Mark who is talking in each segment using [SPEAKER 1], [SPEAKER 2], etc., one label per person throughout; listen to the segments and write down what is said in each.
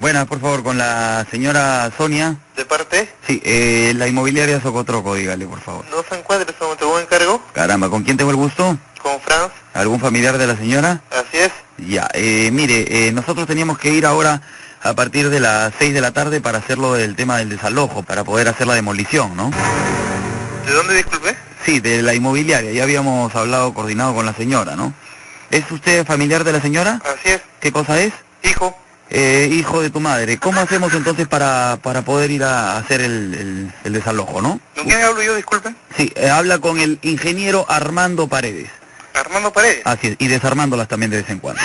[SPEAKER 1] Buenas, por favor, con la señora Sonia.
[SPEAKER 2] ¿De parte?
[SPEAKER 1] Sí, eh, la inmobiliaria Socotroco, dígale, por favor.
[SPEAKER 2] No se encuentra, se te voy encargo.
[SPEAKER 1] Caramba, ¿con quién tengo el gusto?
[SPEAKER 2] Con Franz,
[SPEAKER 1] ¿Algún familiar de la señora?
[SPEAKER 2] así es.
[SPEAKER 1] Ya, eh, mire, eh, nosotros teníamos que ir ahora a partir de las 6 de la tarde para hacerlo del tema del desalojo, para poder hacer la demolición, ¿no?
[SPEAKER 2] ¿De dónde disculpe?
[SPEAKER 1] Sí, de la inmobiliaria, ya habíamos hablado, coordinado con la señora, ¿no? ¿Es usted familiar de la señora?
[SPEAKER 2] Así es.
[SPEAKER 1] ¿Qué cosa es?
[SPEAKER 2] Hijo,
[SPEAKER 1] Eh, hijo de tu madre, ¿cómo hacemos entonces para, para poder ir a hacer el, el- el desalojo, no?
[SPEAKER 2] ¿con quién hablo yo, disculpe?
[SPEAKER 1] Sí, eh, habla con el ingeniero Armando Paredes.
[SPEAKER 2] Armando Paredes.
[SPEAKER 1] Así es, y desarmándolas también de vez en cuando.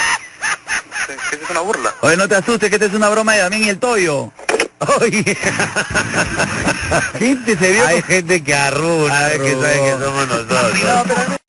[SPEAKER 2] Se- que es una burla.
[SPEAKER 1] Oye, no te asustes, que esta es una broma de Damián y el Toyo. Oye. Gente se vio.
[SPEAKER 3] Hay gente que arruga,
[SPEAKER 1] Sabes que- sabes que
[SPEAKER 3] somos nosotros.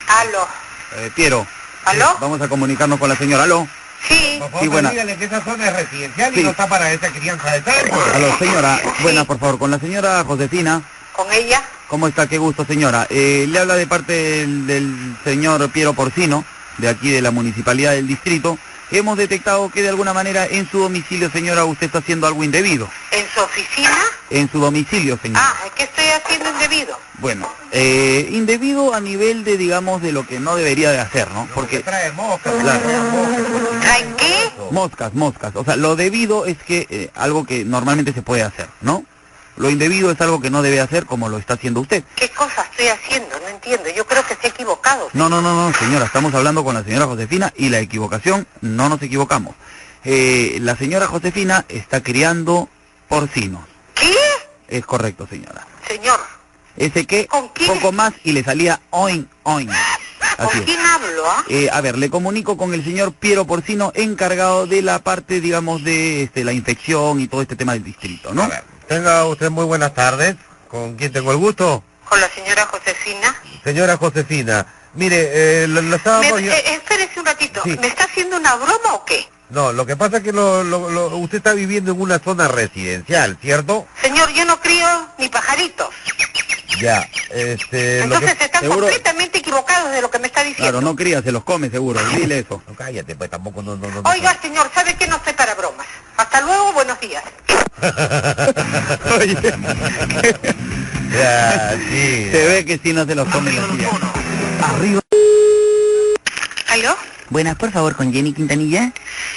[SPEAKER 4] Aló.
[SPEAKER 1] Eh, Piero.
[SPEAKER 4] ¿Aló?
[SPEAKER 1] eh, vamos a comunicarnos con la señora. ¿Aló?
[SPEAKER 4] Sí.
[SPEAKER 1] Sí, buena.
[SPEAKER 3] Dígale que esa zona es residencial
[SPEAKER 1] Sí.
[SPEAKER 3] y no está para esta crianza de tango.
[SPEAKER 1] Aló, señora. Buena, por favor, con la señora Josefina.
[SPEAKER 4] ¿Con ella?
[SPEAKER 1] ¿Cómo está? Qué gusto, señora. Eh, le habla de parte del, del señor Piero Porcino, de aquí de la Municipalidad del Distrito. Hemos detectado que de alguna manera en su domicilio, señora, usted está haciendo algo indebido.
[SPEAKER 4] ¿En su oficina?
[SPEAKER 1] En su domicilio, señora.
[SPEAKER 4] Ah, es que estoy haciendo indebido.
[SPEAKER 1] Bueno, eh, indebido a nivel de, digamos, de lo que no debería de hacer, ¿no? Porque
[SPEAKER 3] Porque trae mosca,
[SPEAKER 1] Claro.
[SPEAKER 3] trae mosca.
[SPEAKER 4] ¿Traen qué?
[SPEAKER 1] moscas, moscas. O sea, lo debido es que eh, algo que normalmente se puede hacer, ¿no? Lo indebido es algo que no debe hacer como lo está haciendo usted.
[SPEAKER 4] ¿Qué cosa estoy haciendo? No entiendo. Yo creo que estoy equivocado.
[SPEAKER 1] No, no, no, no, señora, estamos hablando con la señora Josefina y la equivocación, no nos equivocamos. Eh, la señora Josefina está criando porcinos.
[SPEAKER 4] ¿Qué?
[SPEAKER 1] Es correcto, señora.
[SPEAKER 4] Señor,
[SPEAKER 1] Ese que
[SPEAKER 4] ¿Con quién?
[SPEAKER 1] poco más y le salía oin, oin.
[SPEAKER 4] ¿con
[SPEAKER 1] Así es.
[SPEAKER 4] quién hablo, ah?
[SPEAKER 1] Eh, a ver, le comunico con el señor Piero Porcino, encargado de la parte, digamos, de este, la infección y todo este tema del distrito, ¿no?
[SPEAKER 3] A ver, Tenga usted muy buenas tardes. ¿Con quién tengo el gusto?
[SPEAKER 4] ¿Con la señora Josefina?
[SPEAKER 3] Señora Josefina. Mire, eh, lo, lo
[SPEAKER 4] Me-
[SPEAKER 3] estábamos... ya-
[SPEAKER 4] eh, espérese un ratito.
[SPEAKER 3] Sí.
[SPEAKER 4] ¿Me está haciendo una broma o qué?
[SPEAKER 3] No, lo que pasa es que lo- lo- lo- usted está viviendo en una zona residencial, ¿cierto?
[SPEAKER 4] Señor, yo no crío ni pajaritos.
[SPEAKER 3] Ya, este...
[SPEAKER 4] Entonces
[SPEAKER 3] lo que...
[SPEAKER 4] están
[SPEAKER 1] seguro-
[SPEAKER 4] completamente equivocados de lo que me está diciendo.
[SPEAKER 1] Claro, no cría, se los come seguro, dile eso.
[SPEAKER 3] Ah, No, cállate, pues tampoco no... no, no no-
[SPEAKER 4] Oiga, señor, ¿sabe que no estoy para bromas? Hasta luego, buenos días.
[SPEAKER 1] Oye,
[SPEAKER 3] Ya, sí.
[SPEAKER 1] se ve que sí no se los come la tía. Arriba.
[SPEAKER 4] ¿Aló?
[SPEAKER 5] Buenas, por favor, con Jenny Quintanilla.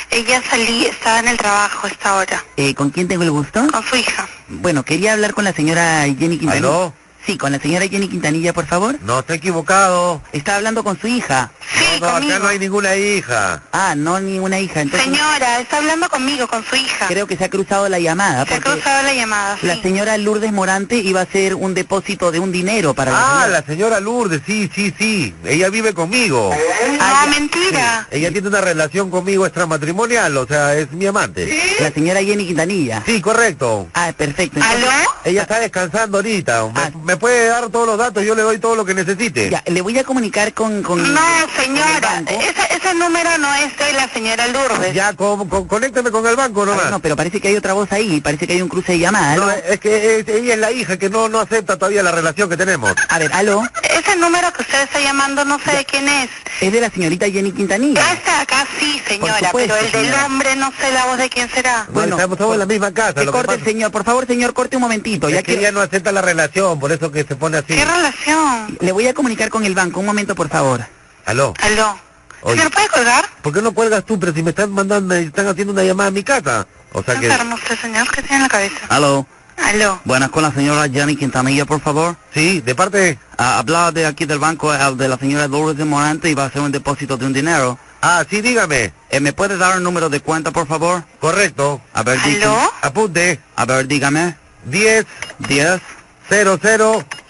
[SPEAKER 4] Ella salí, estaba en el trabajo a esta hora,
[SPEAKER 5] Eh, ¿Con quién tengo el gusto?
[SPEAKER 4] con su hija.
[SPEAKER 5] Bueno, quería hablar con la señora Jenny Quintanilla.
[SPEAKER 3] ¿Aló?
[SPEAKER 5] Sí, con la señora Jenny Quintanilla, por favor.
[SPEAKER 3] No, está equivocado.
[SPEAKER 5] Está hablando con su hija.
[SPEAKER 4] Sí,
[SPEAKER 3] no, no, acá
[SPEAKER 4] conmigo.
[SPEAKER 3] no hay ninguna hija.
[SPEAKER 5] Ah, no, ni una hija. Entonces,
[SPEAKER 4] Señora, está hablando conmigo, con su hija.
[SPEAKER 5] creo que se ha cruzado la llamada.
[SPEAKER 4] Se ha
[SPEAKER 5] porque
[SPEAKER 4] cruzado la llamada,
[SPEAKER 5] La
[SPEAKER 4] sí.
[SPEAKER 5] señora Lourdes Morante iba a hacer un depósito de un dinero para
[SPEAKER 3] Ah,
[SPEAKER 5] la
[SPEAKER 3] la señora Lourdes, sí, sí, sí. Ella vive conmigo.
[SPEAKER 6] Ah,
[SPEAKER 4] No, Ah, mentira.
[SPEAKER 3] Ella tiene una relación conmigo extramatrimonial, o sea, es mi amante.
[SPEAKER 5] señora, la señora Jenny Quintanilla.
[SPEAKER 3] Sí, correcto.
[SPEAKER 5] Ah, perfecto. entonces-
[SPEAKER 4] ¿Aló?
[SPEAKER 3] Ella está descansando ahorita. Me,
[SPEAKER 5] Ah.
[SPEAKER 3] me puede dar todos los datos, yo le doy todo lo que necesite.
[SPEAKER 5] Ya, le voy a comunicar con... con
[SPEAKER 4] No,
[SPEAKER 5] ¿Con
[SPEAKER 4] señora,
[SPEAKER 5] el banco?
[SPEAKER 4] esa- ese número no es de la señora Lourdes.
[SPEAKER 3] Ya, con- con- conéctame con el banco
[SPEAKER 5] Ah,
[SPEAKER 3] nomás.
[SPEAKER 5] no, pero parece que hay otra voz ahí, parece que hay un cruce de llamadas.
[SPEAKER 3] No,
[SPEAKER 5] ¿Aló?
[SPEAKER 3] es que es- ella es la hija que no, no acepta todavía la relación que tenemos.
[SPEAKER 5] A ver, aló,
[SPEAKER 4] Ese número que usted está llamando no sé de quién es.
[SPEAKER 5] es de la señorita Jenny Quintanilla.
[SPEAKER 4] Ya está acá, sí, señora,
[SPEAKER 5] supuesto,
[SPEAKER 4] pero el del
[SPEAKER 5] señora.
[SPEAKER 4] hombre no sé la voz de quién será.
[SPEAKER 3] No,
[SPEAKER 5] Bueno,
[SPEAKER 3] estamos todos en la misma casa.
[SPEAKER 5] Que
[SPEAKER 3] Lo que
[SPEAKER 5] corte,
[SPEAKER 3] pasa
[SPEAKER 5] señor, por favor, señor, corte un momentito, ya
[SPEAKER 3] es que
[SPEAKER 5] que
[SPEAKER 3] ella no acepta la relación, por eso que se pone así.
[SPEAKER 4] ¿Qué relación?
[SPEAKER 5] le voy a comunicar con el banco, un momento, por favor.
[SPEAKER 3] Aló.
[SPEAKER 4] ¿Aló?
[SPEAKER 3] Oye.
[SPEAKER 4] ¿Se lo puede colgar?
[SPEAKER 3] ¿Por qué no cuelgas tú? Pero si me están mandando, me están haciendo una llamada a mi casa. O sea
[SPEAKER 4] Está
[SPEAKER 3] que...
[SPEAKER 4] enfermo usted, señor, que tiene en la cabeza.
[SPEAKER 1] Aló,
[SPEAKER 4] ¿Aló?
[SPEAKER 1] buenas con la señora Jenny Quintanilla, por favor.
[SPEAKER 3] Sí, de parte...
[SPEAKER 1] Ah, hablaba de aquí del banco ah, de la señora Lourdes de Morante y va a hacer un depósito de un dinero.
[SPEAKER 3] Ah, sí, dígame.
[SPEAKER 1] Eh, ¿Me puede dar el número de cuenta, por favor?
[SPEAKER 3] Correcto.
[SPEAKER 1] A ver, di-
[SPEAKER 4] ¿Aló?
[SPEAKER 3] Apunte.
[SPEAKER 1] A ver, dígame.
[SPEAKER 3] 10
[SPEAKER 1] 10,
[SPEAKER 3] 00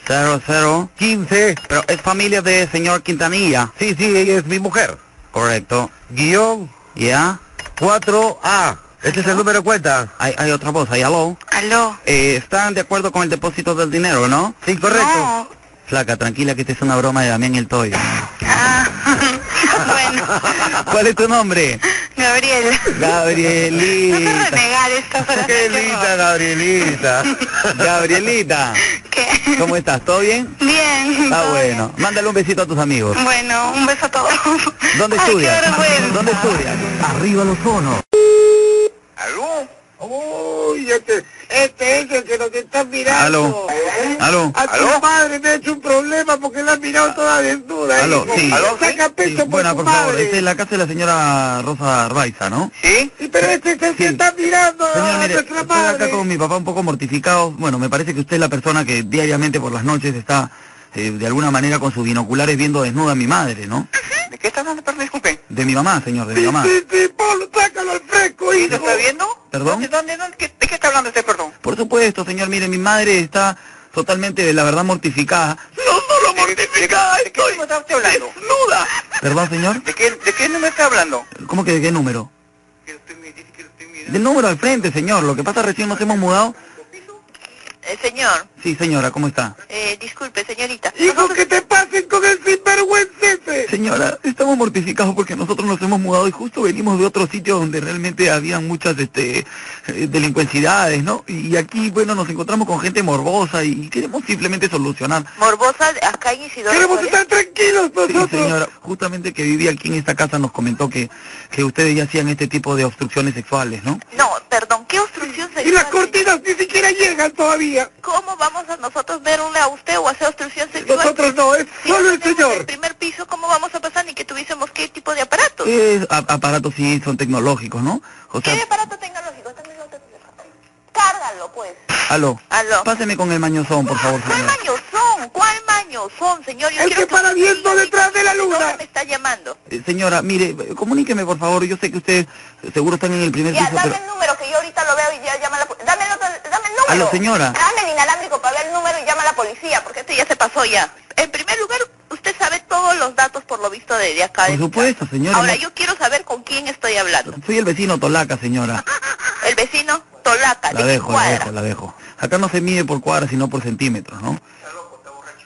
[SPEAKER 1] cero, cero.
[SPEAKER 3] 15.
[SPEAKER 1] Pero es familia de señor Quintanilla,
[SPEAKER 3] Sí, sí, ella es mi mujer.
[SPEAKER 1] correcto.
[SPEAKER 3] Guión
[SPEAKER 1] ¿Ya?
[SPEAKER 3] 4A. Este es el número de cuenta.
[SPEAKER 1] Hay, hay otra voz ahí, aló.
[SPEAKER 4] ¿Aló?
[SPEAKER 1] Eh, ¿Están de acuerdo con el depósito del dinero, no?
[SPEAKER 3] Sí, correcto.
[SPEAKER 4] No.
[SPEAKER 1] Flaca, tranquila que esta es una broma de Damián el Toyo.
[SPEAKER 4] Ah, bueno,
[SPEAKER 1] ¿Cuál es tu nombre?
[SPEAKER 4] Gabriela. No te
[SPEAKER 1] Gabrielita.
[SPEAKER 4] renegar estas horas.
[SPEAKER 3] Qué linda, Gabrielita.
[SPEAKER 1] Gabrielita.
[SPEAKER 4] ¿Qué?
[SPEAKER 1] ¿Cómo estás? ¿Todo bien?
[SPEAKER 4] Bien.
[SPEAKER 1] Está
[SPEAKER 4] todo
[SPEAKER 1] bueno. Mándale un besito a tus amigos.
[SPEAKER 4] bien. Bueno, un beso a todos.
[SPEAKER 1] ¿Dónde
[SPEAKER 4] Ay, qué
[SPEAKER 1] estudias?
[SPEAKER 4] vergüenza.
[SPEAKER 1] ¿Dónde estudias? Arriba los sonos.
[SPEAKER 2] ¿Aló? Uy, este, este es el que nos está mirando. ¿Eh?
[SPEAKER 1] Aló. Aló.
[SPEAKER 2] A tu
[SPEAKER 6] Aló.
[SPEAKER 2] madre me ha hecho un problema porque la ha mirado toda desnuda.
[SPEAKER 1] Aló,
[SPEAKER 2] hijo.
[SPEAKER 1] sí.
[SPEAKER 6] Aló, sí.
[SPEAKER 2] Saca pecho por
[SPEAKER 1] bueno,
[SPEAKER 2] tu
[SPEAKER 1] por favor,
[SPEAKER 2] madre.
[SPEAKER 1] esta es la casa de la señora Rosa Arbaiza, ¿no?
[SPEAKER 6] ¿Sí?
[SPEAKER 2] Sí, pero este es el que
[SPEAKER 1] Sí.
[SPEAKER 2] está mirando
[SPEAKER 6] Ah,
[SPEAKER 1] Señor,
[SPEAKER 2] a
[SPEAKER 1] mire,
[SPEAKER 2] nuestra
[SPEAKER 1] estoy
[SPEAKER 2] madre.
[SPEAKER 1] acá con mi papá un poco mortificado. Bueno, me parece que usted es la persona que diariamente por las noches está, eh, de alguna manera, con sus binoculares viendo desnuda a mi madre, ¿no?
[SPEAKER 6] ¿De qué está hablando? Perdón, disculpen.
[SPEAKER 1] De mi mamá, señor, de mi
[SPEAKER 2] Sí,
[SPEAKER 1] mamá.
[SPEAKER 2] sí, sí, Pablo, sácalo al fresco,
[SPEAKER 6] ¿Y
[SPEAKER 2] hijo.
[SPEAKER 6] lo está viendo?
[SPEAKER 1] ¿Perdón?
[SPEAKER 6] ¿Dónde, dónde, dónde? ¿Qué- ¿De qué está hablando usted, perdón?
[SPEAKER 1] Por supuesto, señor, mire, mi madre está totalmente, la verdad, mortificada.
[SPEAKER 6] No solo mortificada ¿De qué número está usted hablando?
[SPEAKER 1] ¿Perdón, señor?
[SPEAKER 6] ¿De qué, ¿De qué número está hablando?
[SPEAKER 1] ¿Cómo que de qué número?
[SPEAKER 6] Que usted me dice que lo estoy mirando.
[SPEAKER 1] Del número al frente, señor. Lo que pasa recién nos hemos mudado.
[SPEAKER 7] Eh, señor,
[SPEAKER 1] Sí, señora, ¿cómo está?
[SPEAKER 7] eh, disculpe, señorita.
[SPEAKER 2] Hijo, que te pasen con el sinvergüenza ese.
[SPEAKER 1] Señora, estamos mortificados porque nosotros nos hemos mudado y justo venimos de otro sitio donde realmente había muchas este, eh, delincuencias, ¿no? Y aquí, bueno, nos encontramos con gente morbosa y queremos simplemente solucionar.
[SPEAKER 7] Morbosa, acá en Isidoro.
[SPEAKER 2] Queremos
[SPEAKER 7] Suárez.
[SPEAKER 2] estar tranquilos
[SPEAKER 1] Sí,
[SPEAKER 2] nosotros.
[SPEAKER 1] señora, justamente que vivía aquí en esta casa nos comentó que, que ustedes ya hacían este tipo de obstrucciones sexuales, ¿no?
[SPEAKER 7] No, perdón, ¿qué obstrucción sexual?
[SPEAKER 2] Y las
[SPEAKER 7] señor?
[SPEAKER 2] cortinas ni siquiera llegan todavía.
[SPEAKER 7] ¿Cómo vamos a nosotros verle a usted o hacer obstrucción sexual?
[SPEAKER 2] Nosotros no, es
[SPEAKER 7] Si
[SPEAKER 2] solo el
[SPEAKER 7] tenemos
[SPEAKER 2] señor.
[SPEAKER 7] El primer piso, ¿cómo vamos a pasar ni que tuviésemos qué tipo de aparatos?
[SPEAKER 1] Es, a- aparatos sí son tecnológicos, ¿no? O sea,
[SPEAKER 7] ¿Qué aparato tecnológico? También lo tengo. Cárgalo, pues.
[SPEAKER 1] aló,
[SPEAKER 7] Aló.
[SPEAKER 1] páseme con el mañozón, por favor,
[SPEAKER 7] ¿Cuál
[SPEAKER 1] señora.
[SPEAKER 7] mañozón? ¿Cuál mañozón, señor? Yo
[SPEAKER 2] El
[SPEAKER 7] quiero
[SPEAKER 2] que para
[SPEAKER 7] usted
[SPEAKER 2] viendo
[SPEAKER 7] diga,
[SPEAKER 2] detrás de la
[SPEAKER 7] ¿dónde
[SPEAKER 2] luna.
[SPEAKER 7] me está llamando?
[SPEAKER 1] Eh, Señora, mire, eh, comuníqueme, por favor. Yo sé que ustedes eh, seguro están en el primer
[SPEAKER 7] Ya,
[SPEAKER 1] piso,
[SPEAKER 7] dame
[SPEAKER 1] pero...
[SPEAKER 7] el número, que yo ahorita lo veo y ya llama a la policía. Dame, el otro- dame el número.
[SPEAKER 1] Aló, señora.
[SPEAKER 7] Dame el inalámbrico para ver el número y llama a la policía, porque esto ya se pasó ya. En primer lugar, usted sabe todos los datos por lo visto de, de acá.
[SPEAKER 1] Por
[SPEAKER 7] de-
[SPEAKER 1] supuesto, señora,
[SPEAKER 7] Ahora,
[SPEAKER 1] no-
[SPEAKER 7] yo quiero saber con quién estoy hablando.
[SPEAKER 1] Soy el vecino Tolaca, señora.
[SPEAKER 7] El vecino Tolaca,
[SPEAKER 1] La
[SPEAKER 7] de
[SPEAKER 1] dejo, la
[SPEAKER 7] Ah, cuadra.
[SPEAKER 1] dejo, la dejo. Acá no se mide por cuadras, sino por centímetros, ¿no?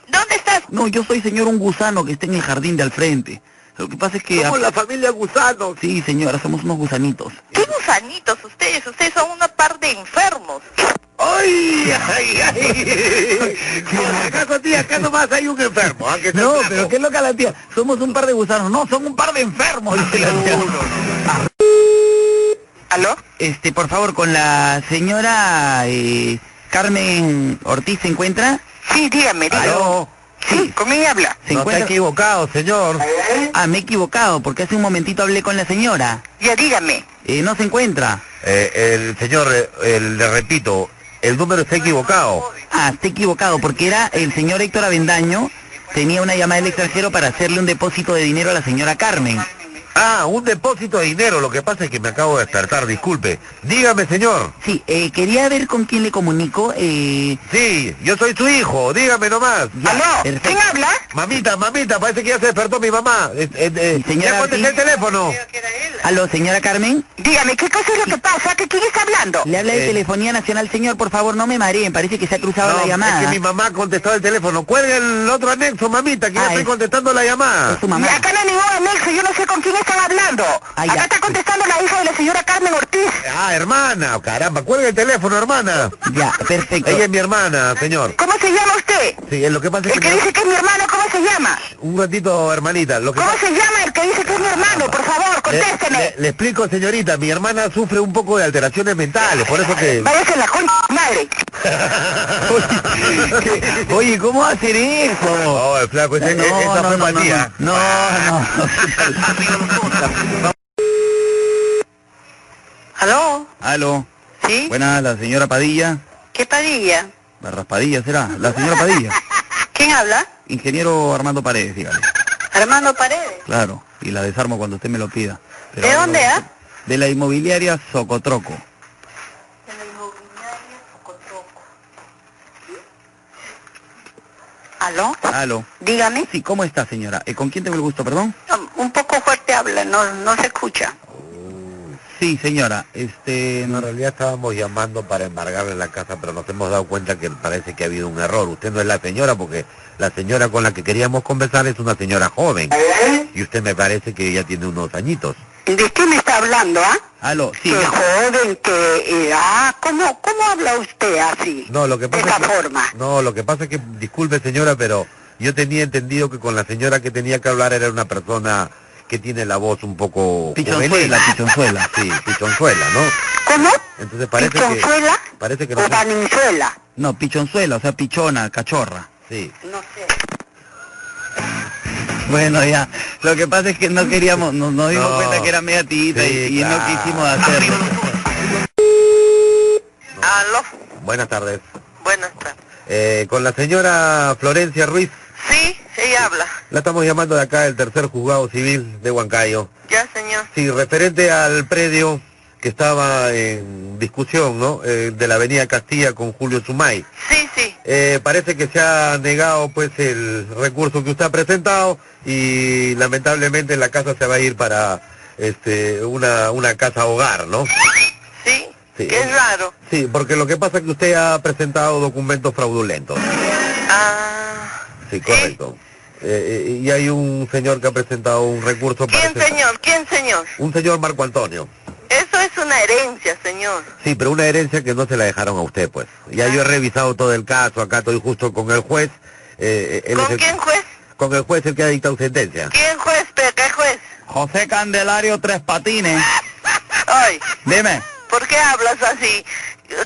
[SPEAKER 7] ¿Dónde estás?
[SPEAKER 1] No, yo soy, señor, un gusano que está en el jardín de al frente. Lo que pasa es que...
[SPEAKER 2] Somos la familia Gusano.
[SPEAKER 1] Sí, señora, somos unos gusanitos.
[SPEAKER 7] ¿Qué gusanitos ustedes? Ustedes son una par de enfermos.
[SPEAKER 2] ¡Ay, ay, ay! Por si acaso, tía, acá nomás hay un enfermo,
[SPEAKER 6] ¿ah?
[SPEAKER 2] aunque sea
[SPEAKER 1] No,
[SPEAKER 2] flaco.
[SPEAKER 1] pero qué loca la tía. Somos un par de gusanos. No, son un par de enfermos. dice la tía.
[SPEAKER 6] ¿Aló?
[SPEAKER 1] Este, por favor, con la señora eh, Carmen Ortiz, ¿se encuentra?
[SPEAKER 6] Sí, dígame,
[SPEAKER 1] Aló.
[SPEAKER 6] Sí, ¿con quién habla?
[SPEAKER 1] ¿Se
[SPEAKER 3] No, está
[SPEAKER 1] encuentra?
[SPEAKER 3] equivocado, señor.
[SPEAKER 1] Ah, me he equivocado, porque hace un momentito hablé con la señora.
[SPEAKER 6] Ya, dígame.
[SPEAKER 1] Eh, no se encuentra.
[SPEAKER 3] Eh, el señor, eh, el- le repito, el número está equivocado.
[SPEAKER 1] Ah, está equivocado, porque era el señor Héctor Avendaño, tenía una llamada del extranjero para hacerle un depósito de dinero a la señora Carmen.
[SPEAKER 3] Ah, un depósito de dinero. Lo que pasa es que me acabo de despertar, disculpe. Dígame, señor.
[SPEAKER 1] Sí, eh, quería ver con quién le comunico. Eh,
[SPEAKER 3] Sí, yo soy su hijo. Dígame nomás.
[SPEAKER 1] ya, perfecto.
[SPEAKER 6] habla?
[SPEAKER 3] Mamita, mamita, parece que ya se despertó mi mamá. Eh, eh, eh,
[SPEAKER 1] Sí, señora
[SPEAKER 3] ya contesté el
[SPEAKER 1] Ortiz.
[SPEAKER 3] teléfono.
[SPEAKER 1] Aló, señora Carmen,
[SPEAKER 6] Dígame, ¿qué cosa es lo que pasa? ¿Que quién está hablando?
[SPEAKER 1] le habla de
[SPEAKER 3] Eh.
[SPEAKER 1] Telefonía Nacional. Señor, por favor, no me mareen, parece que se ha cruzado la
[SPEAKER 3] No,
[SPEAKER 1] llamada.
[SPEAKER 3] es que mi mamá contestó el teléfono. Cuelga el otro anexo, mamita, que
[SPEAKER 1] Ah,
[SPEAKER 3] ya estoy
[SPEAKER 1] es-
[SPEAKER 3] contestando la llamada.
[SPEAKER 1] Es su mamá.
[SPEAKER 6] Y acá no hay ningún anexo, yo no sé con quién están hablando.
[SPEAKER 1] Ah, ya.
[SPEAKER 6] acá está contestando la hija de la señora Carmen Ortiz.
[SPEAKER 3] Ah, hermana, caramba, cuelga el teléfono, hermana.
[SPEAKER 1] Ya, perfecto.
[SPEAKER 3] Ella es mi hermana, señor.
[SPEAKER 6] ¿Cómo se llama usted?
[SPEAKER 3] Sí, es lo que pasa es
[SPEAKER 6] El
[SPEAKER 3] que...
[SPEAKER 6] que
[SPEAKER 3] mi-
[SPEAKER 6] dice que es mi hermano, ¿cómo se llama?
[SPEAKER 3] Un ratito, hermanita, lo que
[SPEAKER 6] ¿Cómo
[SPEAKER 3] pasa-
[SPEAKER 6] se llama el que dice que es mi hermano? Por favor,
[SPEAKER 3] Le,
[SPEAKER 6] contésteme.
[SPEAKER 3] le- le explico, señorita, mi hermana sufre un poco de alteraciones mentales, por eso que...
[SPEAKER 6] Váyase a la concha de su madre.
[SPEAKER 1] Oye, ¿cómo va a hacer eso?
[SPEAKER 3] Oh, el flaco, ese-
[SPEAKER 1] no,
[SPEAKER 3] e- esa
[SPEAKER 1] no,
[SPEAKER 3] fue
[SPEAKER 1] no, no,
[SPEAKER 3] empatía.
[SPEAKER 1] No, no, no.
[SPEAKER 7] ¿Aló?
[SPEAKER 1] Aló,
[SPEAKER 7] ¿Sí?
[SPEAKER 1] buena la señora Padilla,
[SPEAKER 7] ¿Qué padilla?
[SPEAKER 1] Barras Padilla será, la señora Padilla.
[SPEAKER 7] ¿Quién habla?
[SPEAKER 1] Ingeniero Armando Paredes, dígale.
[SPEAKER 7] Armando Paredes.
[SPEAKER 1] Claro, y la desarmo cuando usted me lo pida. Pero
[SPEAKER 7] ¿De
[SPEAKER 1] ahora
[SPEAKER 7] dónde,
[SPEAKER 1] no-
[SPEAKER 7] ah?
[SPEAKER 1] De la inmobiliaria Socotroco.
[SPEAKER 7] ¿Aló?
[SPEAKER 1] Aló.
[SPEAKER 7] Dígame.
[SPEAKER 1] Sí, ¿cómo está, señora? Eh, ¿Con quién tengo el gusto, perdón?
[SPEAKER 7] Un poco fuerte habla, no, no se escucha.
[SPEAKER 1] Sí, señora, este...
[SPEAKER 3] En realidad estábamos llamando para embargarle la casa, pero nos hemos dado cuenta que parece que ha habido un error. Usted no es la señora, porque la señora con la que queríamos conversar es una señora joven. Y usted me parece que ya tiene unos añitos.
[SPEAKER 7] ¿De qué me está hablando, ah?
[SPEAKER 1] Aló, sí.
[SPEAKER 7] Qué joven, que... eh, ah, ¿cómo, ¿cómo habla usted así?
[SPEAKER 3] No, lo que
[SPEAKER 7] De
[SPEAKER 3] pasa
[SPEAKER 7] esa
[SPEAKER 3] es que,
[SPEAKER 7] forma.
[SPEAKER 3] No, lo que pasa es que, disculpe señora, pero yo tenía entendido que con la señora que tenía que hablar era una persona que tiene la voz un poco
[SPEAKER 1] Pichonzuela,
[SPEAKER 3] juvenil.
[SPEAKER 1] pichonzuela.
[SPEAKER 3] Sí, pichonzuela, ¿no?
[SPEAKER 6] ¿Cómo?
[SPEAKER 3] Entonces parece que...
[SPEAKER 6] ¿Pichonzuela
[SPEAKER 3] Parece que
[SPEAKER 6] o
[SPEAKER 3] nosotros-
[SPEAKER 6] Valenzuela?
[SPEAKER 1] No, pichonzuela, o sea, pichona, cachorra.
[SPEAKER 3] Sí.
[SPEAKER 6] No sé.
[SPEAKER 1] Bueno, ya. Lo que pasa es que no queríamos, nos, nos dimos
[SPEAKER 3] No.
[SPEAKER 1] cuenta que era media tita
[SPEAKER 3] Sí,
[SPEAKER 1] y, y no
[SPEAKER 3] claro.
[SPEAKER 1] quisimos hacerlo.
[SPEAKER 7] Aló,
[SPEAKER 3] Buenas tardes.
[SPEAKER 7] buenas tardes.
[SPEAKER 3] Eh, con la señora Florencia Ruiz,
[SPEAKER 7] Sí, ella habla.
[SPEAKER 3] la estamos llamando de acá, el tercer juzgado civil de Huancayo.
[SPEAKER 7] Ya, señor.
[SPEAKER 3] Sí, referente al predio que estaba en discusión, ¿no? Eh, de la avenida Castilla con Julio Sumay.
[SPEAKER 7] Sí, sí.
[SPEAKER 3] Eh, parece que se ha negado pues el recurso que usted ha presentado y lamentablemente la casa se va a ir para este una, una casa hogar, ¿no?
[SPEAKER 7] Sí,
[SPEAKER 3] Sí.
[SPEAKER 7] que es raro.
[SPEAKER 3] Sí, porque lo que pasa es que usted ha presentado documentos fraudulentos.
[SPEAKER 7] Ah,
[SPEAKER 3] Sí, correcto. Eh, eh, y hay un señor que ha presentado un recurso para...
[SPEAKER 7] ¿Quién,
[SPEAKER 3] ese-
[SPEAKER 7] señor? ¿Quién, señor?
[SPEAKER 3] Un señor Marco Antonio.
[SPEAKER 7] Eso es una herencia, señor.
[SPEAKER 3] Sí, pero una herencia que no se la dejaron a usted, pues. Ya
[SPEAKER 7] Ah.
[SPEAKER 3] yo he revisado todo el caso, acá estoy justo con el juez. eh, eh, él es
[SPEAKER 7] ¿Con
[SPEAKER 3] el-
[SPEAKER 7] quién juez?
[SPEAKER 3] Con el juez el que ha dictado sentencia.
[SPEAKER 7] ¿Quién juez? pero ¿Qué juez?
[SPEAKER 1] José Candelario Tres Patines.
[SPEAKER 7] Ay,
[SPEAKER 1] Dime,
[SPEAKER 7] ¿por qué hablas así?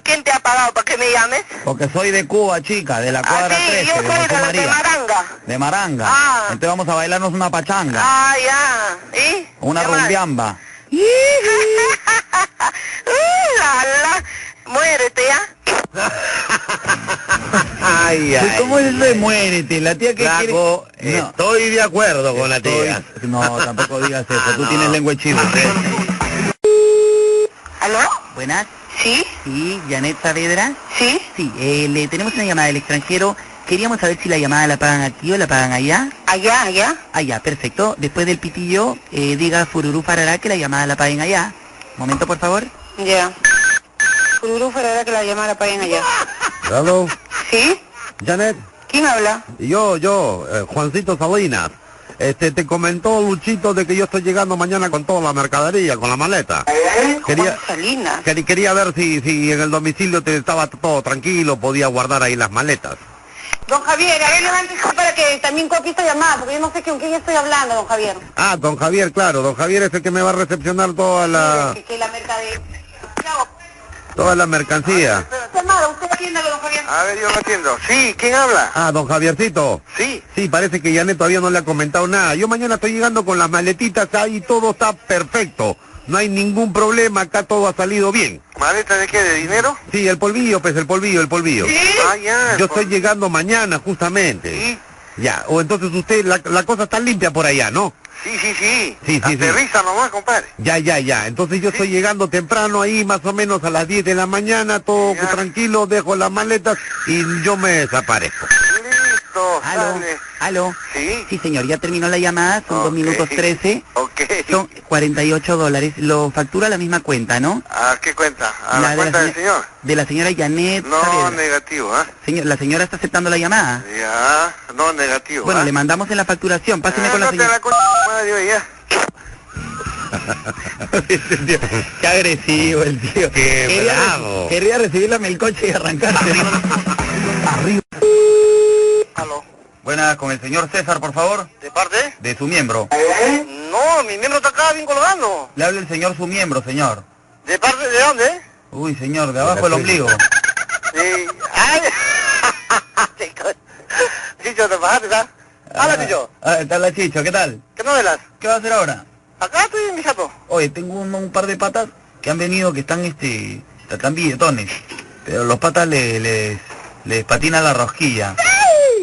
[SPEAKER 7] ¿Quién te ha pagado para que me llames?
[SPEAKER 1] porque soy de Cuba, chica, de la
[SPEAKER 7] Ah,
[SPEAKER 1] cuadra
[SPEAKER 7] sí,
[SPEAKER 1] 13,
[SPEAKER 7] yo soy
[SPEAKER 1] de
[SPEAKER 7] de
[SPEAKER 1] José
[SPEAKER 7] la de
[SPEAKER 1] María.
[SPEAKER 7] Maranga.
[SPEAKER 1] De Maranga.
[SPEAKER 7] Ah.
[SPEAKER 1] Entonces vamos a bailarnos una pachanga.
[SPEAKER 7] Ah, ya. ¿Y?
[SPEAKER 1] Una
[SPEAKER 7] ¿Qué más?
[SPEAKER 1] rumbiamba.
[SPEAKER 7] Uh, la, la. Muérete ya.
[SPEAKER 3] Ay,
[SPEAKER 1] Pues, ¿Cómo es eso de muérete? La tía que
[SPEAKER 3] Flaco,
[SPEAKER 1] quiere... No,
[SPEAKER 3] estoy de acuerdo con la tía.
[SPEAKER 1] estoy- no, tampoco digas eso.
[SPEAKER 3] Ah,
[SPEAKER 1] Tú
[SPEAKER 3] no.
[SPEAKER 1] tienes lengua de chivo.
[SPEAKER 6] ¿Aló?
[SPEAKER 8] Buenas,
[SPEAKER 6] ¿Sí?
[SPEAKER 8] sí, Janet Saavedra.
[SPEAKER 6] ¿Sí?
[SPEAKER 8] Sí, eh, le tenemos una llamada del extranjero. Queríamos saber si la llamada la pagan aquí o la pagan allá.
[SPEAKER 6] ¿Allá, allá?
[SPEAKER 8] Allá, perfecto. Después del pitillo, eh, diga Fururú Farará que la llamada la paguen allá. Momento, por favor.
[SPEAKER 6] Ya. Cururú fuera que la llamara para allá.
[SPEAKER 3] Hello,
[SPEAKER 6] ¿Sí?
[SPEAKER 3] Janet.
[SPEAKER 6] ¿Quién habla?
[SPEAKER 3] Yo, yo, eh, Juancito Salinas. Este, te comentó Luchito de que yo estoy llegando mañana con toda la mercadería, con la maleta. Quería-
[SPEAKER 6] Juan Salinas.
[SPEAKER 3] Quer- Quería ver si, si en el domicilio te estaba todo tranquilo, podía guardar ahí las maletas.
[SPEAKER 6] Don Javier, a ver, levántese para que también copie esta llamada, porque yo no sé con quién estoy hablando, don Javier.
[SPEAKER 3] Ah, don Javier, claro, don Javier es el que me va a recepcionar toda la,
[SPEAKER 6] Que, que la mercadería... ¿Qué hago?
[SPEAKER 3] toda la mercancía.
[SPEAKER 6] Pero, ¿qué malo? ¿Usted atiéndalo, don Javier?
[SPEAKER 2] A ver, yo no entiendo. Sí, ¿quién habla?
[SPEAKER 3] Ah, don Javiercito.
[SPEAKER 2] Sí.
[SPEAKER 3] Sí, parece que Janet todavía no le ha comentado nada. Yo mañana estoy llegando con las maletitas ahí, todo está perfecto. No hay ningún problema, acá todo ha salido bien.
[SPEAKER 2] ¿Maleta de qué? ¿De dinero?
[SPEAKER 3] Sí, el polvillo, pues el polvillo, el polvillo.
[SPEAKER 2] Ah, ya.
[SPEAKER 3] Yo
[SPEAKER 2] por-
[SPEAKER 3] estoy llegando mañana, justamente. Ya, o entonces usted, la, la cosa está limpia por allá, ¿no?
[SPEAKER 2] Sí, sí, sí.
[SPEAKER 3] Sí, sí, sí.
[SPEAKER 2] Aterriza nomás, compadre.
[SPEAKER 3] Ya, ya, ya. Entonces yo estoy llegando temprano ahí, más o menos a las 10 de la mañana, todo
[SPEAKER 2] Ya.
[SPEAKER 3] tranquilo, dejo las maletas y yo me desaparezco.
[SPEAKER 2] Listo,
[SPEAKER 8] Aló,
[SPEAKER 2] sale.
[SPEAKER 8] aló.
[SPEAKER 2] Sí.
[SPEAKER 8] Sí, señor, ya terminó la llamada. Son dos
[SPEAKER 2] Ok.
[SPEAKER 8] minutos 13.
[SPEAKER 2] Ok.
[SPEAKER 8] Son 48 dólares. Lo factura la misma cuenta, ¿no?
[SPEAKER 2] ¿A qué cuenta? ¿A la,
[SPEAKER 8] de
[SPEAKER 2] cuenta del
[SPEAKER 8] señor-
[SPEAKER 2] señor?
[SPEAKER 8] De la señora Janet
[SPEAKER 2] No,
[SPEAKER 8] Saavedra.
[SPEAKER 2] negativo, ¿ah?
[SPEAKER 8] Señor, la señora está aceptando la llamada.
[SPEAKER 2] Ya, no, negativo.
[SPEAKER 8] Bueno,
[SPEAKER 2] ¿ah?
[SPEAKER 8] le mandamos en la facturación. Páseme
[SPEAKER 2] Ah,
[SPEAKER 8] con la
[SPEAKER 2] no te
[SPEAKER 8] señora.
[SPEAKER 2] la con- madre, oye, ya.
[SPEAKER 1] Qué agresivo el tío.
[SPEAKER 3] Qué
[SPEAKER 1] quería,
[SPEAKER 3] bravo.
[SPEAKER 1] quería recibir la melcoche y arrancarse. Arriba.
[SPEAKER 2] Aló.
[SPEAKER 1] Buenas, con el señor César, por favor,
[SPEAKER 2] ¿De parte?
[SPEAKER 1] de su miembro.
[SPEAKER 2] No, mi miembro está acá bien colgando.
[SPEAKER 1] Le habla el señor su miembro, señor.
[SPEAKER 2] ¿De parte de dónde?
[SPEAKER 1] Uy, señor, de abajo
[SPEAKER 3] la
[SPEAKER 1] el
[SPEAKER 3] suya.
[SPEAKER 1] ombligo.
[SPEAKER 2] Sí. Ay. Te co- Chicho, ¿te bajaste, ah? Hola, Chicho.
[SPEAKER 1] Ah, está la chicho, ¿qué tal?
[SPEAKER 2] ¿Qué novelas?
[SPEAKER 1] ¿Qué va a hacer ahora?
[SPEAKER 2] Acá estoy, mi chato.
[SPEAKER 1] Oye, tengo un, un par de patas que han venido que están, este, están billetones. Pero los patas le- les, les patina la rosquilla.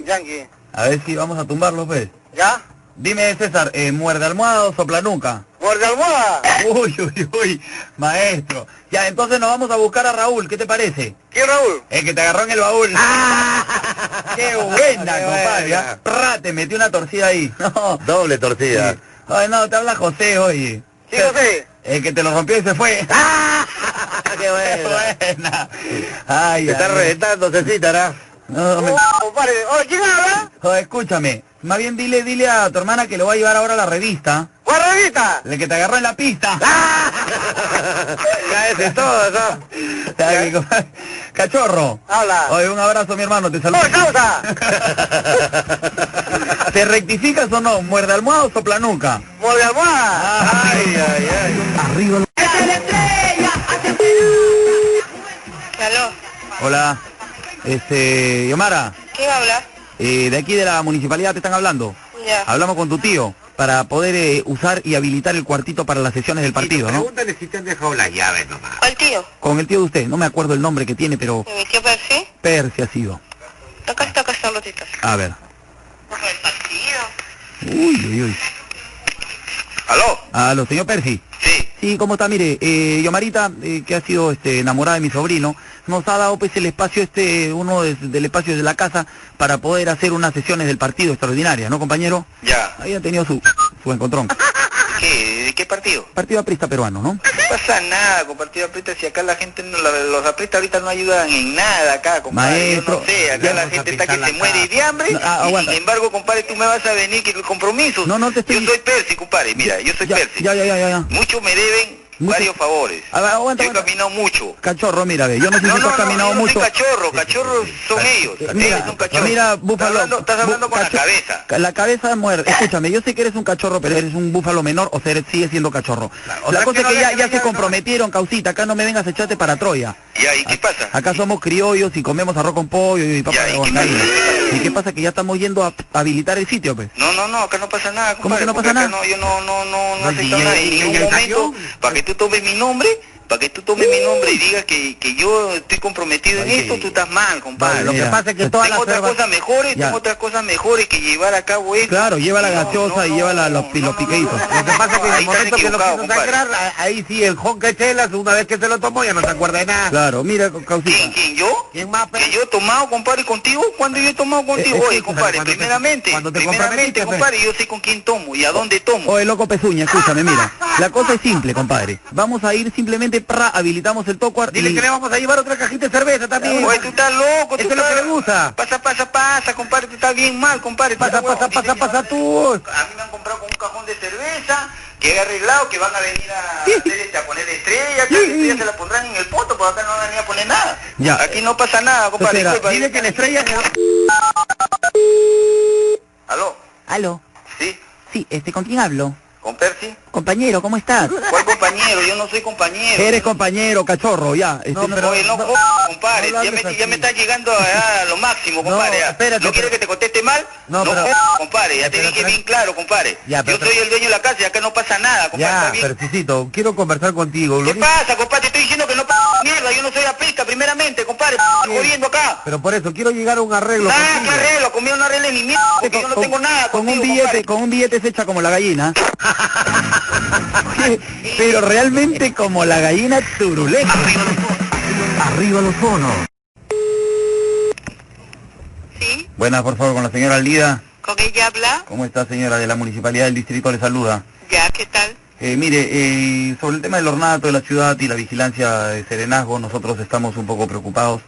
[SPEAKER 2] Yankee.
[SPEAKER 1] A ver si vamos a tumbarlos, pues.
[SPEAKER 2] ¿Ya?
[SPEAKER 1] Dime, César, eh, ¿muerde almohada o sopla nuca?
[SPEAKER 2] ¡Muerde almohada!
[SPEAKER 1] Uy, uy, uy, maestro. Ya, entonces nos vamos a buscar a Raúl, ¿qué te parece?
[SPEAKER 2] ¿Quién, Raúl?
[SPEAKER 1] El que te agarró en el baúl. ¡Qué buena,
[SPEAKER 3] Qué
[SPEAKER 1] compadre!
[SPEAKER 3] buena.
[SPEAKER 1] ¿ah? Prá, Te metió una torcida ahí. No,
[SPEAKER 3] Doble torcida.
[SPEAKER 1] sí. Ay, no, te habla José, oye.
[SPEAKER 2] Sí, José.
[SPEAKER 1] El que te lo rompió y se fue. ¡Qué buena! Ay,
[SPEAKER 3] Te está
[SPEAKER 1] ay,
[SPEAKER 3] reventando, Cecita, ¿verdad?
[SPEAKER 1] no, me-
[SPEAKER 2] Oh, compadre. Oye, ¿quién habla?
[SPEAKER 1] Joder, Oh, escúchame. Más bien dile, dile a tu hermana que lo va a llevar ahora a la revista.
[SPEAKER 2] ¡Guarrevita!
[SPEAKER 1] El que te agarró en la pista.
[SPEAKER 2] Cállese todo, ¿no?
[SPEAKER 1] Ay, mi compadre. Cachorro.
[SPEAKER 2] Habla.
[SPEAKER 1] Oye, un abrazo, mi hermano, te saludo.
[SPEAKER 2] ¡Por causa!
[SPEAKER 1] ¿Te rectificas o no? ¿Muerde almohada o sopla nuca?
[SPEAKER 2] ¡Muerde almohada!
[SPEAKER 1] Ay,
[SPEAKER 2] ay, ay!
[SPEAKER 1] Arriba.
[SPEAKER 6] ¡Esta es la estrella! ¡Hacia Perú!
[SPEAKER 1] Hola. Este, Yomara,
[SPEAKER 7] ¿Quién habla?
[SPEAKER 1] eh, de aquí de la municipalidad te están hablando.
[SPEAKER 2] Ah,
[SPEAKER 7] Ya.
[SPEAKER 1] Hablamos con tu tío para poder eh, usar y habilitar el cuartito para las sesiones del partido, ¿no?
[SPEAKER 3] Pregúntale si te han dejado las llaves nomás.
[SPEAKER 7] ¿Cuál tío?
[SPEAKER 1] Con el tío de usted, no me acuerdo el nombre que tiene,
[SPEAKER 2] oh.
[SPEAKER 1] pero
[SPEAKER 7] ¿Mi tío Percy?
[SPEAKER 1] Percy ha sido.
[SPEAKER 7] Acá está, acá está un ratito.
[SPEAKER 1] A ver.
[SPEAKER 7] Por el partido.
[SPEAKER 1] Uy, uy, uy.
[SPEAKER 3] ¿Aló?
[SPEAKER 1] Aló, señor Percy.
[SPEAKER 3] Sí.
[SPEAKER 1] Sí, ¿cómo está? Mire, eh, Yomarita, eh, que ha sido este, enamorada de mi sobrino, nos ha dado pues el espacio este, uno de- del espacio de la casa para poder hacer unas sesiones del partido extraordinarias, ¿no, compañero?
[SPEAKER 3] Ya.
[SPEAKER 1] Ahí ha tenido su, su encontrón.
[SPEAKER 2] ¿Qué? ¿De qué partido?
[SPEAKER 1] Partido aprista peruano, ¿no?
[SPEAKER 2] No pasa nada con partido aprietas si acá la gente, no, la- los aprietas ahorita no ayudan en nada acá, compadre. yo
[SPEAKER 1] Maestro,
[SPEAKER 2] no sé,
[SPEAKER 1] ya
[SPEAKER 2] acá la
[SPEAKER 3] vamos a
[SPEAKER 2] gente está que
[SPEAKER 3] pisar la
[SPEAKER 2] se muere de hambre
[SPEAKER 1] No, ah,
[SPEAKER 2] y
[SPEAKER 1] aguanta.
[SPEAKER 2] sin embargo, compadre, tú me vas a venir que los compromisos.
[SPEAKER 1] No, no te estoy-
[SPEAKER 2] Yo soy Percy, compadre, mira, yo soy
[SPEAKER 1] ya,
[SPEAKER 2] Percy.
[SPEAKER 1] ya, ya, ya, ya, ya.
[SPEAKER 2] Muchos me deben
[SPEAKER 1] Mucho-
[SPEAKER 2] varios favores.
[SPEAKER 1] A ver, aguanta,
[SPEAKER 2] Yo he
[SPEAKER 1] aguanta.
[SPEAKER 2] caminado mucho.
[SPEAKER 1] Cachorro, mira, ve, yo no sé si
[SPEAKER 2] No,
[SPEAKER 1] tú
[SPEAKER 2] no, no,
[SPEAKER 1] has
[SPEAKER 2] yo
[SPEAKER 1] caminado
[SPEAKER 2] no
[SPEAKER 1] mucho.
[SPEAKER 2] soy cachorro, cachorros son ellos.
[SPEAKER 1] Eh,
[SPEAKER 2] Eres
[SPEAKER 1] Mira,
[SPEAKER 2] un cachorro.
[SPEAKER 1] mira,
[SPEAKER 2] estás
[SPEAKER 1] búfalo.
[SPEAKER 2] hablando, estás
[SPEAKER 1] bu-
[SPEAKER 2] hablando con la
[SPEAKER 1] cacho-
[SPEAKER 2] cabeza.
[SPEAKER 1] ca- La cabeza muere. Escúchame, yo sé que eres un cachorro, pero eres un búfalo menor, o sea, eres- sigues siendo cachorro.
[SPEAKER 3] o
[SPEAKER 1] la
[SPEAKER 3] sea,
[SPEAKER 1] cosa
[SPEAKER 3] que
[SPEAKER 1] es que
[SPEAKER 3] no
[SPEAKER 1] ya,
[SPEAKER 3] le-
[SPEAKER 1] ya
[SPEAKER 3] no
[SPEAKER 1] se
[SPEAKER 3] le-
[SPEAKER 1] comprometieron, causita. Acá no me vengas a echarte para Troya.
[SPEAKER 2] Ya, ¿y qué pasa?
[SPEAKER 1] Acá somos criollos y comemos arroz con pollo y papa
[SPEAKER 2] Ya, ¿y
[SPEAKER 1] de
[SPEAKER 2] qué
[SPEAKER 1] huancaína.
[SPEAKER 2] pasa?
[SPEAKER 1] ¿Y qué pasa? Que ya estamos yendo a a habilitar el sitio, pues.
[SPEAKER 2] No, no, no, acá no pasa nada,
[SPEAKER 1] ¿Cómo
[SPEAKER 2] compadre.
[SPEAKER 1] que no
[SPEAKER 2] porque
[SPEAKER 1] pasa
[SPEAKER 2] acá
[SPEAKER 1] nada?
[SPEAKER 2] No, yo no, no, no, no
[SPEAKER 3] No,
[SPEAKER 2] acepto
[SPEAKER 3] y-
[SPEAKER 2] nada en
[SPEAKER 3] y- y-
[SPEAKER 2] ningún
[SPEAKER 3] y-
[SPEAKER 2] momento para que tú tomes mi nombre, para que tú tomes mi nombre y digas que, que yo estoy comprometido en
[SPEAKER 3] Oye,
[SPEAKER 2] esto, tú estás mal, compadre.
[SPEAKER 1] Vale,
[SPEAKER 3] lo que
[SPEAKER 1] mira.
[SPEAKER 3] pasa es que
[SPEAKER 1] Te-
[SPEAKER 3] todas
[SPEAKER 2] tengo
[SPEAKER 3] las
[SPEAKER 2] otras
[SPEAKER 3] observa-
[SPEAKER 2] cosas mejores,
[SPEAKER 1] Ya.
[SPEAKER 2] tengo otras cosas mejores que llevar a cabo esto.
[SPEAKER 1] Claro, lleva la
[SPEAKER 2] No,
[SPEAKER 1] gaseosa y
[SPEAKER 2] no,
[SPEAKER 1] lleva la- los-
[SPEAKER 2] no,
[SPEAKER 1] los
[SPEAKER 2] no,
[SPEAKER 1] piqueitos.
[SPEAKER 2] no, no,
[SPEAKER 3] Lo que pasa es que en
[SPEAKER 2] ahí
[SPEAKER 3] el
[SPEAKER 2] estás
[SPEAKER 3] momento que lo
[SPEAKER 2] equivocado,
[SPEAKER 3] quiso
[SPEAKER 2] compadre.
[SPEAKER 3] sangrar, a- ahí sí, el honca chelas, una vez que se lo tomó ya no se acuerda de nada.
[SPEAKER 1] Claro, mira,
[SPEAKER 2] ¿Quién,
[SPEAKER 1] causita.
[SPEAKER 2] quién, yo?
[SPEAKER 3] ¿Quién más, pe?
[SPEAKER 2] ¿Que yo he tomado, compadre, contigo? ¿Cuándo yo he tomado contigo?
[SPEAKER 1] Eh, eh,
[SPEAKER 2] Oye,
[SPEAKER 1] escúchame,
[SPEAKER 2] compadre,
[SPEAKER 3] cuando te-
[SPEAKER 2] primeramente,
[SPEAKER 3] cuando te comprometiste,
[SPEAKER 2] primeramente,
[SPEAKER 3] pe.
[SPEAKER 2] compadre, yo sé con quién tomo y a dónde tomo.
[SPEAKER 1] Oye, loco Pezuña, escúchame, mira. La cosa es simple, compadre. Vamos a ir simplemente, para habilitamos el tocuar
[SPEAKER 3] Dile
[SPEAKER 1] y...
[SPEAKER 3] que le vamos a llevar otra cajita de cerveza también.
[SPEAKER 2] Oye, tú estás loco, tú
[SPEAKER 3] Eso es lo que
[SPEAKER 2] estás-
[SPEAKER 3] le gusta.
[SPEAKER 2] Pasa, pasa, pasa, compadre, tú estás bien mal, compadre. tú
[SPEAKER 3] Pasa,
[SPEAKER 2] estás
[SPEAKER 3] pasa,
[SPEAKER 2] huevón. Ah,
[SPEAKER 3] pasa,
[SPEAKER 2] Dicen que
[SPEAKER 3] pasa
[SPEAKER 2] van a-
[SPEAKER 3] tú.
[SPEAKER 2] A mí me han comprado con un cajón de cerveza, que he arreglado, que van a venir a, hacer este, a poner estrella, que las estrellas se la pondrán en el poto, porque acá no van a venir a poner nada.
[SPEAKER 1] Ya.
[SPEAKER 2] Aquí no pasa nada, compadre.
[SPEAKER 1] Espera,
[SPEAKER 2] disculpa.
[SPEAKER 3] Dile que la estrella...
[SPEAKER 2] Aló,
[SPEAKER 8] Aló.
[SPEAKER 2] sí,
[SPEAKER 8] Sí, este, ¿con quién hablo?
[SPEAKER 2] con Percy.
[SPEAKER 8] Compañero, ¿cómo estás?
[SPEAKER 2] ¿Cuál compañero? Yo no soy compañero.
[SPEAKER 1] Eres compañero, cachorro, ya. este,
[SPEAKER 3] No, pero-
[SPEAKER 2] Oye, no,
[SPEAKER 3] no,
[SPEAKER 2] jodas, compadre,
[SPEAKER 3] no lo
[SPEAKER 2] ya, me,
[SPEAKER 3] hables
[SPEAKER 2] ya me
[SPEAKER 3] así.
[SPEAKER 2] está llegando a, a lo máximo, compadre. ya.
[SPEAKER 3] espérate,
[SPEAKER 2] ¿No quieres
[SPEAKER 3] pero-
[SPEAKER 2] que te conteste mal?
[SPEAKER 3] No, pero-
[SPEAKER 2] jodas, compadre, ya te
[SPEAKER 3] Pero,
[SPEAKER 2] dije
[SPEAKER 3] pero-
[SPEAKER 2] bien claro, compadre.
[SPEAKER 3] Ya, pero-
[SPEAKER 2] Yo soy el dueño de la casa y acá no pasa nada, compadre. está
[SPEAKER 3] Ya,
[SPEAKER 2] bien.
[SPEAKER 3] Percisito, quiero conversar contigo. lo
[SPEAKER 2] ¿Qué
[SPEAKER 3] único-
[SPEAKER 2] pasa, compadre? Te estoy diciendo que no pasa mierda, yo no soy apista, primeramente, compadre, jodiendo acá.
[SPEAKER 3] Pero por eso, quiero llegar a un arreglo
[SPEAKER 2] Nada que
[SPEAKER 3] contigo.
[SPEAKER 2] arreglo, conmigo no arregle ni mierda, porque yo no tengo nada
[SPEAKER 1] con un
[SPEAKER 2] contigo,
[SPEAKER 1] billete,
[SPEAKER 2] compadre.
[SPEAKER 1] con un billete se echa como la gallina. Pero realmente como la gallina turuleca. Arriba los bonos.
[SPEAKER 7] ¿Sí?
[SPEAKER 1] Buenas, por favor, con la señora Lida.
[SPEAKER 7] ¿Con ella habla?
[SPEAKER 1] ¿Cómo está, señora? De la Municipalidad del Distrito le saluda.
[SPEAKER 7] Ya, ¿qué tal?
[SPEAKER 1] Eh, mire, eh, sobre el tema del ornato de la ciudad y la vigilancia de Serenazgo, nosotros estamos un poco preocupados.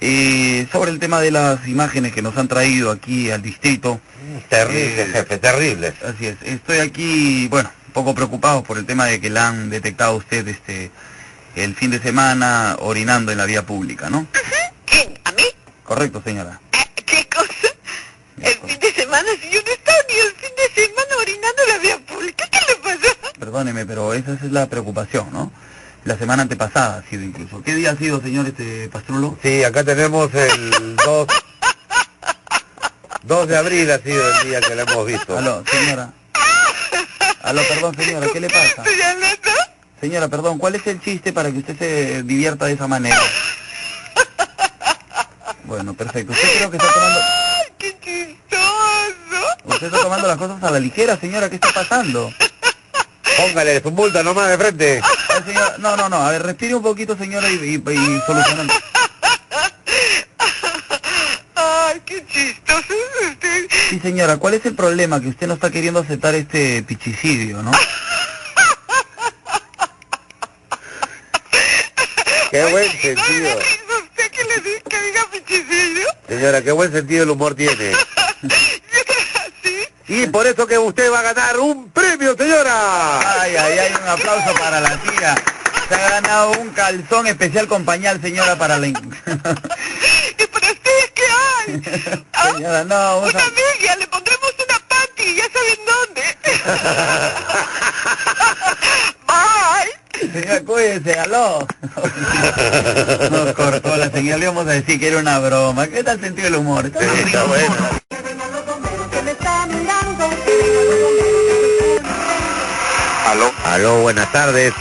[SPEAKER 1] Eh, sobre el tema de las imágenes que nos han traído aquí al distrito,
[SPEAKER 3] Terrible,
[SPEAKER 1] Eh,
[SPEAKER 3] jefe, terrible.
[SPEAKER 1] Así es, estoy aquí, bueno, un poco preocupado por el tema de que la han detectado a usted este el fin de semana orinando en la vía pública, ¿no?
[SPEAKER 7] ¿Quién? ¿A mí?
[SPEAKER 1] Correcto, señora.
[SPEAKER 7] ¿Qué cosa? El fin de semana, si yo no estaba ni el fin de semana orinando la vía pública, ¿qué le pasó?
[SPEAKER 1] Perdóneme, pero esa es la preocupación, ¿no? La semana antepasada ha sido incluso. ¿Qué día ha sido, señor este Pastrulo?
[SPEAKER 3] Sí, acá tenemos el 2... 2 de abril ha sido el día que lo hemos visto.
[SPEAKER 1] Aló, señora. Aló, perdón, señora, ¿qué le pasa?
[SPEAKER 7] ¿Estoy hablando?
[SPEAKER 1] Señora, perdón, ¿cuál es el chiste para que usted se divierta de esa manera? Bueno, perfecto. Usted creo que está tomando
[SPEAKER 7] ¡Ay, qué chistoso!
[SPEAKER 1] usted está tomando las cosas a la ligera, señora, ¿qué está pasando?
[SPEAKER 3] Póngale su multa nomás de frente.
[SPEAKER 1] Ah, señora, no, no, no, a ver, respire un poquito, señora, y, y, y solucionamos.
[SPEAKER 7] ¡Ay, qué chistoso es usted!
[SPEAKER 1] Sí, señora, ¿cuál es el problema? Que usted no está queriendo aceptar este pichicidio, ¿no?
[SPEAKER 3] Qué buen
[SPEAKER 7] ¿No le
[SPEAKER 3] sentido.
[SPEAKER 7] da risa a usted que le diga, que diga pichicillo?
[SPEAKER 3] Señora, qué buen sentido el humor tiene.
[SPEAKER 7] ¿Sí?
[SPEAKER 3] Y por eso que usted va a ganar un premio, señora.
[SPEAKER 1] Ay, ay, ay, un aplauso para la tía. Se ha ganado un calzón especial con pañal, señora, para la... in-
[SPEAKER 7] ¿Y para ustedes qué hay? ¿Ah?
[SPEAKER 1] señora, no, un
[SPEAKER 7] Una
[SPEAKER 1] sa-
[SPEAKER 7] media, le pondremos una pati, ya saben dónde. Bye.
[SPEAKER 1] Señora, cuídese, aló. Nos cortó la señal, le íbamos a decir que era una broma. ¿Qué tal sentido el humor? Está
[SPEAKER 3] Sí, está bueno.
[SPEAKER 2] Aló.
[SPEAKER 3] Aló, buenas tardes.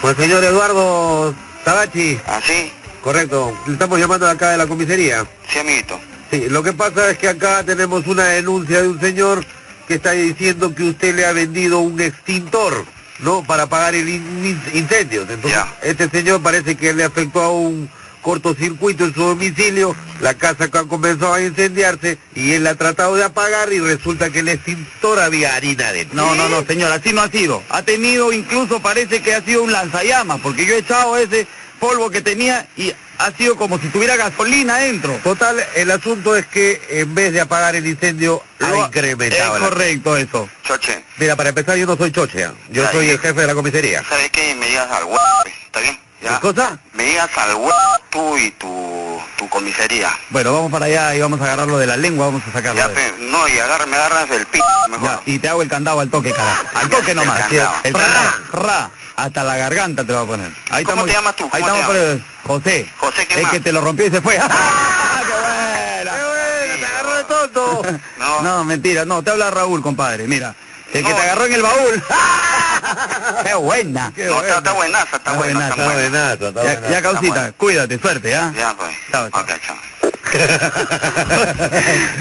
[SPEAKER 3] Con el señor Eduardo Tabachi.
[SPEAKER 2] ¿Así?
[SPEAKER 3] Correcto, le estamos llamando de acá de la comisaría.
[SPEAKER 2] Sí, amiguito.
[SPEAKER 3] Sí, lo que pasa es que acá tenemos una denuncia de un señor que está diciendo que usted le ha vendido un extintor, ¿no? Para apagar el in- in- incendio. Entonces,
[SPEAKER 2] Ya.
[SPEAKER 3] este señor parece que le afectó a un cortocircuito en su domicilio, la casa que ha comenzado a incendiarse y él la ha tratado de apagar y resulta que el extintor había harina dentro.
[SPEAKER 1] No, no, no, señor, así no ha sido. Ha tenido, incluso parece que ha sido un lanzallamas, porque yo he echado ese polvo que tenía y ha sido como si tuviera gasolina dentro.
[SPEAKER 3] Total, el asunto es que
[SPEAKER 1] eh,
[SPEAKER 3] en vez de apagar el incendio, ha
[SPEAKER 1] Lo-
[SPEAKER 3] incrementado.
[SPEAKER 1] Es
[SPEAKER 3] la-
[SPEAKER 1] correcto eso.
[SPEAKER 2] Choche,
[SPEAKER 3] Mira, para empezar, yo no soy choche, ¿ah? yo
[SPEAKER 2] Ay.
[SPEAKER 3] soy el jefe de la comisaría.
[SPEAKER 2] ¿sabes qué? Me digas al huevo, pues, ¿está bien?
[SPEAKER 3] ¿Qué cosa?
[SPEAKER 2] Me digas al huevo tú y tu, tu comisaría.
[SPEAKER 1] Bueno, vamos para allá y vamos a agarrarlo de la lengua, vamos a sacarlo.
[SPEAKER 2] Ya,
[SPEAKER 1] de-
[SPEAKER 2] pe, no, y agarra, me agarras del p...
[SPEAKER 1] Ya,
[SPEAKER 2] mejor.
[SPEAKER 1] y te hago el candado al toque, carajo. Al toque nomás.
[SPEAKER 2] El candado.
[SPEAKER 1] El ra, ra, hasta la garganta te va a poner. Ahí
[SPEAKER 2] ¿Cómo
[SPEAKER 1] estamos,
[SPEAKER 2] te llamas tú?
[SPEAKER 1] Ahí
[SPEAKER 2] ¿Cómo
[SPEAKER 1] estamos
[SPEAKER 2] te
[SPEAKER 1] por el- José.
[SPEAKER 2] José, ¿qué
[SPEAKER 1] el
[SPEAKER 2] más?
[SPEAKER 1] que te lo rompió y se fue. ¡Ah, ¡Qué buena!
[SPEAKER 3] ¡Te agarró de tonto!
[SPEAKER 2] No.
[SPEAKER 1] No, mentira, no, te habla Raúl, compadre, mira. El que
[SPEAKER 2] No.
[SPEAKER 1] te agarró en el baúl. ¡Ah! ¡Qué buena!
[SPEAKER 3] Qué
[SPEAKER 2] No, está,
[SPEAKER 3] bueno.
[SPEAKER 2] está buenaza, está
[SPEAKER 1] Está
[SPEAKER 2] buena,
[SPEAKER 1] buenaza,
[SPEAKER 2] está
[SPEAKER 1] está
[SPEAKER 2] buena.
[SPEAKER 3] buenazo, está
[SPEAKER 1] Ya,
[SPEAKER 3] buenazo.
[SPEAKER 1] ya, causita,
[SPEAKER 2] bueno.
[SPEAKER 1] cuídate, suerte, ¿ah?
[SPEAKER 2] Ya, pues.
[SPEAKER 1] Chao, chao.
[SPEAKER 2] Ok, chao.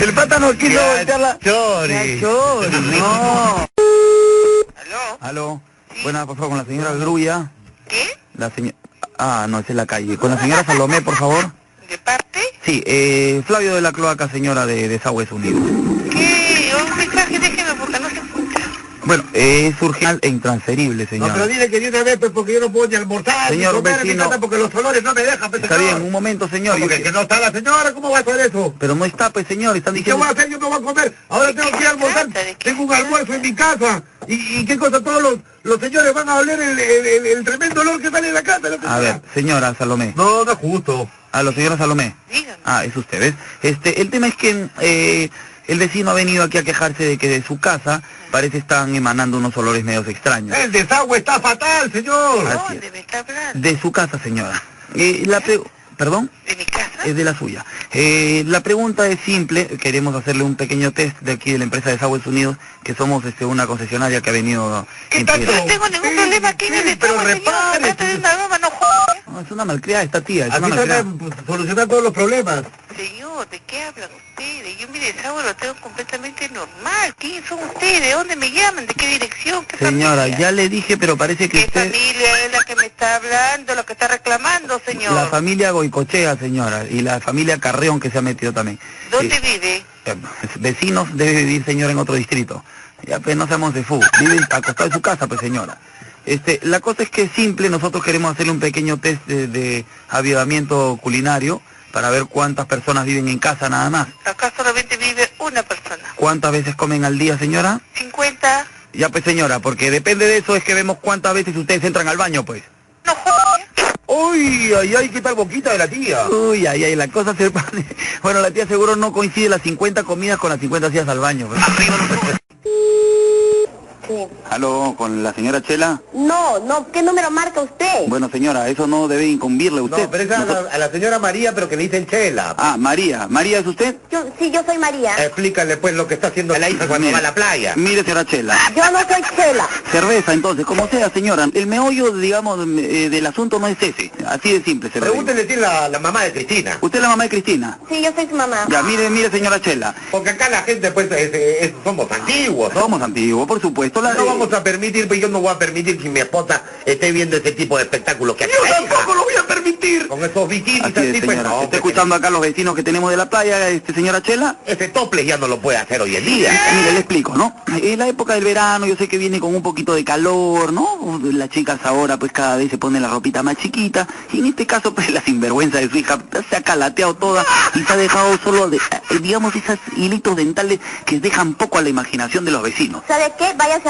[SPEAKER 1] El pata no quiso
[SPEAKER 3] Ya,
[SPEAKER 1] voltearla.
[SPEAKER 3] Chori.
[SPEAKER 1] Ya, Chori, no.
[SPEAKER 7] ¿Aló?
[SPEAKER 1] Aló, buena, por favor, con la señora Grulla.
[SPEAKER 7] ¿Qué?
[SPEAKER 1] La señora... Ah, no, esa es la calle. Con la señora Salomé, por favor.
[SPEAKER 7] ¿De parte?
[SPEAKER 1] Sí, eh, Flavio de la Cloaca, señora de Desagües Unidos.
[SPEAKER 7] ¿Qué? Un mensaje, déjeme porque no se escucha.
[SPEAKER 1] Bueno, eh, es urgente e intransferible,
[SPEAKER 3] No,
[SPEAKER 1] señora.
[SPEAKER 3] pero dile que de una vez, pues, porque yo no puedo ni almorzar,
[SPEAKER 1] Señor
[SPEAKER 3] ni comer, ni
[SPEAKER 1] vecino.
[SPEAKER 3] nada, porque los olores no me dejan, pues,
[SPEAKER 1] Está
[SPEAKER 3] señor.
[SPEAKER 1] bien, un momento, señor.
[SPEAKER 3] Porque
[SPEAKER 1] Yo-
[SPEAKER 3] que no está la señora, ¿cómo va a hacer eso?
[SPEAKER 1] Pero no está, pues, señor, están
[SPEAKER 3] ¿Y qué
[SPEAKER 1] diciendo...
[SPEAKER 3] voy a hacer? Yo me voy a comer. Ahora tengo que ir a almorzar.
[SPEAKER 7] trata? ¿De qué
[SPEAKER 3] Tengo un almuerzo en mi casa. ¿Y, y qué cosa? Todos los, los señores van a oler el, el- el- el tremendo olor que sale de la casa. ¿no?
[SPEAKER 1] A ver, señora Salomé.
[SPEAKER 3] No, no es justo.
[SPEAKER 1] A la señora Salomé.
[SPEAKER 7] Dígame.
[SPEAKER 1] Ah, es usted, ¿ves? Este, el tema es que eh, el vecino ha venido aquí a quejarse de que de su casa parece están emanando unos olores medios extraños.
[SPEAKER 3] El desagüe está fatal, señor.
[SPEAKER 1] así
[SPEAKER 7] ¿Dónde me está hablando?
[SPEAKER 1] De su casa, señora. Eh, la pre- ¿Perdón?
[SPEAKER 7] ¿De mi casa?
[SPEAKER 1] es de la suya. Eh, la pregunta es simple, queremos hacerle un pequeño test de aquí de la empresa de Desagües Unidos, que somos este, una concesionaria que ha venido...
[SPEAKER 3] ¿Qué
[SPEAKER 1] incluida.
[SPEAKER 3] tanto?
[SPEAKER 7] No
[SPEAKER 2] Este,
[SPEAKER 7] tengo ningún
[SPEAKER 3] Sí,
[SPEAKER 7] problema aquí en
[SPEAKER 3] sí,
[SPEAKER 7] el
[SPEAKER 3] pero
[SPEAKER 7] estado, señor. Se
[SPEAKER 3] repare,
[SPEAKER 7] trata de
[SPEAKER 3] sí.
[SPEAKER 7] una broma, no jodas.
[SPEAKER 1] No, es una malcriada esta tía, es
[SPEAKER 3] Así
[SPEAKER 1] una
[SPEAKER 3] se van
[SPEAKER 1] malcriada.
[SPEAKER 3] a pues, solucionar todos los problemas.
[SPEAKER 7] Señor, ¿de qué hablan ustedes? Yo mi desagüe lo tengo completamente normal. ¿Quién son ustedes? ¿De dónde me llaman? ¿De qué dirección? ¿Qué
[SPEAKER 1] Señora,
[SPEAKER 7] familia?
[SPEAKER 1] ya le dije, pero parece que
[SPEAKER 7] ¿Qué
[SPEAKER 1] usted...
[SPEAKER 7] familia es la que me está hablando, la que está reclamando, señor?
[SPEAKER 1] La familia Goicochea, señora, y la familia Carreón que se ha metido también.
[SPEAKER 7] ¿Dónde
[SPEAKER 1] Sí.
[SPEAKER 7] vive?
[SPEAKER 1] Eh, Vecinos debe vivir, señora, en otro distrito. Ya, pues no seamos de fu. Vive acostado en su casa, pues, señora. Este, la cosa es que es simple, nosotros queremos hacerle un pequeño test de, de avivamiento culinario para ver cuántas personas viven en casa nada más.
[SPEAKER 7] Acá solamente vive una persona.
[SPEAKER 1] ¿Cuántas veces comen al día, señora?
[SPEAKER 7] 50.
[SPEAKER 1] Ya, pues, señora, porque depende de eso es que vemos cuántas veces ustedes entran al baño, pues.
[SPEAKER 7] No jodas.
[SPEAKER 3] Uy, ay, ay, qué tal boquita de la tía.
[SPEAKER 1] Uy, ay, ay, la cosa se pone... Bueno, la tía seguro no coincide las 50 comidas con las 50 sillas al baño. pues.
[SPEAKER 6] Sí.
[SPEAKER 1] Aló, con la señora Chela.
[SPEAKER 6] No, no, ¿qué número marca usted?
[SPEAKER 1] Bueno, señora, eso no debe incumbirle a usted.
[SPEAKER 3] No, pero es a la, a la señora María, pero que le dicen chela. pues.
[SPEAKER 1] Ah, María. ¿María es usted?
[SPEAKER 6] Yo, sí, yo soy María.
[SPEAKER 3] Explícale, pues, lo que está haciendo la hija cuando
[SPEAKER 1] Mire.
[SPEAKER 3] va a la playa.
[SPEAKER 1] Mire, señora Chela.
[SPEAKER 6] Yo no soy Chela.
[SPEAKER 1] Cerveza, entonces, como sea, señora. El meollo, digamos, eh, del asunto no es ese. Así de simple, se lo digo.
[SPEAKER 3] Pregúntele si es la, la mamá de Cristina.
[SPEAKER 1] Usted es la mamá de Cristina.
[SPEAKER 6] Sí, yo soy su mamá.
[SPEAKER 1] Ya, mire, mire, señora Chela.
[SPEAKER 3] Porque acá la gente, pues, es- es- somos antiguos. ¿no?
[SPEAKER 1] Somos antiguos, por supuesto. La
[SPEAKER 3] No vamos a permitir, pues yo no voy a permitir que mi esposa esté viendo ese tipo de espectáculos que
[SPEAKER 2] Yo
[SPEAKER 3] hace la hija.
[SPEAKER 2] tampoco lo voy a permitir.
[SPEAKER 3] Con esos bikinis
[SPEAKER 1] Así es,
[SPEAKER 3] así, pues,
[SPEAKER 1] señora.
[SPEAKER 3] no,
[SPEAKER 1] Está
[SPEAKER 3] pues,
[SPEAKER 1] escuchando acá los vecinos que tenemos de la playa, este, señora Chela.
[SPEAKER 3] Ese tople ya no lo puede hacer hoy en día.
[SPEAKER 1] Mire, le explico, ¿no? Es la época del verano, yo sé que viene con un poquito de calor, ¿no? Las chicas ahora pues cada vez se ponen la ropita más chiquita y en este caso pues la sinvergüenza de su hija se ha calateado toda y se ha dejado solo, de- eh, digamos, esos hilitos dentales que dejan poco a la imaginación de los vecinos.
[SPEAKER 6] ¿Sabe qué? Váyase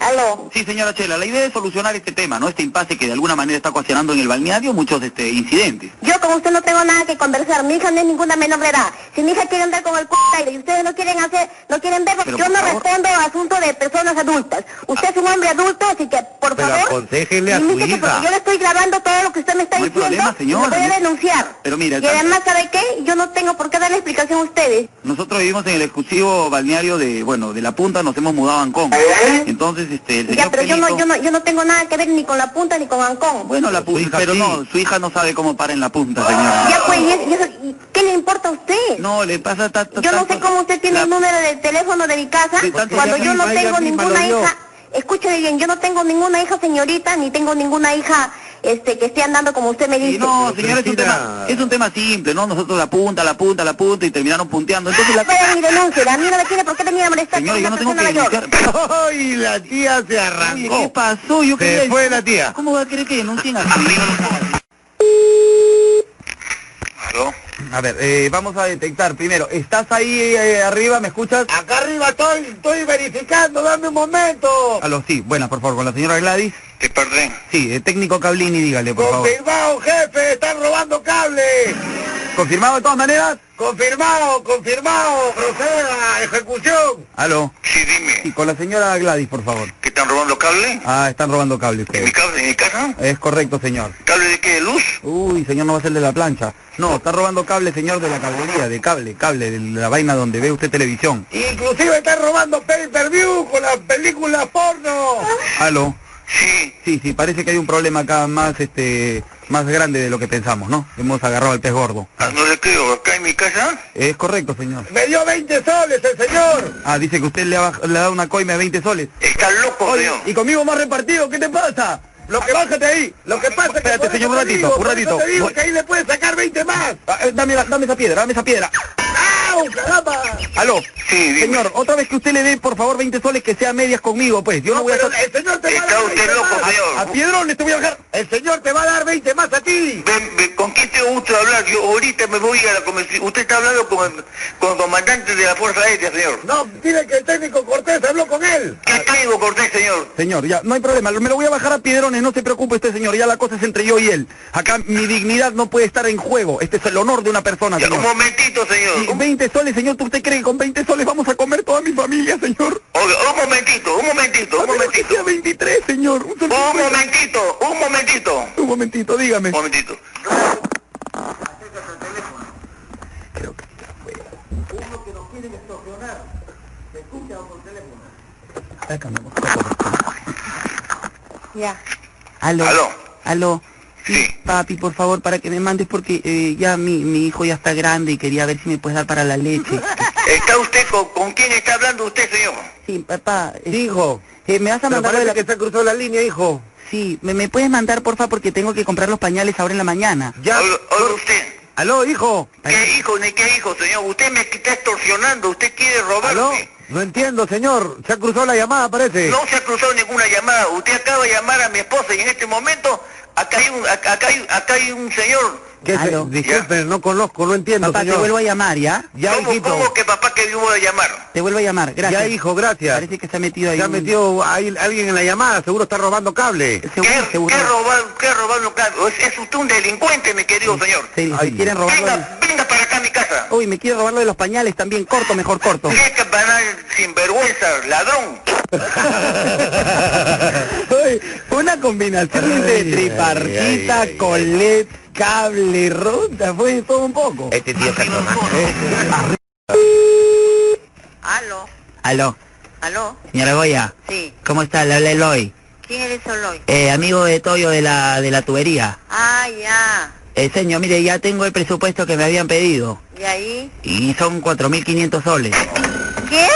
[SPEAKER 6] Aló.
[SPEAKER 1] Sí, señora Chela, la idea es solucionar este tema, ¿no? Este impasse que de alguna manera está ocasionando en el balneario muchos este, incidentes.
[SPEAKER 6] Yo con usted no tengo nada que conversar. Mi hija no es ninguna menor de edad. Si mi hija quiere andar con el c y ustedes no quieren hacer, no quieren ver,
[SPEAKER 1] Pero,
[SPEAKER 6] yo
[SPEAKER 1] por
[SPEAKER 6] no
[SPEAKER 1] favor.
[SPEAKER 6] respondo a asuntos de personas adultas. Usted es un hombre adulto, así que por
[SPEAKER 3] Pero
[SPEAKER 6] favor.
[SPEAKER 3] aconséjele a su
[SPEAKER 6] limítese,
[SPEAKER 3] hija.
[SPEAKER 6] porque yo le estoy grabando todo lo que usted me está
[SPEAKER 1] No hay
[SPEAKER 6] diciendo.
[SPEAKER 1] problema,
[SPEAKER 6] y lo
[SPEAKER 1] señora.
[SPEAKER 6] voy a denunciar.
[SPEAKER 1] Pero mira,
[SPEAKER 6] y además, ¿sabe qué? Yo no tengo por qué darle explicación a ustedes.
[SPEAKER 1] Nosotros vivimos en el exclusivo balneario de, bueno, de La Punta, nos hemos mudado a Ancón. Entonces, este, el señor
[SPEAKER 6] ¿Eh? Ya, pero yo no,
[SPEAKER 1] Pelito-
[SPEAKER 6] yo no, yo no tengo nada que ver ni con la punta ni con Ancón.
[SPEAKER 1] Bueno, la
[SPEAKER 3] Pero
[SPEAKER 1] punta,
[SPEAKER 3] su hija
[SPEAKER 1] pero
[SPEAKER 3] sí. Ah,
[SPEAKER 1] no, su hija no sabe cómo para en La Punta, señora.
[SPEAKER 6] Ya pues, ¿y eso- y eso- y ¿qué le importa a usted?
[SPEAKER 1] No, le pasa ta- ta-
[SPEAKER 6] yo no
[SPEAKER 1] tanto-
[SPEAKER 6] sé cómo usted tiene
[SPEAKER 1] la-
[SPEAKER 6] el número de teléfono de mi casa
[SPEAKER 1] Sí, tanto
[SPEAKER 6] cuando
[SPEAKER 1] ya
[SPEAKER 6] yo no
[SPEAKER 1] prima,
[SPEAKER 6] tengo
[SPEAKER 1] ella prima
[SPEAKER 6] ninguna
[SPEAKER 1] lo vio.
[SPEAKER 6] hija. Escúcheme bien, yo no tengo ninguna hija señorita ni tengo ninguna hija este que esté andando como usted me
[SPEAKER 1] Sí,
[SPEAKER 6] dice.
[SPEAKER 1] no, señora, es un,
[SPEAKER 3] Cristina.
[SPEAKER 1] tema, es un tema simple, ¿no? Nosotros La Punta, La Punta, La Punta y terminaron punteando. Entonces la...
[SPEAKER 6] Vaya y denúnciela, a mí no me tiene por qué venir a molestar
[SPEAKER 1] Señora,
[SPEAKER 6] con
[SPEAKER 1] yo
[SPEAKER 6] una
[SPEAKER 1] no tengo que
[SPEAKER 6] persona mayor.
[SPEAKER 1] denunciar.
[SPEAKER 3] ¡Ay, la tía se
[SPEAKER 1] Oye, ¿Qué
[SPEAKER 3] arrancó!
[SPEAKER 1] pasó? Yo quería...
[SPEAKER 3] Se fue la tía.
[SPEAKER 1] ¿Cómo va a querer que denuncien así?
[SPEAKER 2] ¿Aló?
[SPEAKER 1] A ver, eh, vamos a detectar primero. ¿Estás ahí eh, arriba? ¿Me escuchas?
[SPEAKER 3] Acá arriba estoy, estoy verificando, dame un momento.
[SPEAKER 1] Aló, sí. Buenas, por favor, con la señora Gladys.
[SPEAKER 2] Te perdí.
[SPEAKER 1] Sí, eh, técnico Cablini, dígale, por favor.
[SPEAKER 3] Confirmado, jefe, están robando cables.
[SPEAKER 1] ¿Confirmado de todas maneras?
[SPEAKER 3] Confirmado, confirmado, proceda, ejecución.
[SPEAKER 1] Aló.
[SPEAKER 2] Sí, dime.
[SPEAKER 1] Sí, con la señora Gladys, por favor.
[SPEAKER 2] ¿Que están robando cable?
[SPEAKER 1] Ah, están robando cable
[SPEAKER 2] ¿En mi
[SPEAKER 1] ustedes.
[SPEAKER 2] casa? ¿En mi casa?
[SPEAKER 1] Es correcto, señor.
[SPEAKER 2] ¿Cable de qué? ¿De luz?
[SPEAKER 1] Uy, señor, no va a ser de la plancha. No, está robando cable, señor, de la cablería, de cable, cable, de la vaina donde ve usted televisión.
[SPEAKER 3] Inclusive están robando pay-per-view con las películas porno.
[SPEAKER 1] Aló.
[SPEAKER 2] Sí.
[SPEAKER 1] Sí, sí, parece que hay un problema acá más, este, más grande de lo que pensamos, ¿no? Hemos agarrado al pez gordo.
[SPEAKER 2] Ah, No le creo. ¿Acá en mi casa?
[SPEAKER 1] Es correcto, señor.
[SPEAKER 3] Me dio 20 soles el señor.
[SPEAKER 1] Ah, dice que usted le ha, baj- le ha dado una coima de 20 soles.
[SPEAKER 2] Está loco,
[SPEAKER 3] Oye,
[SPEAKER 2] veo.
[SPEAKER 3] y conmigo más repartido, ¿qué te pasa? Lo que bájate ahí, lo que pasa es que
[SPEAKER 1] Espérate,
[SPEAKER 3] por eso
[SPEAKER 1] señor, un
[SPEAKER 3] te
[SPEAKER 1] ratito,
[SPEAKER 3] digo,
[SPEAKER 1] un
[SPEAKER 3] por eso
[SPEAKER 1] ratito.
[SPEAKER 3] te digo
[SPEAKER 1] Voy.
[SPEAKER 3] que ahí le puedes sacar 20 más.
[SPEAKER 1] Ah, eh, dame, la- dame esa piedra, dame esa piedra.
[SPEAKER 3] ¡Au, caramba!
[SPEAKER 1] Aló.
[SPEAKER 2] Sí, dime.
[SPEAKER 1] Señor, otra vez que usted le dé, por favor, 20 soles que sea medias conmigo, pues. Yo no,
[SPEAKER 3] No,
[SPEAKER 1] voy a...
[SPEAKER 3] pero
[SPEAKER 1] sa-
[SPEAKER 3] el señor te va a
[SPEAKER 2] Está
[SPEAKER 3] dar
[SPEAKER 2] usted
[SPEAKER 3] 20
[SPEAKER 2] loco,
[SPEAKER 3] más.
[SPEAKER 2] señor.
[SPEAKER 3] A piedrones te voy a dejar. El señor te va a dar 20 más a ti.
[SPEAKER 2] Ven, ven, ¿Con quién te gusta hablar? Yo ahorita me voy a la comisión. Usted está hablando con el, con el comandante de la Fuerza Aérea, señor.
[SPEAKER 3] No, dile que el técnico Cortés habló con él. Ah.
[SPEAKER 2] ¿Qué traigo, Cortés, señor?
[SPEAKER 1] Señor, ya, no hay problema, me lo voy a bajar a piedrones, no se preocupe usted, señor, ya la cosa es entre yo y él. Acá mi dignidad no puede estar en juego, este es el honor de una persona,
[SPEAKER 2] Ya, un
[SPEAKER 1] señor.
[SPEAKER 2] momentito, señor.
[SPEAKER 1] Y con 20 soles, señor, ¿tú usted cree que con 20 soles vamos a comer toda mi familia, señor?
[SPEAKER 2] Oiga, un momentito, un momentito,
[SPEAKER 1] A
[SPEAKER 2] un
[SPEAKER 1] menos que
[SPEAKER 2] momentito.
[SPEAKER 1] sea 23, señor. Un, sol
[SPEAKER 2] Un
[SPEAKER 1] cincuenta.
[SPEAKER 2] momentito, un momentito.
[SPEAKER 1] Un momentito, dígame.
[SPEAKER 2] Un momentito.
[SPEAKER 6] Ya.
[SPEAKER 5] Aló.
[SPEAKER 2] Aló.
[SPEAKER 5] Aló. Sí,
[SPEAKER 2] Sí.
[SPEAKER 5] papi, por favor, para que me mandes porque eh, ya mi, mi hijo ya está grande y quería ver si me puedes dar para la leche.
[SPEAKER 2] ¿Está usted con, con quién está hablando usted, señor?
[SPEAKER 5] Sí, papá. eh,
[SPEAKER 3] Hijo,
[SPEAKER 5] eh, me vas a
[SPEAKER 3] pero
[SPEAKER 5] mandar lo de
[SPEAKER 3] parece
[SPEAKER 5] la...
[SPEAKER 3] que se cruzó la línea, hijo.
[SPEAKER 5] Sí, me, me puedes mandar, porfa, porque tengo que comprar los pañales ahora en la mañana.
[SPEAKER 3] Ya.
[SPEAKER 2] Oiga, oiga usted.
[SPEAKER 3] Aló, hijo.
[SPEAKER 2] ¿Qué hijo ni qué hijo, señor? Usted me está extorsionando, usted quiere
[SPEAKER 3] Aló.
[SPEAKER 2] robarme.
[SPEAKER 3] No entiendo, señor. Se ha cruzado la llamada, parece.
[SPEAKER 2] No se ha cruzado ninguna llamada. Usted acaba de llamar a mi esposa y en este momento acá hay un, acá acá hay, acá hay un señor.
[SPEAKER 3] Que se-
[SPEAKER 5] Aló.
[SPEAKER 3] Disculpe, no conozco, no entiendo,
[SPEAKER 5] Papá,
[SPEAKER 3] señor.
[SPEAKER 5] te vuelvo a llamar, ¿ya?
[SPEAKER 3] Ya,
[SPEAKER 2] ¿Cómo,
[SPEAKER 3] hijito.
[SPEAKER 2] cómo que papá que vino a llamar?
[SPEAKER 5] Te vuelvo a llamar, gracias.
[SPEAKER 3] Ya, hijo, gracias.
[SPEAKER 5] Parece que se ha metido ahí.
[SPEAKER 3] Se ha
[SPEAKER 5] un-
[SPEAKER 3] metido ahí alguien en la llamada, seguro está robando cable.
[SPEAKER 5] Seguro,
[SPEAKER 2] ¿Qué,
[SPEAKER 5] seguro.
[SPEAKER 2] qué robar, qué robar lo que- Es, es usted un delincuente, mi querido señor.
[SPEAKER 5] Se, se
[SPEAKER 3] Ay,
[SPEAKER 5] quieren robar lo de-
[SPEAKER 2] Venga, venga para acá a mi casa.
[SPEAKER 5] Uy, me quieren robar lo de los pañales también. Corto, mejor corto.
[SPEAKER 2] Qué capanal sinvergüenza, ladrón.
[SPEAKER 5] Uy, una combinación entre
[SPEAKER 3] Ay,
[SPEAKER 5] tripartita,
[SPEAKER 3] ay, ay, ay.
[SPEAKER 5] colet, cable, ronda, fue todo un poco.
[SPEAKER 3] Este tío está
[SPEAKER 9] Aló,
[SPEAKER 5] Aló,
[SPEAKER 9] aló,
[SPEAKER 5] señora Goya,
[SPEAKER 9] sí.
[SPEAKER 5] ¿cómo está? Le habla Eloy,
[SPEAKER 9] ¿Quién eres hoy?
[SPEAKER 5] eh, amigo de Toyo de la, de la tubería.
[SPEAKER 9] Ah, ya.
[SPEAKER 5] Eh, señor, mire, ya tengo el presupuesto que me habían pedido
[SPEAKER 9] ¿Y ahí?
[SPEAKER 5] y son 4.500 soles.
[SPEAKER 9] ¿Qué?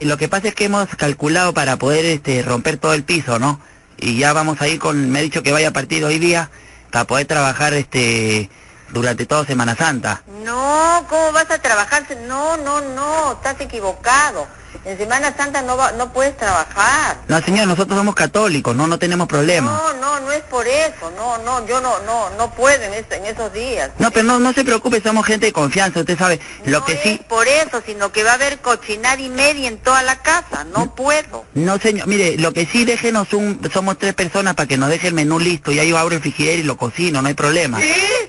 [SPEAKER 5] Y Lo que pasa es que hemos calculado para poder este, romper todo el piso, ¿no? Y ya vamos a ir con, me ha dicho que vaya a partir hoy día para poder trabajar este durante toda Semana Santa.
[SPEAKER 9] No, ¿cómo vas a trabajar? No, no, no, estás equivocado.
[SPEAKER 6] En Semana Santa no, va- no puedes trabajar.
[SPEAKER 5] No, señor, nosotros somos católicos, no, no tenemos problema.
[SPEAKER 6] No, no, no es por eso. No, no, yo no, no, no puedo en, es- en esos días.
[SPEAKER 5] No, pero no, no se preocupe, somos gente de confianza, usted sabe. Lo
[SPEAKER 6] no
[SPEAKER 5] que
[SPEAKER 6] es
[SPEAKER 5] sí...
[SPEAKER 6] por eso, sino que va a haber cochinada y media en toda la casa.
[SPEAKER 5] Mm.
[SPEAKER 6] No puedo.
[SPEAKER 5] No, señor, mire, lo que sí déjenos un... Somos tres personas para que nos deje el menú listo. Ya yo abro el frigidero y lo cocino, no hay problema.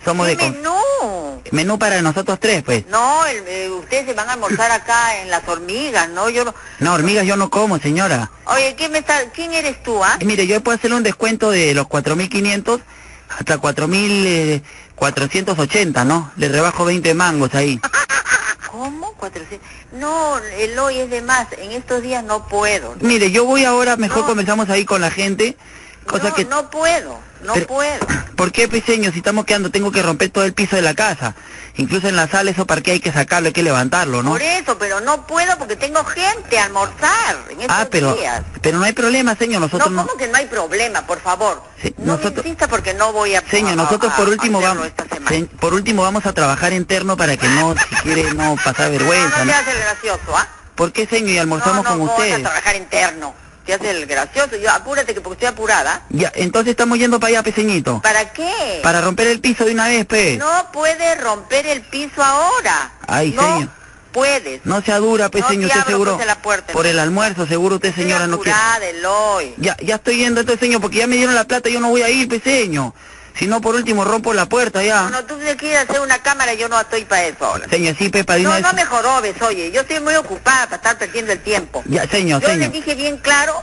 [SPEAKER 5] Somos de...
[SPEAKER 6] Dime
[SPEAKER 5] con-
[SPEAKER 6] no.
[SPEAKER 5] Menú para nosotros tres, pues.
[SPEAKER 6] No, el- eh, ustedes se van a almorzar acá en las hormigas, ¿no? Yo no...
[SPEAKER 5] No, hormigas yo no como, señora.
[SPEAKER 6] Oye, ¿quién, me está... ¿quién eres tú, ah?
[SPEAKER 5] Eh, Mire, yo puedo hacerle un descuento de los 4.500 hasta 4.480, ¿no? Le rebajo 20 mangos ahí.
[SPEAKER 6] ¿Cómo? 400. No, el hoy es de más. En estos días no puedo.
[SPEAKER 5] Mire, yo voy ahora, mejor
[SPEAKER 6] No.
[SPEAKER 5] comenzamos ahí con la gente. Cosa
[SPEAKER 6] no,
[SPEAKER 5] que...
[SPEAKER 6] no puedo, no
[SPEAKER 5] Pero-
[SPEAKER 6] puedo.
[SPEAKER 5] ¿Por qué, piseño? Si estamos quedando, tengo que romper todo el piso de la casa. Incluso en la sala, eso parque hay que sacarlo, hay que levantarlo, ¿no?
[SPEAKER 6] Por eso, pero no puedo porque tengo gente a almorzar en estos
[SPEAKER 5] Ah, pero,
[SPEAKER 6] días.
[SPEAKER 5] pero no hay problema, señor. Nosotros
[SPEAKER 6] no,
[SPEAKER 5] no.
[SPEAKER 6] ¿cómo que no hay problema? Por favor.
[SPEAKER 5] Sí,
[SPEAKER 6] no me
[SPEAKER 5] nosotros-
[SPEAKER 6] insista porque no voy a...
[SPEAKER 5] Señor,
[SPEAKER 6] a-
[SPEAKER 5] nosotros
[SPEAKER 6] a-
[SPEAKER 5] por
[SPEAKER 6] a
[SPEAKER 5] último
[SPEAKER 6] hacerlo
[SPEAKER 5] vamos,
[SPEAKER 6] ah, esta semana.
[SPEAKER 5] se- por último vamos a trabajar interno para que no, si quiere, no pasar
[SPEAKER 6] Ah, no,
[SPEAKER 5] vergüenza.
[SPEAKER 6] no te
[SPEAKER 5] ¿no?
[SPEAKER 6] haces el gracioso, ¿ah?
[SPEAKER 5] ¿Por qué, señor? Y almorzamos
[SPEAKER 6] no, no,
[SPEAKER 5] con
[SPEAKER 6] no vas a
[SPEAKER 5] ustedes.
[SPEAKER 6] trabajar interno. Te haces el gracioso. Yo, apúrate que porque estoy apurada.
[SPEAKER 5] Ya, entonces estamos yendo para allá, peseñito.
[SPEAKER 6] ¿Para qué?
[SPEAKER 5] Para romper el piso de una vez, pe. No,
[SPEAKER 6] No puedes romper el piso ahora.
[SPEAKER 5] Ay,
[SPEAKER 6] no
[SPEAKER 5] señor.
[SPEAKER 6] puedes.
[SPEAKER 5] sea dura,
[SPEAKER 6] No te
[SPEAKER 5] peseño, usted
[SPEAKER 6] abro,
[SPEAKER 5] seguro.
[SPEAKER 6] pues, la puerta,
[SPEAKER 5] por
[SPEAKER 6] ¿no?
[SPEAKER 5] el almuerzo, seguro usted, señora, no quiere.
[SPEAKER 6] apurada, Eloy.
[SPEAKER 5] Ya, ya estoy yendo entonces, señor, porque ya me dieron la plata, yo no voy a ir, peseño. Si no, por último rompo la puerta ya.
[SPEAKER 6] Cuando tú te quieres hacer una cámara, yo no estoy para eso ahora.
[SPEAKER 5] Señor, sí, pe, para de
[SPEAKER 6] No,
[SPEAKER 5] una
[SPEAKER 6] no
[SPEAKER 5] vez.
[SPEAKER 6] me jorobes, oye. Yo estoy muy ocupada para estar perdiendo el tiempo.
[SPEAKER 5] Ya, señor,
[SPEAKER 6] yo le
[SPEAKER 5] señor.
[SPEAKER 6] dije bien claro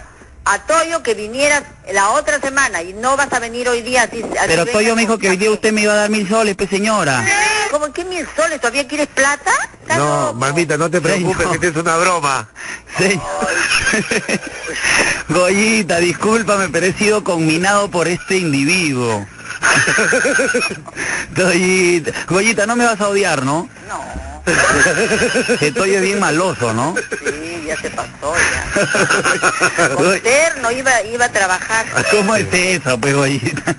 [SPEAKER 6] a Toyo que vinieras la otra semana y no vas a venir hoy día así. así
[SPEAKER 5] Pero
[SPEAKER 6] vengas
[SPEAKER 5] Toyo me dijo
[SPEAKER 6] con
[SPEAKER 5] que hoy día
[SPEAKER 6] café.
[SPEAKER 5] usted me iba a dar mil soles,
[SPEAKER 1] pues,
[SPEAKER 5] pe, señora.
[SPEAKER 6] ¿Cómo que mil soles? ¿Todavía quieres plata? ¿Estás
[SPEAKER 3] No,
[SPEAKER 6] loco?
[SPEAKER 3] mamita, no te preocupes,
[SPEAKER 5] Señor.
[SPEAKER 3] que te es una broma.
[SPEAKER 5] Sí. Goyita, discúlpame, pero he sido conminado por este individuo. Goyita, Goyita, no me vas a odiar, ¿no?
[SPEAKER 6] No,
[SPEAKER 5] Que Toyo es bien maloso, ¿no?
[SPEAKER 6] sí, ya se pasó ya. Con terno iba, iba a trabajar.
[SPEAKER 5] ¿Cómo es eso, pues, Goyita?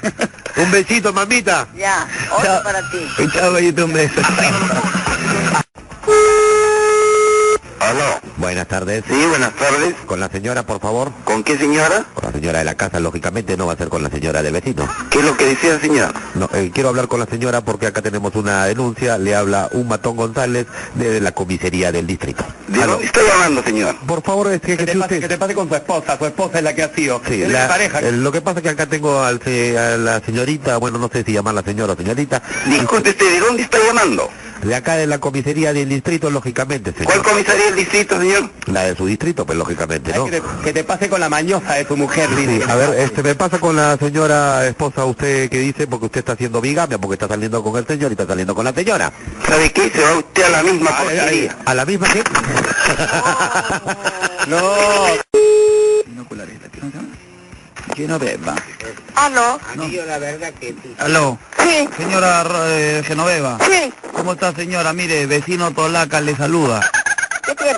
[SPEAKER 3] Un besito, mamita.
[SPEAKER 6] Ya, otro
[SPEAKER 5] Chao.
[SPEAKER 6] para ti.
[SPEAKER 5] Chao, Goyita, un beso.
[SPEAKER 3] Aló. Buenas tardes.
[SPEAKER 2] Sí, buenas tardes.
[SPEAKER 3] Con la señora, por favor.
[SPEAKER 2] ¿Con qué señora?
[SPEAKER 3] Con la señora de la casa, lógicamente, no va a ser con la señora del vecino.
[SPEAKER 2] ¿Qué es lo que decía señora?
[SPEAKER 3] No, eh, quiero hablar con la señora porque acá tenemos una denuncia. Le habla un matón González de la comisaría del distrito.
[SPEAKER 2] ¿De
[SPEAKER 3] Aló.
[SPEAKER 2] dónde estoy hablando, señora?
[SPEAKER 3] Por favor, es que, que usted-
[SPEAKER 1] con su esposa, su esposa es la que ha sido.
[SPEAKER 3] Sí, la- eh, lo que pasa es que acá tengo al, se- a la señorita, bueno, no sé si llamarla señora o señorita,
[SPEAKER 2] Disculpe usted, ¿de dónde está llamando?
[SPEAKER 3] de acá de la comisaría del distrito, lógicamente,
[SPEAKER 2] ¿Cuál
[SPEAKER 3] señor.
[SPEAKER 2] comisaría del distrito, señor?
[SPEAKER 3] La de su distrito, pues lógicamente, ¿no?
[SPEAKER 1] te pase con la mañosa de tu mujer,
[SPEAKER 3] Sí, a ver, este, me pasa con la señora esposa, usted que dice, porque usted está haciendo bigamia, porque está saliendo con el señor y está saliendo con la señora.
[SPEAKER 2] ¿Sabe qué? Se va usted a la misma
[SPEAKER 3] Ay, ay,
[SPEAKER 2] porquería.
[SPEAKER 3] A la misma que...
[SPEAKER 1] No.
[SPEAKER 5] Que no beba.
[SPEAKER 7] Ah,
[SPEAKER 6] ¿Aló?
[SPEAKER 5] Aló,
[SPEAKER 6] Sí,
[SPEAKER 5] señora Ro- eh, Genoveva.
[SPEAKER 6] sí,
[SPEAKER 5] ¿Cómo está, señora? Mire, vecino Tolaca le saluda.
[SPEAKER 6] ¿qué tienes?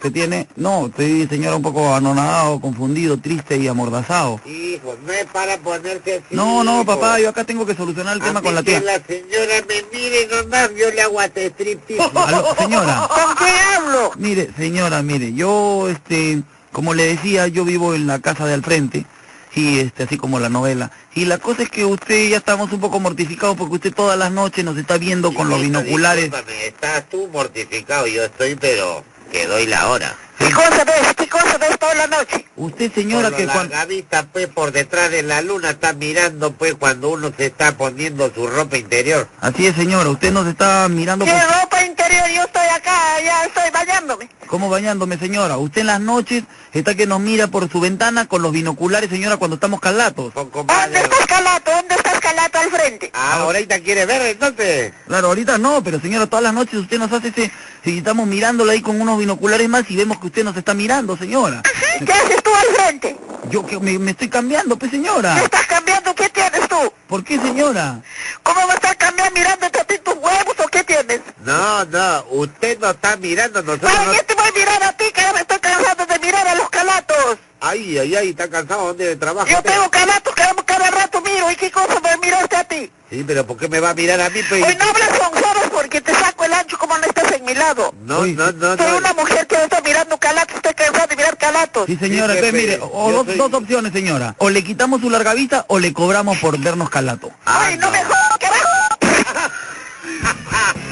[SPEAKER 5] ¿Qué tiene? No, estoy, señora, un poco anonadado, confundido, triste y amordazado.
[SPEAKER 7] Hijo, no es para ponerse así.
[SPEAKER 5] No, no,
[SPEAKER 7] hijo.
[SPEAKER 6] pues.
[SPEAKER 5] papá, yo acá tengo que solucionar el
[SPEAKER 7] A
[SPEAKER 5] tema
[SPEAKER 6] Ah,
[SPEAKER 7] mí
[SPEAKER 5] con la
[SPEAKER 7] que
[SPEAKER 5] tía.
[SPEAKER 7] la señora me mire nomás, yo le hago hasta
[SPEAKER 3] este
[SPEAKER 7] striptease.
[SPEAKER 5] Aló, señora,
[SPEAKER 6] ¿Con qué hablo?
[SPEAKER 5] mire, señora, mire, yo, este, como le decía, yo vivo en la casa de al frente, y este, así como la novela. Y la cosa es que usted ya estamos un poco mortificados porque usted todas las noches nos está viendo con los
[SPEAKER 7] Hijito,
[SPEAKER 5] binoculares.
[SPEAKER 7] discúlpame, Estás tú mortificado, yo estoy, pero que doy la hora.
[SPEAKER 6] ¿Qué cosa ves? ¿Qué cosa pues, ves toda la noche?
[SPEAKER 5] Usted, señora,
[SPEAKER 7] Con
[SPEAKER 5] que
[SPEAKER 7] lo
[SPEAKER 5] cuando...
[SPEAKER 7] larga vista, pues, por detrás de la luna está mirando, pues, cuando uno se está poniendo su ropa interior.
[SPEAKER 5] Así es, señora, usted nos está mirando...
[SPEAKER 6] ¿Qué
[SPEAKER 5] por-
[SPEAKER 6] ropa interior? Yo estoy acá, ya estoy bañándome.
[SPEAKER 5] ¿Cómo bañándome, señora? Usted en las noches está que nos mira por su ventana con los binoculares, señora, cuando estamos calatos.
[SPEAKER 7] Poco más
[SPEAKER 6] ¿Dónde
[SPEAKER 7] de-
[SPEAKER 6] estás calato? ¿Dónde estás calato al frente?
[SPEAKER 7] Ah, ahorita quiere ver, entonces.
[SPEAKER 5] Claro, ahorita no, pero señora, todas las noches usted nos hace ese... Si estamos mirándola ahí con unos binoculares más y vemos que usted nos está mirando, señora.
[SPEAKER 6] ¿Qué haces tú al frente?
[SPEAKER 5] Yo que me, me estoy cambiando, pues, señora.
[SPEAKER 6] ¿Qué estás cambiando? ¿Qué tienes tú?
[SPEAKER 5] ¿Por qué, señora?
[SPEAKER 6] ¿Cómo vas a cambiar mirándote a ti tus huevos o qué tienes?
[SPEAKER 7] No, no, usted no está mirando, nosotros
[SPEAKER 6] ¿Para
[SPEAKER 7] no
[SPEAKER 6] qué te voy este a mirar a ti que ya me estoy cansando de mirar a los calatos?
[SPEAKER 7] Ay, ay, ay, está cansado, ¿dónde trabaja?
[SPEAKER 6] Yo
[SPEAKER 7] usted?
[SPEAKER 6] tengo calatos que cada rato miro y qué cosa voy a mirarte a ti.
[SPEAKER 7] Sí, pero ¿por qué me va a mirar a mí? Pues?
[SPEAKER 6] Hoy no hablas con soros porque
[SPEAKER 7] que te saco el ancho como no estás en mi lado.
[SPEAKER 10] No,
[SPEAKER 1] Uy.
[SPEAKER 10] no, no,
[SPEAKER 7] Soy
[SPEAKER 10] no.
[SPEAKER 7] una mujer que no está mirando calatos, estoy cansada de mirar calatos.
[SPEAKER 1] Sí, señora,
[SPEAKER 10] Sí,
[SPEAKER 5] pues,
[SPEAKER 1] entonces,
[SPEAKER 10] jefe,
[SPEAKER 1] mire, o
[SPEAKER 10] yo
[SPEAKER 1] dos,
[SPEAKER 10] soy-
[SPEAKER 1] dos opciones, señora. O le quitamos su larga vista o le cobramos por vernos calato.
[SPEAKER 10] Ah,
[SPEAKER 7] Ay, no, me jodas, carajo.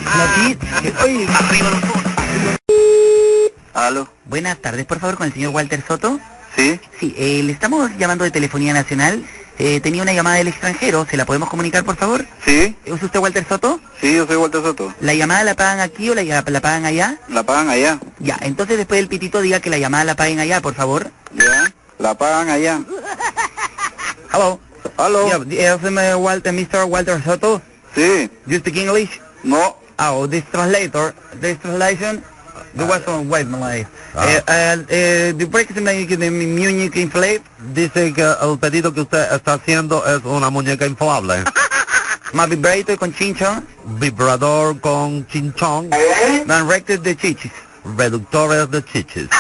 [SPEAKER 1] La ti- Oye,
[SPEAKER 2] ¿Aló?
[SPEAKER 5] Buenas tardes, por favor, con el señor Walter Soto.
[SPEAKER 2] ¿Sí?
[SPEAKER 5] Sí, eh, le estamos llamando de Telefonía Nacional. Eh, tenía una llamada del extranjero, ¿se la podemos comunicar, por favor?
[SPEAKER 2] ¿Sí?
[SPEAKER 5] ¿Es usted Walter Soto?
[SPEAKER 2] Sí, yo soy Walter Soto.
[SPEAKER 5] ¿La llamada la pagan aquí o la, la pagan allá?
[SPEAKER 2] ¿La pagan allá?
[SPEAKER 5] Ya, entonces después del pitito diga que la llamada la paguen allá, por favor.
[SPEAKER 2] ¿Ya? ¿La pagan allá?
[SPEAKER 1] hello.
[SPEAKER 2] ¿Aló?
[SPEAKER 1] Yeah, this is my Walter, Mr. Walter Soto.
[SPEAKER 2] Sí.
[SPEAKER 1] You speak English?
[SPEAKER 2] No.
[SPEAKER 1] Oh, this translator, this translation,
[SPEAKER 2] Ah.
[SPEAKER 1] the was on white Malay. Eh, eh, eh, the break is like the Munich inflate.
[SPEAKER 3] Dice que el pedido que usted está haciendo es una muñeca inflable.
[SPEAKER 1] My vibrator con chinchón,
[SPEAKER 3] Vibrador con chinchón,
[SPEAKER 2] ¿Eh?
[SPEAKER 1] dan rected de chichis.
[SPEAKER 3] reductores de chichis.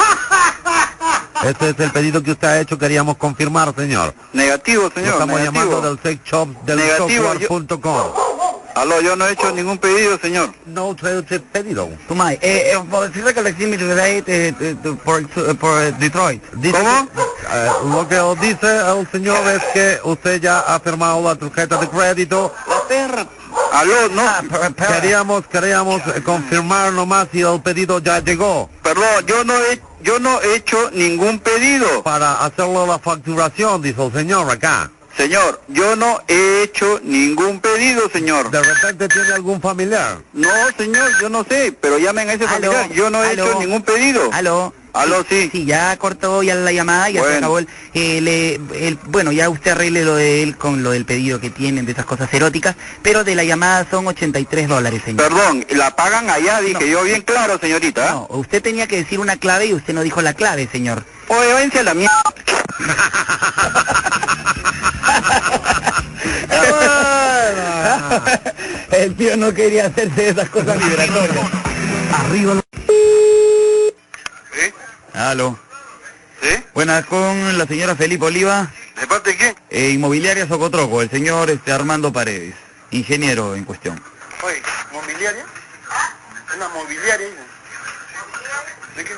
[SPEAKER 3] Este es el pedido que usted ha hecho, queríamos confirmar, señor.
[SPEAKER 2] Negativo,
[SPEAKER 3] Lo
[SPEAKER 2] señor.
[SPEAKER 3] estamos llamando
[SPEAKER 2] negativo.
[SPEAKER 3] del sex shop del
[SPEAKER 2] Negativo, yo-
[SPEAKER 3] software.com.
[SPEAKER 2] Aló, yo no he hecho ningún pedido, señor.
[SPEAKER 3] No usted usted pedido.
[SPEAKER 1] Tomai, eh, eh, for the recollect me relate eh, eh, to- for, to- for Detroit.
[SPEAKER 3] Dice
[SPEAKER 2] ¿Cómo?
[SPEAKER 3] que, eh, lo que os dice el señor es que usted ya ha firmado la tarjeta de crédito. Ah,
[SPEAKER 2] La perra. Aló, no.
[SPEAKER 3] Queríamos, queríamos eh, confirmar nomás si el pedido ya llegó
[SPEAKER 2] Perdón, yo no he, yo no he hecho ningún pedido.
[SPEAKER 3] para hacerle la facturación, dice el señor acá.
[SPEAKER 2] Señor, yo no he hecho ningún pedido, señor.
[SPEAKER 3] De repente tiene algún familiar.
[SPEAKER 2] No, señor, yo no sé, pero llamen a ese
[SPEAKER 5] Aló,
[SPEAKER 2] familiar. Yo no he
[SPEAKER 5] aló.
[SPEAKER 2] hecho ningún pedido.
[SPEAKER 5] ¿Aló?
[SPEAKER 2] Aló, sí.
[SPEAKER 5] Sí, ya cortó ya la llamada, ya se
[SPEAKER 2] Bueno.
[SPEAKER 5] acabó el, el, eh, el- Bueno, ya usted arregle lo de él con lo del pedido que tienen de esas cosas eróticas, pero de la llamada son 83 dólares, señor.
[SPEAKER 2] Perdón, la pagan allá, dije yo bien claro, señorita. ¿ah?
[SPEAKER 5] No, usted tenía que decir una clave y usted no dijo la clave, señor.
[SPEAKER 1] Pues,
[SPEAKER 2] Oye, vence a la mierda.
[SPEAKER 1] El tío no quería hacerse esas cosas liberatorias. Arriba. lo-
[SPEAKER 2] ¿Sí?
[SPEAKER 1] Aló.
[SPEAKER 2] ¿Sí?
[SPEAKER 1] Buenas con la señora Felipe Oliva,
[SPEAKER 2] ¿De parte de quién?
[SPEAKER 1] eh, inmobiliaria Socotroco, el señor este Armando Paredes, ingeniero en cuestión.
[SPEAKER 2] Oye, ¿mobiliaria? Una mobiliaria. ¿De qué?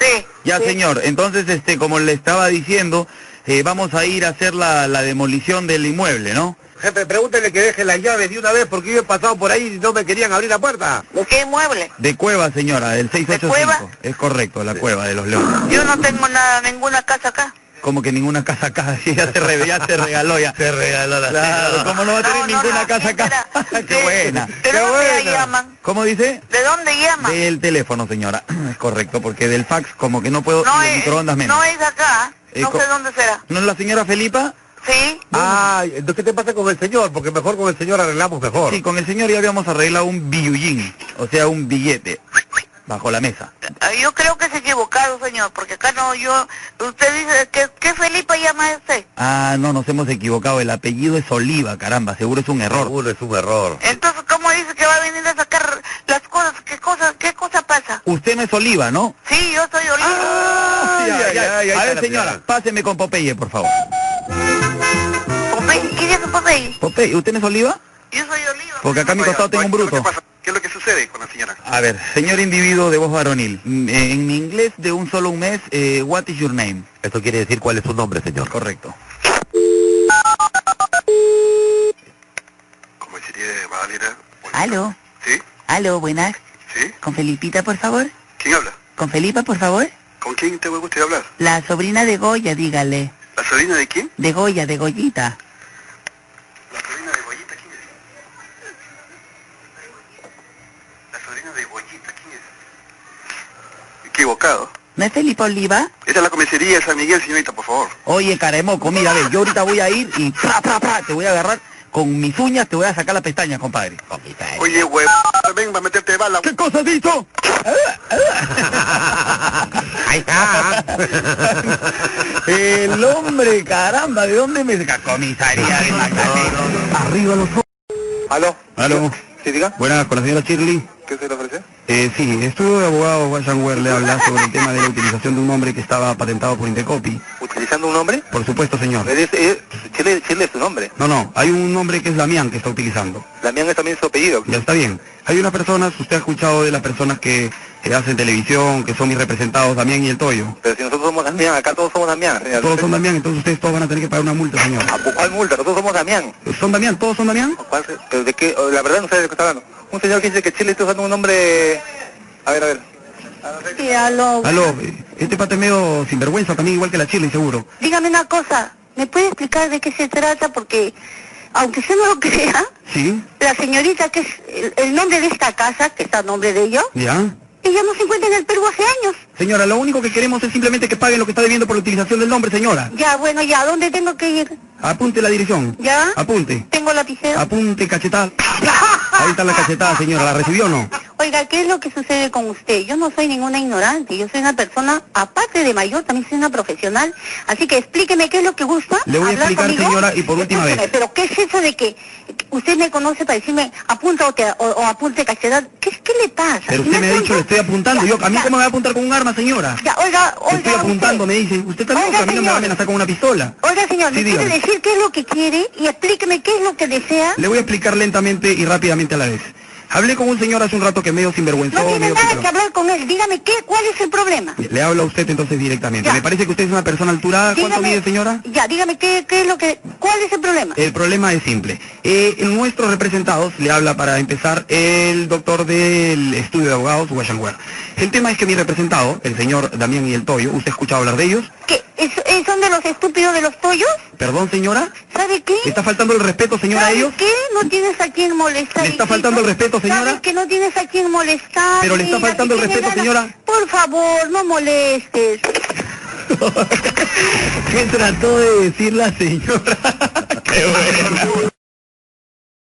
[SPEAKER 7] Sí.
[SPEAKER 1] Ya, señor, entonces, este, como le estaba diciendo, eh, vamos a ir a hacer la, la demolición del inmueble, ¿no?
[SPEAKER 3] Jefe, Eh, pregúntele que deje las llaves de una vez porque yo he pasado por ahí y no me querían abrir la puerta.
[SPEAKER 7] ¿De qué inmueble?
[SPEAKER 1] De cueva, señora, del 685.
[SPEAKER 7] cueva?
[SPEAKER 1] Es correcto, la cueva de los leones.
[SPEAKER 7] Yo no tengo nada, ninguna casa acá.
[SPEAKER 1] Como que ninguna casa acá, sí, ya se, re- ya se regaló ya.
[SPEAKER 3] Se regaló la
[SPEAKER 1] Claro, como no va a tener
[SPEAKER 7] No, no,
[SPEAKER 1] ninguna
[SPEAKER 7] no,
[SPEAKER 1] casa acá.
[SPEAKER 7] espera.
[SPEAKER 1] Qué
[SPEAKER 7] Sí.
[SPEAKER 1] buena.
[SPEAKER 7] ¿De
[SPEAKER 1] qué
[SPEAKER 7] dónde la
[SPEAKER 1] buena.
[SPEAKER 7] llaman?
[SPEAKER 1] ¿Cómo dice?
[SPEAKER 7] ¿De dónde llama?
[SPEAKER 1] Del teléfono, señora. Es correcto, porque del fax como que no puedo...
[SPEAKER 7] no,
[SPEAKER 1] y de
[SPEAKER 7] es,
[SPEAKER 1] microondas menos.
[SPEAKER 7] no es acá.
[SPEAKER 1] Eh,
[SPEAKER 7] no
[SPEAKER 1] co-
[SPEAKER 7] sé dónde será.
[SPEAKER 1] ¿No es la señora Felipa?
[SPEAKER 7] ¿Sí?
[SPEAKER 3] Ah, entonces, ¿qué te pasa con el señor? Porque mejor con el señor arreglamos mejor.
[SPEAKER 1] Sí, con el señor ya habíamos arreglado un billullín, o sea, un billete, bajo la mesa.
[SPEAKER 7] Ah, Yo creo que se equivocaron, señor, porque acá no, yo... Usted dice, ¿qué, qué Felipa llama a este?
[SPEAKER 1] Ah, no, nos hemos equivocado, el apellido es Oliva, caramba, seguro es un error.
[SPEAKER 3] Seguro es un error.
[SPEAKER 7] Entonces, ¿cómo dice que va a venir a sacar las cosas? ¿Qué cosa, qué cosa pasa?
[SPEAKER 1] Usted no es Oliva, ¿no?
[SPEAKER 7] Sí, yo soy Olivia.
[SPEAKER 1] Ay,
[SPEAKER 3] ay,
[SPEAKER 1] ay, ay.
[SPEAKER 3] ay, ay,
[SPEAKER 1] A ver,
[SPEAKER 3] espérate,
[SPEAKER 1] señora,
[SPEAKER 3] espérate.
[SPEAKER 1] páseme con Popeye, por favor.
[SPEAKER 7] Popeye, ¿quién es Popeye?
[SPEAKER 1] Popeye, ¿usted no es Oliva?
[SPEAKER 7] Yo soy Olivia.
[SPEAKER 1] Porque acá a mi costado tengo un bruto.
[SPEAKER 2] ¿Qué es lo que sucede con la señora?
[SPEAKER 1] A ver, señor individuo de voz varonil, mm, eh, en inglés de un solo un mes, eh, what is your name?
[SPEAKER 3] Esto quiere decir cuál es su nombre, señor.
[SPEAKER 1] Correcto.
[SPEAKER 2] Como diría Valera.
[SPEAKER 5] Aló,
[SPEAKER 2] ¿Sí?
[SPEAKER 5] aló, buenas.
[SPEAKER 2] ¿Sí?
[SPEAKER 5] Con Felipita, por favor.
[SPEAKER 2] ¿Quién habla?
[SPEAKER 5] Con Felipa, por favor.
[SPEAKER 2] ¿Con quién te gusta hablar?
[SPEAKER 5] La sobrina de Goya, dígale.
[SPEAKER 2] ¿La sobrina de quién?
[SPEAKER 5] De Goya, de Goyita.
[SPEAKER 2] ¿La sobrina de Boyita quién es? ¿La sobrina de Boyita quién es? Equivocado.
[SPEAKER 5] ¿No es Felipa Oliva?
[SPEAKER 2] Esta es la comisaría de San Miguel, señorita, por favor.
[SPEAKER 1] Oye, caremoco, mira, ve, yo ahorita voy a ir y pra, pra, pra, te voy a agarrar con mis uñas, te voy a sacar la pestaña, compadre.
[SPEAKER 2] Oye, huevón, ven, va a meterte de bala.
[SPEAKER 1] ¿Qué cosa has dicho?
[SPEAKER 3] Ahí está.
[SPEAKER 1] ah. El hombre, caramba, ¿de dónde me saca? Comisaría de Magdalena. Arriba los ojos.
[SPEAKER 2] ¿Aló?
[SPEAKER 1] Aló.
[SPEAKER 2] ¿Sí, diga?
[SPEAKER 1] Buenas, con la señora Shirley.
[SPEAKER 3] ¿Qué se le ofrece?
[SPEAKER 1] Eh, sí, estudio de abogado Juan Shanwer le habla sobre el tema de la utilización de un nombre que estaba patentado por Intecopi.
[SPEAKER 3] ¿Utilizando un nombre?
[SPEAKER 1] Por supuesto, señor.
[SPEAKER 3] Eres, es,
[SPEAKER 2] eh,
[SPEAKER 3] Chile, Chile es su nombre.
[SPEAKER 1] No, no, hay un nombre que es Damián que está utilizando.
[SPEAKER 3] Damián es también su apellido.
[SPEAKER 1] Ya está bien. Hay unas personas, usted ha escuchado de las personas que eh, hacen televisión, que son mis representados, Damián y el Toyo.
[SPEAKER 3] Pero si nosotros somos Damián, acá todos somos Damián. señor.
[SPEAKER 1] Todos son Damián, entonces ustedes todos van a tener que pagar una multa, señor.
[SPEAKER 3] Ah, pues, ¿Cuál multa? Nosotros somos Damián.
[SPEAKER 1] ¿Son Damián? ¿Todos son Damián?
[SPEAKER 3] ¿Cuál se- pero de qué? La verdad no sé de qué está hablando. Un señor que dice que Chile está usando un nombre... eh, A ver, a ver.
[SPEAKER 4] Sí, aló.
[SPEAKER 1] Aló, eh, este pata es medio sinvergüenza también, igual que la Chile, seguro.
[SPEAKER 4] Dígame una cosa, ¿me puede explicar de qué se trata? Porque, aunque usted no lo crea,
[SPEAKER 1] ¿Sí?
[SPEAKER 4] la señorita que es el, el nombre de esta casa, que está a nombre de ella,
[SPEAKER 1] ¿Ya?
[SPEAKER 4] ella no se encuentra en el Perú hace años.
[SPEAKER 1] Señora, lo único que queremos es simplemente que paguen lo que está debiendo por la utilización del nombre, señora.
[SPEAKER 4] Ya, bueno, ya, ¿a dónde tengo que ir?
[SPEAKER 1] Apunte la dirección.
[SPEAKER 4] ¿Ya?
[SPEAKER 1] Apunte.
[SPEAKER 4] ¿Tengo lapicero?
[SPEAKER 1] Apunte, cachetada. Ahí está la cachetada, señora. ¿La recibió o no?
[SPEAKER 4] Oiga, ¿qué es lo que sucede con usted? Yo no soy ninguna ignorante, yo soy una persona, aparte de mayor, también soy una profesional. Así que explíqueme qué es lo que gusta.
[SPEAKER 1] Le voy a
[SPEAKER 4] hablar
[SPEAKER 1] explicar,
[SPEAKER 4] conmigo.
[SPEAKER 1] señora, y por última vez.
[SPEAKER 4] Escúcheme, Pero ¿qué es eso de que usted me conoce para decirme apunta o, te- o- o apunte cachedad? ¿Qué, ¿Qué le pasa?
[SPEAKER 1] Pero
[SPEAKER 4] Si
[SPEAKER 1] usted
[SPEAKER 4] no
[SPEAKER 1] me ha dicho,
[SPEAKER 4] apunta-
[SPEAKER 1] le estoy apuntando. Yo, ¿a mí
[SPEAKER 4] Ya,
[SPEAKER 1] cómo me va a apuntar con un arma, señora?
[SPEAKER 4] ya, oiga, oiga.
[SPEAKER 1] Le estoy apuntando, me
[SPEAKER 4] usted.
[SPEAKER 1] dice. Usted está loca,
[SPEAKER 4] Oiga,
[SPEAKER 1] a mí no me va a
[SPEAKER 4] señor.
[SPEAKER 1] amenazar con una pistola.
[SPEAKER 4] Oiga, señor,
[SPEAKER 1] Sí,
[SPEAKER 4] ¿me quiere
[SPEAKER 1] dígame.
[SPEAKER 4] decir qué es lo que quiere y explíqueme qué es lo que desea?
[SPEAKER 1] Le voy a explicar lentamente y rápidamente a la vez. Hablé con un señor hace un rato que medio sinvergüenzó,
[SPEAKER 4] No tiene
[SPEAKER 1] medio
[SPEAKER 4] nada
[SPEAKER 1] picarón.
[SPEAKER 4] que hablar con él. Dígame qué, cuál es el problema.
[SPEAKER 1] Le hablo a usted entonces directamente.
[SPEAKER 4] Ya.
[SPEAKER 1] Me parece que usted es una persona alturada. ¿Cuánto
[SPEAKER 4] Dígame-
[SPEAKER 1] mide, señora?
[SPEAKER 4] Ya, dígame qué, qué es lo que, cuál es el problema.
[SPEAKER 1] El problema es simple. Eh, nuestros representados, le habla para empezar el doctor del estudio de abogados, Guayanguer. El tema es que mi representado, el señor Damián y el Toyo, ¿usted ha escuchado hablar de ellos?
[SPEAKER 4] ¿Qué? ¿Es- eh, ¿Son de los estúpidos de los pollos?
[SPEAKER 1] Perdón, señora.
[SPEAKER 4] ¿Sabe qué?
[SPEAKER 1] ¿Está faltando el respeto, señora, a
[SPEAKER 4] ¿Sabe
[SPEAKER 1] ellos?
[SPEAKER 4] qué? No tienes a quien molestar.
[SPEAKER 1] ¿Le está
[SPEAKER 4] hijito.
[SPEAKER 1] faltando el respeto, señora?
[SPEAKER 4] ¿Sabes que no tienes a quien molestar?
[SPEAKER 1] Pero le está
[SPEAKER 4] Mira,
[SPEAKER 1] faltando
[SPEAKER 4] si
[SPEAKER 1] el
[SPEAKER 4] tienes
[SPEAKER 1] respeto,
[SPEAKER 4] ganas-
[SPEAKER 1] señora.
[SPEAKER 4] Por favor, no molestes.
[SPEAKER 1] ¿Qué trató de decir la señora? Qué buena.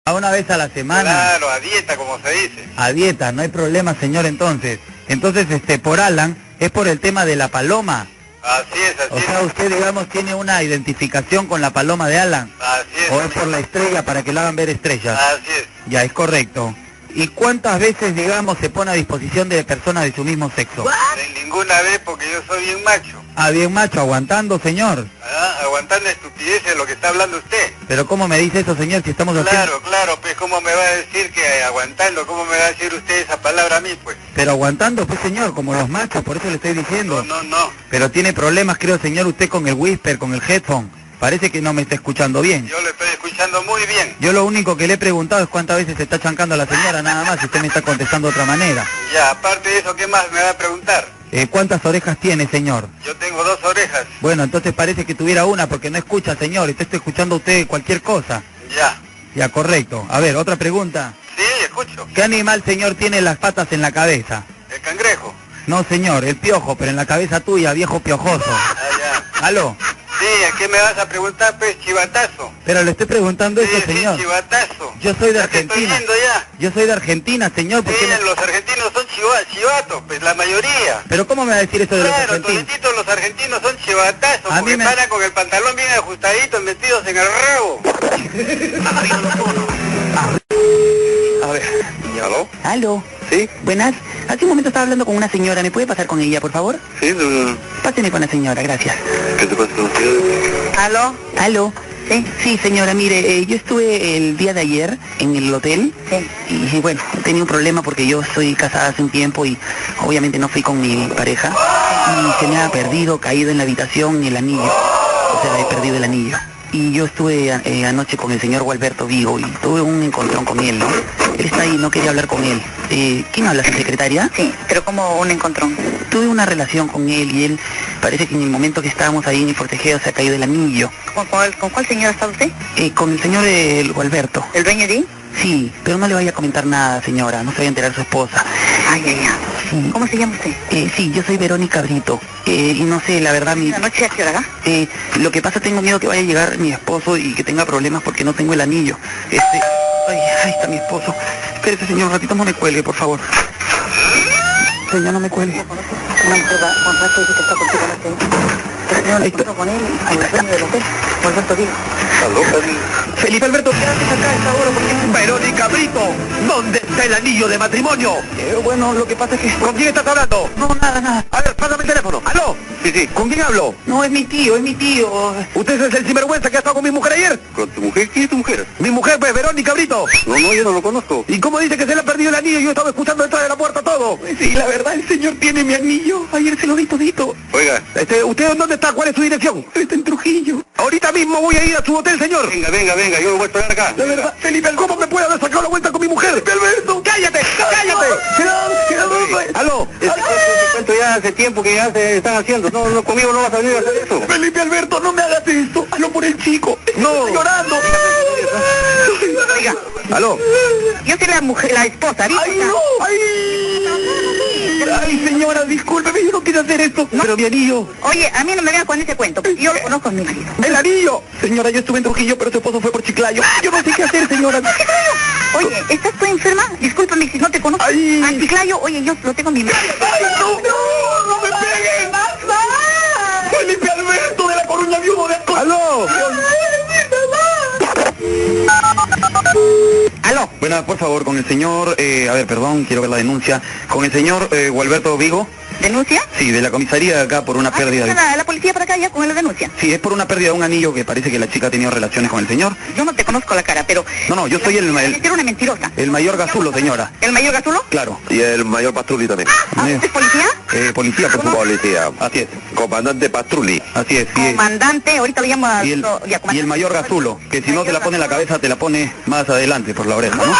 [SPEAKER 11] A una vez a la semana,
[SPEAKER 3] Claro, a dieta, como se dice.
[SPEAKER 11] a dieta, no hay problema, señor, entonces. Entonces, este, por Alan, es por el tema de la paloma.
[SPEAKER 3] Así es, así
[SPEAKER 11] O sea,
[SPEAKER 3] es.
[SPEAKER 11] usted, digamos, tiene una identificación con la paloma de Alan.
[SPEAKER 3] Así es.
[SPEAKER 11] O es por la estrella, para que la hagan ver estrellas.
[SPEAKER 3] Así es.
[SPEAKER 11] Ya, es correcto. ¿Y cuántas veces, digamos, se pone a disposición de personas de su mismo sexo?
[SPEAKER 3] De ninguna vez porque yo soy bien macho.
[SPEAKER 11] Ah, bien macho, aguantando, señor.
[SPEAKER 3] ¿ah? Aguantando estupideces de lo que está hablando usted.
[SPEAKER 11] Pero ¿cómo me dice eso, señor, si estamos haciendo...
[SPEAKER 3] Claro, claro, pues cómo me va a decir que aguantando, cómo me va a decir usted esa palabra a mí, pues.
[SPEAKER 11] Pero aguantando, pues, señor, como los machos, por eso le estoy
[SPEAKER 3] No,
[SPEAKER 11] diciendo.
[SPEAKER 3] no, no.
[SPEAKER 11] Pero tiene problemas, creo, señor, usted con el whisper, con el headphone. Parece que no me está escuchando bien.
[SPEAKER 3] Yo lo estoy escuchando muy bien.
[SPEAKER 11] Yo lo único que le he preguntado es cuántas veces se está chancando a la señora, nada más, y usted me está contestando de otra manera.
[SPEAKER 3] Ya, aparte de eso, ¿qué más me va a preguntar?
[SPEAKER 11] Eh, ¿Cuántas orejas tiene, señor?
[SPEAKER 3] Yo tengo dos orejas.
[SPEAKER 11] Bueno, entonces parece que tuviera una, porque no escucha, señor. Usted está escuchando usted cualquier cosa.
[SPEAKER 3] Ya.
[SPEAKER 11] Ya, correcto. A ver, otra pregunta.
[SPEAKER 3] Sí, escucho.
[SPEAKER 11] ¿Qué animal, señor, tiene las patas en la cabeza?
[SPEAKER 3] El cangrejo.
[SPEAKER 11] No, señor, el piojo, pero en la cabeza tuya, viejo piojoso.
[SPEAKER 3] Ah, ya.
[SPEAKER 11] Aló,
[SPEAKER 3] Sí, ¿a qué me vas a preguntar, pues, chivatazo?
[SPEAKER 11] pero le estoy preguntando
[SPEAKER 3] Sí,
[SPEAKER 11] eso,
[SPEAKER 3] sí,
[SPEAKER 11] señor.
[SPEAKER 3] chivatazo.
[SPEAKER 11] Yo soy de
[SPEAKER 3] Ya te
[SPEAKER 11] Argentina.
[SPEAKER 3] Estoy viendo ya.
[SPEAKER 11] Yo soy de Argentina, señor, ¿por qué
[SPEAKER 3] Sí,
[SPEAKER 11] me-
[SPEAKER 3] los argentinos son chiva- chivatos, pues, la mayoría.
[SPEAKER 11] Pero ¿cómo me va a decir eso de los
[SPEAKER 3] Claro,
[SPEAKER 11] argentinos?
[SPEAKER 3] todititos los argentinos son chivatazos,
[SPEAKER 11] A mí
[SPEAKER 3] porque
[SPEAKER 11] me-
[SPEAKER 3] paran con el pantalón bien ajustadito, metidos en el rabo. A ver, ¿aló?
[SPEAKER 5] Aló.
[SPEAKER 3] Sí,
[SPEAKER 5] Buenas. Hace un momento estaba hablando con una señora. ¿Me puede pasar con ella, por favor?
[SPEAKER 3] sí, mm,
[SPEAKER 5] Páseme con la señora, gracias.
[SPEAKER 3] ¿qué te pasa con ustedes?
[SPEAKER 4] ¿Aló?
[SPEAKER 5] Aló. Sí, sí, señora, mire, eh, yo estuve el día de ayer en el hotel y bueno, tenía un problema porque yo soy casada hace un tiempo y obviamente no fui con mi pareja y se me ha perdido, caído en la habitación el anillo, o sea, he perdido el anillo. Y yo estuve a- eh, anoche con el señor Gualberto Vigo y tuve un encontrón con él, ¿no? Él está ahí, no quería hablar con él. Eh, ¿Quién habla, su secretaria?
[SPEAKER 4] Sí, pero como un encontrón.
[SPEAKER 5] Tuve una relación con él y él parece que en el momento que estábamos ahí en el fortejeo se ha caído el anillo.
[SPEAKER 4] ¿Con cuál, con cuál señora está usted?
[SPEAKER 5] Eh, con el señor eh, Gualberto.
[SPEAKER 4] ¿El dueño de?
[SPEAKER 5] Sí, pero no le vaya a comentar nada, señora. No se vaya a enterar su esposa.
[SPEAKER 4] Ay, ay, ay.
[SPEAKER 5] Sí,
[SPEAKER 4] ¿Cómo se llama usted?
[SPEAKER 5] eh, sí, yo soy Verónica Brito. Eh, y no sé, la verdad, mi,
[SPEAKER 4] La noche a qué hora, ¿verdad?
[SPEAKER 5] eh, lo que pasa tengo miedo que vaya a llegar mi esposo y que tenga problemas porque no tengo el anillo. Este, ay, ahí está mi esposo. Espérese, señor, un ratito no me cuelgue, por favor. Señor, no me cuelgue.
[SPEAKER 4] Una mujer va con rato dice que está contigo no sé. Pero tenía un
[SPEAKER 5] Ahí está.
[SPEAKER 4] encuentro con él, con el dueño del hotel, Alberto Díaz.
[SPEAKER 3] ¿Aló?
[SPEAKER 1] Felipe Alberto, ¿qué haces acá a esta hora? ¿Por qué?
[SPEAKER 7] Verónica Brito, ¿dónde está el anillo de matrimonio?
[SPEAKER 1] Eh, bueno, lo que pasa es que...
[SPEAKER 7] ¿Con quién estás hablando?
[SPEAKER 1] No, nada, nada.
[SPEAKER 7] A ver, pásame el teléfono. ¿Aló?
[SPEAKER 12] Sí, sí.
[SPEAKER 7] ¿Con quién hablo?
[SPEAKER 1] No, es mi tío, es mi tío.
[SPEAKER 7] ¿Usted es el sinvergüenza que ha estado con mi mujer ayer?
[SPEAKER 12] ¿Con tu mujer? ¿Quién es tu mujer?
[SPEAKER 7] Mi mujer, pues, Verónica Brito.
[SPEAKER 12] No, no, yo no lo conozco.
[SPEAKER 7] ¿Y cómo dice que se le ha perdido el anillo? Yo estaba escuchando detrás de la puerta todo.
[SPEAKER 1] Pues sí, la verdad, el señor tiene mi anillo. Ayer se lo di todito.
[SPEAKER 12] Oiga,
[SPEAKER 7] Este, ¿Usted dónde está? ¿Cuál es su dirección?
[SPEAKER 1] Está en Trujillo.
[SPEAKER 7] Ahorita mismo voy a ir a su hotel, señor.
[SPEAKER 12] venga, venga, venga, yo lo voy a esperar acá.
[SPEAKER 7] La verdad, Felipe, ¿cómo me puede haber sacado la vuelta con mi mujer?
[SPEAKER 1] Alberto.
[SPEAKER 7] ¡Cállate! ¡Cállate! ¡Aló!
[SPEAKER 12] Ese cuento- ese cuento ya hace tiempo que ya se están haciendo. No, no, conmigo no vas a venir a hacer eso.
[SPEAKER 1] Felipe Alberto, no me hagas esto. Hazlo por el chico.
[SPEAKER 7] No.
[SPEAKER 1] Estoy llorando.
[SPEAKER 7] Oiga, aló.
[SPEAKER 4] Yo soy la mujer, la esposa, ¿viste?
[SPEAKER 1] ¡Ay, no! ¡Ay! ¡Ay, señora, discúlpeme! Yo no quiero hacer esto. Pero mi anillo.
[SPEAKER 4] Oye, a mí no me vengas con ese cuento. Yo lo conozco a mi marido.
[SPEAKER 1] ¡El anillo! Señora, yo estuve en Trujillo, pero su esposo fue por Chiclayo.
[SPEAKER 4] Ah,
[SPEAKER 1] Yo no sé qué hacer, señora.
[SPEAKER 4] Oye, ¿estás tú enferma? Discúlpame si no te conozco.
[SPEAKER 1] Ay.
[SPEAKER 4] Anticlayo, oye, yo lo tengo en mi mano.
[SPEAKER 1] ¡Ay, no! ¡No! ¡No me peguen! ¡Felipe Alberto de la Coruña Viudo de Alco-
[SPEAKER 7] ¡Aló!
[SPEAKER 1] ¡Aló! Buenas, por favor, con el señor... eh, a ver, perdón, quiero ver la denuncia. Con el señor eh, Gualberto Vigo.
[SPEAKER 4] ¿Denuncia?
[SPEAKER 1] Sí, de la comisaría de acá por una
[SPEAKER 4] Ah,
[SPEAKER 1] pérdida de...
[SPEAKER 4] la, la policía por acá ya con él la denuncia.
[SPEAKER 1] Sí, es por una pérdida de un anillo que parece que la chica ha tenido relaciones con el señor.
[SPEAKER 4] Yo no te conozco la cara, pero...
[SPEAKER 1] No, no, yo soy el- el-
[SPEAKER 4] Era una mentirosa.
[SPEAKER 1] el mayor Gasulo, señora.
[SPEAKER 4] ¿El mayor Gasulo?
[SPEAKER 1] Claro.
[SPEAKER 3] Y el mayor Pastrulli también.
[SPEAKER 4] Ah,
[SPEAKER 1] Eh,
[SPEAKER 4] ¿usted ¿Es policía?
[SPEAKER 1] eh, policía, por favor.
[SPEAKER 3] Policía.
[SPEAKER 1] Así es,
[SPEAKER 3] Comandante Pastrulli.
[SPEAKER 1] así es. sí es.
[SPEAKER 4] Comandante, ahorita lo llamo a...
[SPEAKER 1] Y el,
[SPEAKER 4] no, ya,
[SPEAKER 1] y el
[SPEAKER 4] comandante.
[SPEAKER 1] mayor Gasulo, que si no te la pone en la cabeza, te la pone más adelante por la oreja, ¿no?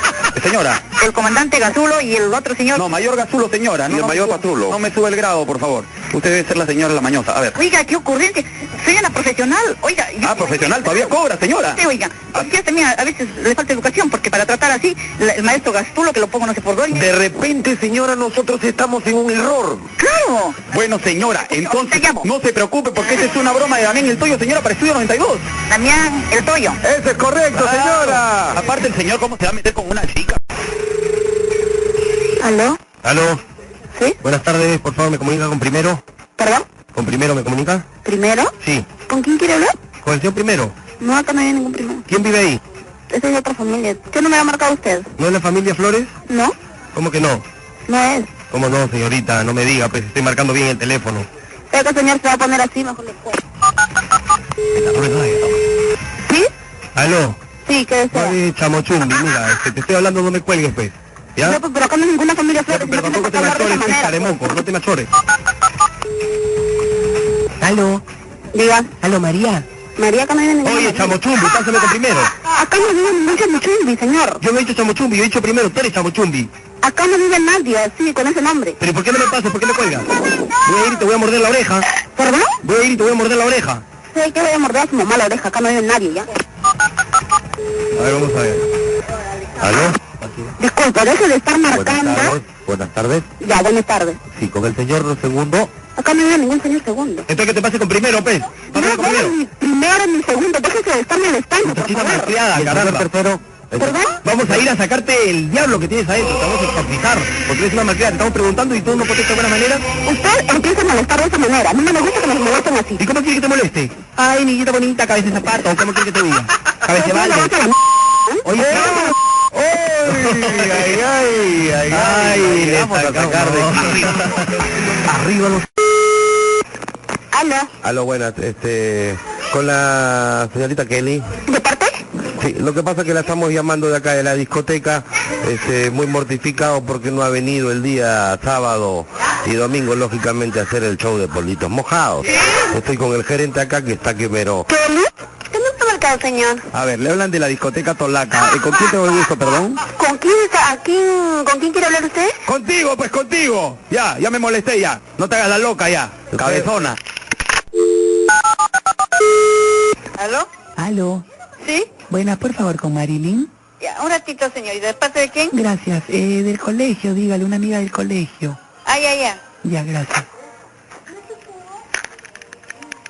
[SPEAKER 1] Señora,
[SPEAKER 4] El comandante Gasulo y el otro señor...
[SPEAKER 1] no, mayor Gasulo, señora. No,
[SPEAKER 3] Y el
[SPEAKER 1] no me
[SPEAKER 3] mayor
[SPEAKER 1] suba-
[SPEAKER 3] Patrulo.
[SPEAKER 1] No me sube el grado, por favor. Usted debe ser la señora La Mañosa. A ver.
[SPEAKER 4] Oiga, qué ocurrente. Soy una profesional. Oiga... yo-
[SPEAKER 1] Ah, profesional, todavía cobra, señora.
[SPEAKER 4] Sí, oiga, ya también a- a veces le falta educación, porque para tratar así, la- el maestro Gastulo, que lo pongo no sé por dónde.
[SPEAKER 7] De repente, señora, nosotros estamos en un error.
[SPEAKER 4] ¡Claro!
[SPEAKER 1] Bueno, señora, entonces
[SPEAKER 4] Te llamo.
[SPEAKER 1] no se preocupe porque esta es una broma de Damián El Toyo, señora, para Estudio 92.
[SPEAKER 4] Damián, el toyo.
[SPEAKER 7] ¡Eso es correcto,
[SPEAKER 1] Ah,
[SPEAKER 7] señora!
[SPEAKER 1] Aparte, el señor, ¿cómo se va a meter con una chica?
[SPEAKER 4] ¿Aló?
[SPEAKER 3] Aló.
[SPEAKER 4] ¿Sí?
[SPEAKER 3] Buenas tardes, por favor, ¿me comunica con primero?
[SPEAKER 4] ¿Perdón?
[SPEAKER 3] ¿Con primero me comunica?
[SPEAKER 4] ¿Primero?
[SPEAKER 3] Sí.
[SPEAKER 4] ¿Con quién quiere hablar?
[SPEAKER 3] ¿Con el señor primero?
[SPEAKER 4] No, acá no hay ningún primero.
[SPEAKER 3] ¿Quién vive ahí?
[SPEAKER 4] Esa es otra familia. ¿Qué no me ha marcado usted?
[SPEAKER 3] ¿No es la familia Flores?
[SPEAKER 4] ¿No?
[SPEAKER 3] ¿Cómo que no?
[SPEAKER 4] No es.
[SPEAKER 3] ¿Cómo no, señorita? No me diga, pues estoy marcando bien el teléfono.
[SPEAKER 4] Creo que el señor se va a poner así, mejor le cuento. ¿Sí?
[SPEAKER 3] Aló.
[SPEAKER 4] Sí, ¿qué desea?
[SPEAKER 3] Oye, Chamochumbi, mira, este, te estoy hablando, no me cuelgues, pues. ¿Ya?
[SPEAKER 4] No, pues, pero acá no hay ninguna familia
[SPEAKER 3] Ya,
[SPEAKER 4] fuerte.
[SPEAKER 3] pero tampoco te me achores, pues, caremoco, no te me achores.
[SPEAKER 5] Aló,
[SPEAKER 4] Diga,
[SPEAKER 5] aló María.
[SPEAKER 4] María, acá no hay ninguna
[SPEAKER 3] Oye, Chamochumbi, pásame con primero.
[SPEAKER 4] Ah, Acá no vive ningún chumbi, señor.
[SPEAKER 3] Yo no he dicho Chamochumbi, yo he dicho primero, tú eres Chamochumbi.
[SPEAKER 4] Acá no vive nadie así, con ese nombre.
[SPEAKER 3] Pero ¿y ¿por qué no me pasas? ¿Por qué me cuelgas? Voy a ir y te voy a morder la oreja.
[SPEAKER 4] ¿Perdón?
[SPEAKER 3] Voy a ir y te voy a morder la oreja.
[SPEAKER 4] Sí, que voy a morder a su mamá la oreja. Acá no vive nadie, ¿ya?
[SPEAKER 3] A ver, vamos a ver. ¿Aló?
[SPEAKER 4] Disculpa, deje de estar
[SPEAKER 3] Buenas
[SPEAKER 4] marcando.
[SPEAKER 3] tardes. Buenas tardes.
[SPEAKER 4] Ya, buenas tardes.
[SPEAKER 3] Sí, con el señor segundo.
[SPEAKER 4] Acá no vive ningún señor segundo.
[SPEAKER 3] Entonces que te pase con primero, pues.
[SPEAKER 4] No,
[SPEAKER 3] Pásame con
[SPEAKER 4] no,
[SPEAKER 3] primero.
[SPEAKER 4] ni primero ni segundo. Déjese de estar molestando, por
[SPEAKER 3] Muchachita
[SPEAKER 4] favor.
[SPEAKER 3] malcriada, caramba. tercero.
[SPEAKER 4] ¿Perdón?
[SPEAKER 3] Vamos a ir a sacarte el diablo que tienes adentro, te vamos a exorcizar, porque eres una malcriada, te estamos preguntando y tú no contestas de buena manera.
[SPEAKER 4] Usted empieza a molestar de esa manera. A mí no me gusta que me molesten así.
[SPEAKER 3] ¿Y cómo quieres que te moleste? Ay, niñita bonita, cabeza de zapato, ¿cómo quieres que te diga? Cabeza de balde. Oye,
[SPEAKER 7] ¡Ay, ay, ay!
[SPEAKER 3] ay, le
[SPEAKER 7] Vamos a
[SPEAKER 3] sacar de Arriba los...
[SPEAKER 4] Aló,
[SPEAKER 3] Aló, buenas, este... Con la señorita Kelly.
[SPEAKER 4] ¿de parte?
[SPEAKER 3] Sí, lo que pasa es que la estamos llamando de acá de la discoteca, este, muy mortificado porque no ha venido el día sábado y domingo, lógicamente, a hacer el show de Politos Mojados. Estoy con el gerente acá que está quemero.
[SPEAKER 4] ¿Kelly? ¿Qué no está marcado, señor?
[SPEAKER 1] A ver, le hablan de la discoteca Tolaca. Eh, ¿Con quién tengo el gusto, perdón?
[SPEAKER 4] ¿Con quién está? ¿A quién, ¿Con quién quiere hablar usted?
[SPEAKER 1] Contigo, pues contigo. Ya, ya me molesté ya. No te hagas la loca ya. Cabezona.
[SPEAKER 6] ¿Aló?
[SPEAKER 5] Aló.
[SPEAKER 6] ¿Sí?
[SPEAKER 5] Buenas, por favor, con Marilyn.
[SPEAKER 6] Ya, un ratito, señorita. ¿De parte de quién?
[SPEAKER 5] Gracias. Eh, del colegio, dígale, una amiga del colegio.
[SPEAKER 6] Ah, ya, ya.
[SPEAKER 5] Ya, gracias.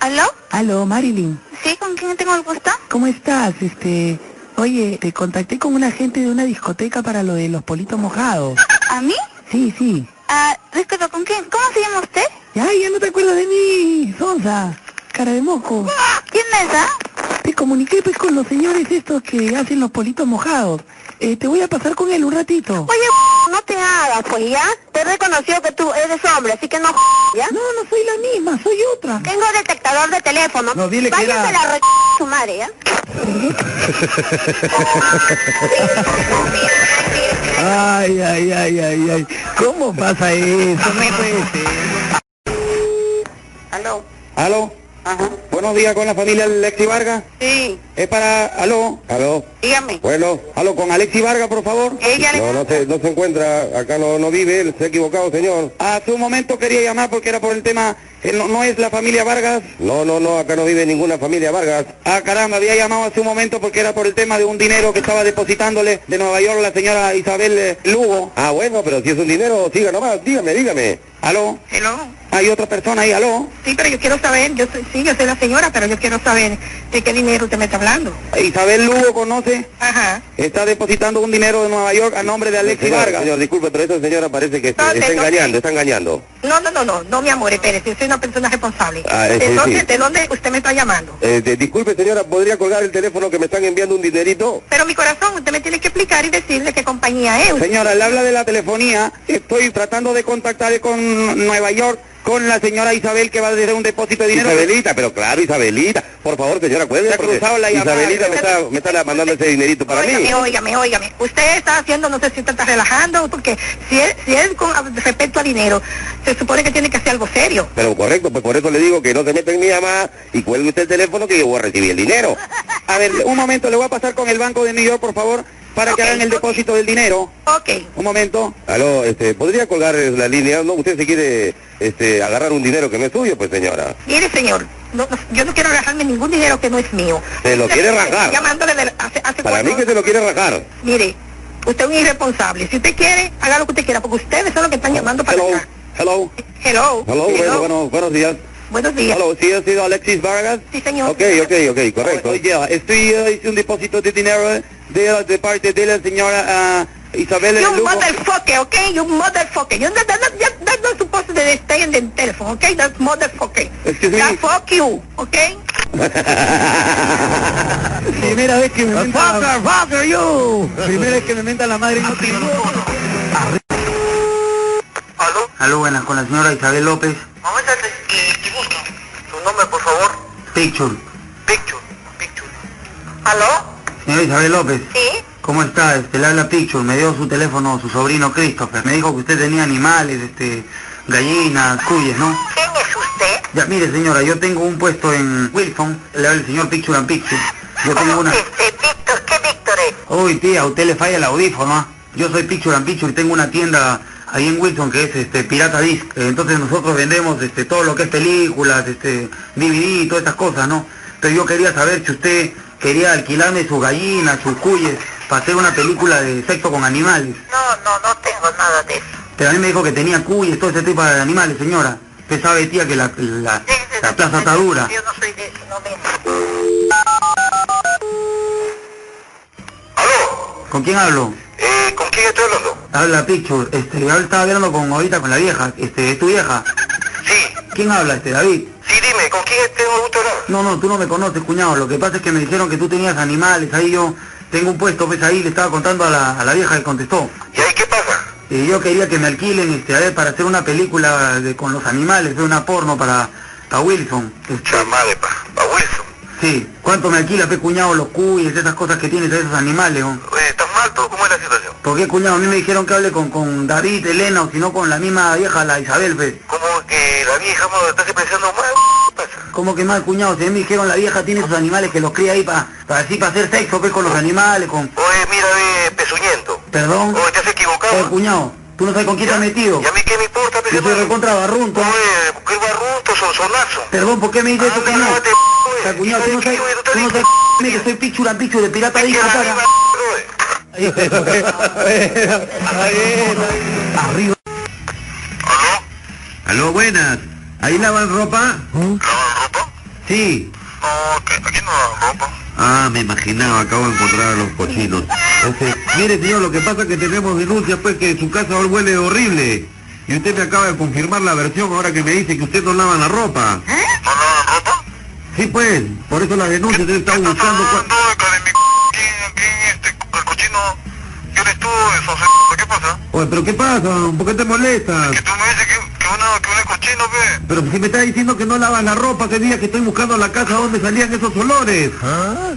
[SPEAKER 6] ¿Aló?
[SPEAKER 5] Aló, Marilyn.
[SPEAKER 6] ¿Sí? ¿Con quién tengo el gusto?
[SPEAKER 5] ¿Cómo estás? Este, oye, te contacté con una gente de una discoteca para lo de los politos mojados.
[SPEAKER 6] ¿A mí?
[SPEAKER 5] Sí, sí.
[SPEAKER 6] Ah, disculpa, ¿con quién? ¿Cómo se llama usted?
[SPEAKER 5] Ya, ya no te acuerdas de mí, Sonsa. Cara de moco.
[SPEAKER 6] ¿Quién es, ah?
[SPEAKER 5] Te comuniqué pues con los señores estos que hacen los politos mojados. Eh, te voy a pasar con él un ratito.
[SPEAKER 7] Oye, no te hagas, pues ya. Te he reconocido que tú eres hombre, así que no, ya.
[SPEAKER 5] No, no soy la misma, soy otra.
[SPEAKER 7] Tengo detectador de teléfono.
[SPEAKER 1] No, dile que
[SPEAKER 7] Váyase
[SPEAKER 1] era-
[SPEAKER 7] a la re... su madre, ¿ya?
[SPEAKER 1] Ay, ay, ay, ay, ay. ¿Cómo pasa eso? No puede ser.
[SPEAKER 6] Aló.
[SPEAKER 2] ¿Aló?
[SPEAKER 6] Ajá.
[SPEAKER 2] Buenos días con la familia Alexi Vargas.
[SPEAKER 6] Sí,
[SPEAKER 2] Es para... ¿Aló? ¿Aló?
[SPEAKER 6] dígame.
[SPEAKER 2] Bueno, aló, con Alexi Vargas, por favor.
[SPEAKER 6] Ella le...
[SPEAKER 3] No, no se, no se encuentra, acá no, no vive, él se ha equivocado, señor.
[SPEAKER 2] Hace un momento quería llamar porque era por el tema... eh, no, no es la familia Vargas?
[SPEAKER 3] No, no, no, acá no vive ninguna familia Vargas.
[SPEAKER 2] Ah, caramba, había llamado hace un momento porque era por el tema de un dinero que estaba depositándole de Nueva York la señora Isabel eh, Lugo.
[SPEAKER 3] Ah, bueno, pero si es un dinero, siga nomás, dígame, dígame.
[SPEAKER 2] ¿Aló?
[SPEAKER 6] Hello.
[SPEAKER 2] Hay otra persona ahí, ¿aló?
[SPEAKER 6] Sí, pero yo quiero saber, yo soy, sí, yo soy la señora, pero yo quiero saber de qué dinero usted me está hablando.
[SPEAKER 2] Isabel Lugo conoce,
[SPEAKER 6] Ajá.
[SPEAKER 2] está depositando un dinero de Nueva York a nombre de Alexi
[SPEAKER 3] Señor,
[SPEAKER 2] Vargas.
[SPEAKER 3] señor, disculpe, pero esa señora parece que
[SPEAKER 6] No,
[SPEAKER 3] está, está
[SPEAKER 6] señor,
[SPEAKER 3] engañando,
[SPEAKER 6] sí.
[SPEAKER 3] está engañando.
[SPEAKER 6] No, no, no, no, no, mi amor, espérese, yo soy una persona responsable.
[SPEAKER 3] Ah, eh,
[SPEAKER 6] ¿De,
[SPEAKER 3] sí,
[SPEAKER 6] dónde,
[SPEAKER 3] sí.
[SPEAKER 6] ¿De dónde usted me está llamando?
[SPEAKER 3] Eh, de- disculpe, señora, ¿podría colgar el teléfono que me están enviando un dinerito?
[SPEAKER 6] Pero mi corazón, usted me tiene que explicar y decirle qué
[SPEAKER 2] Eh,
[SPEAKER 6] compañía es.
[SPEAKER 2] Señora, le habla de la telefonía. Estoy tratando de contactar con Nueva York, con la señora Isabel que va a hacer un depósito de dinero.
[SPEAKER 3] Isabelita, pero claro, Isabelita. Por favor, señora,
[SPEAKER 2] Se
[SPEAKER 3] acuérdese,
[SPEAKER 2] ha cruzado la llamada.
[SPEAKER 3] Isabelita me está, me está mandando ese dinerito para mí.
[SPEAKER 6] Óigame, óigame, óigame. Usted está haciendo, no sé si usted está relajando, porque si es, si es con respecto a dinero, se supone que tiene que hacer algo serio.
[SPEAKER 3] Pero correcto, pues por eso le digo que no se meta en mi llamada y cuelgue usted el teléfono que yo voy a recibir el dinero.
[SPEAKER 2] A ver, un momento, le voy a pasar con el Banco de New York, por favor, para que
[SPEAKER 6] Ok,
[SPEAKER 2] hagan el
[SPEAKER 6] ok.
[SPEAKER 2] depósito del dinero.
[SPEAKER 6] Ok,
[SPEAKER 2] Un momento.
[SPEAKER 3] Aló, este, ¿podría colgar eh, la línea? No, usted se quiere este, agarrar un dinero que no es suyo, pues señora.
[SPEAKER 6] Mire, señor, no- no, yo no quiero rajarme ningún dinero que no es mío.
[SPEAKER 3] Se lo
[SPEAKER 6] Usted
[SPEAKER 3] quiere
[SPEAKER 6] me-
[SPEAKER 3] rajar.
[SPEAKER 6] Llamándole de- hace, hace
[SPEAKER 3] Para mí
[SPEAKER 6] cuatro-
[SPEAKER 3] que se lo quiere rajar.
[SPEAKER 6] Mire, usted es un irresponsable. Si usted quiere, haga lo que usted quiera, porque ustedes son los que están llamando para
[SPEAKER 3] hello,
[SPEAKER 6] acá.
[SPEAKER 3] hello,
[SPEAKER 6] Hello.
[SPEAKER 3] hello, bueno, bueno, buenos días.
[SPEAKER 6] Buenos días.
[SPEAKER 3] Hello, ¿sí ha sido Alexis Vargas?
[SPEAKER 6] Sí, señor.
[SPEAKER 3] Ok, ok, ok, correcto.
[SPEAKER 2] Oye, estoy eh, hice un depósito de dinero de, de parte de la señora ah, Isabel
[SPEAKER 6] You
[SPEAKER 2] Lugo.
[SPEAKER 6] motherfucker, okay? You motherfucker. You that, that, that, that's not supposed to be staying in the telephone, okay? That's motherfucker.
[SPEAKER 2] Excuse me?
[SPEAKER 6] That fuck you, okay?
[SPEAKER 1] Primera vez que me inventan la,
[SPEAKER 2] Motherfucker, you.
[SPEAKER 1] primera vez que me inventan la madre. y no tengo-
[SPEAKER 2] ¿Aló?
[SPEAKER 1] Aló, buenas, con la señora Isabel López.
[SPEAKER 2] Momento, te, te busco. Su nombre, por favor.
[SPEAKER 1] Picture.
[SPEAKER 2] Picture. Picture.
[SPEAKER 6] ¿Aló?
[SPEAKER 1] Señora Isabel López.
[SPEAKER 6] Sí.
[SPEAKER 1] ¿Cómo está? Este, le habla Picture, me dio su teléfono su sobrino Christopher. Me dijo que usted tenía animales, este, gallinas, cuyes, ¿no?
[SPEAKER 6] ¿Quién es usted?
[SPEAKER 1] Ya, mire señora, yo tengo un puesto en Wilson, le habla el señor Picture and Picture. Yo tengo una...
[SPEAKER 6] Este, Víctor, ¿qué Víctor es?
[SPEAKER 1] Uy, tía, a usted le falla el audífono, ¿ah? Yo soy Picture and Picture y tengo una tienda ahí en Wilson que es este Pirata Disc. Eh, Entonces nosotros vendemos este todo lo que es películas, este DVD y todas esas cosas, ¿no? Pero yo quería saber si usted quería alquilarme sus gallinas, sus cuyes, para hacer una película de sexo con animales.
[SPEAKER 6] No, no, no tengo nada de eso.
[SPEAKER 1] Pero a mí me dijo que tenía cuyes, todo ese tipo de animales, señora. Usted sabe, tía, que la, la,
[SPEAKER 6] Sí, sí,
[SPEAKER 1] la
[SPEAKER 6] sí,
[SPEAKER 1] plaza
[SPEAKER 6] sí,
[SPEAKER 1] está
[SPEAKER 6] sí,
[SPEAKER 1] dura.
[SPEAKER 6] Yo no soy de eso, no me...
[SPEAKER 2] ¿Aló?
[SPEAKER 1] ¿Con quién hablo?
[SPEAKER 2] Eh, ¿Con quién estoy hablando?
[SPEAKER 1] Habla Picture. Este, yo estaba hablando con ahorita con la vieja. Este, es tu vieja.
[SPEAKER 2] Sí.
[SPEAKER 1] ¿Quién habla este, David?
[SPEAKER 2] Sí, dime, ¿con quién tengo gusto hablar?
[SPEAKER 1] No, no, tú no me conoces, cuñado. Lo que pasa es que me dijeron que tú tenías animales. Ahí yo tengo un puesto, pues ahí le estaba contando a la, a la vieja que contestó.
[SPEAKER 2] ¿Y ahí qué pasa?
[SPEAKER 1] Y yo quería que me alquilen, este, a ver, para hacer una película de, con los animales, de una porno para, para Wilson. Este,
[SPEAKER 2] Chamade, pa. Pa Wilson.
[SPEAKER 1] sí. ¿Cuánto me alquila, pe, cuñado, los cuyes, esas cosas que tienes, esos animales, oh? ¿no?
[SPEAKER 2] Eh, ¿Estás mal tú? ¿Cómo es la situación?
[SPEAKER 1] Porque, cuñado, a mí me dijeron que hable con, con David, Elena, o si no con la misma vieja, la Isabel, pues.
[SPEAKER 2] Como que la vieja me estás pensando mal. ¿Qué pasa?
[SPEAKER 1] ¿Cómo que mal, cuñado? Si a mí me dijeron la vieja tiene sus animales que los cría ahí para, para así, para hacer sexo, pues, con los animales, con...
[SPEAKER 2] Oye, mira, ve, pezuñento.
[SPEAKER 1] Perdón.
[SPEAKER 2] Oye, te has
[SPEAKER 1] Oye,
[SPEAKER 2] equivocado.
[SPEAKER 1] cuñado, tú no sabes con quién te has metido.
[SPEAKER 2] ¿Y a mí qué me importa,
[SPEAKER 1] Yo soy
[SPEAKER 2] pezuñento?
[SPEAKER 1] recontra barrunto.
[SPEAKER 2] Oye, qué barruto, sonsonazo.
[SPEAKER 1] Perdón, ¿por qué me dices eso,
[SPEAKER 2] Anda,
[SPEAKER 1] cuñado?
[SPEAKER 2] lávate,
[SPEAKER 1] O sea,
[SPEAKER 2] güey.
[SPEAKER 1] cuñado, tú no sabes,
[SPEAKER 2] Oye, tú
[SPEAKER 1] tú no
[SPEAKER 2] estás
[SPEAKER 1] sabes, que soy pichura pichu de pirata de
[SPEAKER 2] Mira,
[SPEAKER 1] cara.
[SPEAKER 2] arriba, güey.
[SPEAKER 1] Arriba.
[SPEAKER 13] Aló, buenas. ¿Ahí lavan ropa?
[SPEAKER 2] ¿Lavan ropa?
[SPEAKER 13] Sí.
[SPEAKER 2] No, que aquí no lavan ropa.
[SPEAKER 13] Ah, me imaginaba, acabo de encontrar a los cochinos. Este, mire, señor, lo que pasa es que tenemos denuncias, pues, que su casa huele horrible. Y usted me acaba de confirmar la versión ahora que me dice que usted no lavan la ropa.
[SPEAKER 2] ¿No lavan ropa?
[SPEAKER 3] Sí, pues, por eso la denuncia, te estaba buscando... cua- Oye, pero ¿qué pasa? ¿Por qué te molestas? Que tú me dices que, que, una, que un cochino, pe. Pero si me estás diciendo que no lavas la ropa ese día que estoy buscando la casa donde salían esos olores. ¿Ah?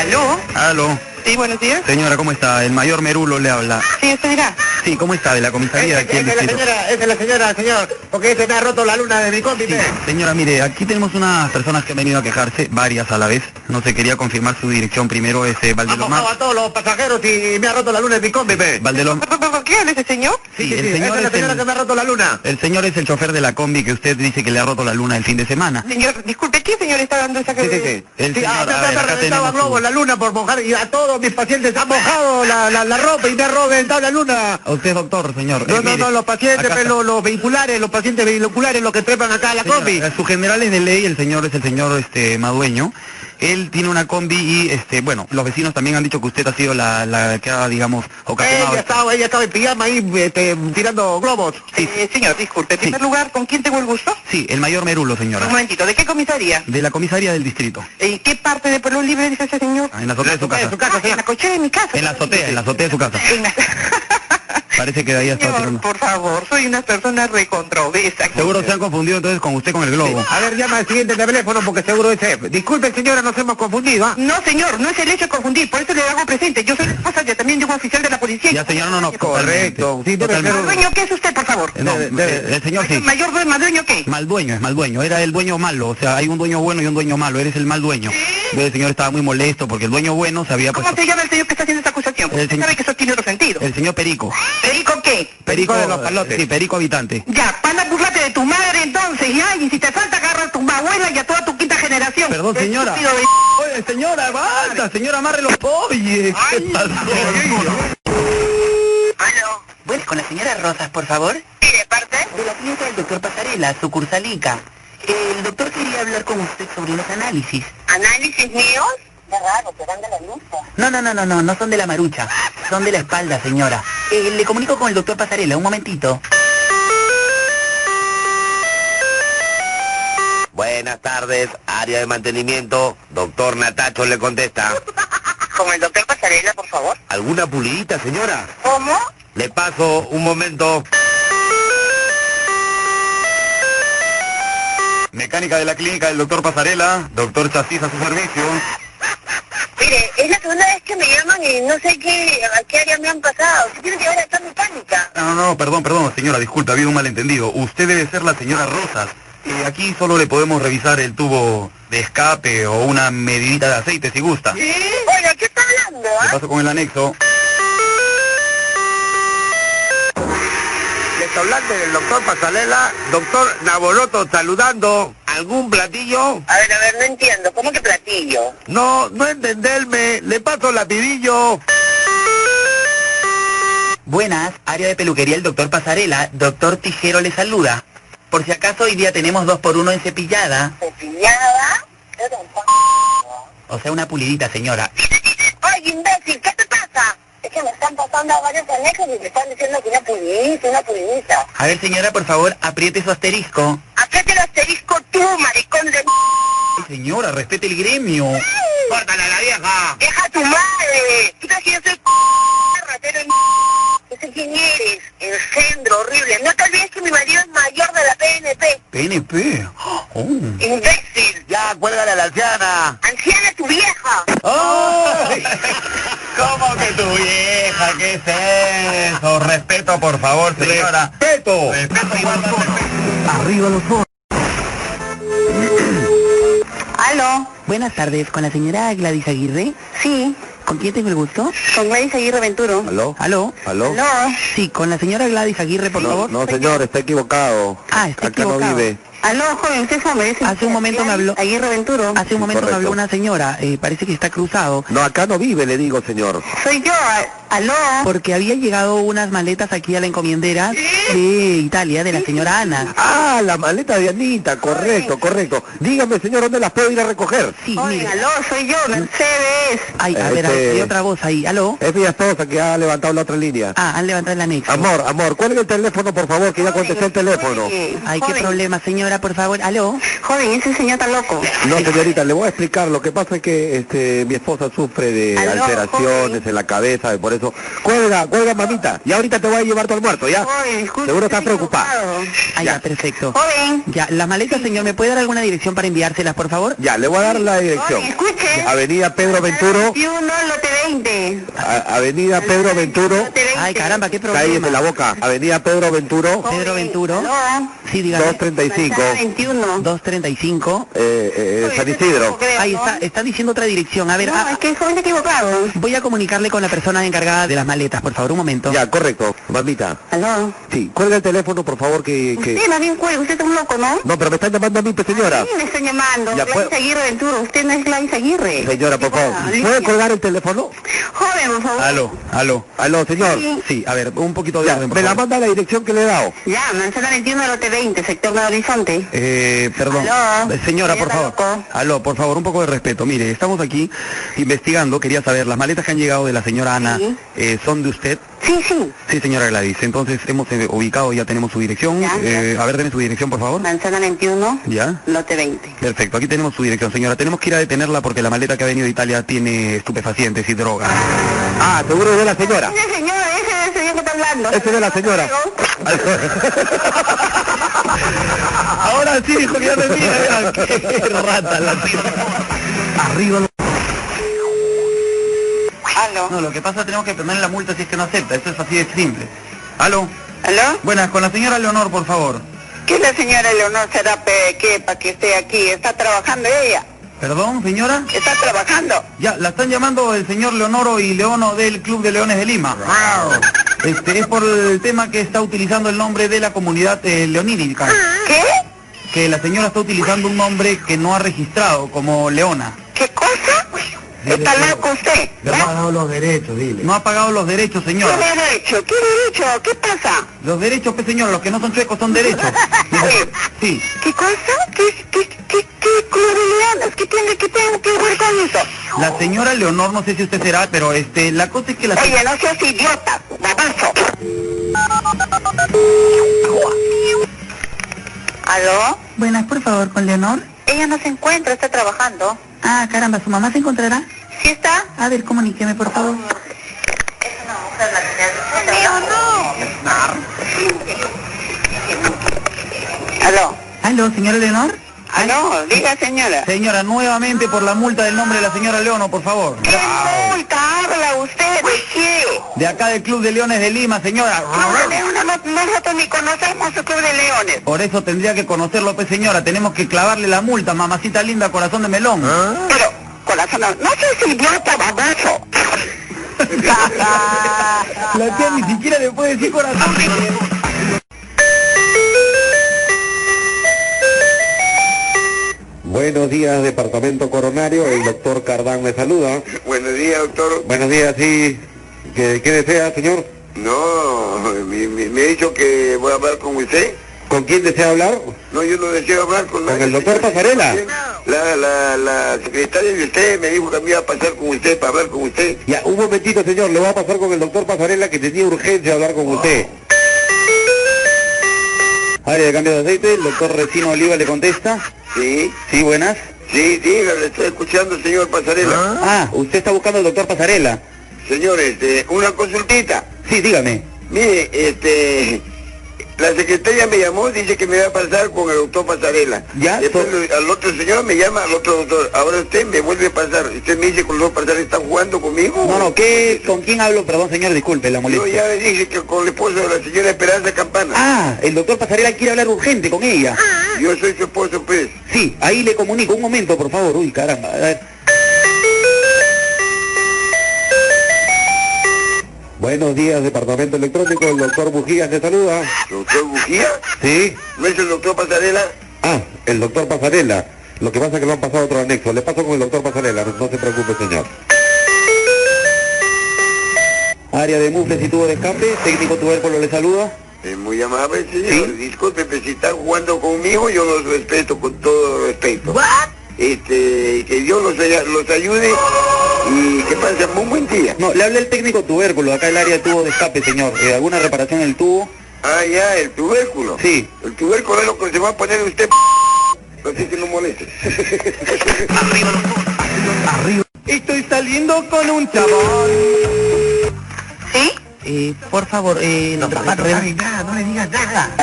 [SPEAKER 7] ¿Aló?
[SPEAKER 1] Aló.
[SPEAKER 7] Sí, buenos días.
[SPEAKER 1] Señora, ¿cómo está? El mayor Merulo le habla.
[SPEAKER 7] Sí, usted dirá.
[SPEAKER 1] Sí, ¿cómo está? De la comisaría
[SPEAKER 3] Este,
[SPEAKER 14] Esa
[SPEAKER 1] de aquí del
[SPEAKER 14] es la
[SPEAKER 1] distrito.
[SPEAKER 14] señora, esa es la señora, señor, porque se me ha roto la luna de mi compi, pe.
[SPEAKER 1] Señora, mire, aquí tenemos unas personas que han venido a quejarse, varias a la vez. No se quería confirmar su dirección primero, es eh,
[SPEAKER 14] Ha
[SPEAKER 1] Valdelomar.
[SPEAKER 14] mojado a todos los pasajeros y me ha roto la luna de mi combi, pe.
[SPEAKER 1] Valdelom-
[SPEAKER 7] ¿Por, por- por qué habla ese señor?
[SPEAKER 1] Sí, el
[SPEAKER 14] Sí, esa
[SPEAKER 1] señor
[SPEAKER 14] es la
[SPEAKER 1] es
[SPEAKER 14] señora que
[SPEAKER 1] el,
[SPEAKER 14] me ha roto la luna.
[SPEAKER 1] el señor es el chofer de la combi que usted dice que le ha roto la luna el fin de semana.
[SPEAKER 7] Señor, disculpe, ¿qué señor está dando esa...
[SPEAKER 14] Sí, sí, sí.
[SPEAKER 1] El
[SPEAKER 14] Sí,
[SPEAKER 3] ah,
[SPEAKER 1] señor,
[SPEAKER 14] a-
[SPEAKER 1] ah, a
[SPEAKER 14] me,
[SPEAKER 1] ver,
[SPEAKER 14] me
[SPEAKER 1] acá
[SPEAKER 14] reventaba
[SPEAKER 1] tenemos
[SPEAKER 14] globo
[SPEAKER 1] un-
[SPEAKER 14] la luna por mojar y a todos mis pacientes han mojado la, la, la ropa y me ha reventado la luna.
[SPEAKER 1] A usted, doctor, señor.
[SPEAKER 14] No,
[SPEAKER 1] eh,
[SPEAKER 14] no,
[SPEAKER 1] mire,
[SPEAKER 14] no, los pacientes,
[SPEAKER 1] acá
[SPEAKER 14] pe,
[SPEAKER 1] está.
[SPEAKER 14] los, los vehiculares, los pacientes vehiculares, los que trepan acá a la
[SPEAKER 1] Señora,
[SPEAKER 14] combi.
[SPEAKER 1] eh, Su general es de ley, el señor es el señor este Madueño. Él tiene una combi y, este bueno, los vecinos también han dicho que usted ha sido la, la que ha, digamos, ocasionado...
[SPEAKER 3] eh.
[SPEAKER 14] Ella estaba, ella estaba en pijama ahí este, tirando globos.
[SPEAKER 7] Eh, señor, disculpe, en
[SPEAKER 1] Sí.
[SPEAKER 7] primer lugar, ¿con quién tengo el gusto?
[SPEAKER 14] Eh.
[SPEAKER 1] Sí, el mayor Merulo, señora.
[SPEAKER 7] Un momentito, ¿de qué comisaría?
[SPEAKER 1] De la comisaría del distrito.
[SPEAKER 7] ¿En qué parte de Pueblo Libre dice ese señor?
[SPEAKER 1] En la azotea de su casa.
[SPEAKER 7] Ah, en la cochera de mi casa.
[SPEAKER 1] En la azotea, en la azotea de su casa.
[SPEAKER 7] En la-
[SPEAKER 1] Parece que de ahí ha estado
[SPEAKER 7] Señor,
[SPEAKER 1] tirando.
[SPEAKER 7] por favor, soy una persona recontrovesa.
[SPEAKER 1] Seguro se han confundido entonces con usted con el globo.
[SPEAKER 14] A ver, llama al siguiente teléfono porque seguro es él. Disculpe, señora, nos hemos confundido, ¿ah?
[SPEAKER 7] No, señor, no es el hecho de confundir, por eso le hago presente. Yo soy la esposa de, también de un oficial de la policía.
[SPEAKER 1] Ya, señor, no, no,
[SPEAKER 14] Correcto.
[SPEAKER 1] totalmente,
[SPEAKER 14] Sí, debe
[SPEAKER 1] totalmente.
[SPEAKER 14] ser un-
[SPEAKER 7] ¿Dueño qué es usted, por favor?
[SPEAKER 1] No, eh, el señor sí.
[SPEAKER 7] ¿Mayor dueño, más dueño qué?
[SPEAKER 1] Mal dueño, es mal dueño. Era el dueño malo. O sea, hay un dueño bueno y un dueño malo. Eres el mal dueño. Entonces, el señor estaba muy molesto porque el dueño bueno se había
[SPEAKER 7] ¿Cómo
[SPEAKER 1] puesto...
[SPEAKER 7] se llama el señor que está haciendo esta acusación?
[SPEAKER 1] El
[SPEAKER 7] Usted
[SPEAKER 1] señor-
[SPEAKER 7] sabe que eso tiene otro sentido.
[SPEAKER 1] El señor Perico.
[SPEAKER 7] ¿Perico qué?
[SPEAKER 1] Perico eh,
[SPEAKER 14] de los palotes.
[SPEAKER 1] Sí, Perico habitante.
[SPEAKER 7] Ya, panda, burlate de tu madre entonces, ya, y si te falta agarra a tu abuela y a toda tu quinta generación.
[SPEAKER 1] Perdón, señora.
[SPEAKER 7] Estúpido de-
[SPEAKER 1] Oye, señora, basta. Señora, amarre los polles. ¿Qué pasó?
[SPEAKER 5] Bueno, con la señora Rosas, por favor.
[SPEAKER 7] ¿Y de parte?
[SPEAKER 5] De la clínica del doctor Pasarela, sucursal Ica. El doctor quería hablar con usted sobre los análisis.
[SPEAKER 7] ¿Análisis míos? Qué raro, te dan de la luz.
[SPEAKER 5] No, no, no, no, no, no son de la marucha. Son de la espalda, señora. Eh, le comunico con el doctor Pasarela, un momentito.
[SPEAKER 3] Buenas tardes, área de mantenimiento. Doctor Natacho le contesta.
[SPEAKER 7] Como el doctor Pasarela, por favor.
[SPEAKER 3] ¿Alguna pulidita, señora?
[SPEAKER 7] ¿Cómo?
[SPEAKER 3] Le paso un momento.
[SPEAKER 1] Mecánica de la clínica del doctor Pasarela. Doctor Chasis a su servicio.
[SPEAKER 7] Mire, es la segunda vez que me llaman y no sé qué, a qué área me han pasado. Si tienen que ver, está mecánica.
[SPEAKER 1] No, no, no, perdón, perdón, señora, disculpa, ha habido un malentendido. Usted debe ser la señora Rosas. Eh, aquí solo le podemos revisar el tubo de escape o una medidita de aceite si gusta. ¿Qué
[SPEAKER 7] Bueno, ¿qué está hablando, ah?
[SPEAKER 1] pasó con el anexo?
[SPEAKER 3] Restaurante del doctor Pasalela, doctor Naboloto saludando. ¿Algún platillo?
[SPEAKER 7] A ver, a ver, no entiendo. ¿Cómo que platillo?
[SPEAKER 3] No, no entenderme. Le paso lapidillo.
[SPEAKER 5] Buenas, área de peluquería el doctor Pasarela, doctor Tijero le saluda. Por si acaso hoy día tenemos dos por uno en cepillada,
[SPEAKER 7] ¿Cepillada? Era un p-
[SPEAKER 5] o sea, una pulidita, señora.
[SPEAKER 7] Oye, imbécil, ¿qué te pasa? Es que me están pasando a varios anejos y me están diciendo que una pulidita, una pulidita.
[SPEAKER 5] A ver, señora, por favor, apriete su asterisco.
[SPEAKER 7] Apriete el asterisco tú, maricón de... m******.
[SPEAKER 5] Señora, respete el gremio.
[SPEAKER 3] ¡Córtala la vieja!
[SPEAKER 7] ¡Deja a tu madre! ¿Tú crees que yo soy p******, ratero de m******? No sé quién eres, engendro horrible. No te olvides que mi marido es mayor de la PNP.
[SPEAKER 1] PNP. Oh.
[SPEAKER 7] Imbécil.
[SPEAKER 3] ¡Ya, cuélgale a la anciana!
[SPEAKER 7] Anciana tu vieja.
[SPEAKER 3] ¿Cómo que tu vieja? ¿Qué es eso? Respeto, por favor, señora. ¡Respeto!
[SPEAKER 1] Arriba los dos.
[SPEAKER 6] Aló,
[SPEAKER 5] Buenas tardes, con la señora Gladys Aguirre.
[SPEAKER 6] sí,
[SPEAKER 5] ¿Con quién tengo el gusto?
[SPEAKER 6] con Gladys Aguirre Venturo.
[SPEAKER 13] ¿Aló?
[SPEAKER 5] ¿Aló?
[SPEAKER 13] ¿Aló?
[SPEAKER 6] Aló.
[SPEAKER 5] Sí, con la señora Gladys Aguirre, por favor.
[SPEAKER 13] No, señor, está equivocado.
[SPEAKER 5] Ah, está
[SPEAKER 13] Acá no
[SPEAKER 5] equivocado.
[SPEAKER 13] vive.
[SPEAKER 6] Ah,
[SPEAKER 4] Aló, joven, usted sabe.
[SPEAKER 5] Hace un momento me habló.
[SPEAKER 4] Aguirre Venturo.
[SPEAKER 5] Hace un momento me habló una señora, eh, parece que está cruzado.
[SPEAKER 3] No, acá no vive, le digo, señor.
[SPEAKER 4] Soy yo, a- aló.
[SPEAKER 5] Porque había llegado unas maletas aquí a la encomiendera de Italia, de la señora Ana.
[SPEAKER 3] Ah, la maleta de Anita, correcto, correcto. Dígame, señor, ¿dónde las puedo ir a recoger?
[SPEAKER 5] Sí,
[SPEAKER 4] Oye,
[SPEAKER 5] mire.
[SPEAKER 4] aló, soy yo, Mercedes.
[SPEAKER 5] Ay, a ver,
[SPEAKER 3] Este-
[SPEAKER 5] hay otra voz ahí. ¿Aló?
[SPEAKER 3] Es mi esposa que ha levantado la otra línea.
[SPEAKER 5] Ah, han levantado el anexo.
[SPEAKER 3] Amor, amor, ¿cuál es el teléfono, por favor? Que ya contesté el teléfono.
[SPEAKER 4] Oye,
[SPEAKER 5] Ay, qué
[SPEAKER 4] joven,
[SPEAKER 5] problema, señora, por favor. ¿Aló?
[SPEAKER 4] Joven, ese señor está loco.
[SPEAKER 3] No, señorita, le voy a explicar. Lo que pasa es que este, mi esposa sufre de
[SPEAKER 4] Aló,
[SPEAKER 3] alteraciones en la cabeza y por eso... Cuelga, cuelga, mamita. Y ahorita te voy a llevar tu almuerzo, ¿ya?
[SPEAKER 4] Joven, disculpe.
[SPEAKER 3] Seguro
[SPEAKER 4] estoy
[SPEAKER 3] estás preocupada.
[SPEAKER 4] equivocado.
[SPEAKER 5] Ahí ya, perfecto.
[SPEAKER 4] Joven.
[SPEAKER 5] Ya, las maletas, señor, ¿me puede dar alguna dirección para enviárselas, por favor?
[SPEAKER 3] Ya, le voy a dar la dirección.
[SPEAKER 4] Oye, escuche.
[SPEAKER 3] Avenida Pedro Venturo,
[SPEAKER 4] 21, lote 20.
[SPEAKER 3] a- Avenida Pedro Venturo,
[SPEAKER 4] Lote 20.
[SPEAKER 5] Ay, caramba, qué
[SPEAKER 3] cállese la
[SPEAKER 5] problema.
[SPEAKER 3] boca, Avenida Pedro Venturo,
[SPEAKER 4] Joven,
[SPEAKER 5] Oh, Pedro Venturo.
[SPEAKER 4] aló.
[SPEAKER 5] Sí, dígame.
[SPEAKER 3] 235,
[SPEAKER 4] Manzana 21.
[SPEAKER 5] 235.
[SPEAKER 3] eh, eh,
[SPEAKER 4] Oye,
[SPEAKER 3] San
[SPEAKER 4] yo
[SPEAKER 3] Isidro.
[SPEAKER 4] tampoco creo,
[SPEAKER 5] Ahí
[SPEAKER 4] ¿no?
[SPEAKER 5] está, está diciendo otra dirección. A ver,
[SPEAKER 4] No,
[SPEAKER 5] ah,
[SPEAKER 4] es que el joven está equivocado.
[SPEAKER 5] voy a comunicarle con la persona encargada de las maletas, por favor, un momento.
[SPEAKER 3] Ya, correcto, mamita.
[SPEAKER 4] Aló.
[SPEAKER 3] Sí, cuelga el teléfono, por favor, que... que-
[SPEAKER 4] Usted más bien cuelga, usted es un loco, ¿no?
[SPEAKER 3] No, pero me están llamando a mí, pues, señora.
[SPEAKER 4] Sí, me están llamando.
[SPEAKER 3] Ya,
[SPEAKER 4] Gladys
[SPEAKER 3] puedo-
[SPEAKER 4] Aguirre Ventura, usted no es Gladys Aguirre.
[SPEAKER 3] Señora, por favor,
[SPEAKER 4] Ah,
[SPEAKER 3] ¿puede
[SPEAKER 4] Lidia.
[SPEAKER 3] colgar el teléfono?
[SPEAKER 4] Joven, por favor.
[SPEAKER 1] Aló, aló.
[SPEAKER 3] Aló, señor.
[SPEAKER 4] Sí.
[SPEAKER 1] Sí, a ver, un poquito de
[SPEAKER 3] Ya,
[SPEAKER 1] orden, por
[SPEAKER 3] me la
[SPEAKER 1] favor.
[SPEAKER 3] manda la dirección que le he dado.
[SPEAKER 4] Ya, Manzana 21, lote 20, sector de Horizonte.
[SPEAKER 1] Eh, perdón.
[SPEAKER 4] Aló.
[SPEAKER 1] Eh, Señora,
[SPEAKER 4] Señor
[SPEAKER 1] por favor.
[SPEAKER 4] Barroco.
[SPEAKER 1] Aló, por favor, un poco de respeto. Mire, estamos aquí investigando, quería saber, las maletas que han llegado de la señora Ana,
[SPEAKER 4] Sí.
[SPEAKER 1] eh, ¿son de usted?
[SPEAKER 4] Sí, sí.
[SPEAKER 1] Sí, señora Gladys. Entonces hemos eh, ubicado, ya tenemos su dirección.
[SPEAKER 4] Ya,
[SPEAKER 1] Eh, a ver, deme su dirección, por favor.
[SPEAKER 4] Manzana 21,
[SPEAKER 1] Ya.
[SPEAKER 4] lote 20.
[SPEAKER 1] Perfecto, aquí tenemos su dirección, señora. Tenemos que ir a detenerla porque la maleta que ha venido de Italia tiene estupefacientes y drogas.
[SPEAKER 3] Ah, seguro es de la señora.
[SPEAKER 4] Ese señor, ese, ese señor que está hablando.
[SPEAKER 3] Ese de la señora.
[SPEAKER 1] Ahora sí, Julián, mira, qué rata la Arriba
[SPEAKER 4] Aló.
[SPEAKER 1] No, lo que pasa tenemos que poner la multa si es que no acepta, eso es así de simple. Aló,
[SPEAKER 4] ¿Aló?
[SPEAKER 1] buenas, con la señora Leonor, por favor.
[SPEAKER 4] ¿Qué la señora Leonor será que para que esté aquí? ¿Está trabajando ella?
[SPEAKER 1] Perdón, señora.
[SPEAKER 4] ¿Está trabajando?
[SPEAKER 1] Ya, la están llamando el señor Leonoro y Leono del Club de Leones de Lima. Este, es por el tema que está utilizando el nombre de la comunidad eh, leonídica.
[SPEAKER 4] ¿Qué?
[SPEAKER 1] Que la señora está utilizando un nombre que no ha registrado como Leona.
[SPEAKER 4] ¿Qué cosa? ¿Está loco usted? ¿Ya?
[SPEAKER 3] los derechos, dile.
[SPEAKER 1] No ha pagado los derechos,
[SPEAKER 4] ¿Qué
[SPEAKER 1] señora.
[SPEAKER 4] derecho? ¿Qué derecho? ¿Qué pasa?
[SPEAKER 1] Los derechos, pues, señora, los que no son chuecos son derechos. Sí.
[SPEAKER 4] ¿Qué cosa? ¿Qué, qué, qué, qué colombianos? ¿Qué tiene que tengo que ver con eso?
[SPEAKER 1] La señora Leonor, no sé si usted será, pero este, la cosa es que la
[SPEAKER 4] Oye, no seas idiota, baboso. ¿Aló?
[SPEAKER 15] Buenas, por favor, con Leonor.
[SPEAKER 4] Ella no se encuentra, está trabajando.
[SPEAKER 15] Ah, caramba, ¿su mamá se encontrará?
[SPEAKER 4] ¿Sí está?
[SPEAKER 15] A ver, comuníqueme, por favor.
[SPEAKER 4] Es una mujer la que se ha no! ¿Aló?
[SPEAKER 15] Aló, señora Leonor.
[SPEAKER 4] ¿Aló? Diga, señora.
[SPEAKER 1] señora nuevamente por la multa del nombre de la señora Leono, por favor.
[SPEAKER 4] ¿Qué multa habla usted? ¿De qué?
[SPEAKER 1] De acá del Club de Leones de Lima, señora.
[SPEAKER 3] Ah.
[SPEAKER 4] Club de Leones, no- nosotros ni conocemos su club de leones.
[SPEAKER 1] Por eso tendría que conocerlo, pues señora, tenemos que clavarle la multa, mamacita linda, corazón de melón.
[SPEAKER 2] ¿Ah?
[SPEAKER 4] Pero, corazón, no, no seas idiota, baboso.
[SPEAKER 1] La tía ni siquiera le puede decir corazón.
[SPEAKER 16] Buenos días, Departamento Coronario. El doctor Cardán me saluda.
[SPEAKER 2] Buenos días, doctor.
[SPEAKER 16] Buenos días, sí. ¿Qué, qué desea, señor?
[SPEAKER 2] No, me, me- me he dicho que voy a hablar con usted.
[SPEAKER 16] ¿Con quién desea hablar?
[SPEAKER 2] No, yo no deseo hablar con
[SPEAKER 16] ¿Con
[SPEAKER 2] nadie,
[SPEAKER 16] el doctor
[SPEAKER 2] señor.
[SPEAKER 16] Pasarela?
[SPEAKER 2] La, la, la secretaria de usted me dijo que me iba a pasar con usted para hablar con usted.
[SPEAKER 16] Ya, un momentito, señor. Le voy a pasar con el doctor Pasarela que tenía urgencia hablar con usted. Área de cambio de aceite, el doctor Recino Oliva le contesta.
[SPEAKER 2] Sí,
[SPEAKER 16] Sí, buenas.
[SPEAKER 2] sí, sí, le estoy escuchando, señor Pasarela.
[SPEAKER 16] Ah, usted está buscando al doctor Pasarela.
[SPEAKER 2] Señores, eh, una consultita.
[SPEAKER 16] Sí, dígame.
[SPEAKER 2] Mire, este, la secretaria me llamó, dice que me va a pasar con el doctor Pasarela.
[SPEAKER 16] Ya,
[SPEAKER 2] Después
[SPEAKER 16] so-
[SPEAKER 2] lo- al otro señor me llama al otro doctor. Ahora usted me vuelve a pasar. Usted me dice que el doctor Pasarela está jugando conmigo.
[SPEAKER 16] No, no, ¿qué, ¿con quién hablo? Perdón, señor, disculpe la
[SPEAKER 2] Yo
[SPEAKER 16] molestia.
[SPEAKER 2] ya le dije que con el esposo de la señora Esperanza Campana.
[SPEAKER 16] Ah, el doctor Pasarela quiere hablar urgente con ella.
[SPEAKER 4] Ah.
[SPEAKER 2] Yo soy su esposo, pues.
[SPEAKER 16] Sí, ahí le comunico. Un momento, por favor. Uy, caramba. A ver. Buenos días, Departamento Electrónico. El doctor Bujías te saluda.
[SPEAKER 2] ¿Doctor Bujía?
[SPEAKER 16] Sí.
[SPEAKER 2] ¿No es el doctor Pasarela?
[SPEAKER 17] Ah, el doctor Pasarela. Lo que pasa es que no han pasado otro anexo. Le paso con el doctor Pasarela, no se preocupe, señor. Área de mufles y tubo de
[SPEAKER 16] este
[SPEAKER 17] escape, técnico tubérculo le saluda.
[SPEAKER 3] Es muy amable, señor. Disculpe, pero si están jugando conmigo, yo los respeto con todo respeto. Este, que Dios los, haya- los ayude y que pasen un buen día.
[SPEAKER 17] No, le hablé el técnico tubérculo, acá el área de tubo de escape, señor. Eh, ¿Alguna reparación en el tubo?
[SPEAKER 3] Ah, ya, el tubérculo.
[SPEAKER 17] Sí.
[SPEAKER 3] El tubérculo es lo que se va a poner usted. Así que no moleste.
[SPEAKER 18] Estoy saliendo con un chabón.
[SPEAKER 4] ¿Sí?
[SPEAKER 5] Eh, por favor, eh,
[SPEAKER 19] Los papás no
[SPEAKER 5] re-
[SPEAKER 19] saben nada, no le digas nada.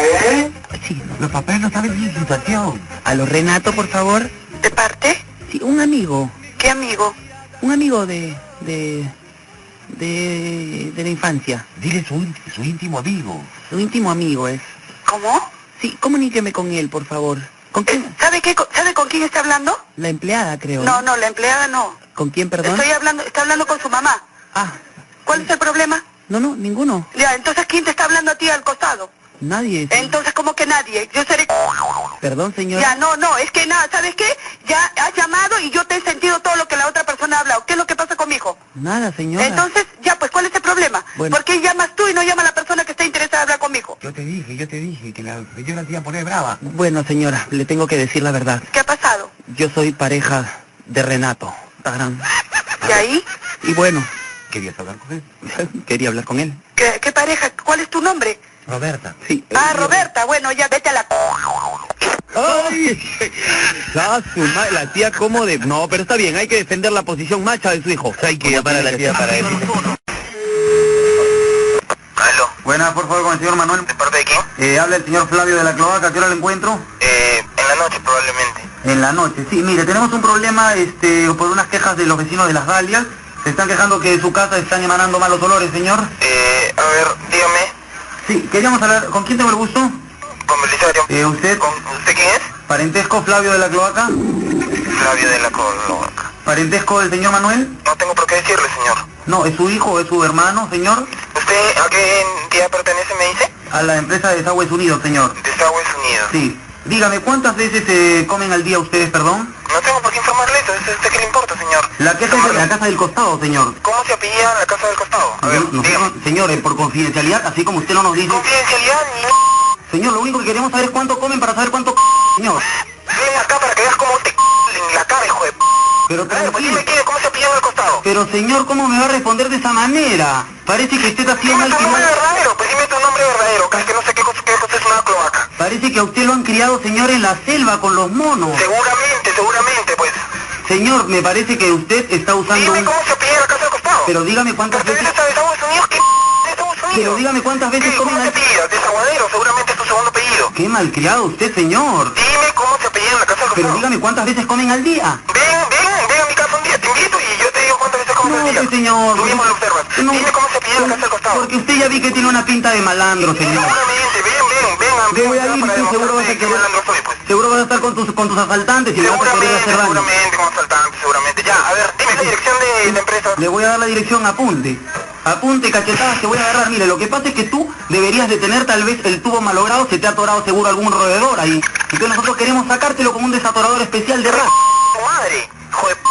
[SPEAKER 5] sí, no.
[SPEAKER 19] Los papás no saben mi situación.
[SPEAKER 5] a los Renato, por favor.
[SPEAKER 4] ¿De parte?
[SPEAKER 5] Sí, un amigo,
[SPEAKER 4] ¿Qué amigo?
[SPEAKER 5] un amigo de, de, de, de la infancia,
[SPEAKER 19] Dile su, ínt- su íntimo amigo.
[SPEAKER 5] su íntimo amigo es.
[SPEAKER 4] ¿Cómo? Eh,
[SPEAKER 5] Sí, comuníqueme con él, por favor. ¿Con quién?
[SPEAKER 4] ¿Sabe, qué, co- ¿Sabe con quién está hablando?
[SPEAKER 5] La empleada, creo.
[SPEAKER 4] No, no, la empleada no.
[SPEAKER 5] ¿Con quién, perdón?
[SPEAKER 4] Estoy hablando, está hablando con su mamá.
[SPEAKER 5] Ah,
[SPEAKER 4] ¿Cuál es el problema?
[SPEAKER 5] no, no, ninguno,
[SPEAKER 4] Ya, entonces, ¿quién te está hablando a ti al costado?
[SPEAKER 5] nadie.
[SPEAKER 4] Entonces, ¿cómo que nadie? Yo seré...
[SPEAKER 5] Perdón, señor.
[SPEAKER 4] Ya, no, no, es que nada, ¿sabes qué? Ya has llamado y yo te he sentido todo lo que la otra persona ha hablado. ¿Qué es lo que pasa conmigo?
[SPEAKER 5] Nada, señora.
[SPEAKER 4] Entonces, ya, pues, ¿cuál es el problema?
[SPEAKER 5] Bueno.
[SPEAKER 4] ¿Por qué llamas tú y no llama la persona que está interesada en hablar conmigo?
[SPEAKER 19] Yo te dije, yo te dije que la señora se iba a poner brava.
[SPEAKER 5] Bueno, señora, le tengo que decir la verdad.
[SPEAKER 4] ¿Qué ha pasado?
[SPEAKER 5] Yo soy pareja de Renato. Tarán.
[SPEAKER 4] ¿Y ahí?
[SPEAKER 5] Y bueno,
[SPEAKER 19] ¿Querías hablar con él?
[SPEAKER 5] quería hablar con él.
[SPEAKER 4] ¿Qué, qué pareja? ¿Cuál es tu nombre?
[SPEAKER 19] Roberta.
[SPEAKER 5] Sí.
[SPEAKER 4] Ah, Roberta, bueno, ya, vete a la...
[SPEAKER 18] ¡Ay! La, su ma- la tía como de... No, pero está bien, hay que defender la posición macha de su hijo. Hay que llamar a la tía para eso.
[SPEAKER 7] Aló,
[SPEAKER 1] Buenas, por favor, con el señor Manuel.
[SPEAKER 7] ¿de parte de quién?
[SPEAKER 1] Eh, habla el señor Flavio de la Cloaca, ¿a qué hora lo encuentro?
[SPEAKER 7] Eh, en la noche probablemente.
[SPEAKER 1] En la noche, sí. Mire, tenemos un problema este, por unas quejas de los vecinos de Las Galias. Se están quejando que de su casa están emanando malos olores, señor.
[SPEAKER 7] Eh, a ver, dígame,
[SPEAKER 1] Sí, queríamos hablar... ¿Con quién tengo el gusto?
[SPEAKER 7] con Belisario.
[SPEAKER 1] Eh, ¿Usted,
[SPEAKER 7] ¿Con usted quién es?
[SPEAKER 1] parentesco Flavio de la Cloaca?
[SPEAKER 7] Flavio de la Coloca.
[SPEAKER 1] ¿Parentesco del señor Manuel?
[SPEAKER 7] No tengo por qué decirle, señor.
[SPEAKER 1] No, ¿es su hijo es su hermano, señor?
[SPEAKER 7] ¿Usted a qué entidad pertenece, me dice?
[SPEAKER 1] A la empresa de Desagües Unidos, señor.
[SPEAKER 7] Desagües Unidos.
[SPEAKER 1] Sí. Dígame, ¿cuántas veces eh, comen al día ustedes, perdón?
[SPEAKER 7] No tengo por qué informarle eso, ¿es a usted qué le importa, señor?
[SPEAKER 1] La queja es de la casa del costado, señor.
[SPEAKER 7] ¿Cómo se apellida la casa del costado? A ver,
[SPEAKER 1] Nosotros-
[SPEAKER 7] dígame.
[SPEAKER 1] señores, por confidencialidad, así como usted no nos dice.
[SPEAKER 7] Confidencialidad, ni...
[SPEAKER 1] Señor, lo único que queremos saber es cuánto comen para saber cuánto c- señor.
[SPEAKER 7] Ven acá para que veas cómo te c- en la cara, hijo de... p-
[SPEAKER 1] Pero
[SPEAKER 7] A ver, pues
[SPEAKER 1] tranquilo.
[SPEAKER 7] dime quién, cómo se apellida al costado.
[SPEAKER 1] Pero señor, ¿cómo me va a responder de esa manera? Parece que usted ha sido
[SPEAKER 7] Dime
[SPEAKER 1] mal
[SPEAKER 7] tu nombre
[SPEAKER 1] criado.
[SPEAKER 7] verdadero, pues dime tu nombre verdadero, que es que no sé qué cosa, qué cosa es una cloaca.
[SPEAKER 1] Parece que a usted lo han criado, señor, en la selva con los monos.
[SPEAKER 7] Seguramente, seguramente, pues.
[SPEAKER 1] Señor, me parece que usted está usando
[SPEAKER 7] Dime
[SPEAKER 1] un...
[SPEAKER 7] cómo se apellida la casa del costado.
[SPEAKER 1] Pero dígame cuántas
[SPEAKER 7] ¿Ustedes
[SPEAKER 1] veces...
[SPEAKER 7] están de Estados Unidos? ¿Qué p- de Estados Unidos?
[SPEAKER 1] Pero dígame cuántas
[SPEAKER 7] Sí,
[SPEAKER 1] veces comen
[SPEAKER 7] ¿Cómo se
[SPEAKER 1] al...
[SPEAKER 7] apellida? Desaguadero, seguramente es tu segundo apellido.
[SPEAKER 1] Qué malcriado usted, señor.
[SPEAKER 7] Dime cómo se apellida en la casa del
[SPEAKER 1] Pero
[SPEAKER 7] costado.
[SPEAKER 1] dígame cuántas veces comen al día.
[SPEAKER 7] Ven, ven, ven a mi casa un día, te invito y yo te digo cuántas veces comes
[SPEAKER 1] No,
[SPEAKER 7] al día.
[SPEAKER 1] pues, señor.
[SPEAKER 7] Tú mismo lo observas.
[SPEAKER 1] No.
[SPEAKER 7] Dime cómo se apellida en la casa del costado.
[SPEAKER 1] Porque usted ya vi que tiene una pinta de malandro, señor.
[SPEAKER 7] Seguramente, ven, ven, ven a mi
[SPEAKER 1] Yo voy
[SPEAKER 7] casa
[SPEAKER 1] a ir,
[SPEAKER 7] para
[SPEAKER 1] tú seguro vas a
[SPEAKER 7] demostrarte que
[SPEAKER 1] querer-
[SPEAKER 7] malandro soy, pues.
[SPEAKER 1] Seguro vas a estar con tus, con tus asaltantes y le vas a querer
[SPEAKER 7] Seguramente,
[SPEAKER 1] hacer daño.
[SPEAKER 7] seguramente, como asaltante, seguramente. Ya, a ver, dime la dirección de la empresa.
[SPEAKER 1] Le voy a dar la dirección, apunte. Apunte, cachetadas, te voy a agarrar. Mire, lo que pasa es que tú deberías de tener tal vez el tubo malogrado, se te ha atorado seguro algún roedor ahí. Entonces nosotros queremos sacártelo con un desatorador especial de ras.
[SPEAKER 7] tu madre, hijo de p...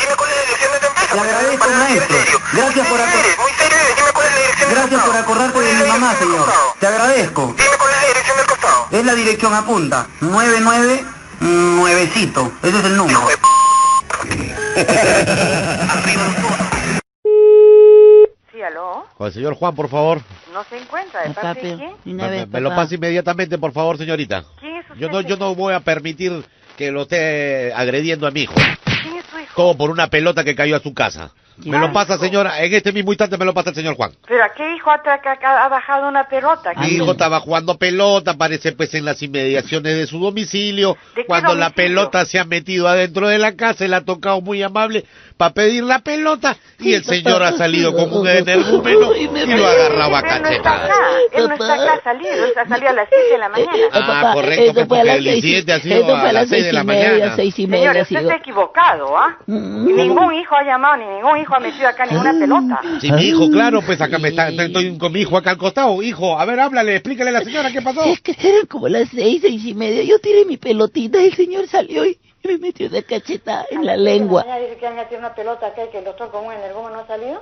[SPEAKER 7] Dime cuál es la dirección de tu empresa.
[SPEAKER 1] Le
[SPEAKER 7] pues,
[SPEAKER 1] agradezco,
[SPEAKER 7] para ser
[SPEAKER 1] maestro.
[SPEAKER 7] serio.
[SPEAKER 1] Gracias por
[SPEAKER 7] Muy
[SPEAKER 1] acor-
[SPEAKER 7] serio, Muy serio, eres. dime cuál es la dirección del
[SPEAKER 1] Gracias por
[SPEAKER 7] costado.
[SPEAKER 1] acordarte
[SPEAKER 7] ¿Cuál
[SPEAKER 1] de mi
[SPEAKER 7] es la
[SPEAKER 1] mamá,
[SPEAKER 7] dirección del
[SPEAKER 1] señor.
[SPEAKER 7] costado?
[SPEAKER 1] Te agradezco.
[SPEAKER 7] Dime cuál es la dirección del costado.
[SPEAKER 1] Es la dirección, apunta. 99 nuevecito. Ese es el número.
[SPEAKER 7] Hijo de p...
[SPEAKER 20] Sí, aló.
[SPEAKER 14] Con el señor Juan, por favor.
[SPEAKER 20] No se encuentra.
[SPEAKER 14] Ah,
[SPEAKER 20] ¿De parte de quién?
[SPEAKER 14] Me, me- me lo pasa inmediatamente, por favor, señorita.
[SPEAKER 20] ¿Quién es usted?
[SPEAKER 14] Yo no, yo no voy a permitir que lo esté agrediendo a mi hijo.
[SPEAKER 20] ¿Quién es su hijo?
[SPEAKER 14] Todo por una pelota que cayó a su casa. Me lo pasa, señora. En este mismo instante me lo pasa el señor Juan.
[SPEAKER 20] ¿Pero a qué hijo ha, tra- ha- ha bajado una pelota?
[SPEAKER 14] Mi hijo estaba jugando pelota, parece pues en las inmediaciones de su domicilio.
[SPEAKER 20] ¿De qué
[SPEAKER 14] Cuando la
[SPEAKER 20] domicilio?
[SPEAKER 14] pelota se ha metido adentro de la casa, él ha tocado muy amable para pedir la pelota y el señor ha salido con un energúmeno y lo ha agarrado a
[SPEAKER 20] Él no está acá.
[SPEAKER 14] cachetada.
[SPEAKER 20] Él no está acá ha salido. Está salido a las 7 de la mañana.
[SPEAKER 14] Ah, correcto, pues, porque el incidente ha sido a las seis de la mañana.
[SPEAKER 20] Señor, usted está equivocado, ¿ah? Ningún hijo ha llamado, ni ningún hijo hijo ha metido acá ninguna pelota.
[SPEAKER 21] Sí, mi
[SPEAKER 20] Ah.
[SPEAKER 21] hijo, claro, pues acá me está, estoy con mi hijo acá al costado. Hijo, a ver, háblale, explícale a la señora qué pasó.
[SPEAKER 22] Es que eran como las seis, seis y media. Yo tiré mi pelotita, el señor salió y me metió una cacheta en la lengua.
[SPEAKER 20] La dice que han metido una pelota acá y que el doctor con un energúmeno no ha salido.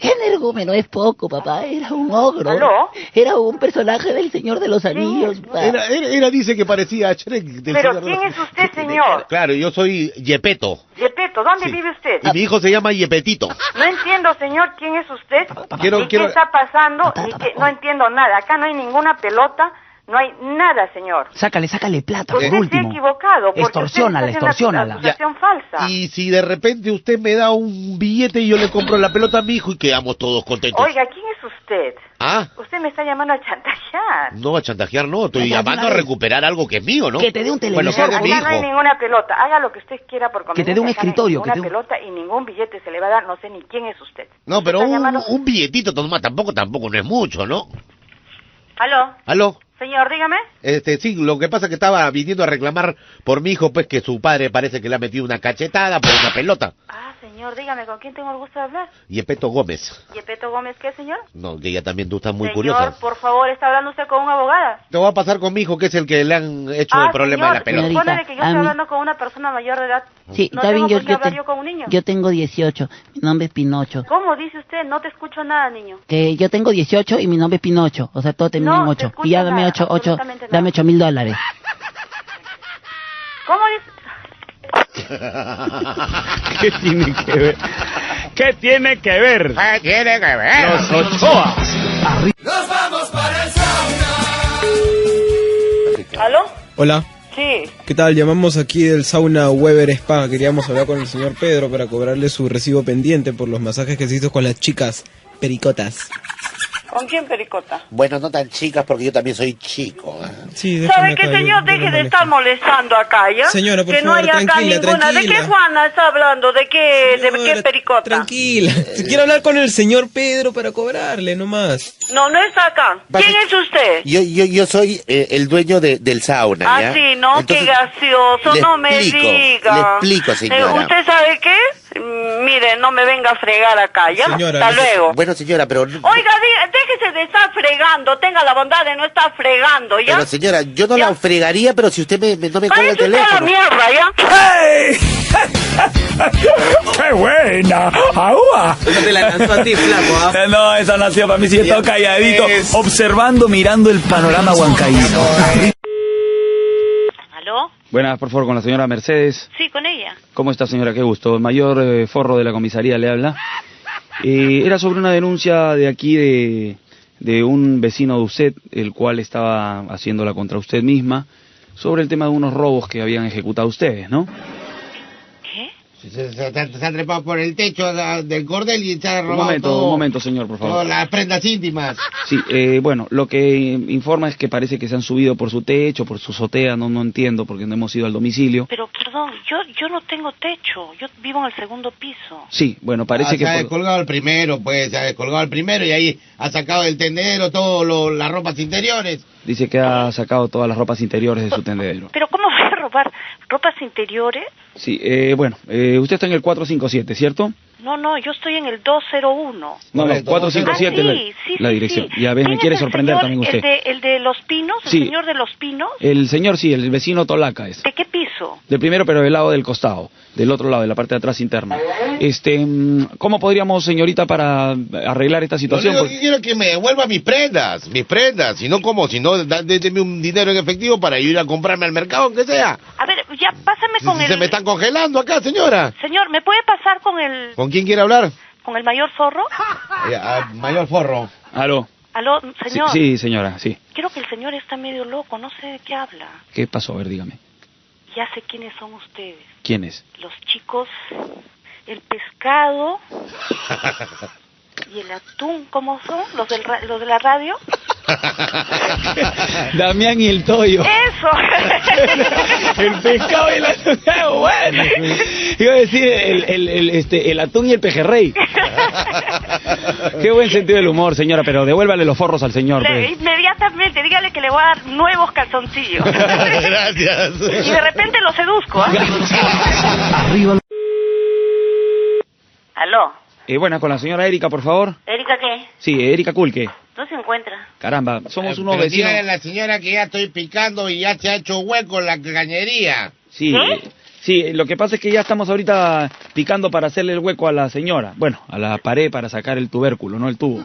[SPEAKER 22] Energúmeno es poco, papá. Era un ogro.
[SPEAKER 20] ¿Aló?
[SPEAKER 22] Era un personaje del Señor de los Anillos, papá.
[SPEAKER 21] Era, era, era, dice que parecía a Shrek. del
[SPEAKER 20] Pero
[SPEAKER 21] Señor de
[SPEAKER 20] ¿quién
[SPEAKER 21] los-
[SPEAKER 20] es usted, señor?
[SPEAKER 21] Claro, yo soy Yepeto.
[SPEAKER 20] Yepeto, ¿dónde
[SPEAKER 21] Sí.
[SPEAKER 20] vive usted?
[SPEAKER 21] Y mi hijo se llama Yepetito.
[SPEAKER 20] No entiendo, señor, quién es usted,
[SPEAKER 21] Quiero-
[SPEAKER 20] ni
[SPEAKER 21] quiero-
[SPEAKER 20] qué está pasando, ni qué- no entiendo nada. Acá no hay ninguna pelota, no hay nada, señor.
[SPEAKER 5] Sácale, sácale plata,
[SPEAKER 20] Usted
[SPEAKER 5] por
[SPEAKER 20] se ha
[SPEAKER 5] último.
[SPEAKER 20] equivocado. Porque
[SPEAKER 5] Extorsiónala,
[SPEAKER 20] usted está haciendo una
[SPEAKER 5] extorsiónala.
[SPEAKER 20] acusación falsa.
[SPEAKER 21] Y si de repente usted me da un billete y yo le compro la pelota a mi hijo y quedamos todos contentos.
[SPEAKER 20] Oiga, ¿quién es usted?
[SPEAKER 21] Ah,
[SPEAKER 20] Usted me está llamando a chantajear.
[SPEAKER 21] no, a chantajear no, estoy
[SPEAKER 20] Venga,
[SPEAKER 21] llamando a
[SPEAKER 20] una vez.
[SPEAKER 21] recuperar algo que es mío, ¿no?
[SPEAKER 20] Que te dé
[SPEAKER 22] un
[SPEAKER 21] Bueno, que es de mi
[SPEAKER 20] Acá no hay
[SPEAKER 21] hijo.
[SPEAKER 20] ninguna pelota. Haga lo que usted quiera por
[SPEAKER 21] Que te dé un
[SPEAKER 20] conveniencia, acá no hay
[SPEAKER 21] escritorio, que
[SPEAKER 20] Ninguna
[SPEAKER 21] te dé un-
[SPEAKER 20] pelota y ningún billete se le va a dar. No sé ni quién es usted.
[SPEAKER 21] No, pero
[SPEAKER 20] Está
[SPEAKER 21] un,
[SPEAKER 20] llamando-
[SPEAKER 21] un billetito toma, tampoco, tampoco, no es mucho, ¿no?
[SPEAKER 20] Aló,
[SPEAKER 21] ¿Aló?
[SPEAKER 20] señor, dígame.
[SPEAKER 21] Este, sí, lo que pasa es que estaba viniendo a reclamar por mi hijo, pues que su padre parece que le ha metido una cachetada por una pelota.
[SPEAKER 20] Ah, señor, dígame, ¿con quién tengo el gusto de hablar?
[SPEAKER 21] Yepeto Gómez.
[SPEAKER 20] ¿Yepeto Gómez qué, señor?
[SPEAKER 21] No, que ya también tú estás muy
[SPEAKER 20] señor,
[SPEAKER 21] curiosa.
[SPEAKER 20] por favor, ¿está hablando usted con una abogada?
[SPEAKER 21] Te va a pasar con mi hijo, que es el que le han hecho
[SPEAKER 20] ah,
[SPEAKER 21] el problema
[SPEAKER 20] señor,
[SPEAKER 21] de la pelota.
[SPEAKER 20] se supone de que yo
[SPEAKER 22] a
[SPEAKER 20] estoy
[SPEAKER 22] mí-
[SPEAKER 20] hablando con una persona mayor de edad.
[SPEAKER 22] Sí,
[SPEAKER 20] no
[SPEAKER 22] está bien,
[SPEAKER 20] tengo
[SPEAKER 22] yo,
[SPEAKER 20] por qué
[SPEAKER 22] yo
[SPEAKER 20] hablar
[SPEAKER 22] te-
[SPEAKER 20] yo con un niño.
[SPEAKER 22] yo tengo 18. Mi nombre es Pinocho.
[SPEAKER 20] ¿Cómo dice usted? No te escucho nada, niño.
[SPEAKER 22] Que yo tengo 18 y mi nombre es Pinocho. O sea, todo termina
[SPEAKER 20] No,
[SPEAKER 22] en
[SPEAKER 20] te
[SPEAKER 22] 8.
[SPEAKER 20] escucho
[SPEAKER 22] Y ya dame 8,
[SPEAKER 20] nada,
[SPEAKER 22] 8,
[SPEAKER 20] absolutamente
[SPEAKER 22] dame
[SPEAKER 20] nada.
[SPEAKER 22] 8 mil dólares.
[SPEAKER 20] ¿Cómo dice?
[SPEAKER 23] ¿Qué tiene que ver? ¿Qué tiene que ver? ¿Qué tiene que ver? Los Ochoa.
[SPEAKER 7] Nos vamos para el sauna.
[SPEAKER 20] ¿Aló?
[SPEAKER 24] Hola,
[SPEAKER 20] Sí.
[SPEAKER 24] ¿qué tal? Llamamos aquí del sauna Weber Spa. Queríamos hablar con el señor Pedro para cobrarle su recibo pendiente por los masajes que se hizo con las chicas pericotas.
[SPEAKER 20] ¿Con quién, Pericota?
[SPEAKER 14] Bueno, no tan chicas porque yo también soy chico. ¿eh?
[SPEAKER 24] Sí,
[SPEAKER 20] ¿Sabe qué, señor? Deje de estar molestando acá, ¿ya?
[SPEAKER 24] Señora, por
[SPEAKER 20] que
[SPEAKER 24] favor,
[SPEAKER 20] no hay acá
[SPEAKER 24] tranquila,
[SPEAKER 20] ninguna. ¿De qué
[SPEAKER 24] tranquila.
[SPEAKER 20] Juana está hablando? ¿De qué, de qué Pericota?
[SPEAKER 24] Tranquila, Eh, quiero hablar con el señor Pedro para cobrarle nomás.
[SPEAKER 20] No, no está acá. ¿Quién es usted?
[SPEAKER 14] Yo, yo, yo soy eh, el dueño de- del sauna. ¿ya?
[SPEAKER 20] Ah, sí, no,
[SPEAKER 14] Entonces,
[SPEAKER 20] qué gracioso,
[SPEAKER 14] le
[SPEAKER 20] no me
[SPEAKER 14] explico,
[SPEAKER 20] diga.
[SPEAKER 14] le explico, señora.
[SPEAKER 20] Eh, ¿Usted sabe qué? Mm, Mire, no me venga a fregar acá, ¿ya? Hasta
[SPEAKER 14] no-
[SPEAKER 20] luego.
[SPEAKER 14] Bueno, señora, pero, no-
[SPEAKER 20] Oiga, dí- déjese de estar fregando, tenga la bondad de no estar fregando, ¿ya?
[SPEAKER 14] pero señora, yo no la fregaría, pero si usted me, me- no me cuelga el
[SPEAKER 20] Cállese usted a la
[SPEAKER 14] teléfono.
[SPEAKER 20] mierda, ¿ya?
[SPEAKER 23] ¡Qué buena! ¡Agua! No te la lanzó a ti, flaco, ¿ah? No, esa nació para mí, si yo estoy calladito, observando, mirando el panorama huancaíno.
[SPEAKER 20] ¿Aló?
[SPEAKER 23] Buenas, por favor, con la señora Mercedes.
[SPEAKER 20] Sí, con ella.
[SPEAKER 23] ¿Cómo está, señora? Qué gusto. El mayor eh, forro de la comisaría le habla. Eh, era sobre una denuncia de aquí de, de un vecino de usted, el cual estaba haciéndola contra usted misma, sobre el tema de unos robos que habían ejecutado ustedes, ¿no?
[SPEAKER 14] Se, se- se- se ha trepado por el techo la- del cordel y se ha
[SPEAKER 23] Un
[SPEAKER 14] robado
[SPEAKER 23] momento,
[SPEAKER 14] todo-
[SPEAKER 23] un momento, señor, por favor.
[SPEAKER 14] todas las prendas íntimas.
[SPEAKER 23] Sí, eh, bueno, lo que informa es que parece que se han subido por su techo, por su azotea, no, no entiendo porque no hemos ido al domicilio.
[SPEAKER 20] Pero perdón, yo, yo no tengo techo, yo vivo en el segundo piso.
[SPEAKER 23] Sí, bueno, parece
[SPEAKER 14] Ah,
[SPEAKER 23] que...
[SPEAKER 14] se ha
[SPEAKER 23] por-
[SPEAKER 14] descolgado el primero, pues, se ha descolgado el primero y ahí ha sacado del tendero todas las ropas interiores.
[SPEAKER 23] Dice que ha sacado todas las ropas interiores de su tendedero.
[SPEAKER 20] Pero ¿cómo voy a robar ropas interiores?
[SPEAKER 23] Sí, eh, bueno, eh, usted está en el 457, ¿cierto?
[SPEAKER 20] No, no, yo estoy en el 201.
[SPEAKER 23] No, no,
[SPEAKER 20] Correcto.
[SPEAKER 23] 457
[SPEAKER 20] Ah,
[SPEAKER 23] la-
[SPEAKER 20] sí, sí,
[SPEAKER 23] la
[SPEAKER 20] sí,
[SPEAKER 23] dirección.
[SPEAKER 20] sí.
[SPEAKER 23] Ya ves, me
[SPEAKER 20] ¿Quién
[SPEAKER 23] quiere
[SPEAKER 20] es el
[SPEAKER 23] sorprender
[SPEAKER 20] señor?
[SPEAKER 23] también
[SPEAKER 20] ¿El
[SPEAKER 23] usted.
[SPEAKER 20] de, el de los pinos? ¿El
[SPEAKER 23] Sí.
[SPEAKER 20] señor de los pinos?
[SPEAKER 23] El señor, sí, el vecino Tolaca es.
[SPEAKER 20] ¿De qué piso?
[SPEAKER 23] Del primero, pero del lado del costado, del otro lado, de la parte de atrás interna. Este, mm, ¿Cómo podríamos, señorita, para arreglar esta
[SPEAKER 14] Lo
[SPEAKER 23] situación?
[SPEAKER 14] único
[SPEAKER 23] Porque-
[SPEAKER 14] que quiero es que me devuelva mis prendas, mis prendas, si no como, si no, da- dé- déme un dinero en efectivo para yo ir a comprarme al mercado, aunque sea.
[SPEAKER 20] A ver, ya pásame con
[SPEAKER 14] Se
[SPEAKER 20] el...
[SPEAKER 14] me están congelando acá, señora.
[SPEAKER 20] Señor, ¿me puede pasar con el
[SPEAKER 14] ¿Con quién quiere hablar?
[SPEAKER 20] con el mayor zorro?
[SPEAKER 14] Eh, ah, mayor forro.
[SPEAKER 23] Aló.
[SPEAKER 20] Aló,
[SPEAKER 23] Sí,
[SPEAKER 20] señor.
[SPEAKER 23] sí, señora, sí.
[SPEAKER 20] Creo que el señor está medio loco, no sé de qué habla.
[SPEAKER 23] ¿Qué pasó? A ver, dígame.
[SPEAKER 20] Ya sé quiénes son ustedes.
[SPEAKER 23] ¿Quién es?
[SPEAKER 20] Los chicos, el pescado y el atún, ¿cómo son? ¿Los, del ra- los de la radio?
[SPEAKER 23] Damián y el Toyo.
[SPEAKER 20] ¡Eso!
[SPEAKER 23] el pescado y el atún. Bueno, iba a decir el, el, el, este, el atún y el pejerrey. Qué buen sentido del humor, señora, pero devuélvale los forros al señor.
[SPEAKER 20] Le-
[SPEAKER 23] pues.
[SPEAKER 20] inmediatamente, dígale que le voy a dar nuevos calzoncillos.
[SPEAKER 14] Gracias.
[SPEAKER 20] Y de repente lo seduzco. ¿ah? Aló,
[SPEAKER 23] Eh, buenas, con la señora Erika, por favor.
[SPEAKER 20] ¿Erika qué?
[SPEAKER 23] Sí, Erika Culque.
[SPEAKER 20] ¿No se encuentra?
[SPEAKER 23] Caramba, somos unos
[SPEAKER 14] Eh, Pero
[SPEAKER 23] vecinos.
[SPEAKER 14] dígale a la señora que ya estoy picando y ya se ha hecho hueco la cañería.
[SPEAKER 23] Sí, eh, sí, lo que pasa es que ya estamos ahorita picando para hacerle el hueco a la señora. Bueno, a la pared para sacar el tubérculo, no el tubo.
[SPEAKER 20] ¿De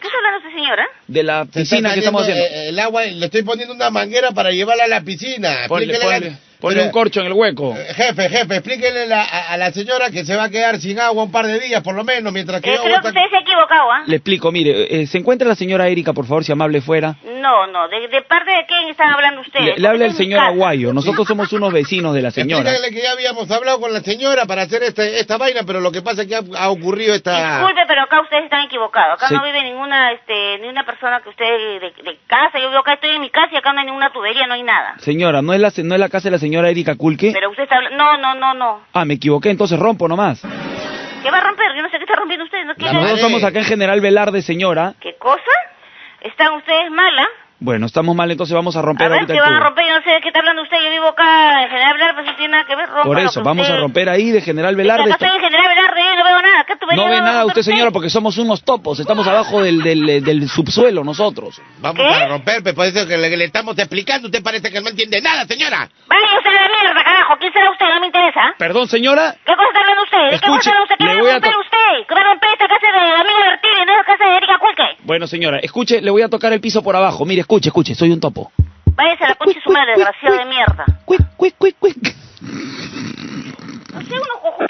[SPEAKER 20] qué está hablando esa señora?
[SPEAKER 23] De
[SPEAKER 14] Se
[SPEAKER 23] la
[SPEAKER 14] está
[SPEAKER 23] piscina que estamos
[SPEAKER 14] saliendo,
[SPEAKER 23] haciendo.
[SPEAKER 14] eh, El agua, le estoy poniendo una manguera para llevarla a la piscina.
[SPEAKER 23] Ponle,
[SPEAKER 14] Explíquele a la- eh,
[SPEAKER 23] ponle- ponle un corcho en el hueco.
[SPEAKER 14] Jefe, jefe, explíquele la- a, a la señora que se va a quedar sin agua un par de días por lo menos mientras que...
[SPEAKER 20] Eh,
[SPEAKER 14] yo
[SPEAKER 20] creo que
[SPEAKER 14] boto-
[SPEAKER 20] usted se ha equivocado, ¿ah?
[SPEAKER 23] Le explico, mire, eh, se encuentra la señora Erika, por favor, si amable fuera.
[SPEAKER 20] No, no, ¿de, de parte de quién están hablando
[SPEAKER 23] Le,
[SPEAKER 20] ustedes?
[SPEAKER 23] le habla el
[SPEAKER 20] Porque
[SPEAKER 23] señor
[SPEAKER 20] esta es mi casa.
[SPEAKER 23] Aguayo, nosotros somos unos vecinos de la señora.
[SPEAKER 14] Explícale que ya habíamos hablado con la señora para hacer este, esta vaina, pero lo que pasa es que ha, ha ocurrido esta...
[SPEAKER 20] Disculpe, pero acá ustedes están equivocados. Acá
[SPEAKER 14] Sí.
[SPEAKER 20] no vive ninguna este, ninguna persona que usted de, de casa. Yo veo acá estoy en mi casa y acá no hay ninguna tubería, no hay nada.
[SPEAKER 23] Señora, ¿no es la, se- no es la casa de la señora Erika Kulke?
[SPEAKER 20] Pero usted está hablando... No, no, no, no.
[SPEAKER 23] Ah, me equivoqué, entonces rompo nomás.
[SPEAKER 20] ¿Qué va a romper? Yo no sé qué está rompiendo usted. ¿No quiere-
[SPEAKER 23] Nosotros somos acá en General Velarde, señora.
[SPEAKER 20] ¿Qué cosa? ¿Están ustedes malas?
[SPEAKER 23] Bueno, estamos mal, entonces vamos a romper
[SPEAKER 20] A ver,
[SPEAKER 23] ahorita
[SPEAKER 20] que
[SPEAKER 23] el
[SPEAKER 20] van a
[SPEAKER 23] tubo.
[SPEAKER 20] romper. Yo no sé de qué está hablando usted. Yo vivo acá en General Velarde, pues no tiene nada que ver. Rompa
[SPEAKER 23] Por
[SPEAKER 20] lo
[SPEAKER 23] eso,
[SPEAKER 20] que
[SPEAKER 23] vamos
[SPEAKER 20] usted-
[SPEAKER 23] a romper ahí de General
[SPEAKER 20] Es que
[SPEAKER 23] Velarde.
[SPEAKER 20] Acá estoy en General Velarde y no veo nada. Acá tubería
[SPEAKER 23] No ve
[SPEAKER 20] veo
[SPEAKER 23] nada
[SPEAKER 20] nada.
[SPEAKER 23] usted, señora, porque somos unos topos. Estamos abajo del, del, eh, del subsuelo nosotros.
[SPEAKER 14] Vamos a romper, pues por eso que le, le estamos explicando, usted parece que no entiende nada, señora.
[SPEAKER 20] Vaya usted a la mierda, carajo. ¿Quién será usted? No me interesa.
[SPEAKER 23] Perdón, señora.
[SPEAKER 20] ¿Qué cosa está hablando usted? ¿De qué
[SPEAKER 23] Escuche,
[SPEAKER 20] cosa habla usted? ¿Qué va
[SPEAKER 23] le
[SPEAKER 20] a
[SPEAKER 23] voy a
[SPEAKER 20] romper
[SPEAKER 23] to-
[SPEAKER 20] usted? ¿Qué va a romper esta casa de la amiga Bertini? No es la casa de Erika Culque.
[SPEAKER 23] Bueno, señora, escuche, le voy a tocar el piso por abajo. Mire, escuche, escuche, soy un topo.
[SPEAKER 20] Váyase a la concha de su madre, desgraciado de mierda.
[SPEAKER 23] Quick, quick, quick, quick.
[SPEAKER 20] No sé, uno cojo...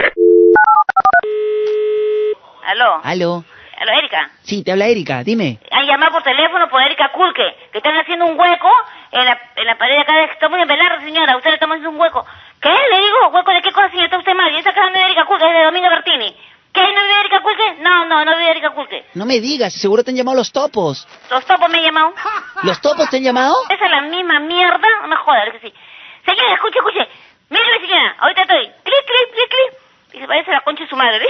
[SPEAKER 20] Aló.
[SPEAKER 22] Aló.
[SPEAKER 20] Aló, Erika.
[SPEAKER 22] Sí, te habla Erika, dime.
[SPEAKER 20] Han llamado por teléfono por Erika Kulke, que están haciendo un hueco en la, en la pared de acá. de- Estamos en Velarde, señora. Usted le estamos haciendo un hueco. ¿Qué? Le digo, hueco de qué cosa, señora. Está usted mal. Y esa casa no es de Erika Kulke, es de Domingo Bertini. ¿Qué? ¿No vive Erika Kulke? No, no, no vive Erika Kulke.
[SPEAKER 22] No me digas, seguro te han llamado los topos.
[SPEAKER 20] Los topos me han llamado.
[SPEAKER 22] ¿Los topos te han llamado?
[SPEAKER 20] Esa es la misma mierda. No me jodas, es que sí. Señora, escuche, escuche. Míreme, señora. Ahorita estoy. Clic, clic, clic, clic. Y se parece a la concha de su madre.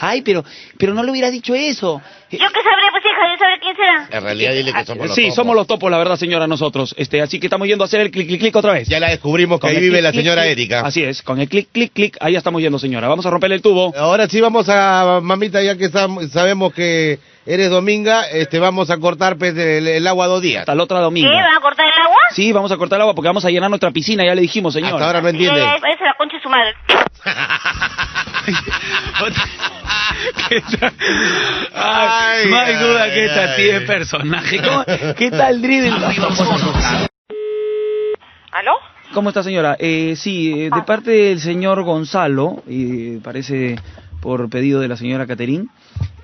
[SPEAKER 22] Ay, pero, pero no le hubieras dicho eso.
[SPEAKER 20] ¿Yo qué sabré, pues, hija? ¿Yo sabré quién será?
[SPEAKER 14] En realidad dile que somos los
[SPEAKER 23] sí,
[SPEAKER 14] topos.
[SPEAKER 23] somos los topos, la verdad, señora, nosotros. Este, así que estamos yendo a hacer el clic, clic, clic otra vez. Ya
[SPEAKER 14] la descubrimos que ahí vive la señora Erika.
[SPEAKER 23] Así es, con el clic, clic, clic, ahí estamos yendo, señora. Vamos a romper el tubo.
[SPEAKER 14] Ahora sí vamos a, mamita, ya que sam- sabemos que eres dominga, este, vamos a cortar pues, el, el agua dos días.
[SPEAKER 23] Hasta la otra
[SPEAKER 20] ¿Qué?
[SPEAKER 23] domingo.
[SPEAKER 20] ¿Van a cortar el agua?
[SPEAKER 23] Sí, vamos a cortar el agua porque vamos a llenar nuestra piscina, ya le dijimos, señora.
[SPEAKER 14] Hasta ahora no
[SPEAKER 20] Eh, Parece a la concha de su madre.
[SPEAKER 23] Ay, no hay duda que esta sí es personaje. ¿Cómo- ¿Qué tal drill?
[SPEAKER 20] ¿Aló?
[SPEAKER 23] ¿Cómo está, señora? Eh, sí, eh, de parte del señor Gonzalo, eh, parece por pedido de la señora Caterín,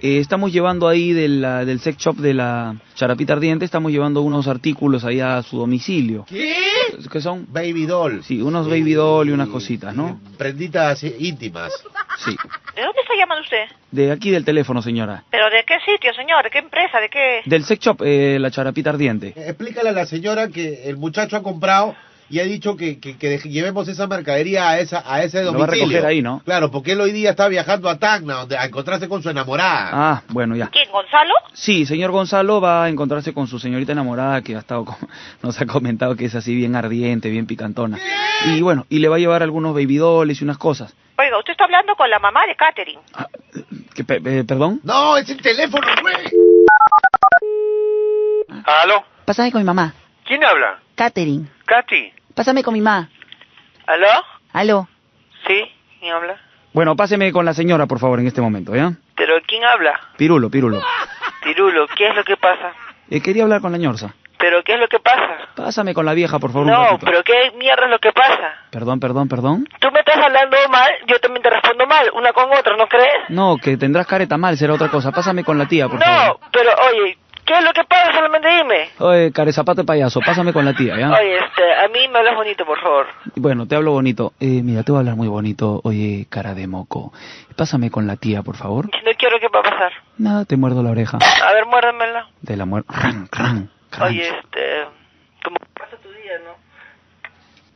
[SPEAKER 23] eh, estamos llevando ahí de la- del sex shop de la Charapita Ardiente, estamos llevando unos artículos ahí a su domicilio. ¿Qué son?
[SPEAKER 14] Baby doll.
[SPEAKER 23] Sí, unos baby doll y unas cositas, ¿no?
[SPEAKER 14] Prenditas eh, íntimas.
[SPEAKER 23] Sí.
[SPEAKER 25] ¿De dónde está llamando usted?
[SPEAKER 23] De aquí del teléfono, señora.
[SPEAKER 25] ¿Pero de qué sitio, señor? ¿De qué empresa? ¿De qué...?
[SPEAKER 23] Del sex shop, eh, la Charapita Ardiente.
[SPEAKER 14] Explícale a la señora que el muchacho ha comprado y ha dicho que, que, que deje- llevemos esa mercadería a esa a ese
[SPEAKER 23] Lo
[SPEAKER 14] domicilio.
[SPEAKER 23] va a recoger ahí, ¿no?
[SPEAKER 14] Claro, porque él hoy día está viajando a Tacna donde, a encontrarse con su enamorada.
[SPEAKER 23] Ah, bueno, ya.
[SPEAKER 25] ¿Quién, Gonzalo?
[SPEAKER 23] Sí, señor Gonzalo va a encontrarse con su señorita enamorada que ha estado con- nos ha comentado que es así bien ardiente, bien picantona. Y bueno, y le va a llevar algunos baby dolls y unas cosas.
[SPEAKER 25] Oiga, usted está hablando con la mamá de Catherine.
[SPEAKER 23] ¿Qué, pe- eh, ¿Perdón?
[SPEAKER 14] No, es el teléfono, güey.
[SPEAKER 26] ¿Aló?
[SPEAKER 22] Pásame con mi mamá.
[SPEAKER 26] ¿Quién habla?
[SPEAKER 22] Katherine,
[SPEAKER 26] Katy.
[SPEAKER 22] pásame con mi mamá.
[SPEAKER 26] ¿Aló?
[SPEAKER 22] Aló.
[SPEAKER 26] Sí, ¿quién habla?
[SPEAKER 23] Bueno, páseme con la señora, por favor, en este momento, ¿ya?
[SPEAKER 26] ¿Pero quién habla?
[SPEAKER 23] Pirulo, Pirulo.
[SPEAKER 26] Tirulo, ¿qué es lo que pasa?
[SPEAKER 23] Eh, quería hablar con la ñorza.
[SPEAKER 26] ¿Pero qué es lo que pasa?
[SPEAKER 23] Pásame con la vieja, por favor, un
[SPEAKER 26] No,
[SPEAKER 23] ratito.
[SPEAKER 26] pero ¿qué mierda es lo que pasa?
[SPEAKER 23] Perdón, perdón, perdón.
[SPEAKER 26] Tú me estás hablando mal, yo también te respondo mal, una con otra, ¿no crees?
[SPEAKER 23] No, que tendrás careta mal, será otra cosa. Pásame con la tía, por favor.
[SPEAKER 26] No, pero oye, ¿qué es lo que pasa? Solamente dime.
[SPEAKER 23] Oye, carezapato de payaso, pásame con la tía, ¿ya?
[SPEAKER 26] Oye, este, a mí me hablas bonito, por favor.
[SPEAKER 23] Bueno, te hablo bonito. Eh, mira, te voy a hablar muy bonito. Oye, cara de moco. Pásame con la tía, por favor.
[SPEAKER 26] No quiero que va a pasar.
[SPEAKER 23] Nada, te muerdo la oreja.
[SPEAKER 26] A ver, muérdemela.
[SPEAKER 23] De la muerte. Ran, ran.
[SPEAKER 26] Oye, este, ¿cómo pasa tu día, no?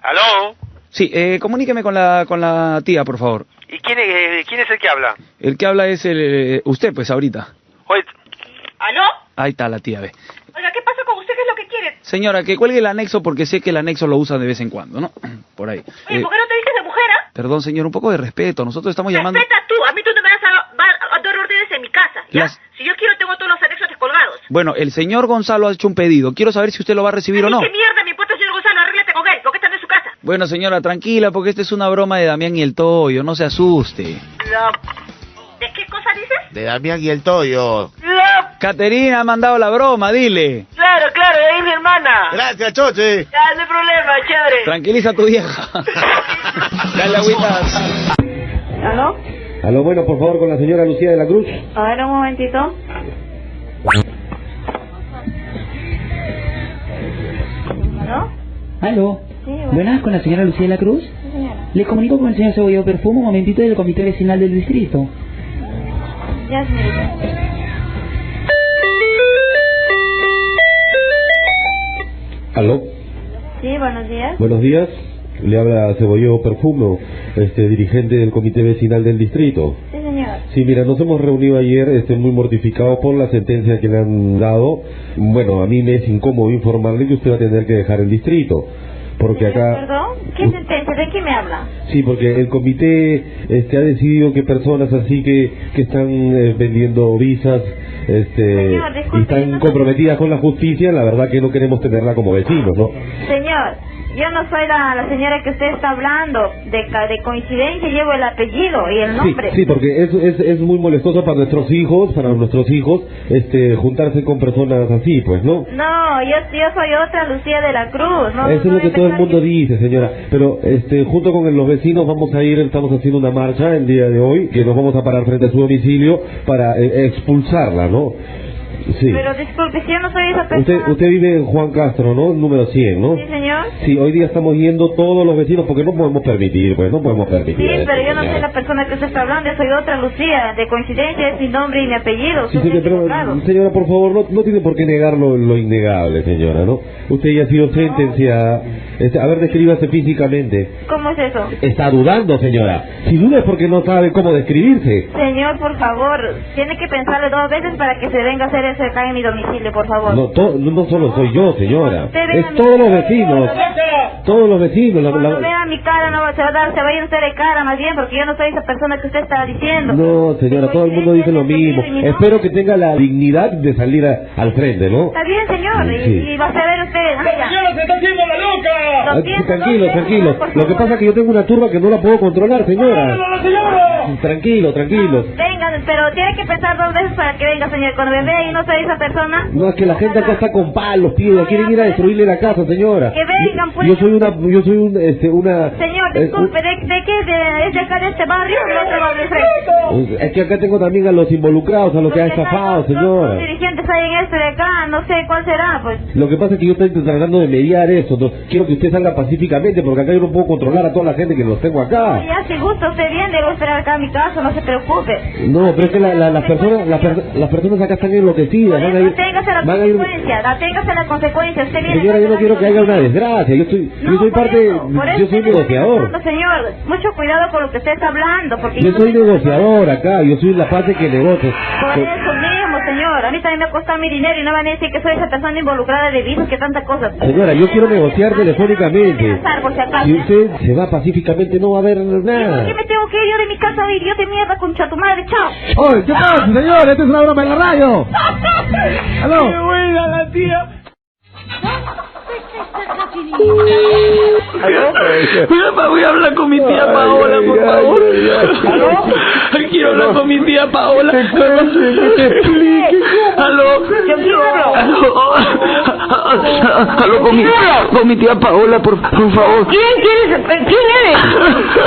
[SPEAKER 26] ¿Aló?
[SPEAKER 23] Sí, eh, comuníqueme con la, con la tía, por favor.
[SPEAKER 26] ¿Y quién es, eh, quién es el que habla?
[SPEAKER 23] El que habla es el, eh, usted, pues, ahorita.
[SPEAKER 26] Oye,
[SPEAKER 25] ¿Aló?
[SPEAKER 23] Ahí está la tía, ve.
[SPEAKER 25] Oiga, ¿qué pasa con usted? ¿Qué es lo que quiere?
[SPEAKER 23] Señora, que cuelgue el anexo porque sé que el anexo lo usan de vez en cuando, ¿no? Por ahí.
[SPEAKER 25] Oye,
[SPEAKER 23] Eh,
[SPEAKER 25] ¿por qué no te dices de mujer, ah?
[SPEAKER 23] perdón, señor, un poco de respeto. Nosotros estamos llamando...
[SPEAKER 25] Respeta tú, a mí tú no me vas a ¿ya?
[SPEAKER 23] Las-
[SPEAKER 25] Si yo quiero, tengo todos los anexos descolgados.
[SPEAKER 23] Bueno, el señor Gonzalo ha hecho un pedido. Quiero saber si usted lo va a recibir o no.
[SPEAKER 25] ¿Qué mierda me importa, señor Gonzalo? Arréglate con él, porque está en su casa.
[SPEAKER 23] Bueno, señora, tranquila, porque esta es una broma de Damián y el Toyo. No se asuste.
[SPEAKER 25] ¿De qué cosa dices?
[SPEAKER 14] De Damián y el Toyo.
[SPEAKER 23] Caterina ha mandado la broma, dile.
[SPEAKER 26] Claro, claro, de ahí mi hermana.
[SPEAKER 14] Gracias, Choche.
[SPEAKER 26] Ya, no hay problema, chévere.
[SPEAKER 23] Tranquiliza a tu vieja. Dale agüitas.
[SPEAKER 27] ¿Aló?
[SPEAKER 13] Aló, bueno, por favor, con la señora Lucía de la Cruz.
[SPEAKER 27] A ver un momentito. ¿Aló?
[SPEAKER 28] Aló.
[SPEAKER 27] Sí,
[SPEAKER 28] Buenas, con la señora Lucía de la Cruz.
[SPEAKER 27] Sí, señora.
[SPEAKER 28] Le comunico con el señor Cebollado Perfumo, un momentito del comité vecinal del distrito.
[SPEAKER 27] Ya, señorita.
[SPEAKER 13] Aló,
[SPEAKER 27] Sí, buenos días.
[SPEAKER 13] buenos días. Le habla Cebolleo Perfumo, este, dirigente del comité vecinal del distrito.
[SPEAKER 27] Sí, señor.
[SPEAKER 13] Sí, mira, nos hemos reunido ayer, este, muy mortificados por la sentencia que le han dado. Bueno, a mí me es incómodo informarle que usted va a tener que dejar el distrito, porque acá,
[SPEAKER 27] ¿Perdón? ¿Qué sentencia? ¿De qué me habla?
[SPEAKER 13] sí, porque el comité, este, ha decidido que personas así que, que están eh, vendiendo visas, este,
[SPEAKER 27] Señor, disculpe,
[SPEAKER 13] y están comprometidas con la justicia, la verdad que no queremos tenerla como vecinos, ¿no?
[SPEAKER 27] Señor, yo no soy la, la señora que usted está hablando. De, ca- de coincidencia llevo el apellido y el
[SPEAKER 13] Sí,
[SPEAKER 27] nombre.
[SPEAKER 13] sí, porque es, es, es muy molestoso para nuestros hijos, para nuestros hijos, este, juntarse con personas así, pues, ¿no?
[SPEAKER 27] No, yo, yo soy otra Lucía de la Cruz. No,
[SPEAKER 13] Eso es
[SPEAKER 27] no
[SPEAKER 13] lo que
[SPEAKER 27] me
[SPEAKER 13] todo el
[SPEAKER 27] pensaba
[SPEAKER 13] mundo dice, señora. Pero este, junto con los vecinos vamos a ir, estamos haciendo una marcha el día de hoy, que nos vamos a parar frente a su domicilio para eh, expulsarla, ¿no? Sí.
[SPEAKER 27] Pero disculpe, si yo no soy esa persona.
[SPEAKER 13] Usted, usted vive en Juan Castro, ¿no? Número 100, ¿no?
[SPEAKER 27] Sí, señor.
[SPEAKER 13] Sí, hoy día estamos yendo todos los vecinos porque no podemos permitir, pues, no podemos
[SPEAKER 27] Sí,
[SPEAKER 13] permitir. eso,
[SPEAKER 27] pero yo no
[SPEAKER 13] señora.
[SPEAKER 27] soy la persona que usted está hablando, yo soy otra Lucía. De coincidencia es mi nombre y mi apellido.
[SPEAKER 13] Sí,
[SPEAKER 27] Usted
[SPEAKER 13] señor,
[SPEAKER 27] se ha
[SPEAKER 13] pero,
[SPEAKER 27] equivocado.
[SPEAKER 13] señora, por favor, no, no tiene por qué negar lo, lo innegable, señora, ¿no? Usted ya ha sido sentenciada. Este, a ver, descríbase físicamente.
[SPEAKER 27] ¿Cómo es eso?
[SPEAKER 13] Está dudando, señora. Si duda es porque no sabe cómo describirse.
[SPEAKER 27] Señor, por favor, tiene que pensarlo dos veces para que se venga a hacer eso acá en mi domicilio, por favor.
[SPEAKER 13] No, to- no solo soy yo, señora.
[SPEAKER 27] Usted venga a
[SPEAKER 13] Es
[SPEAKER 27] mi
[SPEAKER 13] todos los
[SPEAKER 27] casa,
[SPEAKER 13] vecinos. Todos los vecinos. la-
[SPEAKER 27] Cuando
[SPEAKER 13] la-
[SPEAKER 27] vea mi cara no va- se va a dar, se va a ir usted de cara más bien, porque yo no soy esa persona que usted está diciendo.
[SPEAKER 13] No, señora, todo el mundo dice lo mismo. Espero que tenga la dignidad de salir a- al frente, ¿no?
[SPEAKER 27] Está bien, señor, y,
[SPEAKER 13] Sí.
[SPEAKER 27] y va a saber usted. ¡Señora, se está haciendo la loca!
[SPEAKER 13] Ah,
[SPEAKER 27] Lo siento,
[SPEAKER 13] Tranquilo,
[SPEAKER 27] lo
[SPEAKER 13] tranquilo.
[SPEAKER 27] siento, por
[SPEAKER 13] Lo que
[SPEAKER 27] favor.
[SPEAKER 13] pasa es que yo tengo una turba que no la puedo controlar, señora. Tranquilo, tranquilo.
[SPEAKER 27] Venga, pero tiene que pensar dos veces para que venga, señor. Cuando me vea y no soy esa persona,
[SPEAKER 13] No, es que la gente acá está con palos, pide, quieren ir a destruirle la casa, señora.
[SPEAKER 27] Que vengan, pues.
[SPEAKER 13] Yo soy una, yo soy un, este, una...
[SPEAKER 27] Señor,
[SPEAKER 13] eh,
[SPEAKER 27] disculpe, ¿de, de qué? De, ¿Es de acá de este barrio o de otro barrio frente?
[SPEAKER 13] un- Es que acá tengo también a los involucrados, a los que han estafado,
[SPEAKER 27] Los
[SPEAKER 13] señora.
[SPEAKER 27] dirigentes hay en este de acá, no sé cuál será, pues.
[SPEAKER 13] Lo que pasa es que yo estoy tratando de mediar eso. no- Quiero que usted salga pacíficamente, porque acá yo no puedo controlar a toda la gente que los tengo acá.
[SPEAKER 27] Ya, si gusta usted bien, debo esperar acá a mi casa, no se preocupe.
[SPEAKER 13] No, pero es que la- la- las personas, las per- las personas acá están enloquecidas. Van a ir,
[SPEAKER 27] Aténgase a la
[SPEAKER 13] van a ir-
[SPEAKER 27] consecuencia, aténgase a la consecuencia, usted viene.
[SPEAKER 13] Señora, yo no quiero que haya una desgracia. Yo soy, yo soy parte,
[SPEAKER 27] Por eso
[SPEAKER 13] yo soy
[SPEAKER 27] usted me está
[SPEAKER 13] negociador.
[SPEAKER 27] amenazando, señor, mucho cuidado con lo que usted está hablando, porque
[SPEAKER 13] Yo
[SPEAKER 27] no
[SPEAKER 13] soy
[SPEAKER 27] sé-
[SPEAKER 13] negociador acá, yo soy la parte que negocia.
[SPEAKER 27] Por eso mismo, señor. A mí también me ha costado mi dinero y no van a decir que soy esa persona involucrada de visas, que tantas cosas.
[SPEAKER 13] Señora, yo quiero negociar telefónicamente.
[SPEAKER 27] Pasar, por si acaso.
[SPEAKER 13] Si usted se va pacíficamente no va a haber
[SPEAKER 27] ¿Por
[SPEAKER 13] nada.
[SPEAKER 27] qué me tengo que ir yo de mi casa hoy? Yo te mierda con tu madre, chao.
[SPEAKER 13] ¡Oye, qué pasa, señor! ¡Esta es una broma en la radio! ¡Aló!
[SPEAKER 27] ¡Qué buena la tía!
[SPEAKER 28] Papá, voy a hablar con mi tía Paola, por favor. Quiero hablar con mi tía Paola. Aló. Aló. Aló con mi, con mi tía Paola, por, por favor.
[SPEAKER 26] ¿Quién quieres? ¿Quién eres?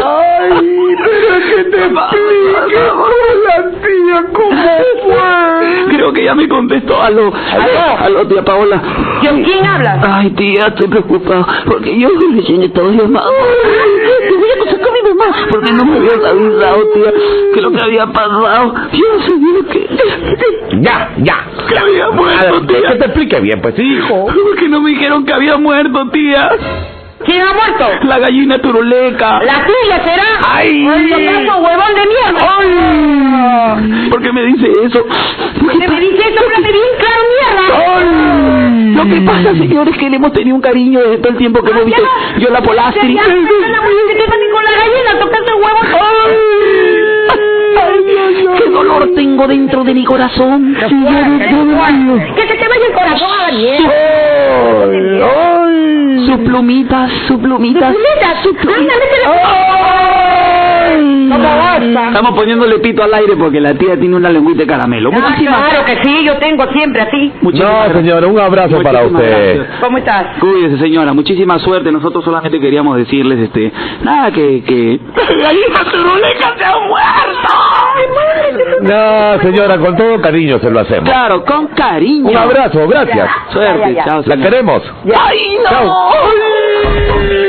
[SPEAKER 28] Ay, pero que te explique con la tía cómo fue. Creo que ya me contestó. Aló, aló, aló, tía Paola. ¿Con quién hablas? Ay, tía, estoy preocupado porque yo recién estaba llamado. Me voy a acusar con mi mamá porque no me habías avisado, tía, que lo que había pasado. Yo no sabía lo que...
[SPEAKER 29] Ya, ya.
[SPEAKER 28] Que había muerto, tía.
[SPEAKER 29] Que te explique bien, pues, hijo.
[SPEAKER 28] ¿Por qué no me dijeron que había muerto, tía? ¿Quién ha muerto? La gallina turuleca.
[SPEAKER 26] ¿La tuya será?
[SPEAKER 28] ¡Ay!
[SPEAKER 26] ¡Ay, pedazo huevón de mierda!
[SPEAKER 28] ¡Ay! ¿Por qué me dice eso?
[SPEAKER 26] ¿Qué me dice eso? ¡Háblame bien claro, mierda!
[SPEAKER 28] ¡Ay! Lo que pasa, señores, es que le hemos tenido un cariño desde todo el tiempo que hemos visto. Yo la polastri.
[SPEAKER 26] Ya, ya, ya, ya, ya, ya, ya, ya, ya, ya, con la gallina, tocaste huevos.
[SPEAKER 28] ¡Ay! ¡Ay, ay, ay!
[SPEAKER 2] ¿Qué dolor tengo dentro de mi corazón? Sí,
[SPEAKER 30] Que se te vaya el corazón,
[SPEAKER 2] ¡Ay! ¡Ay! Sus plumitas, sus plumitas. Sus plumitas, sus plumitas.
[SPEAKER 27] Estamos poniéndole pito al aire pues. porque la tía tiene una lengüita de caramelo.
[SPEAKER 28] Ah, claro que sí, yo tengo siempre a ti.
[SPEAKER 27] no, señora, un abrazo para usted.
[SPEAKER 28] ¿Cómo estás?
[SPEAKER 27] Cuídese, señora. Muchísima suerte. Nosotros solamente queríamos decirles, este, nada que, que...
[SPEAKER 2] ¡Ahí está Turuleca, se ha muerto! ¡Ay, madre!
[SPEAKER 13] No, señora, con todo cariño se lo hacemos.
[SPEAKER 27] Claro, con cariño.
[SPEAKER 13] Un abrazo, gracias.
[SPEAKER 27] Ya. Suerte, Ya, ya, ya. chao,
[SPEAKER 13] La
[SPEAKER 27] señora.
[SPEAKER 13] queremos.
[SPEAKER 2] ¡Ay, no!
[SPEAKER 27] Chao.
[SPEAKER 2] Ay.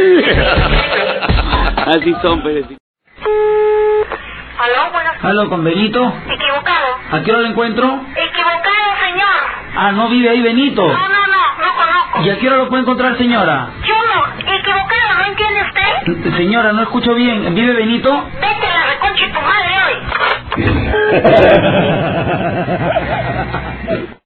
[SPEAKER 27] Así son, pues.
[SPEAKER 28] Aló, buenas.
[SPEAKER 27] Aló, con Benito.
[SPEAKER 28] Equivocado.
[SPEAKER 27] ¿A qué hora lo encuentro?
[SPEAKER 28] Equivocado, señor.
[SPEAKER 27] Ah, no vive ahí Benito.
[SPEAKER 28] No, no, no, no conozco.
[SPEAKER 27] ¿Y a qué hora lo puede encontrar, señora?
[SPEAKER 28] Chulo, equivocado, ¿no entiende usted?
[SPEAKER 27] Señora, no escucho bien. ¿Vive Benito?
[SPEAKER 28] Vete a la reconcha de tu madre hoy.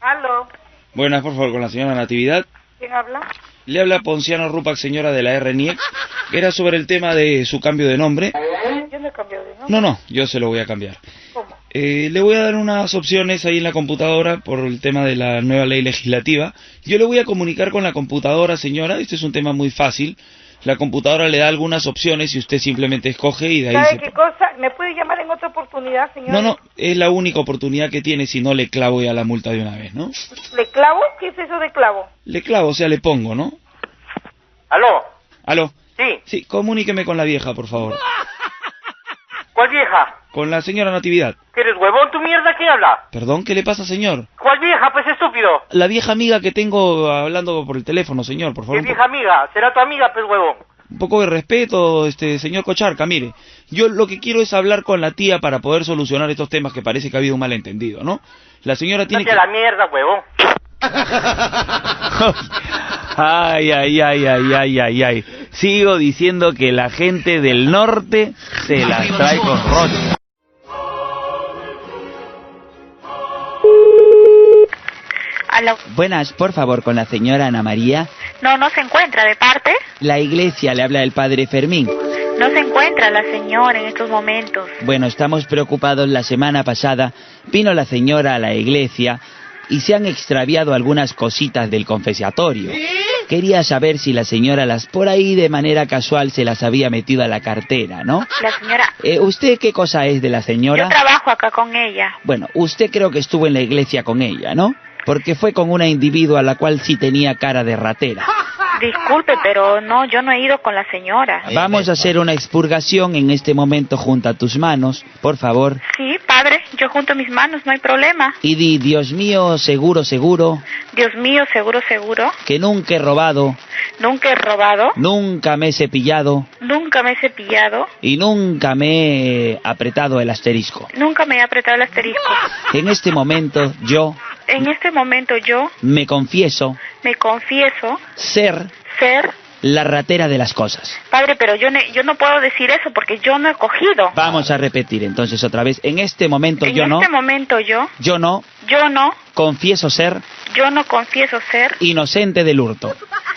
[SPEAKER 28] Aló,
[SPEAKER 23] Buenas, por favor, con la señora Natividad.
[SPEAKER 28] ¿quién habla?
[SPEAKER 23] Le habla Ponciano Rupac, señora de la RNIEC. E. Era sobre el tema de su cambio de nombre.
[SPEAKER 28] Yo no he cambiado de nombre.
[SPEAKER 23] No, no, yo se lo voy a cambiar. Eh, le voy a dar unas opciones ahí en la computadora por el tema de la nueva ley legislativa. Yo le voy a comunicar con la computadora, señora. Este es un tema muy fácil. La computadora le da algunas opciones y usted simplemente escoge y de ahí
[SPEAKER 28] ¿Sabe
[SPEAKER 23] se...
[SPEAKER 28] qué cosa? ¿Me puede llamar en otra oportunidad, señor?
[SPEAKER 23] No, no, es la única oportunidad que tiene si no le clavo ya la multa de una vez, ¿no?
[SPEAKER 28] ¿Le clavo? ¿Qué es eso de clavo?
[SPEAKER 23] Le clavo, o sea, le pongo, ¿no?
[SPEAKER 31] Aló,
[SPEAKER 23] ¿Aló?
[SPEAKER 31] sí,
[SPEAKER 23] Sí, comuníqueme con la vieja, por favor.
[SPEAKER 31] ¿cuál vieja?
[SPEAKER 23] Con la señora Natividad.
[SPEAKER 31] ¿Que eres huevón tu mierda? ¿Quién habla?
[SPEAKER 23] Perdón, ¿qué le pasa, señor?
[SPEAKER 31] ¿Cuál vieja, pues estúpido?
[SPEAKER 23] La vieja amiga que tengo hablando por el teléfono, señor, por favor.
[SPEAKER 31] ¿Qué
[SPEAKER 23] un po-
[SPEAKER 31] vieja amiga? ¿Será tu amiga, pues huevón?
[SPEAKER 23] Un poco de respeto, este señor Cocharca, mire. Yo lo que quiero es hablar con la tía para poder solucionar estos temas que parece que ha habido un malentendido, ¿no? La señora tiene
[SPEAKER 31] Vete
[SPEAKER 23] que...
[SPEAKER 31] a la mierda, huevón.
[SPEAKER 32] Ay, ay, ay, ay, ay, ay, ay. Sigo diciendo que la gente del norte se las trae con roche. Buenas, por favor, con la señora Ana María.
[SPEAKER 20] No, no se encuentra. ¿De parte?
[SPEAKER 32] La iglesia le habla el padre Fermín.
[SPEAKER 20] No se encuentra la señora en estos momentos.
[SPEAKER 32] Bueno, estamos preocupados. La semana pasada vino la señora a la iglesia y se han extraviado algunas cositas del confesatorio. Quería saber si la señora las por ahí de manera casual se las había metido a la cartera, ¿no?
[SPEAKER 20] La señora...
[SPEAKER 32] Eh, ¿Usted qué cosa es de la señora?
[SPEAKER 20] Yo trabajo acá con ella.
[SPEAKER 32] Bueno, usted creo que estuvo en la iglesia con ella, ¿no? Porque fue con una individua a la cual sí tenía cara de ratera.
[SPEAKER 20] Disculpe, pero no, yo no he ido con la señora.
[SPEAKER 32] Vamos a hacer una expurgación en este momento junta tus manos, por favor.
[SPEAKER 20] Sí, padre, yo junto mis manos, no hay problema.
[SPEAKER 32] Y di, Dios mío, seguro, seguro,
[SPEAKER 20] Dios mío, seguro, seguro.
[SPEAKER 32] que nunca he robado,
[SPEAKER 20] Nunca he robado,
[SPEAKER 32] nunca me he cepillado
[SPEAKER 20] nunca me he cepillado,
[SPEAKER 32] y nunca me he apretado el asterisco.
[SPEAKER 20] nunca me he apretado el asterisco.
[SPEAKER 32] En este momento yo
[SPEAKER 20] En este momento yo
[SPEAKER 32] me confieso
[SPEAKER 20] me confieso
[SPEAKER 32] ser
[SPEAKER 20] ser...
[SPEAKER 32] la ratera de las cosas.
[SPEAKER 20] Padre, pero yo, ne- yo no puedo decir eso porque yo no he cogido.
[SPEAKER 32] Vamos a repetir entonces otra vez. En este momento
[SPEAKER 20] en
[SPEAKER 32] yo no,
[SPEAKER 20] este momento yo,
[SPEAKER 32] yo no
[SPEAKER 20] yo no,
[SPEAKER 32] confieso ser
[SPEAKER 20] yo no confieso ser
[SPEAKER 32] inocente del hurto.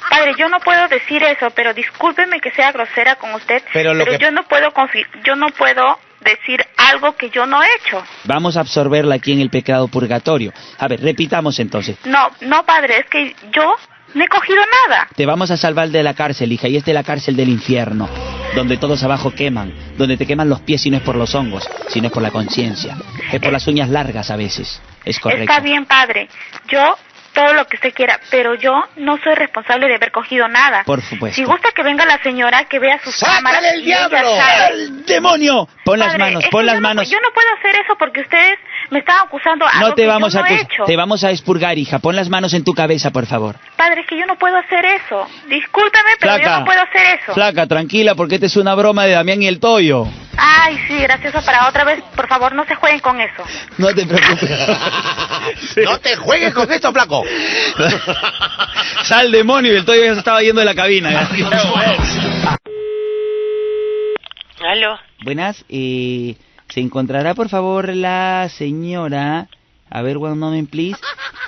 [SPEAKER 20] Padre, yo no puedo decir eso, pero discúlpeme que sea grosera con usted,
[SPEAKER 32] Pero lo que-
[SPEAKER 20] yo no puedo confi- yo no puedo decir algo que yo no he hecho.
[SPEAKER 32] Vamos a absorberla aquí en el pecado purgatorio. A ver, repitamos entonces.
[SPEAKER 20] No, no, padre, es que yo no he cogido nada.
[SPEAKER 32] Te vamos a salvar de la cárcel, hija, y es de la cárcel del infierno, donde todos abajo queman, donde te queman los pies y no es por los hongos, sino es por la conciencia, es por las uñas largas a veces. Es correcto.
[SPEAKER 20] Está bien, padre. Yo todo lo que usted quiera, pero yo no soy responsable de haber cogido nada.
[SPEAKER 32] Por supuesto.
[SPEAKER 20] Si gusta que venga la señora, que vea sus cámaras
[SPEAKER 32] ¡Sácale el
[SPEAKER 20] y ella
[SPEAKER 32] diablo!
[SPEAKER 20] sabe.
[SPEAKER 32] ¡Al demonio! Pon las
[SPEAKER 20] Padre,
[SPEAKER 32] manos,
[SPEAKER 20] es
[SPEAKER 32] pon
[SPEAKER 20] que
[SPEAKER 32] las
[SPEAKER 20] yo no-
[SPEAKER 32] manos.
[SPEAKER 20] yo no puedo hacer eso porque ustedes me están acusando algo
[SPEAKER 32] No te
[SPEAKER 20] que yo
[SPEAKER 32] vamos a
[SPEAKER 20] no he
[SPEAKER 32] acus-
[SPEAKER 20] hecho.
[SPEAKER 32] te vamos a expurgar, hija. Pon las manos en tu cabeza, por favor.
[SPEAKER 20] Padre, es que yo no puedo hacer eso. Discúlpame, pero yo
[SPEAKER 32] Flaca.
[SPEAKER 20] no puedo hacer eso.
[SPEAKER 32] Flaca, tranquila, porque esta es una broma de Damián y el Toyo.
[SPEAKER 20] Ay, sí, gracioso para otra vez. Por favor, no se jueguen con eso.
[SPEAKER 32] No te preocupes.
[SPEAKER 14] No te juegues con esto, flaco.
[SPEAKER 32] Sal demonio y el Toyo ya se estaba yendo de la cabina.
[SPEAKER 28] Aló,
[SPEAKER 32] Buenas, eh, se encontrará por favor la señora, a ver, one moment please,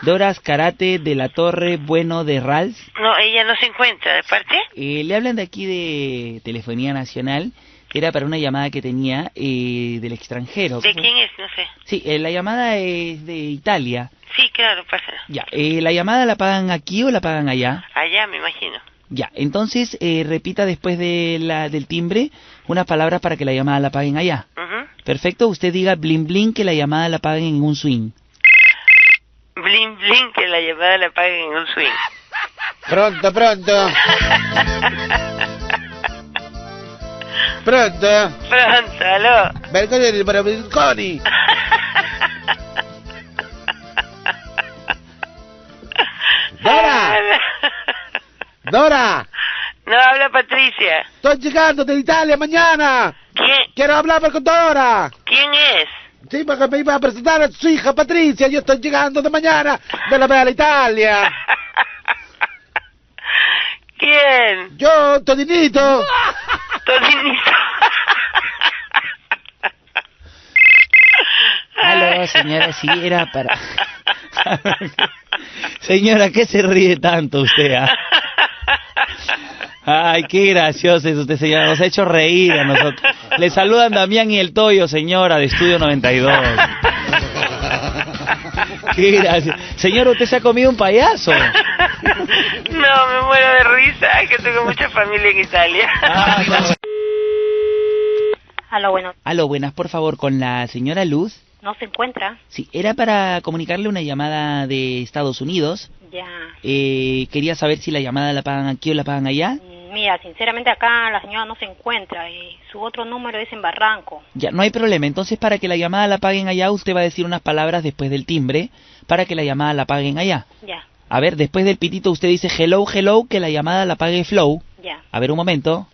[SPEAKER 32] Doras Karate de la Torre Bueno de Rals.
[SPEAKER 28] no, ella no se encuentra, ¿de parte?
[SPEAKER 32] Eh, le hablan de aquí de Telefonía Nacional. Era para una llamada que tenía eh, del extranjero.
[SPEAKER 20] ¿De quién es? No sé.
[SPEAKER 32] Sí, eh, la llamada es de Italia.
[SPEAKER 20] Sí, claro, pasa.
[SPEAKER 32] Ya, eh, ¿la llamada la pagan aquí o la pagan allá?
[SPEAKER 20] Allá, me imagino.
[SPEAKER 32] Ya, entonces eh, repita después de la, del timbre unas palabras para que la llamada la paguen allá.
[SPEAKER 20] Ujú.
[SPEAKER 32] Perfecto, usted diga blin blin que la llamada la paguen en un swing.
[SPEAKER 20] Blin, blin, que la llamada la paguen en un swing.
[SPEAKER 14] Pronto, pronto. Pronto.
[SPEAKER 20] Pronto, aló.
[SPEAKER 14] Bergoglio para Berlusconi. Dora. Dora.
[SPEAKER 20] No habla Patricia.
[SPEAKER 14] Estoy llegando de Italia mañana.
[SPEAKER 20] ¿Quién,
[SPEAKER 14] Quiero hablar con Dora.
[SPEAKER 20] quién es?
[SPEAKER 14] Sí, porque me iba a presentar a su hija Patricia. Yo estoy llegando de mañana de la Bella Italia.
[SPEAKER 20] ¿Quién? ¡Ah!
[SPEAKER 14] Yo, Todinito.
[SPEAKER 20] Todinito.
[SPEAKER 32] Aló, señora, sí, era para... señora, ¿qué se ríe tanto usted? ah? Ay, qué gracioso es usted, señora. Nos ha hecho reír a nosotros. Le saludan Damián y el Toyo, señora, de Estudio 92. Qué gracioso. Señora, usted se ha comido un payaso.
[SPEAKER 20] No, me muero de risa, que tengo mucha familia en Italia.
[SPEAKER 33] Aló, bueno,
[SPEAKER 32] Aló, buenas, por favor, con la señora Luz.
[SPEAKER 33] no se encuentra.
[SPEAKER 32] Sí, era para comunicarle una llamada de Estados Unidos.
[SPEAKER 33] Ya.
[SPEAKER 32] Eh, quería saber si la llamada la pagan aquí o la pagan allá.
[SPEAKER 33] Mira, sinceramente acá la señora no se encuentra y su otro número es en Barranco.
[SPEAKER 32] Ya, no hay problema. Entonces, para que la llamada la paguen allá, usted va a decir unas palabras después del timbre para que la llamada la paguen allá.
[SPEAKER 33] Ya,
[SPEAKER 32] A ver, después del pitito usted dice hello, hello, que la llamada la pague Flow.
[SPEAKER 33] ya.
[SPEAKER 32] A ver, un momento.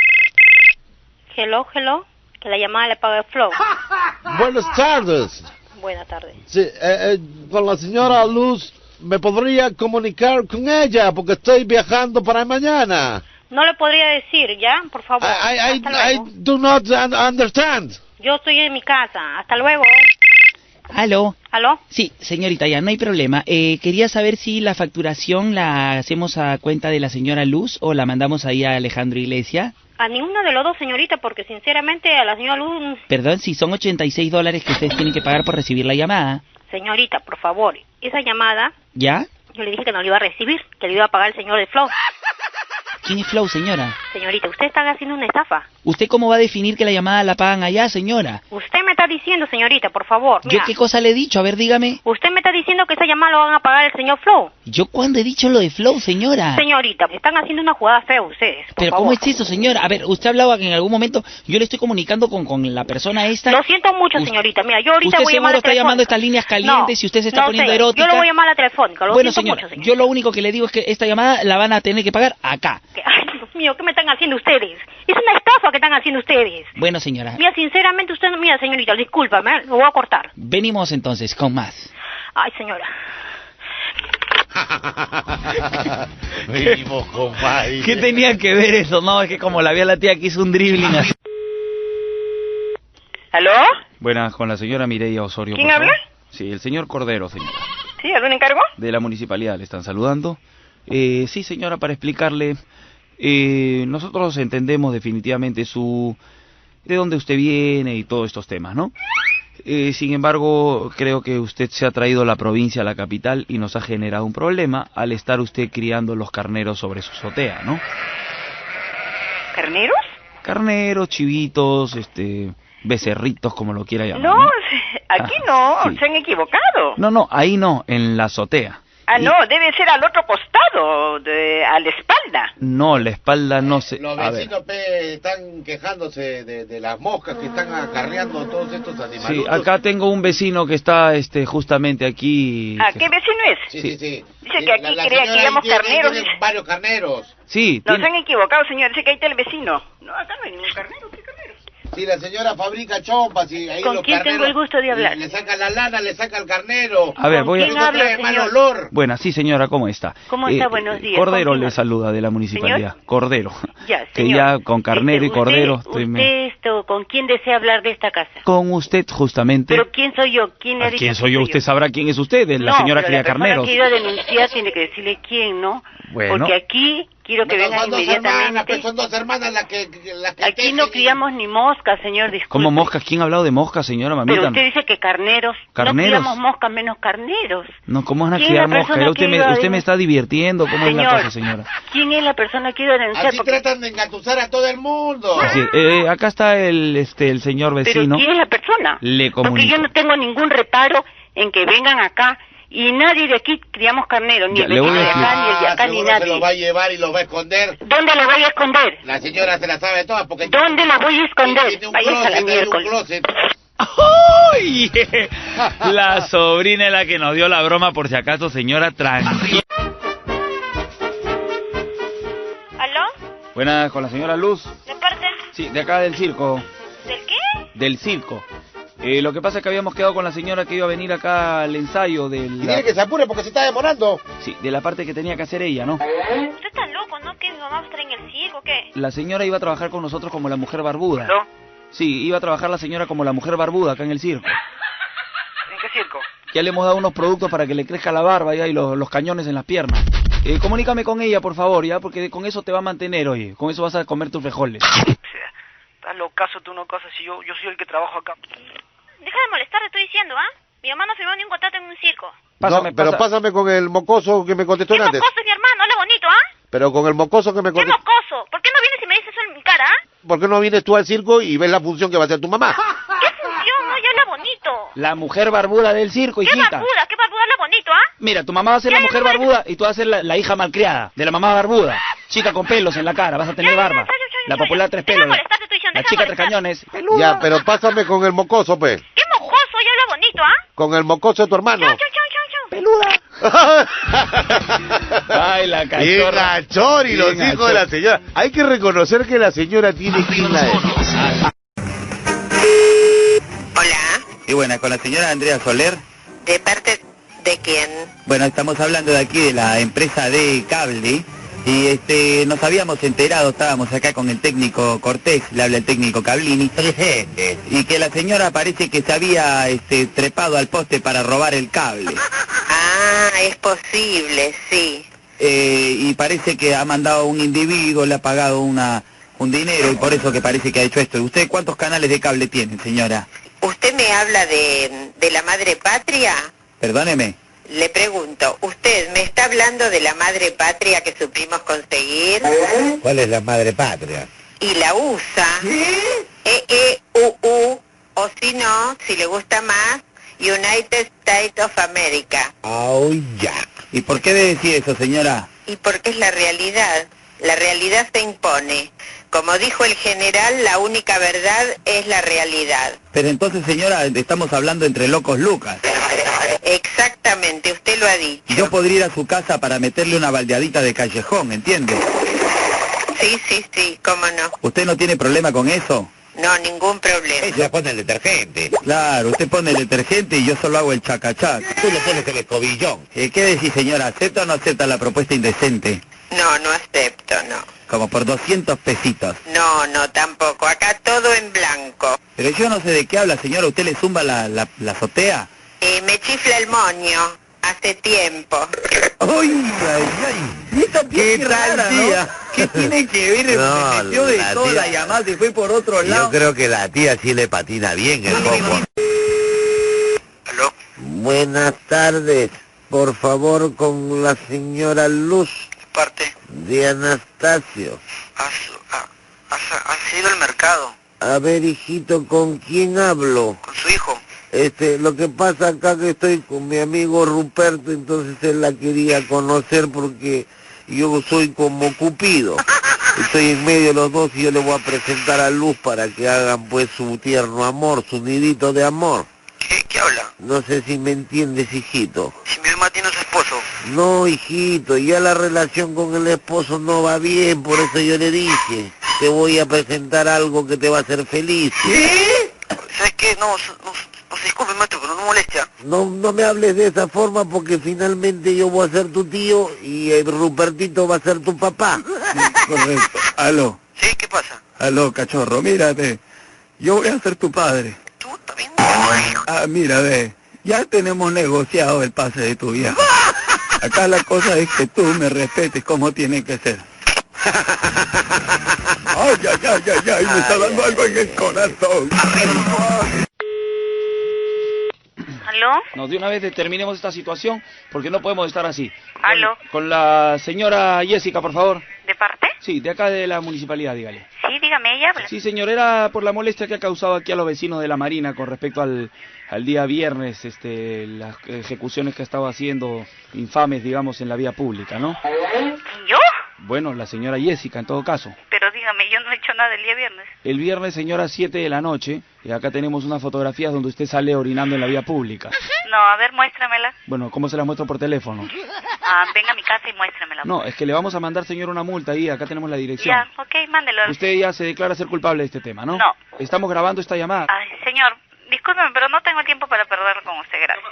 [SPEAKER 33] Hello, hello, que la llamada le pague Flow.
[SPEAKER 14] Buenas tardes.
[SPEAKER 33] Buena tarde.
[SPEAKER 14] Sí, eh, eh, con la señora Luz me podría comunicar con ella porque estoy viajando para mañana.
[SPEAKER 33] No le podría decir, ¿ya? Por favor.
[SPEAKER 14] I, I,
[SPEAKER 33] Hasta
[SPEAKER 14] I
[SPEAKER 33] luego.
[SPEAKER 14] do not un- understand.
[SPEAKER 33] Yo estoy en mi casa. Hasta luego.
[SPEAKER 32] Aló.
[SPEAKER 33] ¿Aló?
[SPEAKER 32] Sí, señorita, ya no hay problema. Eh, quería saber si la facturación la hacemos a cuenta de la señora Luz o la mandamos ahí a Alejandro Iglesia.
[SPEAKER 33] A ninguno de los dos, señorita, porque sinceramente a la señora Luz...
[SPEAKER 32] Perdón, si son 86 dólares que ustedes tienen que pagar por recibir la llamada.
[SPEAKER 33] Señorita, por favor, esa llamada
[SPEAKER 32] ¿Ya?
[SPEAKER 33] yo le dije que no la iba a recibir, que le iba a pagar el señor de Flow.
[SPEAKER 32] ¿Quién es Flow, señora?
[SPEAKER 33] Señorita, usted está haciendo una estafa.
[SPEAKER 32] ¿Usted cómo va a definir que la llamada la pagan allá, señora?
[SPEAKER 33] Usted me está diciendo, señorita, por favor.
[SPEAKER 32] ¿Yo
[SPEAKER 33] mira,
[SPEAKER 32] qué cosa le he dicho? A ver, dígame.
[SPEAKER 33] Usted me está diciendo que esa llamada la van a pagar el señor Flow.
[SPEAKER 32] ¿Yo cuándo he dicho lo de Flow, señora?
[SPEAKER 33] Señorita, están haciendo una jugada fea ustedes. Por
[SPEAKER 32] Pero
[SPEAKER 33] favor.
[SPEAKER 32] ¿cómo es eso, señora? A ver, usted hablaba que en algún momento yo le estoy comunicando con, con la persona esta.
[SPEAKER 33] Lo siento mucho,
[SPEAKER 32] Us-
[SPEAKER 33] señorita. Mira, yo ahorita
[SPEAKER 32] usted
[SPEAKER 33] voy a llamar
[SPEAKER 32] seguro
[SPEAKER 33] a la
[SPEAKER 32] está llamando
[SPEAKER 33] telefónica.
[SPEAKER 32] estas líneas calientes
[SPEAKER 33] No,
[SPEAKER 32] y usted se está
[SPEAKER 33] no
[SPEAKER 32] poniendo
[SPEAKER 33] sé.
[SPEAKER 32] erótica.
[SPEAKER 33] Yo lo voy a llamar a la telefónica. Lo
[SPEAKER 32] bueno,
[SPEAKER 33] siento
[SPEAKER 32] señora,
[SPEAKER 33] mucho, señor.
[SPEAKER 32] yo lo único que le digo es que esta llamada la van a tener que pagar acá.
[SPEAKER 33] Ay, Dios mío, ¿qué me están haciendo ustedes? Es una estafa que están haciendo ustedes.
[SPEAKER 32] Bueno, señora,
[SPEAKER 33] Mira, sinceramente, usted... Mira, señorita, discúlpame, ¿eh? lo voy a cortar.
[SPEAKER 32] venimos entonces con más.
[SPEAKER 33] Ay, señora.
[SPEAKER 34] Venimos, compadre.
[SPEAKER 32] ¿Qué tenía que ver eso? No, es que como la vi a la tía que hizo un dribbling así.
[SPEAKER 20] ¿Aló?
[SPEAKER 23] Buenas, con la señora Mireia Osorio.
[SPEAKER 20] ¿Quién
[SPEAKER 23] por favor.
[SPEAKER 20] habla?
[SPEAKER 23] Sí, el señor Cordero, señora.
[SPEAKER 20] ¿Sí? ¿Algún encargo?
[SPEAKER 23] de la municipalidad le están saludando. Eh, sí, señora, para explicarle, eh, nosotros entendemos definitivamente su de dónde usted viene y todos estos temas, ¿no? Eh, sin embargo, creo que usted se ha traído la provincia a la capital y nos ha generado un problema al estar usted criando los carneros sobre su azotea, ¿no?
[SPEAKER 20] ¿Carneros?
[SPEAKER 23] Carneros, chivitos, este, becerritos, como lo quiera llamar.
[SPEAKER 20] No,
[SPEAKER 23] No,
[SPEAKER 20] aquí no,
[SPEAKER 23] Ah, sí.
[SPEAKER 20] se han equivocado.
[SPEAKER 23] no, no ahí no, en la azotea.
[SPEAKER 20] Ah, no, debe ser al otro costado, de- a la espalda.
[SPEAKER 23] No, la espalda no se...
[SPEAKER 34] Los
[SPEAKER 23] a ver.
[SPEAKER 34] vecinos pe, están quejándose de, de las moscas que están acarreando todos estos
[SPEAKER 23] Sí,
[SPEAKER 34] animales.
[SPEAKER 23] acá tengo un vecino que está este, justamente aquí.
[SPEAKER 20] ¿A Ah,
[SPEAKER 23] que-
[SPEAKER 20] qué vecino es?
[SPEAKER 23] Sí, sí, sí.
[SPEAKER 20] Dice que aquí crea que llevamos carneros.
[SPEAKER 34] varios carneros.
[SPEAKER 23] Sí,
[SPEAKER 20] Nos
[SPEAKER 23] tiene-
[SPEAKER 20] han equivocado, señor. Dice que ahí está el vecino. No, acá no hay ningún carnero.
[SPEAKER 34] Si la señora fabrica chompas y ahí
[SPEAKER 20] ¿Con
[SPEAKER 34] los
[SPEAKER 20] quién
[SPEAKER 34] carneros
[SPEAKER 20] tengo el gusto de hablar?
[SPEAKER 34] Le, le saca la lana, le saca el carnero.
[SPEAKER 23] A ver, ¿Con voy a- quién
[SPEAKER 34] Eso
[SPEAKER 20] habla,
[SPEAKER 34] trae mal
[SPEAKER 20] señor?
[SPEAKER 34] olor.
[SPEAKER 23] Buena, sí, señora, ¿cómo está? Eh,
[SPEAKER 20] ¿Cómo está? Buenos días,
[SPEAKER 23] Cordero
[SPEAKER 20] continúa.
[SPEAKER 23] le saluda de la municipalidad. Cordero.
[SPEAKER 20] Ya,
[SPEAKER 23] Que
[SPEAKER 20] señor.
[SPEAKER 23] ya con carnero y
[SPEAKER 20] Este,
[SPEAKER 23] cordero.
[SPEAKER 20] usted-
[SPEAKER 23] estoy me-
[SPEAKER 20] usted esto, ¿con quién desea hablar de esta casa?
[SPEAKER 23] Con usted, justamente.
[SPEAKER 20] ¿Pero quién soy yo? ¿Quién le ha
[SPEAKER 23] ¿A
[SPEAKER 20] dicho
[SPEAKER 23] ¿Quién
[SPEAKER 20] que
[SPEAKER 23] soy yo? Usted sabrá quién es usted, la
[SPEAKER 20] No,
[SPEAKER 23] señora
[SPEAKER 20] pero
[SPEAKER 23] cría
[SPEAKER 20] la persona
[SPEAKER 23] carneros.
[SPEAKER 20] que iba a denunciar tiene que decirle quién, ¿no?
[SPEAKER 23] Bueno.
[SPEAKER 20] Porque aquí Quiero que
[SPEAKER 14] No,
[SPEAKER 20] vengan
[SPEAKER 14] son dos hermanas,
[SPEAKER 20] inmediatamente.
[SPEAKER 14] pues, son dos hermanas las que, que- las que
[SPEAKER 20] Aquí no criamos ni moscas, señor, disculpe.
[SPEAKER 23] ¿Cómo moscas? ¿Quién ha hablado de moscas, señora
[SPEAKER 20] Pero
[SPEAKER 23] mamita?
[SPEAKER 20] usted dice que carneros.
[SPEAKER 23] ¿Carneros?
[SPEAKER 20] No criamos moscas menos carneros.
[SPEAKER 23] No, ¿cómo van a
[SPEAKER 20] ¿Quién
[SPEAKER 23] criar
[SPEAKER 20] es la
[SPEAKER 23] moscas?
[SPEAKER 20] persona
[SPEAKER 23] Ya Usted,
[SPEAKER 20] que
[SPEAKER 23] me,
[SPEAKER 20] iba a
[SPEAKER 23] usted
[SPEAKER 20] ir?
[SPEAKER 23] me está divirtiendo. ¿Cómo es la
[SPEAKER 20] Señor.
[SPEAKER 23] cosa, señora?
[SPEAKER 20] ¿Quién es la persona que iba a denunciar?
[SPEAKER 14] Así tratan de engatusar a todo el mundo.
[SPEAKER 23] Así es. Eh, acá está el, este, el señor
[SPEAKER 20] Pero
[SPEAKER 23] vecino.
[SPEAKER 20] ¿quién es la persona?
[SPEAKER 23] Le
[SPEAKER 20] Porque
[SPEAKER 23] comunico.
[SPEAKER 20] yo no tengo ningún reparo en que vengan acá y nadie de aquí criamos carneros, ni
[SPEAKER 23] Ya,
[SPEAKER 20] el
[SPEAKER 23] le voy a
[SPEAKER 20] vecino de acá, ni el de
[SPEAKER 14] Ah,
[SPEAKER 20] acá, ni
[SPEAKER 14] seguro se los va a
[SPEAKER 20] nadie.
[SPEAKER 14] llevar y los va a esconder.
[SPEAKER 20] ¿Dónde lo voy a esconder?
[SPEAKER 14] La señora se la sabe todas porque...
[SPEAKER 20] ¿Dónde la voy a esconder?
[SPEAKER 14] Tiene un
[SPEAKER 20] Vaya a la
[SPEAKER 14] closet, tiene un
[SPEAKER 20] miércoles.
[SPEAKER 14] closet.
[SPEAKER 23] ¡Ay! La sobrina es la que nos dio la broma, por si acaso, señora, tranquila.
[SPEAKER 27] ¿Aló?
[SPEAKER 23] Buenas, con la señora Luz.
[SPEAKER 27] ¿De parte?
[SPEAKER 23] Sí, de acá del circo.
[SPEAKER 27] ¿Del qué?
[SPEAKER 23] Del circo. Eh, lo que pasa es que habíamos quedado con la señora que iba a venir acá al ensayo del...
[SPEAKER 14] Tiene que se apure porque se está demorando.
[SPEAKER 23] Sí, de la parte que tenía que hacer ella, ¿no?
[SPEAKER 27] Usted está loco, ¿no? ¿Que mi mamá va a estar en el circo? ¿Qué?
[SPEAKER 23] La señora iba a trabajar con nosotros como la mujer barbuda. Sí, iba a trabajar la señora como la mujer barbuda acá en el circo.
[SPEAKER 20] ¿En qué circo?
[SPEAKER 23] Ya le hemos dado unos productos para que le crezca la barba ya, y los, los cañones en las piernas. Eh, comunícame con ella, por favor, ya, porque con eso te va a mantener, oye. Con eso vas a comer tus frijoles.
[SPEAKER 20] Estás locazo, tú no casas y yo, yo soy el que trabajo acá.
[SPEAKER 27] Deja de molestar, te estoy diciendo, ¿ah? Mi mamá no firmó ni un contrato en un circo.
[SPEAKER 23] Pásame,
[SPEAKER 14] No, pero
[SPEAKER 23] pasa-
[SPEAKER 14] pásame con el mocoso que me contestó
[SPEAKER 27] ¡Qué
[SPEAKER 14] antes.
[SPEAKER 27] mocoso es mi hermano! ¡Hola bonito, ¿ah?
[SPEAKER 14] Pero con el mocoso que me
[SPEAKER 27] ¡Qué
[SPEAKER 14] contestó.
[SPEAKER 27] mocoso! ¿Por qué no vienes y me dices eso en mi cara, ah?
[SPEAKER 14] ¿Por qué no vienes tú al circo y ves la función que va a hacer tu mamá?
[SPEAKER 27] ¿Qué función? No, yo habla bonito.
[SPEAKER 23] La mujer barbuda del circo,
[SPEAKER 27] ¿Qué
[SPEAKER 23] hijita.
[SPEAKER 27] barbuda? ¿Qué barbuda habla bonito, ah?
[SPEAKER 23] Mira, tu mamá va a ser
[SPEAKER 27] Ya,
[SPEAKER 23] la mujer
[SPEAKER 27] no, no,
[SPEAKER 23] barbuda y tú vas a ser la, la hija malcriada de la mamá barbuda. Chica con pelos en la cara, vas a tener barba. La popular tres pelos. La, la chica tres cañones.
[SPEAKER 14] Ya, pero pásame con el mocoso, pues.
[SPEAKER 27] ¡Qué mocoso! Yo habla bonito, ¿ah?
[SPEAKER 14] Con el mocoso de tu hermano.
[SPEAKER 27] ¡Chau, chau, chau, chau!
[SPEAKER 23] ¡Peluda!
[SPEAKER 14] Ay,
[SPEAKER 23] la
[SPEAKER 14] cachorra. Bien gachor y los hijos de la señora. Hay que reconocer que la señora tiene que Hola.
[SPEAKER 1] Y bueno, con la señora Andrea Soler.
[SPEAKER 6] ¿De parte de quién?
[SPEAKER 1] Bueno, estamos hablando de aquí de la empresa de cable y este nos habíamos enterado, estábamos acá con el técnico Cortés, le habla el técnico Cablini, y que la señora parece que se había este, trepado al poste para robar el cable.
[SPEAKER 6] Ah, es posible, sí.
[SPEAKER 1] Eh, y parece que ha mandado a un individuo, le ha pagado una un dinero y por eso que parece que ha hecho esto. ¿Usted cuántos canales de cable tiene, señora?
[SPEAKER 6] ¿Usted me habla de, de la madre patria?
[SPEAKER 1] Perdóneme.
[SPEAKER 6] Le pregunto, ¿usted me está hablando de la madre patria que supimos conseguir?
[SPEAKER 1] ¿Cuál es la madre patria?
[SPEAKER 6] y la usa. ¿E, E-E-U-U, o si no, si le gusta más, United States of America.
[SPEAKER 1] Oh, ya. ¿Y por qué debe decir eso, señora?
[SPEAKER 6] Y porque es la realidad, la realidad se impone. Como dijo el general, la única verdad es la realidad.
[SPEAKER 1] Pero entonces, señora, estamos hablando entre locos Lucas.
[SPEAKER 6] Exactamente, usted lo ha dicho.
[SPEAKER 1] Yo podría ir a su casa para meterle una baldeadita de callejón, ¿entiende?
[SPEAKER 6] Sí, sí, sí, cómo no.
[SPEAKER 1] ¿Usted no tiene problema con eso?
[SPEAKER 6] No, ningún problema.
[SPEAKER 1] Ya pone el detergente. Claro, usted pone el detergente y yo solo hago el chacachac. Tú le pones el escobillón. ¿Qué decís, señora? ¿Acepta o no acepta la propuesta indecente?
[SPEAKER 6] No, no acepto, no.
[SPEAKER 1] Como por 200 pesitos.
[SPEAKER 6] No, no, tampoco. Acá todo en blanco.
[SPEAKER 1] Pero yo no sé de qué habla, señora. ¿Usted le zumba la, la, la azotea?
[SPEAKER 6] Eh, me chifla el moño. Hace tiempo.
[SPEAKER 1] ¡Ay, ay, ay! ¿Qué, tal tía? ¿Qué tiene que ver?
[SPEAKER 3] No,
[SPEAKER 1] Se metió de
[SPEAKER 3] la
[SPEAKER 1] toda
[SPEAKER 3] tía-
[SPEAKER 1] y además se fue por otro lado.
[SPEAKER 3] Yo creo que la tía sí le patina bien el poco. Buenas tardes. Por favor, con la señora Luz. Parte. Ah, De Anastasio. ah,
[SPEAKER 2] Ha sido el mercado.
[SPEAKER 3] A ver, hijito, ¿con quién hablo? Con su hijo. Este, lo que pasa acá que estoy con mi amigo Ruperto, entonces él la quería conocer porque yo soy como Cupido. Estoy en medio de los dos y yo le voy a presentar a Luz para que hagan pues su tierno amor, su nidito de amor. ¿Qué, habla? No sé si me entiendes, hijito. Si mi mamá tiene su esposo. No, hijito, ya la relación con el esposo no va bien, por eso yo le dije. Te voy a presentar algo que te va a hacer feliz.
[SPEAKER 2] ¿Sabes qué? No, no, disculpe, maestro, pero no molestia.
[SPEAKER 3] No, no me hables de esa forma porque finalmente yo voy a ser tu tío y el Rupertito va a ser tu papá.
[SPEAKER 1] Correcto. Aló. Sí, ¿qué pasa? Aló, cachorro, mírate. Yo voy a ser tu padre. Ah, mira, ve. Ya tenemos negociado el pase de tu viaje. Acá la cosa es que tú me respetes como tiene que ser.
[SPEAKER 2] Ay, ay, ay, ay, ay, me está dando algo en el corazón.
[SPEAKER 23] ¿Aló? No, de una vez determinemos esta situación porque no podemos estar así. ¿Aló? Con la señora Jessica, por favor. ¿De parte? Sí, de acá de la municipalidad, dígale.
[SPEAKER 20] Sí, dígame, ella habla.
[SPEAKER 23] Sí, señor, era por la molestia que ha causado aquí a los vecinos de la Marina con respecto al, al día viernes, este, las ejecuciones que ha estado haciendo infames, digamos, en la vía pública, ¿no?
[SPEAKER 14] ¿Eh?
[SPEAKER 20] ¿Y yo?
[SPEAKER 23] Bueno, la señora Jessica, en todo caso.
[SPEAKER 20] Pero dígame, yo no he hecho nada el día viernes.
[SPEAKER 23] El viernes, señora, 7 de la noche, y acá tenemos unas fotografías donde usted sale orinando en la vía pública.
[SPEAKER 20] No, a ver, muéstramela.
[SPEAKER 23] Bueno, ¿cómo se las muestro por teléfono?
[SPEAKER 20] Ah, venga a mi casa y muéstramela.
[SPEAKER 23] No, es que le vamos a mandar, señor, una multa ahí, acá tenemos la dirección.
[SPEAKER 20] Ya, ok, mándelo.
[SPEAKER 23] Usted ya se declara ser culpable de este tema, ¿no?
[SPEAKER 20] No.
[SPEAKER 23] Estamos grabando esta llamada.
[SPEAKER 20] Ay, señor, discúlpeme, pero no tengo tiempo para perderlo con usted, gracias.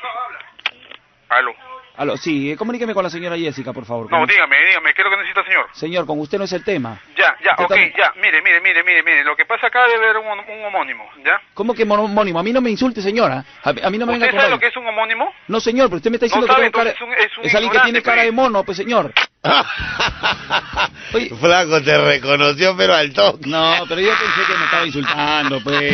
[SPEAKER 3] Aló.
[SPEAKER 23] Aló, sí, eh, comuníqueme con la señora Jessica, por favor.
[SPEAKER 3] No,
[SPEAKER 23] Con-
[SPEAKER 3] dígame, dígame, ¿qué es lo que necesita, señor?
[SPEAKER 23] Señor, con usted no es el tema.
[SPEAKER 3] Ya, ya,
[SPEAKER 23] Yo
[SPEAKER 3] ok,
[SPEAKER 23] también.
[SPEAKER 3] ya, mire, mire, mire, mire, mire, lo que pasa acá debe haber un, un homónimo, ¿ya?
[SPEAKER 23] ¿Cómo que monónimo? A mí no me insulte, señora. A, a mí no me venga
[SPEAKER 3] ¿Usted
[SPEAKER 23] con
[SPEAKER 3] sabe lo
[SPEAKER 23] rollo.
[SPEAKER 3] que es un homónimo?
[SPEAKER 23] No, señor, pero usted me está
[SPEAKER 3] No
[SPEAKER 23] diciendo
[SPEAKER 3] sabe,
[SPEAKER 23] que tengo cara...
[SPEAKER 3] entonces es un- es un
[SPEAKER 23] alguien que
[SPEAKER 3] ignorante,
[SPEAKER 23] tiene cara de mono, pues, señor.
[SPEAKER 35] Flaco te reconoció, pero al toque.
[SPEAKER 23] No, pero yo pensé que me estaba insultando, pues.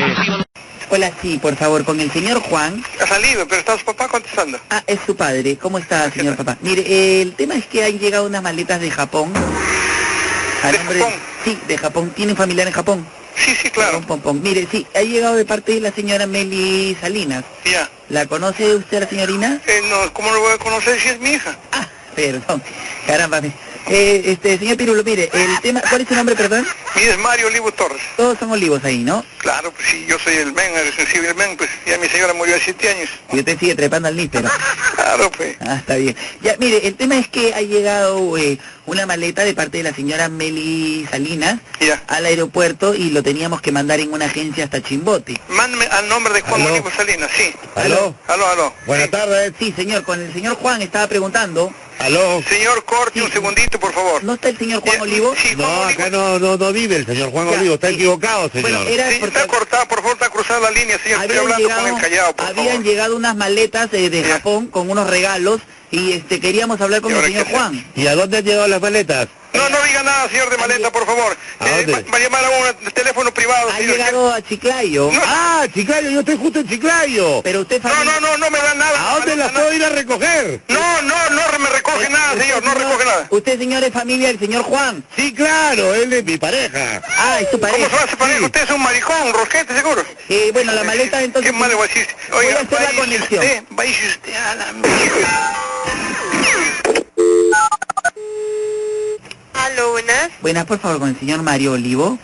[SPEAKER 5] Hola, sí, por favor, con el señor Juan.
[SPEAKER 3] Ha salido, pero está su papá contestando.
[SPEAKER 5] Ah, es su padre. ¿Cómo está, señor papá? Mire, eh, el tema es que han llegado unas maletas de Japón. ¿De Japón? Sí, de Japón. ¿Tienen familiar en Japón? Sí, sí, claro. Mire, sí, ha llegado de parte de la señora Meli Salinas.
[SPEAKER 3] Ya.
[SPEAKER 5] ¿La conoce usted, la señorina?
[SPEAKER 3] Eh, no, ¿cómo lo voy a conocer si es mi hija?
[SPEAKER 5] Ah, perdón. Caramba. me- Eh, este, señor Pirulo, mire, el tema... ¿Cuál es su nombre, perdón?
[SPEAKER 3] Mi es Mario Olivo Torres.
[SPEAKER 5] Todos son olivos ahí, ¿no?
[SPEAKER 3] Claro, pues sí, yo soy el men, el el men, pues ya mi señora murió hace siete años.
[SPEAKER 5] Y usted sigue trepando al níspero.
[SPEAKER 3] Claro, pues.
[SPEAKER 5] Ah, está bien. Ya, mire, el tema es que ha llegado eh, una maleta de parte de la señora Meli Salinas al aeropuerto y lo teníamos que mandar en una agencia hasta Chimbote.
[SPEAKER 3] Mándeme al nombre de Juan Olivo Salinas, sí.
[SPEAKER 5] ¿Aló?
[SPEAKER 3] Aló, aló.
[SPEAKER 5] Buenas tardes. Sí, señor, con el señor Juan estaba preguntando.
[SPEAKER 3] Aló. Señor, corte un segundito, por favor.
[SPEAKER 5] ¿No está el señor Juan Olivo?
[SPEAKER 3] no,
[SPEAKER 36] acá Ah, no, no, no vive el señor Juan
[SPEAKER 5] Ya,
[SPEAKER 36] Olivo, está equivocado, señor.
[SPEAKER 5] Bueno, era
[SPEAKER 3] Sí, está cortada, por favor, está cruzada la línea, señor. Estoy
[SPEAKER 5] habían
[SPEAKER 3] hablando con
[SPEAKER 5] llegado-
[SPEAKER 3] el callado, por
[SPEAKER 5] habían llegado unas maletas eh, de Japón con unos regalos y este queríamos hablar con el señor Juan.
[SPEAKER 36] ¿Y a dónde han llegado las maletas?
[SPEAKER 3] No, no diga nada, señor de maleta, por favor. Eh,
[SPEAKER 36] ¿A dónde?
[SPEAKER 3] Va a llamar a un teléfono privado,
[SPEAKER 5] Ha llegado a Chiclayo.
[SPEAKER 36] Ah, Chiclayo, yo estoy justo en Chiclayo.
[SPEAKER 5] Pero usted
[SPEAKER 3] No, no, no, no me da nada.
[SPEAKER 36] ¿A dónde Eh, las puedo ir a recoger?
[SPEAKER 3] No, no, no me recoge nada, señor, no recoge nada.
[SPEAKER 5] ¿Usted, señor, es familia del señor Juan?
[SPEAKER 36] Sí, claro, él es mi pareja.
[SPEAKER 5] Ah, es tu pareja.
[SPEAKER 3] ¿Cómo se hace pareja? Usted es un maricón, un rosquete, seguro.
[SPEAKER 5] Eh, bueno, la maleta entonces...
[SPEAKER 3] Qué mal le voy a decir.
[SPEAKER 5] Voy a hacer la
[SPEAKER 3] váyase
[SPEAKER 5] conexión.
[SPEAKER 3] Usted, váyase usted a la mierda.
[SPEAKER 5] Aló, buenas. Buenas, por favor, con el señor Mario Olivo.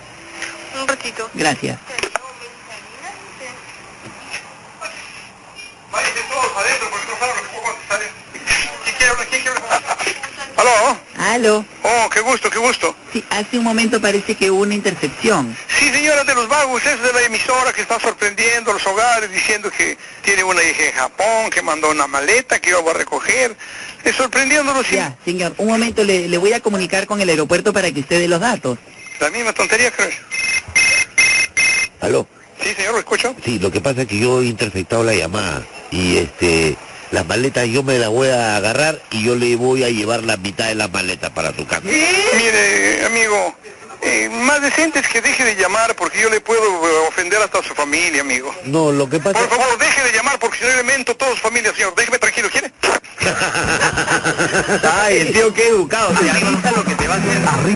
[SPEAKER 6] Un ratito.
[SPEAKER 5] Gracias.
[SPEAKER 3] ¿Aló?
[SPEAKER 5] Aló.
[SPEAKER 3] Oh, qué gusto, qué gusto.
[SPEAKER 5] Sí, hace un momento parece que hubo una intercepción.
[SPEAKER 3] Sí, señora de los vagos, es de la emisora que está sorprendiendo a los hogares diciendo que tiene una hija en Japón, que mandó una maleta que iba a recoger. Es sorprendiéndolos, sí.
[SPEAKER 5] Ya, señor, un momento le, le voy a comunicar con el aeropuerto para que usted dé los datos.
[SPEAKER 3] La misma tontería, creo.
[SPEAKER 36] ¿Aló?
[SPEAKER 3] Sí, señor, lo escucho.
[SPEAKER 36] Sí, lo que pasa es que yo he interceptado la llamada y este las maletas yo me las voy a agarrar y yo le voy a llevar la mitad de las maletas para su casa.
[SPEAKER 3] Mire, amigo, eh, más decente es que deje de llamar porque yo le puedo eh, ofender hasta a su familia, amigo.
[SPEAKER 36] No, lo que pasa
[SPEAKER 3] Por favor, deje de llamar porque si no le mento a toda su familia, señor. Déjeme tranquilo, ¿quiere?
[SPEAKER 36] Ay, el tío qué educado,
[SPEAKER 1] te avisa lo que te va a hacer.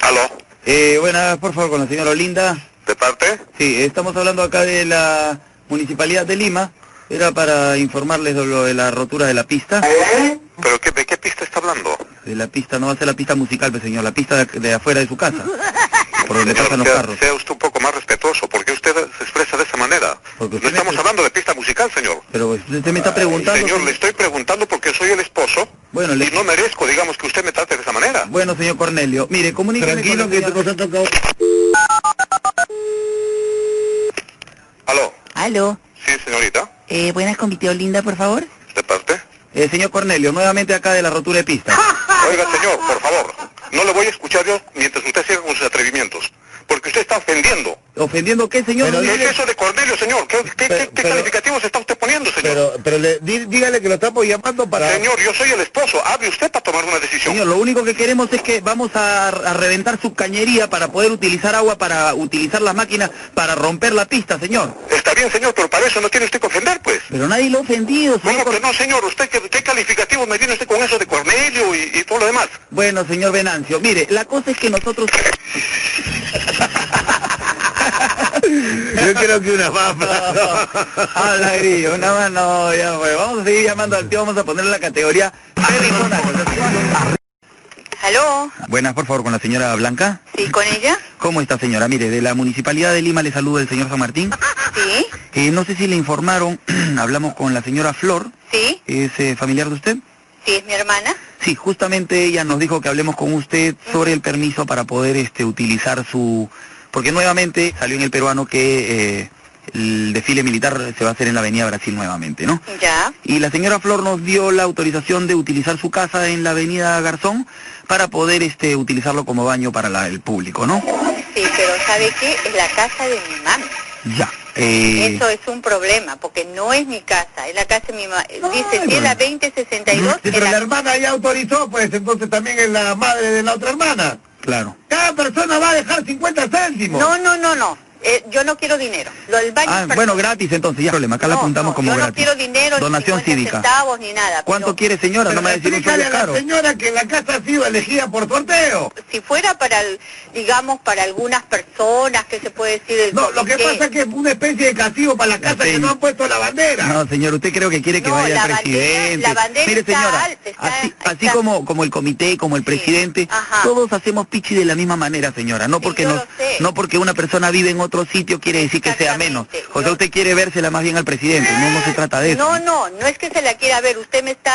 [SPEAKER 1] ¿Aló? Eh, buenas, por favor, con la señora Olinda. ¿De parte? Sí, estamos hablando acá de la Municipalidad de Lima. Era para informarles de lo de la rotura de la pista.
[SPEAKER 3] ¿Pero qué, de qué pista está hablando?
[SPEAKER 1] De la pista, no va a ser la pista musical, pues, señor, la pista de, de afuera de su casa. Por donde pasan los carros.
[SPEAKER 3] Sea usted un poco más respetuoso, porque usted se expresa de esa manera.
[SPEAKER 1] Porque
[SPEAKER 3] No
[SPEAKER 1] usted me-
[SPEAKER 3] estamos hablando de pista musical, señor.
[SPEAKER 1] Pero usted me está preguntando...
[SPEAKER 3] Señor, le estoy preguntando porque soy el esposo
[SPEAKER 1] Bueno, le-
[SPEAKER 3] y no merezco, digamos, que usted me trate de esa manera.
[SPEAKER 1] Bueno, señor Cornelio, mire, comuníqueme Tranquilo que nos ha tocado...
[SPEAKER 3] Aló,
[SPEAKER 5] Aló.
[SPEAKER 3] sí, señorita.
[SPEAKER 5] Eh, buenas con mi tío Linda, por favor.
[SPEAKER 1] Eh, señor Cornelio, nuevamente acá de la rotura de pista.
[SPEAKER 3] Oiga, señor, por favor, no le voy a escuchar yo mientras usted siga con sus atrevimientos, porque usted está ofendiendo
[SPEAKER 1] ¿Ofendiendo qué, señor?
[SPEAKER 8] ¿Qué es eso de Cornelio, señor? ¿Qué, qué- qué- qué calificativos está usted poniendo, señor?
[SPEAKER 6] Pero, pero le- di- dígale que lo estamos llamando para...
[SPEAKER 8] Señor, yo soy el esposo. Hable usted para tomar una decisión.
[SPEAKER 1] Señor, lo único que queremos es que vamos a, a reventar su cañería para poder utilizar agua, para utilizar las máquinas, para romper la pista, señor.
[SPEAKER 8] Está bien, señor, pero para eso no tiene usted que ofender, pues.
[SPEAKER 1] Pero nadie lo ha ofendido, señor.
[SPEAKER 8] ¿Cómo que no, señor? ¿Usted qué, qué calificativos me viene usted con eso de Cornelio y, y todo lo demás?
[SPEAKER 1] Bueno, señor Venancio, mire, la cosa es que nosotros...
[SPEAKER 6] Yo creo que una más.
[SPEAKER 1] Habla, grillo, una más no, ya fue. Vamos a seguir llamando al tío, vamos a ponerle la categoría...
[SPEAKER 4] ¿Aló?
[SPEAKER 1] Buenas, por favor, con la señora Blanca.
[SPEAKER 4] ¿Sí, con ella?
[SPEAKER 1] ¿Cómo está, señora? Mire, de la Municipalidad de Lima le saluda el señor San Martín.
[SPEAKER 4] Sí,
[SPEAKER 1] Eh, no sé si le informaron, hablamos con la señora Flor,
[SPEAKER 4] sí,
[SPEAKER 1] ¿es eh, familiar de usted?
[SPEAKER 4] sí, es mi hermana.
[SPEAKER 1] Sí, justamente ella nos dijo que hablemos con usted sobre el permiso para poder este, utilizar su... Porque nuevamente salió en el peruano que eh, el desfile militar se va a hacer en la Avenida Brasil nuevamente, ¿no?
[SPEAKER 4] Ya,
[SPEAKER 1] Y la señora Flor nos dio la autorización de utilizar su casa en la Avenida Garzón para poder este, utilizarlo como baño para la- el público, ¿no?
[SPEAKER 4] sí, pero ¿sabe qué? Es la casa de mi mamá.
[SPEAKER 1] Ya. eh,
[SPEAKER 4] Eso es un problema, porque no es mi casa, es la casa de mi mamá. Dice, si es la 2062,
[SPEAKER 6] Sí, pero la hermana ya autorizó, pues entonces también es la madre de la otra hermana.
[SPEAKER 1] Claro.
[SPEAKER 6] Cada persona va a dejar 50 céntimos.
[SPEAKER 4] No, no, no, no. Eh, yo no quiero dinero. Lo del baño
[SPEAKER 1] Ah,
[SPEAKER 4] es personal.
[SPEAKER 1] bueno, gratis entonces, ya problema, acá la apuntamos como
[SPEAKER 4] yo no
[SPEAKER 1] gratis.
[SPEAKER 4] quiero dinero,
[SPEAKER 1] Donación
[SPEAKER 4] ni 50
[SPEAKER 1] cívica.
[SPEAKER 4] centavos, ni nada.
[SPEAKER 1] ¿Cuánto quiere señora? No me va a decir un
[SPEAKER 6] Explícale
[SPEAKER 1] sueldo
[SPEAKER 6] a la
[SPEAKER 1] caro.
[SPEAKER 6] señora que la casa ha sido elegida por sorteo.
[SPEAKER 4] Si fuera para, el- digamos, para algunas personas, que se puede decir?
[SPEAKER 6] No, lo que pasa es que es una especie de castigo para la casa que no han puesto la bandera.
[SPEAKER 1] No, señor, usted creo que quiere que
[SPEAKER 6] No,
[SPEAKER 1] vaya el
[SPEAKER 6] la bandera-
[SPEAKER 1] presidente.
[SPEAKER 6] la bandera
[SPEAKER 1] Mire,
[SPEAKER 6] está
[SPEAKER 1] señora,
[SPEAKER 6] alta,
[SPEAKER 1] así, así como, como el comité, como el presidente, todos hacemos pichi de la misma manera, señora. No porque, nos- no porque una persona vive en otro sitio quiere decir que sea menos. O sea, usted quiere vérsela más bien al presidente, no,
[SPEAKER 6] Eh,
[SPEAKER 1] no se trata de eso.
[SPEAKER 4] No, no, no es que se la quiera ver. Usted me está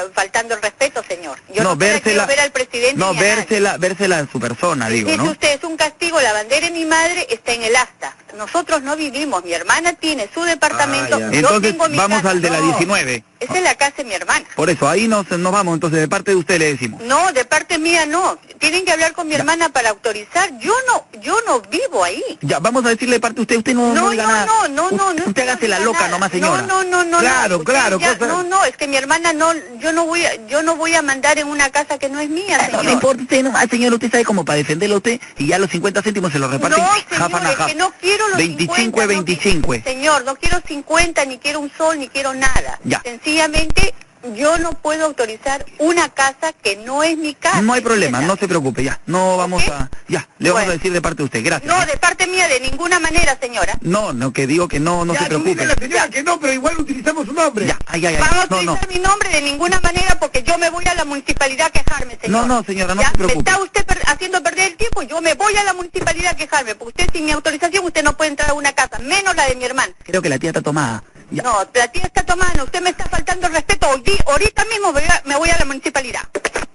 [SPEAKER 4] eh, faltando el respeto, señor. Yo
[SPEAKER 1] No,
[SPEAKER 4] no, se la
[SPEAKER 1] vérsela-
[SPEAKER 4] quiero ver al presidente.
[SPEAKER 1] No,
[SPEAKER 4] ni a nadie.
[SPEAKER 1] vérsela, vérsela a su persona, digo,
[SPEAKER 4] Dice
[SPEAKER 1] ¿no?
[SPEAKER 4] usted, es un castigo, la bandera de mi madre está en el asta. Nosotros no vivimos, mi hermana tiene su departamento, yo
[SPEAKER 1] Ah, Entonces
[SPEAKER 4] tengo mi
[SPEAKER 1] vamos
[SPEAKER 4] casa.
[SPEAKER 1] al de la
[SPEAKER 4] No,
[SPEAKER 1] 19.
[SPEAKER 4] Esa es la casa de mi hermana.
[SPEAKER 1] Por eso, ahí nos, nos vamos. Entonces, de parte de usted le decimos.
[SPEAKER 4] No, de parte mía no. Tienen que hablar con mi hermana para autorizar. Yo no, yo no vivo ahí.
[SPEAKER 1] Ya, vamos a decirle de parte de usted, usted no,
[SPEAKER 4] No,
[SPEAKER 1] diga
[SPEAKER 4] no,
[SPEAKER 1] nada.
[SPEAKER 4] no, no, no, no.
[SPEAKER 1] Usted hágase la
[SPEAKER 4] diga
[SPEAKER 1] loca
[SPEAKER 4] nada.
[SPEAKER 1] nomás, señora.
[SPEAKER 4] No, no, no, no.
[SPEAKER 1] Claro,
[SPEAKER 4] no. Usted
[SPEAKER 1] claro,
[SPEAKER 4] ya-
[SPEAKER 1] cosa-
[SPEAKER 4] No, no, es que mi hermana no, yo no voy, a, yo no voy a mandar en una casa que no es mía,
[SPEAKER 1] No,
[SPEAKER 4] señor.
[SPEAKER 1] no importa, usted nomás, señor, usted sabe cómo para defenderlo a usted y ya los 50 céntimos se los reparten.
[SPEAKER 4] No,
[SPEAKER 1] half
[SPEAKER 4] señor,
[SPEAKER 1] and a
[SPEAKER 4] es
[SPEAKER 1] half.
[SPEAKER 4] que no quiero los
[SPEAKER 1] 25 es 25.
[SPEAKER 4] Señor, no quiero 50, ni quiero un sol, ni quiero nada.
[SPEAKER 1] Ya.
[SPEAKER 4] Sencillamente, yo no puedo autorizar una casa que no es mi casa.
[SPEAKER 1] No hay problema, no se preocupe, ya. No vamos a... Ya, le vamos a decir de parte de usted, gracias.
[SPEAKER 4] No, de parte mía, de ninguna manera, señora.
[SPEAKER 1] No, no, que digo que no, no se preocupe.
[SPEAKER 4] señora
[SPEAKER 6] que no, pero igual utilizamos su nombre.
[SPEAKER 1] Ya, ay, ay, ay.
[SPEAKER 4] Vamos a
[SPEAKER 1] No, no.
[SPEAKER 4] utilizar mi nombre de ninguna manera porque yo me voy a la municipalidad a quejarme,
[SPEAKER 1] No,
[SPEAKER 4] señor.
[SPEAKER 1] no, señora, no
[SPEAKER 4] Ya,
[SPEAKER 1] se
[SPEAKER 4] me
[SPEAKER 1] preocupe.
[SPEAKER 4] está usted per- haciendo perder el tiempo, yo me voy a la municipalidad a quejarme, porque usted sin mi autorización usted no puede entrar a una casa, menos la de mi hermana.
[SPEAKER 1] Creo que la tía está tomada.
[SPEAKER 4] No, la tía está tomando, usted me está faltando el respeto, hoy di- ahorita mismo voy a- me voy a la municipalidad.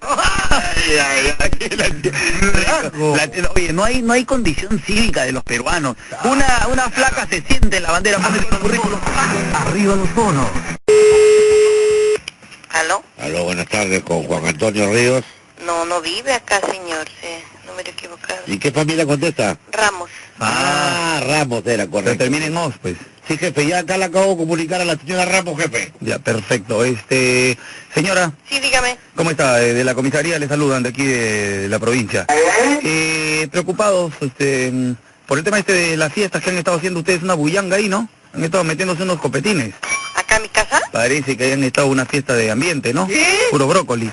[SPEAKER 1] Ay, ay, ay, la tía- la tía- oye, no hay, no hay condición cívica de los peruanos. Una, una flaca se siente en la bandera, pone su currículum. Arriba los bonos.
[SPEAKER 4] ¿Aló?
[SPEAKER 6] Aló, buenas tardes con Juan Antonio Ríos.
[SPEAKER 4] No, no vive acá, señor, número equivocado.
[SPEAKER 6] ¿Y qué familia contesta?
[SPEAKER 4] Ramos.
[SPEAKER 6] Ah, Ramos era, correcto.
[SPEAKER 1] termina en os, pues.
[SPEAKER 6] Sí, jefe, ya acá le acabo de comunicar a la señora Ramos, jefe.
[SPEAKER 1] Ya, perfecto. Este, señora,
[SPEAKER 4] Sí, dígame.
[SPEAKER 1] ¿cómo está? Eh, De la comisaría le saludan de aquí de la provincia. Eh, preocupados este, mm, por el tema este de las fiestas que han estado haciendo ustedes, una bullanga ahí, ¿no? Han estado metiéndose unos copetines.
[SPEAKER 4] ¿Acá en mi casa?
[SPEAKER 1] Parece que hayan estado una fiesta de ambiente, ¿no? Puro brócoli.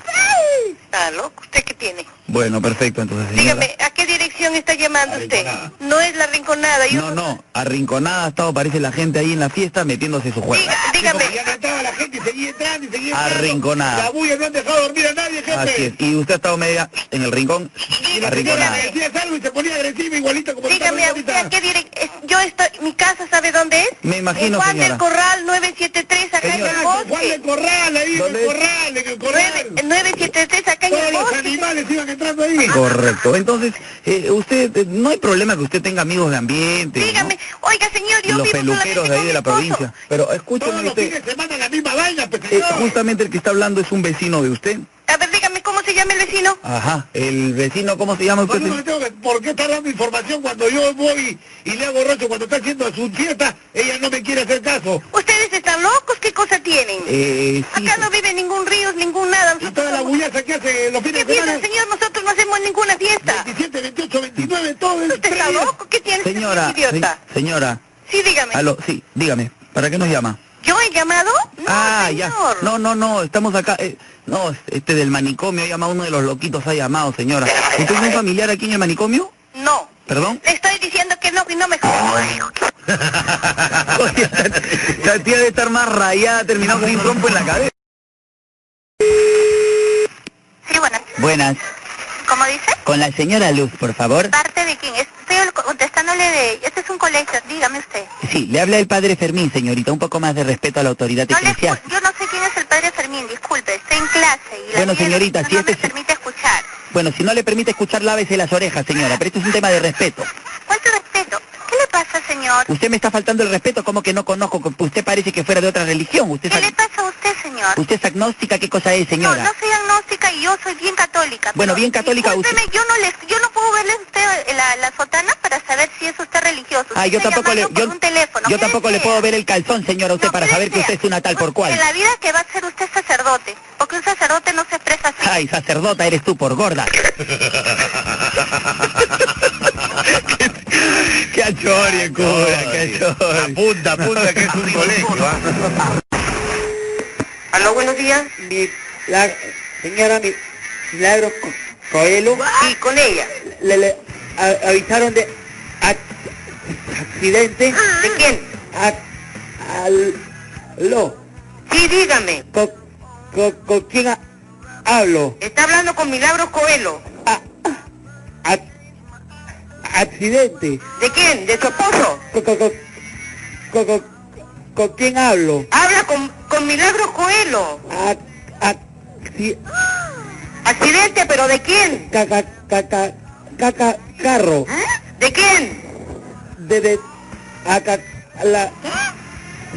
[SPEAKER 4] Está loco, ¿usted qué tiene?
[SPEAKER 1] Bueno, perfecto, entonces, señora.
[SPEAKER 4] Dígame, ¿a qué dirección está llamando usted? No es la rinconada, yo...
[SPEAKER 1] No, no, arrinconada ha estado, parece la gente ahí en la fiesta metiéndose su juego.
[SPEAKER 4] Dígame.
[SPEAKER 6] Ya cantaba la gente y seguía entrando y seguía entrando.
[SPEAKER 1] Arrinconada.
[SPEAKER 6] La bulla no han dejado dormir a nadie, jefe.
[SPEAKER 1] Así es. Y usted ha estado media en el rincón,
[SPEAKER 6] Y la señora
[SPEAKER 1] arrinconada.
[SPEAKER 6] le decía algo y se ponía agresiva igualito como
[SPEAKER 4] Dígame a usted, ¿a qué dirección? Yo estoy... ¿Mi casa sabe dónde es?
[SPEAKER 1] Me imagino,
[SPEAKER 4] En Juan
[SPEAKER 1] señora.
[SPEAKER 4] del Corral 973, acá en el
[SPEAKER 6] Señora.
[SPEAKER 4] bosque.
[SPEAKER 6] Juan del Corral, ahí en el ¿Dónde es? Corral, en el Corral.
[SPEAKER 4] 973, acá en el bosque.
[SPEAKER 6] animales iban entrando ahí.
[SPEAKER 1] Correcto. Entonces, eh, usted, eh, no hay problema que usted tenga amigos de ambiente.
[SPEAKER 4] Dígame, oiga señor, yo
[SPEAKER 1] Los
[SPEAKER 4] vivo
[SPEAKER 1] peluqueros de ahí de la provincia. Pero escúcheme
[SPEAKER 6] Todos los
[SPEAKER 1] usted,
[SPEAKER 6] fines de semana la misma vaina, pues
[SPEAKER 1] eh,
[SPEAKER 6] señor.
[SPEAKER 1] justamente el que está hablando es un vecino de usted.
[SPEAKER 4] A ver, dígame, ¿cómo se
[SPEAKER 7] se llama el vecino?
[SPEAKER 1] Ajá. ¿El vecino cómo se llama usted?
[SPEAKER 37] Oye,
[SPEAKER 1] señor?
[SPEAKER 37] le tengo que- ¿Por qué está dando información cuando yo voy y le hago rocho cuando está haciendo su fiesta? Ella no me quiere hacer caso.
[SPEAKER 7] ¿Ustedes están locos? ¿Qué cosa tienen?
[SPEAKER 1] Eh, sí.
[SPEAKER 7] Acá no vive ningún ríos, ningún nada. ¿Y toda la
[SPEAKER 37] bullaza que hace los fines
[SPEAKER 7] de semana? señor? Nosotros no hacemos ninguna fiesta.
[SPEAKER 37] 27, 28, 29, todo el
[SPEAKER 7] ¿Usted está loco? ¿Qué tiene? usted,
[SPEAKER 1] Señora,
[SPEAKER 7] Idiota.
[SPEAKER 1] se- señora,
[SPEAKER 7] Sí, dígame.
[SPEAKER 1] aló, sí, dígame, ¿para qué nos llama?
[SPEAKER 7] ¿Yo he llamado? No,
[SPEAKER 1] ah,
[SPEAKER 7] señor.
[SPEAKER 1] ya. No, no, no, estamos acá. eh, no, este del manicomio llama uno de los loquitos ha llamado, señora. ¿Usted es un familiar aquí en el manicomio?
[SPEAKER 7] No.
[SPEAKER 1] ¿Perdón?
[SPEAKER 7] Le estoy diciendo que no, y no me
[SPEAKER 1] Oye, la tía debe estar más rayada, terminado con un trompo en la cabeza.
[SPEAKER 6] Sí, buenas.
[SPEAKER 1] Buenas,
[SPEAKER 6] ¿Cómo dice?
[SPEAKER 1] con la señora Luz, por favor.
[SPEAKER 6] ¿Parte de quién? Estoy contestándole de... Este es un colegio, dígame usted.
[SPEAKER 1] Sí, le habla el padre Fermín, señorita, un poco más de respeto a la autoridad eclesiástica.
[SPEAKER 6] Yo no sé quién es el padre Fermín, disculpe, estoy en clase y la
[SPEAKER 1] Bueno,
[SPEAKER 6] mía
[SPEAKER 1] señorita,
[SPEAKER 6] no
[SPEAKER 1] si
[SPEAKER 6] me
[SPEAKER 1] este es-
[SPEAKER 6] permite escuchar.
[SPEAKER 1] Bueno, si no le permite escuchar, lávese las orejas, señora, pero esto es un tema de respeto.
[SPEAKER 6] ¿Cuánto respeto? ¿Qué le pasa, señor?
[SPEAKER 1] Usted me está faltando el respeto, como que no conozco, usted parece que fuera de otra religión. Usted es,
[SPEAKER 6] ¿Qué
[SPEAKER 1] ag-
[SPEAKER 6] le pasa a usted, señor?
[SPEAKER 1] usted es agnóstica, ¿qué cosa es, señora?
[SPEAKER 6] No, no soy agnóstica y yo soy bien católica.
[SPEAKER 1] Bueno, bien católica usted.
[SPEAKER 6] Discúlpeme, yo no les, yo no puedo verle a usted la, la sotana para saber si es usted religioso.
[SPEAKER 1] Ah,
[SPEAKER 6] Usted
[SPEAKER 1] yo
[SPEAKER 6] está
[SPEAKER 1] tampoco le,
[SPEAKER 6] llamando
[SPEAKER 1] yo,
[SPEAKER 6] por un teléfono.
[SPEAKER 1] yo
[SPEAKER 6] ¿Qué
[SPEAKER 1] tampoco le
[SPEAKER 6] desea?
[SPEAKER 1] puedo ver el calzón, señora, a usted para saber que usted es una tal por cual.
[SPEAKER 6] En la vida que va a ser usted sacerdote, porque un sacerdote no se expresa así.
[SPEAKER 1] Ay, sacerdota eres tú por gorda. qué achorie, cura, qué achorie. Apunta, apunta que es un colegio. ¿ah?
[SPEAKER 6] ¿eh?
[SPEAKER 3] Aló, buenos días. Mi, la señora mi, Milagro Co- Coelho. Sí, con ella. Le, le a- avisaron de ac- accidente. ¿De quién? aló. Sí, dígame. ¿Con quién ha- hablo?
[SPEAKER 6] Está hablando con Milagro Coelho.
[SPEAKER 3] Accidente.
[SPEAKER 6] ¿De quién? ¿De su esposo?
[SPEAKER 3] ¿Con, con- con- con- con- con quién hablo?
[SPEAKER 6] Habla con, con Milagro Coelho. Accidente, pero ¿de quién? ¿Ah?
[SPEAKER 3] Caca, caca, caca, carro.
[SPEAKER 6] ¿De quién?
[SPEAKER 3] De, de, acá, la...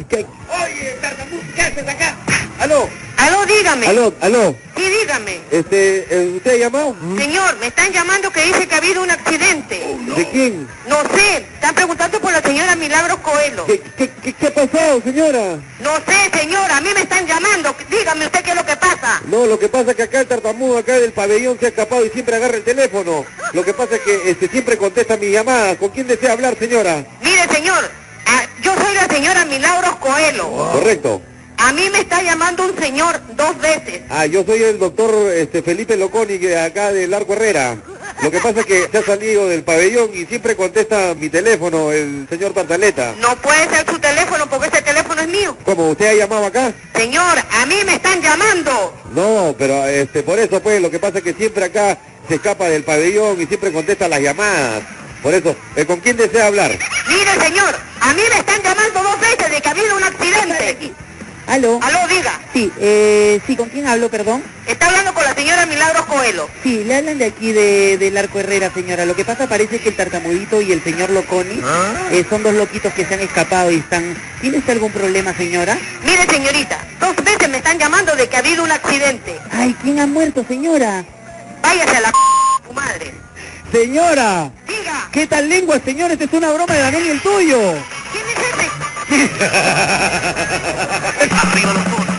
[SPEAKER 3] que-
[SPEAKER 6] Oye, tartamudo, ¿qué haces acá? Aló. Aló, dígame.
[SPEAKER 3] Aló, aló.
[SPEAKER 6] Sí, dígame.
[SPEAKER 3] Este, eh, ¿usted ha llamado?
[SPEAKER 6] Señor, me están llamando que dice que ha habido un accidente.
[SPEAKER 3] ¿De quién?
[SPEAKER 6] No sé, están preguntando por la señora Milagros Coelho.
[SPEAKER 3] ¿Qué, qué, qué, qué ha pasado, señora?
[SPEAKER 6] No sé, señora, a mí me están llamando. Dígame usted qué es lo que pasa.
[SPEAKER 3] No, lo que pasa es que acá el tartamudo acá del pabellón se ha escapado y siempre agarra el teléfono. Lo que pasa es que este, siempre contesta mi llamada. ¿Con quién desea hablar, señora?
[SPEAKER 6] Mire, señor, ah, yo soy la señora Milagros Coelho.
[SPEAKER 3] Correcto.
[SPEAKER 6] A mí me está llamando un señor dos veces.
[SPEAKER 3] Ah, yo soy el doctor este, Felipe Loconi, que acá del Arco Herrera. Lo que pasa es que se ha salido del pabellón y siempre contesta mi teléfono, el señor Tartaleta.
[SPEAKER 6] No puede ser su teléfono porque ese teléfono es mío.
[SPEAKER 3] ¿Cómo? ¿Usted ha llamado acá?
[SPEAKER 6] Señor, a mí me están llamando.
[SPEAKER 3] No, pero este, por eso pues, lo que pasa es que siempre acá se escapa del pabellón y siempre contesta las llamadas. Por eso, eh, ¿con quién desea hablar?
[SPEAKER 6] Mire, señor, a mí me están llamando dos veces de que ha habido un accidente.
[SPEAKER 5] Aló.
[SPEAKER 6] Aló, diga.
[SPEAKER 5] Sí, eh, sí, ¿con quién hablo, perdón?
[SPEAKER 6] Está hablando con la señora Milagros Coelho.
[SPEAKER 5] Sí, le hablan de aquí de, del Arco Herrera, señora. Lo que pasa parece que el tartamudito y el señor Loconi eh, son dos loquitos que se han escapado y están... ¿Tiene usted algún problema, señora?
[SPEAKER 6] Mire, señorita, dos veces me están llamando de que ha habido un accidente.
[SPEAKER 5] Ay, ¿quién ha muerto, señora?
[SPEAKER 6] Váyase a la p tu madre.
[SPEAKER 5] Señora.
[SPEAKER 6] Diga.
[SPEAKER 5] ¿Qué tal lengua, señor? Esta es una broma de Daniel y el tuyo.
[SPEAKER 1] Arriba los toros.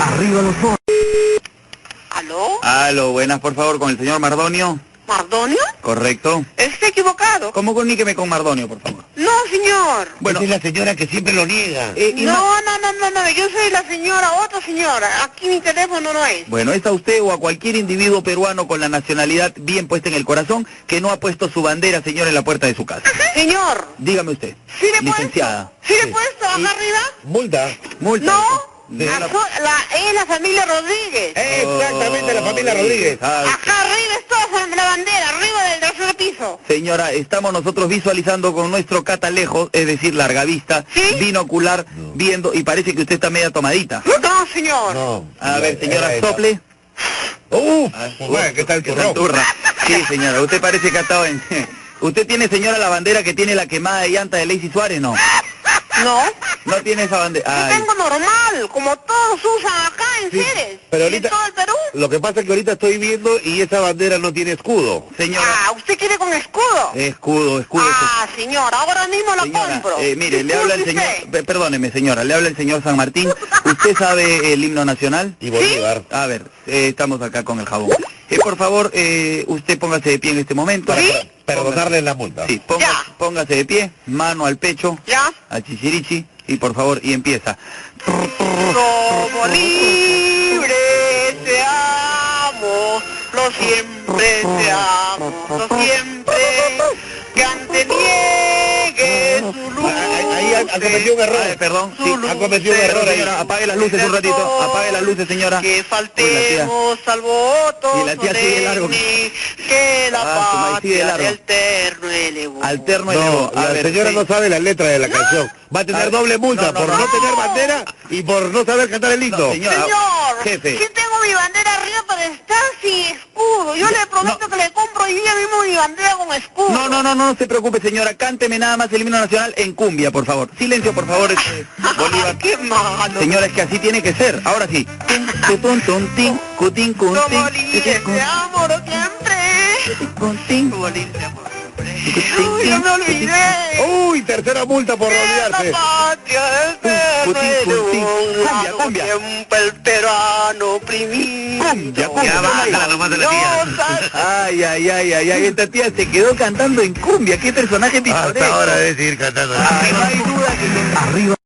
[SPEAKER 1] Arriba los toros.
[SPEAKER 6] ¿Aló?
[SPEAKER 1] Aló, buenas, por favor, con el señor Mardonio.
[SPEAKER 6] ¿Mardonio?
[SPEAKER 1] ¿Correcto?
[SPEAKER 6] Está equivocado.
[SPEAKER 1] Comuníqueme con Mardonio, por favor.
[SPEAKER 6] No, señor.
[SPEAKER 1] Bueno, eh, es la señora que siempre lo niega.
[SPEAKER 3] Eh,
[SPEAKER 6] No, no, no, no, no, yo soy la señora, otra señora. Aquí mi teléfono no es.
[SPEAKER 1] Bueno, es a usted o a cualquier individuo peruano con la nacionalidad bien puesta en el corazón que no ha puesto su bandera, señor, en la puerta de su casa.
[SPEAKER 6] Señor,
[SPEAKER 1] Dígame usted. Licenciada.
[SPEAKER 6] ¿sí le he puesto acá arriba?
[SPEAKER 1] Multa. Multa.
[SPEAKER 6] No,
[SPEAKER 1] Sí.
[SPEAKER 6] la, so- la- es la familia Rodríguez.
[SPEAKER 1] Eh, Exactamente, la familia Rodríguez.
[SPEAKER 6] Acá arriba está la bandera, arriba del tercer piso.
[SPEAKER 1] Señora, estamos nosotros visualizando con nuestro catalejo, es decir, larga vista, binocular, viendo, y parece que usted está media tomadita.
[SPEAKER 6] No, señor.
[SPEAKER 1] A ver, señora,
[SPEAKER 6] era esa.
[SPEAKER 1] sople. ¡Uf! pues ¿Qué tal turra? Sí, señora, usted parece que ha estado en... ¿Usted tiene, señora, la bandera que tiene la quemada de llanta de Lacey Suárez, no?
[SPEAKER 6] No.
[SPEAKER 1] No tiene esa bandera. Ay,
[SPEAKER 7] Tengo normal, como todos usan acá en Ceres. y
[SPEAKER 3] pero ahorita-
[SPEAKER 7] En todo el Perú.
[SPEAKER 3] Lo que pasa es que ahorita estoy viendo y esa bandera no tiene escudo. Señora.
[SPEAKER 7] Ah, usted quiere con escudo.
[SPEAKER 1] escudo, escudo.
[SPEAKER 7] Ah, señora, ahora mismo la compro.
[SPEAKER 1] Eh, mire, le habla el
[SPEAKER 7] Disculpe
[SPEAKER 1] señor, pe- perdóneme señora, le habla el señor San Martín. ¿Usted sabe el himno nacional? Y Bolívar. A ver, eh, estamos acá con el jabón. Eh, por favor, eh, usted póngase de pie en este momento. Para perdonarle la multa. Sí, ponga- póngase de pie, mano al pecho,
[SPEAKER 7] Ya.
[SPEAKER 1] a chichirichi, y por favor, y empieza.
[SPEAKER 7] Somos libres, te amo, lo siempre te amo, lo siempre. Que ante niegue su luz.
[SPEAKER 3] Ahí ha, ha cometido un error. perdón, ha cometido un error ahí.
[SPEAKER 1] Apague las luces un ratito, apague las luces señora. Que
[SPEAKER 7] Saltemos al voto
[SPEAKER 1] Y la tía sigue largo.
[SPEAKER 7] solemne, que la
[SPEAKER 1] Ah, su maíz sigue
[SPEAKER 7] patria
[SPEAKER 1] largo.
[SPEAKER 7] del terno elevó.
[SPEAKER 3] Ah,
[SPEAKER 1] Alterno y
[SPEAKER 3] No,
[SPEAKER 1] luego, a
[SPEAKER 3] la
[SPEAKER 1] ver,
[SPEAKER 3] señora
[SPEAKER 1] sí.
[SPEAKER 3] no sabe la letra de la canción. Va a tener
[SPEAKER 1] Ah,
[SPEAKER 3] doble multa
[SPEAKER 1] no, no,
[SPEAKER 3] por
[SPEAKER 1] no.
[SPEAKER 3] no, tener bandera y por no saber cantar el himno.
[SPEAKER 7] Señor,
[SPEAKER 3] jefe.
[SPEAKER 7] yo tengo mi bandera arriba para estar sin escudo. Yo le prometo que le compro hoy día mismo mi bandera con escudo.
[SPEAKER 1] No, no, no, no, no se preocupe, señora. Cánteme nada más el himno nacional en cumbia, por favor. Silencio, por favor, este, Bolívar.
[SPEAKER 7] ¡Qué malo!
[SPEAKER 1] Señora, es que así tiene que ser. Ahora sí. Tin, cu, tun, tun, tin, cu, tin, cu, tin,
[SPEAKER 7] Como
[SPEAKER 1] tin,
[SPEAKER 7] libres,
[SPEAKER 1] cu,
[SPEAKER 7] te amo, lo siempre.
[SPEAKER 1] Como
[SPEAKER 7] libres, te amo, siempre. Uy, no me olvidé.
[SPEAKER 3] Uy, tercera multa por olvidarse.
[SPEAKER 7] patria eh, del perro
[SPEAKER 3] Cambia, cambia.
[SPEAKER 7] siempre el peruano oprimido.
[SPEAKER 1] Ya, ya, bájala nomás de la tía. Ay, ay, ay, ay, ay, esta tía se quedó cantando en cumbia. Qué personaje pintoresco.
[SPEAKER 3] Hasta ahora debe seguir cantando.
[SPEAKER 1] Arriba.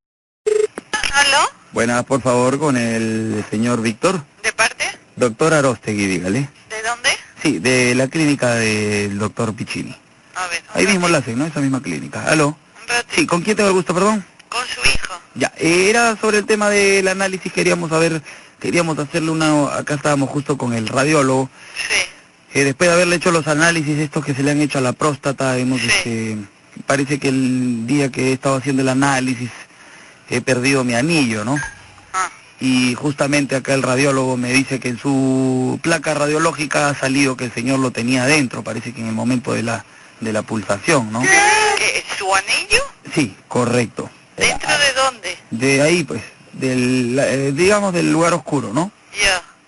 [SPEAKER 1] Buenas, por favor, con el señor Víctor. ¿De parte? Doctor Arostegui, dígale.
[SPEAKER 7] ¿De dónde?
[SPEAKER 1] Sí, de la clínica del doctor Piccini.
[SPEAKER 7] A ver.
[SPEAKER 1] Ahí mismo la hacen, ¿no? Esa misma clínica. ¿Aló? Sí, ¿con quién tengo el gusto, perdón?
[SPEAKER 7] Con su hijo.
[SPEAKER 1] Ya, eh, era sobre el tema del análisis, queríamos saber, queríamos hacerle una, acá estábamos justo con el radiólogo. Eh, después de haberle hecho los análisis estos que se le han hecho a la próstata, hemos, este, parece que el día que he estado haciendo el análisis he perdido mi anillo, ¿no? Y justamente acá el radiólogo me dice que en su placa radiológica ha salido que el señor lo tenía adentro, parece que en el momento de la, de la pulsación, ¿no?
[SPEAKER 7] ¿Su anillo?
[SPEAKER 1] Sí, correcto.
[SPEAKER 7] ¿Dentro de dónde?
[SPEAKER 1] de ahí pues del eh, digamos del lugar oscuro no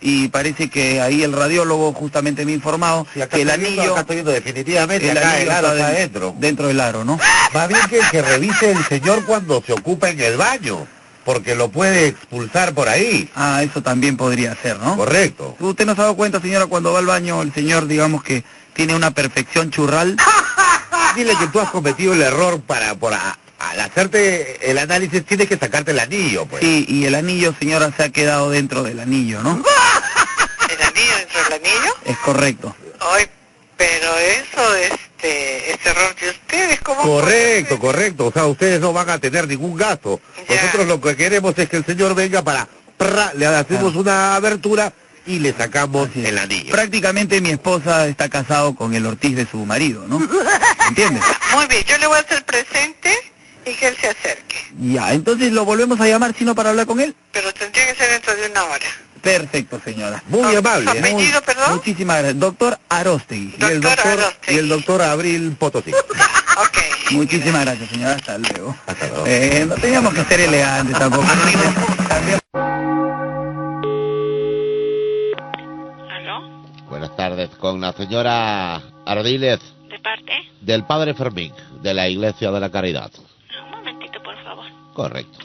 [SPEAKER 1] y parece que ahí el radiólogo justamente me ha informado
[SPEAKER 3] acá
[SPEAKER 1] que el
[SPEAKER 3] estoy viendo,
[SPEAKER 1] anillo
[SPEAKER 3] acá estoy viendo definitivamente,
[SPEAKER 1] el
[SPEAKER 3] acá
[SPEAKER 1] anillo
[SPEAKER 3] el aro
[SPEAKER 1] está
[SPEAKER 3] está
[SPEAKER 1] den-
[SPEAKER 3] adentro.
[SPEAKER 1] dentro del aro no
[SPEAKER 3] Más bien que, que revise el señor cuando se ocupa en el baño, porque lo puede expulsar por ahí.
[SPEAKER 1] ah eso también podría ser no
[SPEAKER 3] Correcto.
[SPEAKER 1] usted no se ha dado cuenta señora cuando va al baño el señor digamos que tiene una perfección churral
[SPEAKER 3] Dile que tú has cometido el error para, por a- al hacerte el análisis tienes que sacarte el anillo, pues.
[SPEAKER 1] sí y el anillo señora se ha quedado dentro del anillo no
[SPEAKER 7] ¿El anillo dentro del anillo?
[SPEAKER 1] es correcto
[SPEAKER 7] Ay, pero eso, este, este error de ustedes, ¿cómo?
[SPEAKER 3] Correcto, correcto. O sea, ustedes no van a tener ningún gasto. Nosotros lo que queremos es que el señor venga para, pra, le hacemos una abertura y le sacamos el anillo.
[SPEAKER 1] prácticamente mi esposa está casado con el Ortiz de su marido no entiendes
[SPEAKER 7] Muy bien, yo le voy a hacer presente y que él se acerque.
[SPEAKER 1] ya entonces lo volvemos a llamar sino para hablar con él
[SPEAKER 7] Pero tendría que ser dentro de una hora.
[SPEAKER 1] Perfecto, señora.
[SPEAKER 3] Muy amable.
[SPEAKER 7] ¿Su apellido, perdón?
[SPEAKER 1] ¿eh? Muchísimas gracias. Doctor Arostegui.
[SPEAKER 3] y el doctor, y el doctor Abril Potosí.
[SPEAKER 1] Muchísimas gracias, señora. Hasta luego. Eh, no teníamos que ser elegantes tampoco.
[SPEAKER 14] Buenas tardes, con la señora Ardiles. ¿De parte? Del padre Fermín, de la Iglesia de la Caridad.
[SPEAKER 26] Un momentito, por favor.
[SPEAKER 14] Correcto.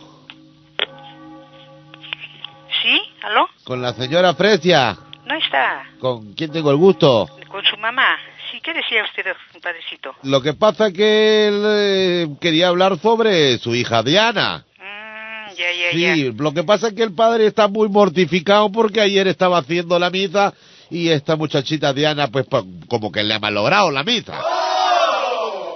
[SPEAKER 26] ¿Sí? ¿Aló?
[SPEAKER 14] Con la señora Fresia,
[SPEAKER 26] No está.
[SPEAKER 14] con quien tengo el gusto.
[SPEAKER 26] Con su mamá. Si quiere, decía usted, padrecito.
[SPEAKER 14] Lo que pasa que él eh, quería hablar sobre su hija Diana.
[SPEAKER 26] Mm, Ya, ya, ya.
[SPEAKER 14] Sí, lo que pasa es que el padre está muy mortificado porque ayer estaba haciendo la misa y esta muchachita Diana pues pa- como que le ha malogrado la misa.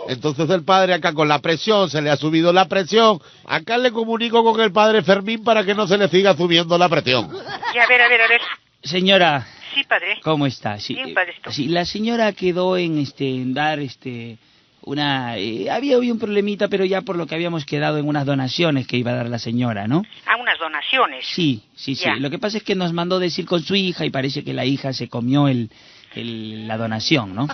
[SPEAKER 14] Entonces el padre acá con la presión, se le ha subido la presión. Acá le comunico con el padre Fermín para que no se le siga subiendo la presión.
[SPEAKER 26] Ya, a ver, a ver, a ver.
[SPEAKER 32] Señora,
[SPEAKER 26] Sí, padre.
[SPEAKER 32] ¿cómo está? Sí,
[SPEAKER 26] Bien,
[SPEAKER 32] eh,
[SPEAKER 26] padrecito.
[SPEAKER 32] sí, la señora quedó en este en dar este una eh, había hoy un problemita, pero ya por lo que habíamos quedado en unas donaciones que iba a dar la señora, ¿no?
[SPEAKER 26] A unas donaciones.
[SPEAKER 32] Sí, sí, sí.
[SPEAKER 26] Ya.
[SPEAKER 32] Lo que pasa es que nos mandó decir con su hija y parece que la hija se comió el el- la donación, ¿no?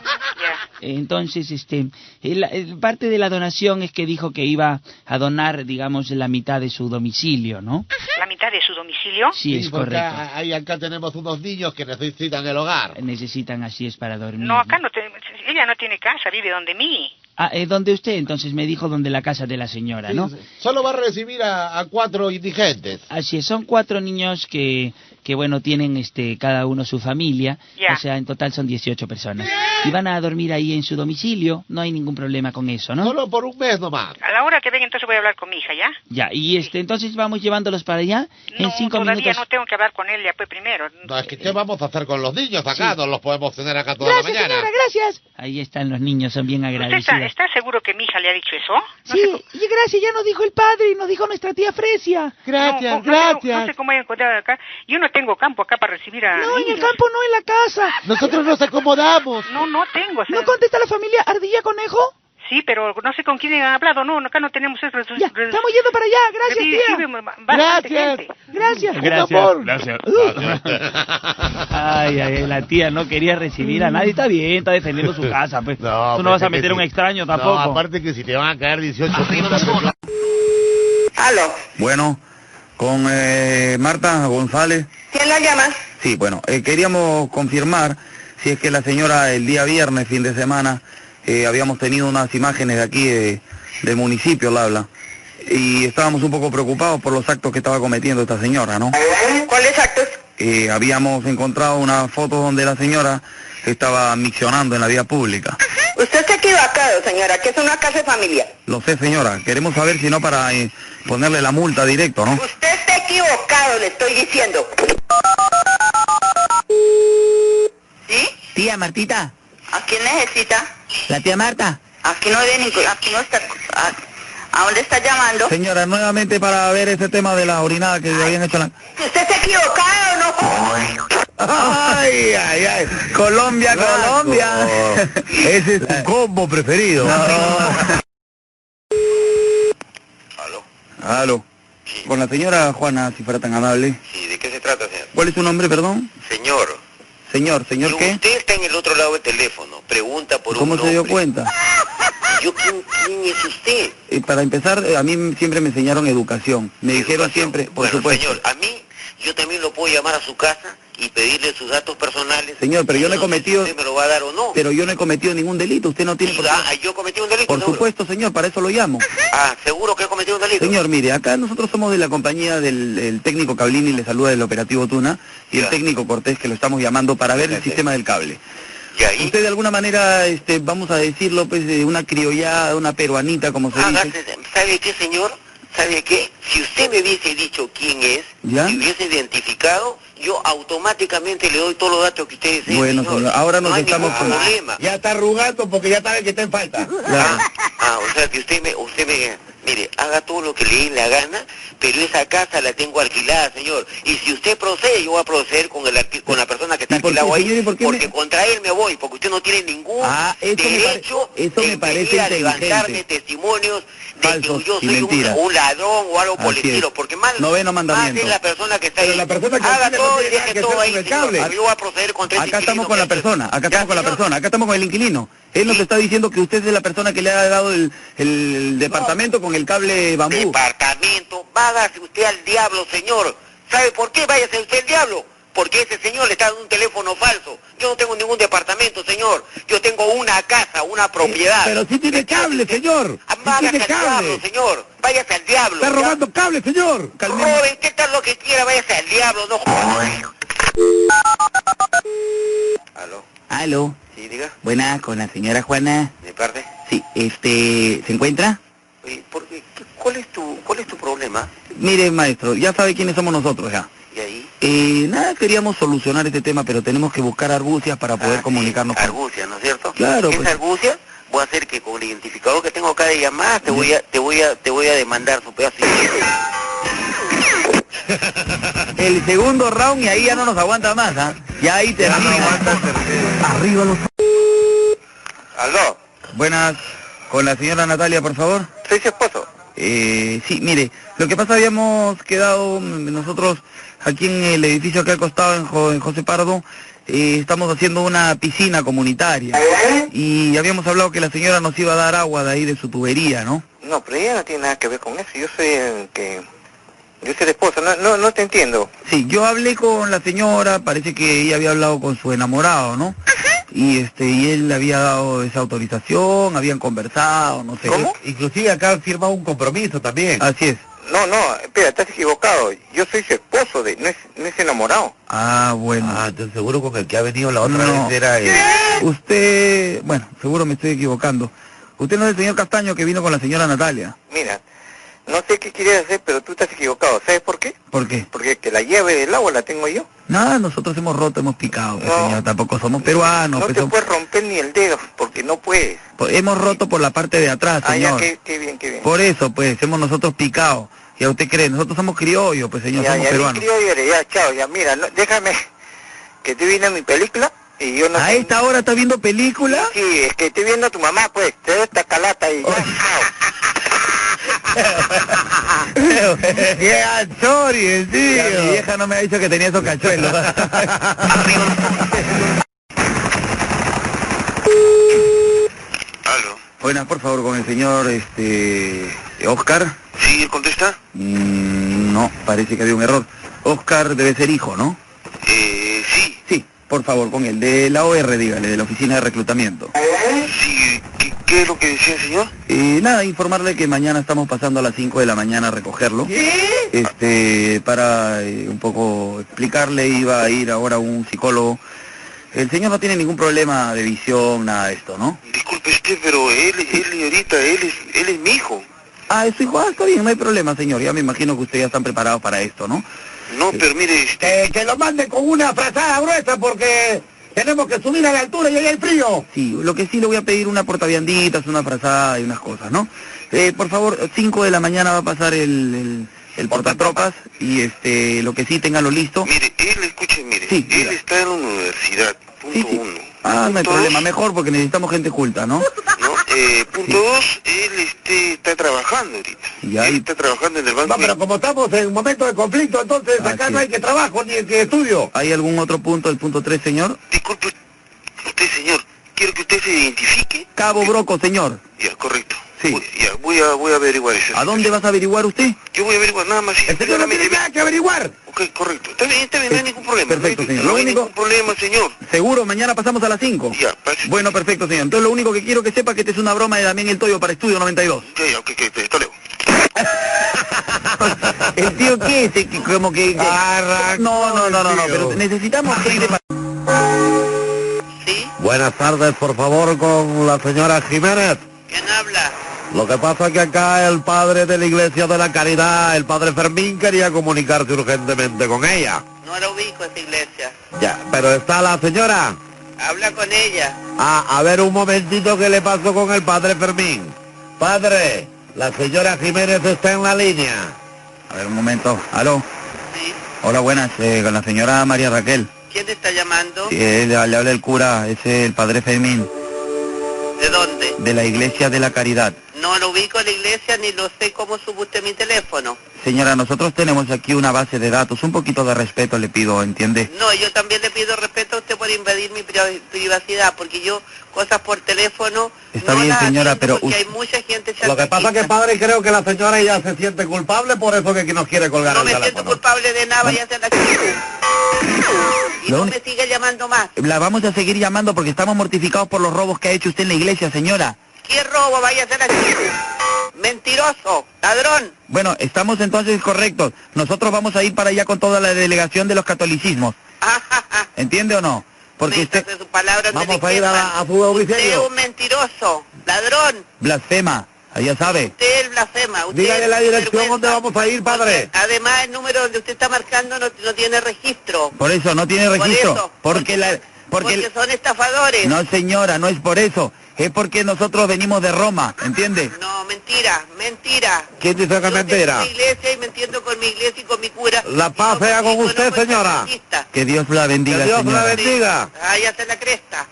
[SPEAKER 32] Entonces, este, el- el- parte de la donación es que dijo que iba a donar, digamos, la mitad de su domicilio, ¿no?
[SPEAKER 20] ¿La mitad de su domicilio?
[SPEAKER 32] Sí, es
[SPEAKER 14] porque
[SPEAKER 32] correcto.
[SPEAKER 14] a- Ahí acá tenemos unos niños que necesitan el hogar.
[SPEAKER 32] Necesitan, así es, para dormir.
[SPEAKER 20] No, acá no tenemos... Ella no tiene casa, vive donde mí.
[SPEAKER 32] Ah, eh, ¿dónde usted? Entonces me dijo donde la casa de la señora, ¿no?
[SPEAKER 14] Solo va a recibir a, a cuatro indigentes.
[SPEAKER 32] Así es, son cuatro niños que, que bueno, tienen este, cada uno su familia.
[SPEAKER 20] Ya.
[SPEAKER 32] O sea, en total son 18 personas. Y van a dormir ahí en su domicilio. No hay ningún problema con eso, ¿no?
[SPEAKER 14] Solo por un mes nomás.
[SPEAKER 20] A la hora que venga entonces voy a hablar con mi hija, ¿ya?
[SPEAKER 32] Ya, y este, entonces vamos llevándolos para allá en cinco
[SPEAKER 20] Todavía
[SPEAKER 32] minutos.
[SPEAKER 20] no tengo que hablar con ella, pues primero.
[SPEAKER 14] No, es que ¿qué vamos a hacer con los niños acá? No los podemos tener acá toda la mañana.
[SPEAKER 32] gracias. Ahí están los niños, son bien
[SPEAKER 20] ¿Usted está,
[SPEAKER 32] agradecidos.
[SPEAKER 20] está seguro que mi hija le ha dicho eso?
[SPEAKER 32] Sí, y gracias, ya nos dijo el padre y nos dijo nuestra tía Fresia.
[SPEAKER 20] No, no, No, sé- no sé cómo haya encontrado acá. Yo no tengo campo acá para recibir a niños.
[SPEAKER 32] campo no, en la casa.
[SPEAKER 14] Nosotros nos acomodamos.
[SPEAKER 20] No, no tengo.
[SPEAKER 32] ¿No contesta la familia Ardilla Conejo?
[SPEAKER 20] Sí, pero no sé con quién han hablado. No, acá no tenemos eso. Ya, estamos
[SPEAKER 32] yendo para allá.
[SPEAKER 20] Gracias, tía.
[SPEAKER 32] Gracias. Gracias.
[SPEAKER 14] amor.
[SPEAKER 32] Gracias. Ay, ay, ay, la tía no quería recibir a nadie. Está bien, está defendiendo su casa, pues. Tú no vas a meter a un extraño tampoco.
[SPEAKER 14] No, aparte que si te van a caer 18
[SPEAKER 32] Ah,
[SPEAKER 1] Bueno, con eh, Marta González.
[SPEAKER 4] ¿Quién la llama?
[SPEAKER 1] Sí, bueno, eh, queríamos confirmar si es que la señora el día viernes, fin de semana, eh, habíamos tenido unas imágenes de aquí eh, del municipio, la habla, y estábamos un poco preocupados por los actos que estaba cometiendo esta señora, ¿no?
[SPEAKER 4] ¿Cuáles actos?
[SPEAKER 1] Eh, habíamos encontrado una foto donde la señora estaba miccionando en la vía pública.
[SPEAKER 4] Usted está equivocado, señora, que es una casa de familia.
[SPEAKER 1] Lo sé, señora, queremos saber si no para eh, ponerle la multa directo, ¿no?
[SPEAKER 4] Usted está equivocado, le estoy diciendo. ¿Sí?
[SPEAKER 5] Tía Martita,
[SPEAKER 4] ¿A quién necesita?
[SPEAKER 5] la tía Marta.
[SPEAKER 4] Aquí no hay ningún... Aquí no está... ¿A, a dónde está llamando?
[SPEAKER 1] Señora, nuevamente para ver ese tema de la orinada que habían hecho la...
[SPEAKER 4] Usted está equivocado, no
[SPEAKER 1] ¡Ay, ay, ay! Colombia, Colombia. oh.
[SPEAKER 3] Ese es tu combo preferido.
[SPEAKER 1] Aló. Con la señora Juana, si fuera tan amable.
[SPEAKER 7] ¿Y de qué se trata, señor?
[SPEAKER 1] ¿Cuál es su nombre, perdón?
[SPEAKER 7] Señor,
[SPEAKER 1] Señor, señor, ¿qué?
[SPEAKER 7] usted está en el otro lado del teléfono. Pregunta por
[SPEAKER 1] ¿Cómo
[SPEAKER 7] un
[SPEAKER 1] se dio
[SPEAKER 7] nombre.
[SPEAKER 1] cuenta?
[SPEAKER 7] Yo, ¿quién, quién es usted?
[SPEAKER 1] Eh, para empezar, eh, a mí siempre me enseñaron educación. Me dijeron siempre, por
[SPEAKER 7] bueno,
[SPEAKER 1] supuesto.
[SPEAKER 7] señor, a mí, yo también lo puedo llamar a su casa y pedirle sus datos personales.
[SPEAKER 1] Señor, pero yo no he
[SPEAKER 7] sé si
[SPEAKER 1] cometido-
[SPEAKER 7] usted me lo va a dar o no.
[SPEAKER 1] Pero yo no he cometido ningún delito. Usted no tiene por
[SPEAKER 7] Ah, yo cometí un delito.
[SPEAKER 1] Por
[SPEAKER 7] seguro.
[SPEAKER 1] supuesto, señor, para eso lo llamo.
[SPEAKER 7] Ah, seguro que he cometido un delito.
[SPEAKER 1] Señor, mire, acá nosotros somos de la compañía del el técnico Cablini, le saluda del operativo Tuna, y el técnico Cortés, que lo estamos llamando para ver el sistema del cable. Usted de alguna manera, este, vamos a decirlo, pues, de una criollada, una peruanita, como se dice.
[SPEAKER 7] ¿Sabe qué, señor? ¿Sabe qué? Si usted me hubiese dicho quién es,
[SPEAKER 1] ¿Ya?
[SPEAKER 7] si hubiese identificado, yo automáticamente le doy todos los datos que usted desee.
[SPEAKER 1] Bueno, señor, ahora nos
[SPEAKER 7] no hay
[SPEAKER 1] estamos...
[SPEAKER 7] ningún problema.
[SPEAKER 3] Ya está arrugando porque ya sabe que está en falta.
[SPEAKER 7] Ah, o sea que usted me, usted me, mire, haga todo lo que le dé la gana, pero esa casa la tengo alquilada, señor. Y si usted procede, yo voy a proceder con el alqui- con la persona que está alquilado ahí, porque contra él me voy, porque usted no tiene ningún
[SPEAKER 1] Ah, eso me pare-
[SPEAKER 7] derecho
[SPEAKER 1] eso me
[SPEAKER 7] de
[SPEAKER 1] parece
[SPEAKER 7] venir a levantarme
[SPEAKER 1] inteligente.
[SPEAKER 7] testimonios de
[SPEAKER 1] Falsos
[SPEAKER 7] que yo
[SPEAKER 1] y
[SPEAKER 7] soy un,
[SPEAKER 1] mentiras.
[SPEAKER 7] un ladrón o algo por el
[SPEAKER 1] Así es.
[SPEAKER 7] estilo, porque más,
[SPEAKER 1] Noveno
[SPEAKER 7] más
[SPEAKER 1] mandamiento.
[SPEAKER 7] es la persona que está
[SPEAKER 1] Pero
[SPEAKER 7] ahí.
[SPEAKER 1] la persona que
[SPEAKER 7] haga
[SPEAKER 1] alquila no
[SPEAKER 7] todo y
[SPEAKER 1] tiene nada
[SPEAKER 7] deje
[SPEAKER 1] que
[SPEAKER 7] todo
[SPEAKER 1] hacer
[SPEAKER 7] ahí,
[SPEAKER 1] con el
[SPEAKER 7] señor.
[SPEAKER 1] cable.
[SPEAKER 7] A ver, Yo voy a proceder contra ese
[SPEAKER 1] Acá estamos
[SPEAKER 7] inquilino
[SPEAKER 1] con la
[SPEAKER 7] que-
[SPEAKER 1] persona, acá estamos con la persona, acá estamos con el inquilino. Él nos está diciendo que usted es la persona que le ha dado el, el departamento con el cable bambú.
[SPEAKER 7] Departamento, vágase usted al diablo, señor. ¿Sabe por qué? Váyase usted al diablo. Porque ese señor le está dando un teléfono falso. Yo no tengo ningún departamento, señor. Yo tengo una casa, una propiedad.
[SPEAKER 3] Eh, Pero sí tiene cable, señor. Sí
[SPEAKER 7] váyase
[SPEAKER 3] tiene
[SPEAKER 7] al diablo,
[SPEAKER 3] cable.
[SPEAKER 7] señor. Váyase al diablo.
[SPEAKER 3] Está robando cable, señor.
[SPEAKER 7] Roben, qué tal lo que quiera, váyase al diablo, no jodas.
[SPEAKER 5] Aló.
[SPEAKER 7] Sí, diga,
[SPEAKER 5] Buenas, con la señora Juana.
[SPEAKER 7] de parte.
[SPEAKER 5] Sí, este, ¿se encuentra?
[SPEAKER 7] Oye, ¿por qué? ¿Qué- ¿Cuál es tu, cuál es tu problema?
[SPEAKER 1] Mire, maestro, ya sabe quiénes somos nosotros ya.
[SPEAKER 7] Y ahí,
[SPEAKER 1] Eh, nada, queríamos solucionar este tema, pero tenemos que buscar argucias para poder comunicarnos. con-
[SPEAKER 7] argucia, ¿no es cierto?
[SPEAKER 1] Claro,
[SPEAKER 7] Esa
[SPEAKER 1] pues.
[SPEAKER 7] argucia voy a hacer que con el identificador que tengo acá de llamada te voy a, te voy a, te voy a demandar su pedazo.
[SPEAKER 1] El segundo round y ahí ya no nos aguanta más, ¿ah? Ya ahí termina. Arriba los...
[SPEAKER 7] Aló.
[SPEAKER 1] Buenas, con la señora Natalia, por favor.
[SPEAKER 7] Soy su esposo.
[SPEAKER 1] Eh, sí, mire, lo que pasa habíamos quedado mm, nosotros aquí en el edificio que al costado en, Jo- en José Pardo eh, estamos haciendo una piscina comunitaria.
[SPEAKER 7] ¿Eh?
[SPEAKER 1] Y habíamos hablado que la señora nos iba a dar agua de ahí de su tubería, ¿no?
[SPEAKER 38] No, pero ella no tiene nada que ver con eso. Yo soy el que... Yo soy la esposa. No, no, no te entiendo.
[SPEAKER 1] Sí, yo hablé con la señora, parece que ella había hablado con su enamorado, ¿no? Y este y él le había dado esa autorización, habían conversado, no sé.
[SPEAKER 3] ¿Cómo? Inclusive acá han firmado un compromiso también.
[SPEAKER 1] Así es.
[SPEAKER 38] No, no, espera, estás equivocado. Yo soy su esposo, de, no, es, no es enamorado.
[SPEAKER 1] Ah, bueno.
[SPEAKER 3] Ah, entonces seguro con el que ha venido la otra vez era el...
[SPEAKER 1] Usted, bueno, seguro me estoy equivocando. Usted no es el señor Castaño que vino con la señora Natalia.
[SPEAKER 38] Mira, no sé qué quieres hacer, pero tú estás equivocado. ¿Sabes por qué?
[SPEAKER 1] ¿Por qué?
[SPEAKER 38] Porque que la llave del agua la tengo yo.
[SPEAKER 1] Nada, nosotros hemos roto, hemos picado, pues, señor. Tampoco somos peruanos.
[SPEAKER 38] No
[SPEAKER 1] pues,
[SPEAKER 38] te
[SPEAKER 1] somos-
[SPEAKER 38] puedes romper ni el dedo, porque no puedes.
[SPEAKER 1] pues, hemos roto por la parte de atrás,
[SPEAKER 38] Ah, ya,
[SPEAKER 1] señor.
[SPEAKER 38] qué, qué bien, qué bien.
[SPEAKER 1] Por eso, pues, hemos nosotros picado. ¿Y a usted cree? Nosotros somos criollos, pues, señor,
[SPEAKER 38] ya,
[SPEAKER 1] somos
[SPEAKER 38] ya, ni
[SPEAKER 1] peruanos.
[SPEAKER 38] crío eres, ya, chao, ya, mira, no, déjame que estoy viendo mi película y yo no...
[SPEAKER 1] ¿A esta hora estás viendo película?
[SPEAKER 38] Sí, es que estoy viendo a tu mamá, pues, te doy esta calata y ya,
[SPEAKER 1] ¡Qué anchorio, tío! Mi vieja no me ha dicho que tenía esos cachuelos. Buenas, por favor, con el señor, este... ¿Oscar?
[SPEAKER 2] ¿Sí, él contesta?
[SPEAKER 1] Mm, no, parece que había un error. Oscar debe ser hijo, ¿no?
[SPEAKER 2] Eh, sí.
[SPEAKER 1] Sí, por favor, con el de la OR, dígale, de la Oficina de Reclutamiento.
[SPEAKER 2] Sí, ¿qué, qué es lo que decía el señor?
[SPEAKER 1] Eh, nada, informarle que mañana estamos pasando a las 5 de la mañana a recogerlo. Este, para eh, un poco explicarle, iba a ir ahora un psicólogo. El señor no tiene ningún problema de visión, nada de esto, ¿no?
[SPEAKER 2] Disculpe usted, Este, pero él, él ahorita, él es, él es mi hijo.
[SPEAKER 1] Ah, es su hijo, ah, está bien, no hay problema, señor. Ya me imagino que ustedes ya están preparados para esto, ¿no?
[SPEAKER 2] No, pero mire, este,
[SPEAKER 1] Eh, que lo mande con una frazada gruesa porque tenemos que subir a la altura y hay el frío. Sí, lo que sí le voy a pedir una portavianditas, una frazada y unas cosas, ¿no? Eh, por favor, 5 de la mañana va a pasar el, el, el portatropas y este lo que sí, téngalo listo.
[SPEAKER 2] Mire, él, escuche, mire, él está en la universidad, punto uno.
[SPEAKER 1] Ah, no hay
[SPEAKER 2] punto
[SPEAKER 1] problema, mejor porque necesitamos gente culta, ¿no?
[SPEAKER 2] ¿no? Eh, punto dos, él este, está trabajando ahorita.
[SPEAKER 1] Y ahí...
[SPEAKER 2] Está trabajando en el banco.
[SPEAKER 3] No, pero como estamos en momento de conflicto, entonces acá no hay que trabajo ni que estudio.
[SPEAKER 1] ¿Hay algún otro punto, el punto 3, señor?
[SPEAKER 2] Usted, señor, quiero que usted se identifique.
[SPEAKER 1] Cabo Broco, señor.
[SPEAKER 2] Ya, correcto.
[SPEAKER 1] Sí. Ah.
[SPEAKER 2] Ya, voy a, voy a averiguar eso.
[SPEAKER 1] ¿A dónde vas a averiguar usted?
[SPEAKER 2] Yo voy a averiguar nada más. El señor no tiene nada
[SPEAKER 3] que averiguar.
[SPEAKER 2] Ok, correcto. Está bien, está bien, este no hay ningún problema.
[SPEAKER 1] Perfecto, señor.
[SPEAKER 2] No
[SPEAKER 1] Lo
[SPEAKER 2] hay
[SPEAKER 1] único...
[SPEAKER 2] ningún problema, señor.
[SPEAKER 1] Seguro, mañana pasamos a las 5. Bueno, perfecto, señor. Entonces lo único que quiero que sepa que esta es una broma de Damián El Toyo para Estudio 92.
[SPEAKER 2] Ya, ya, ok, ok, esto leo.
[SPEAKER 1] ¿El tío qué es? Eh, que- Como que... que- No, no, no, no, no, pero necesitamos gente para...
[SPEAKER 3] Buenas tardes, por favor, con la señora Jiménez. ¿Quién habla? Lo que pasa es que acá el padre de la Iglesia de la Caridad, el padre Fermín, quería comunicarse urgentemente con ella.
[SPEAKER 7] No la ubico esa iglesia.
[SPEAKER 3] Ya, pero está la señora.
[SPEAKER 7] Habla con ella.
[SPEAKER 3] Ah, a ver un momentito qué le pasó con el padre Fermín. Padre, la señora Jiménez está en la línea.
[SPEAKER 1] A ver, un momento. ¿Aló? Hola, buenas. eh, con la señora María Raquel.
[SPEAKER 7] ¿Quién está llamando?
[SPEAKER 1] Sí, él- le habla el cura, es el padre Fermín,
[SPEAKER 7] ¿De dónde?
[SPEAKER 1] de la Iglesia de la Caridad.
[SPEAKER 7] No lo ubico en la iglesia ni lo sé cómo sube usted mi teléfono.
[SPEAKER 1] Señora, nosotros tenemos aquí una base de datos. Un poquito de respeto le pido, ¿entiende?
[SPEAKER 7] No, yo también le pido respeto a usted por invadir mi pri- privacidad, porque yo cosas por teléfono,
[SPEAKER 1] Está bien, señora, pero...
[SPEAKER 7] porque hay mucha gente
[SPEAKER 3] Lo que pasa es que padre creo que la señora ya se siente culpable por eso que nos quiere colgar el teléfono.
[SPEAKER 7] culpable de nada, vaya a hacer la
[SPEAKER 1] ¿de dónde-
[SPEAKER 7] me sigue llamando más.
[SPEAKER 1] La vamos a seguir llamando porque estamos mortificados por los robos que ha hecho usted en la iglesia, señora.
[SPEAKER 7] ¿Qué robo vaya a hacer la Mentiroso, ladrón.
[SPEAKER 1] Bueno, estamos entonces correctos. Nosotros vamos a ir para allá con toda la delegación de los catolicismos. ¿Entiende o no? Porque usted
[SPEAKER 7] pues, Su palabra no
[SPEAKER 1] Vamos
[SPEAKER 7] le
[SPEAKER 1] a ir a la-
[SPEAKER 7] queman.
[SPEAKER 1] a su domicilio.
[SPEAKER 7] Usted es un mentiroso, ladrón,
[SPEAKER 1] blasfema, allá sabe.
[SPEAKER 7] usted es blasfema. Usted es un
[SPEAKER 1] donde vamos a ir, padre.
[SPEAKER 7] Además, el número donde usted está marcando no, no tiene registro.
[SPEAKER 1] Por eso no tiene
[SPEAKER 7] Por
[SPEAKER 1] registro.
[SPEAKER 7] eso,
[SPEAKER 1] porque la porque,
[SPEAKER 7] Porque son estafadores.
[SPEAKER 1] no señora, no es por eso. Es porque nosotros venimos de Roma, ¿entiende?
[SPEAKER 7] No, mentira, mentira.
[SPEAKER 1] ¿Quién te
[SPEAKER 7] Yo tengo una iglesia y me entiendo con mi iglesia y con mi cura.
[SPEAKER 1] La paz sea con usted, señora. Que Dios la bendiga, señora.
[SPEAKER 7] Ay, hasta la cresta.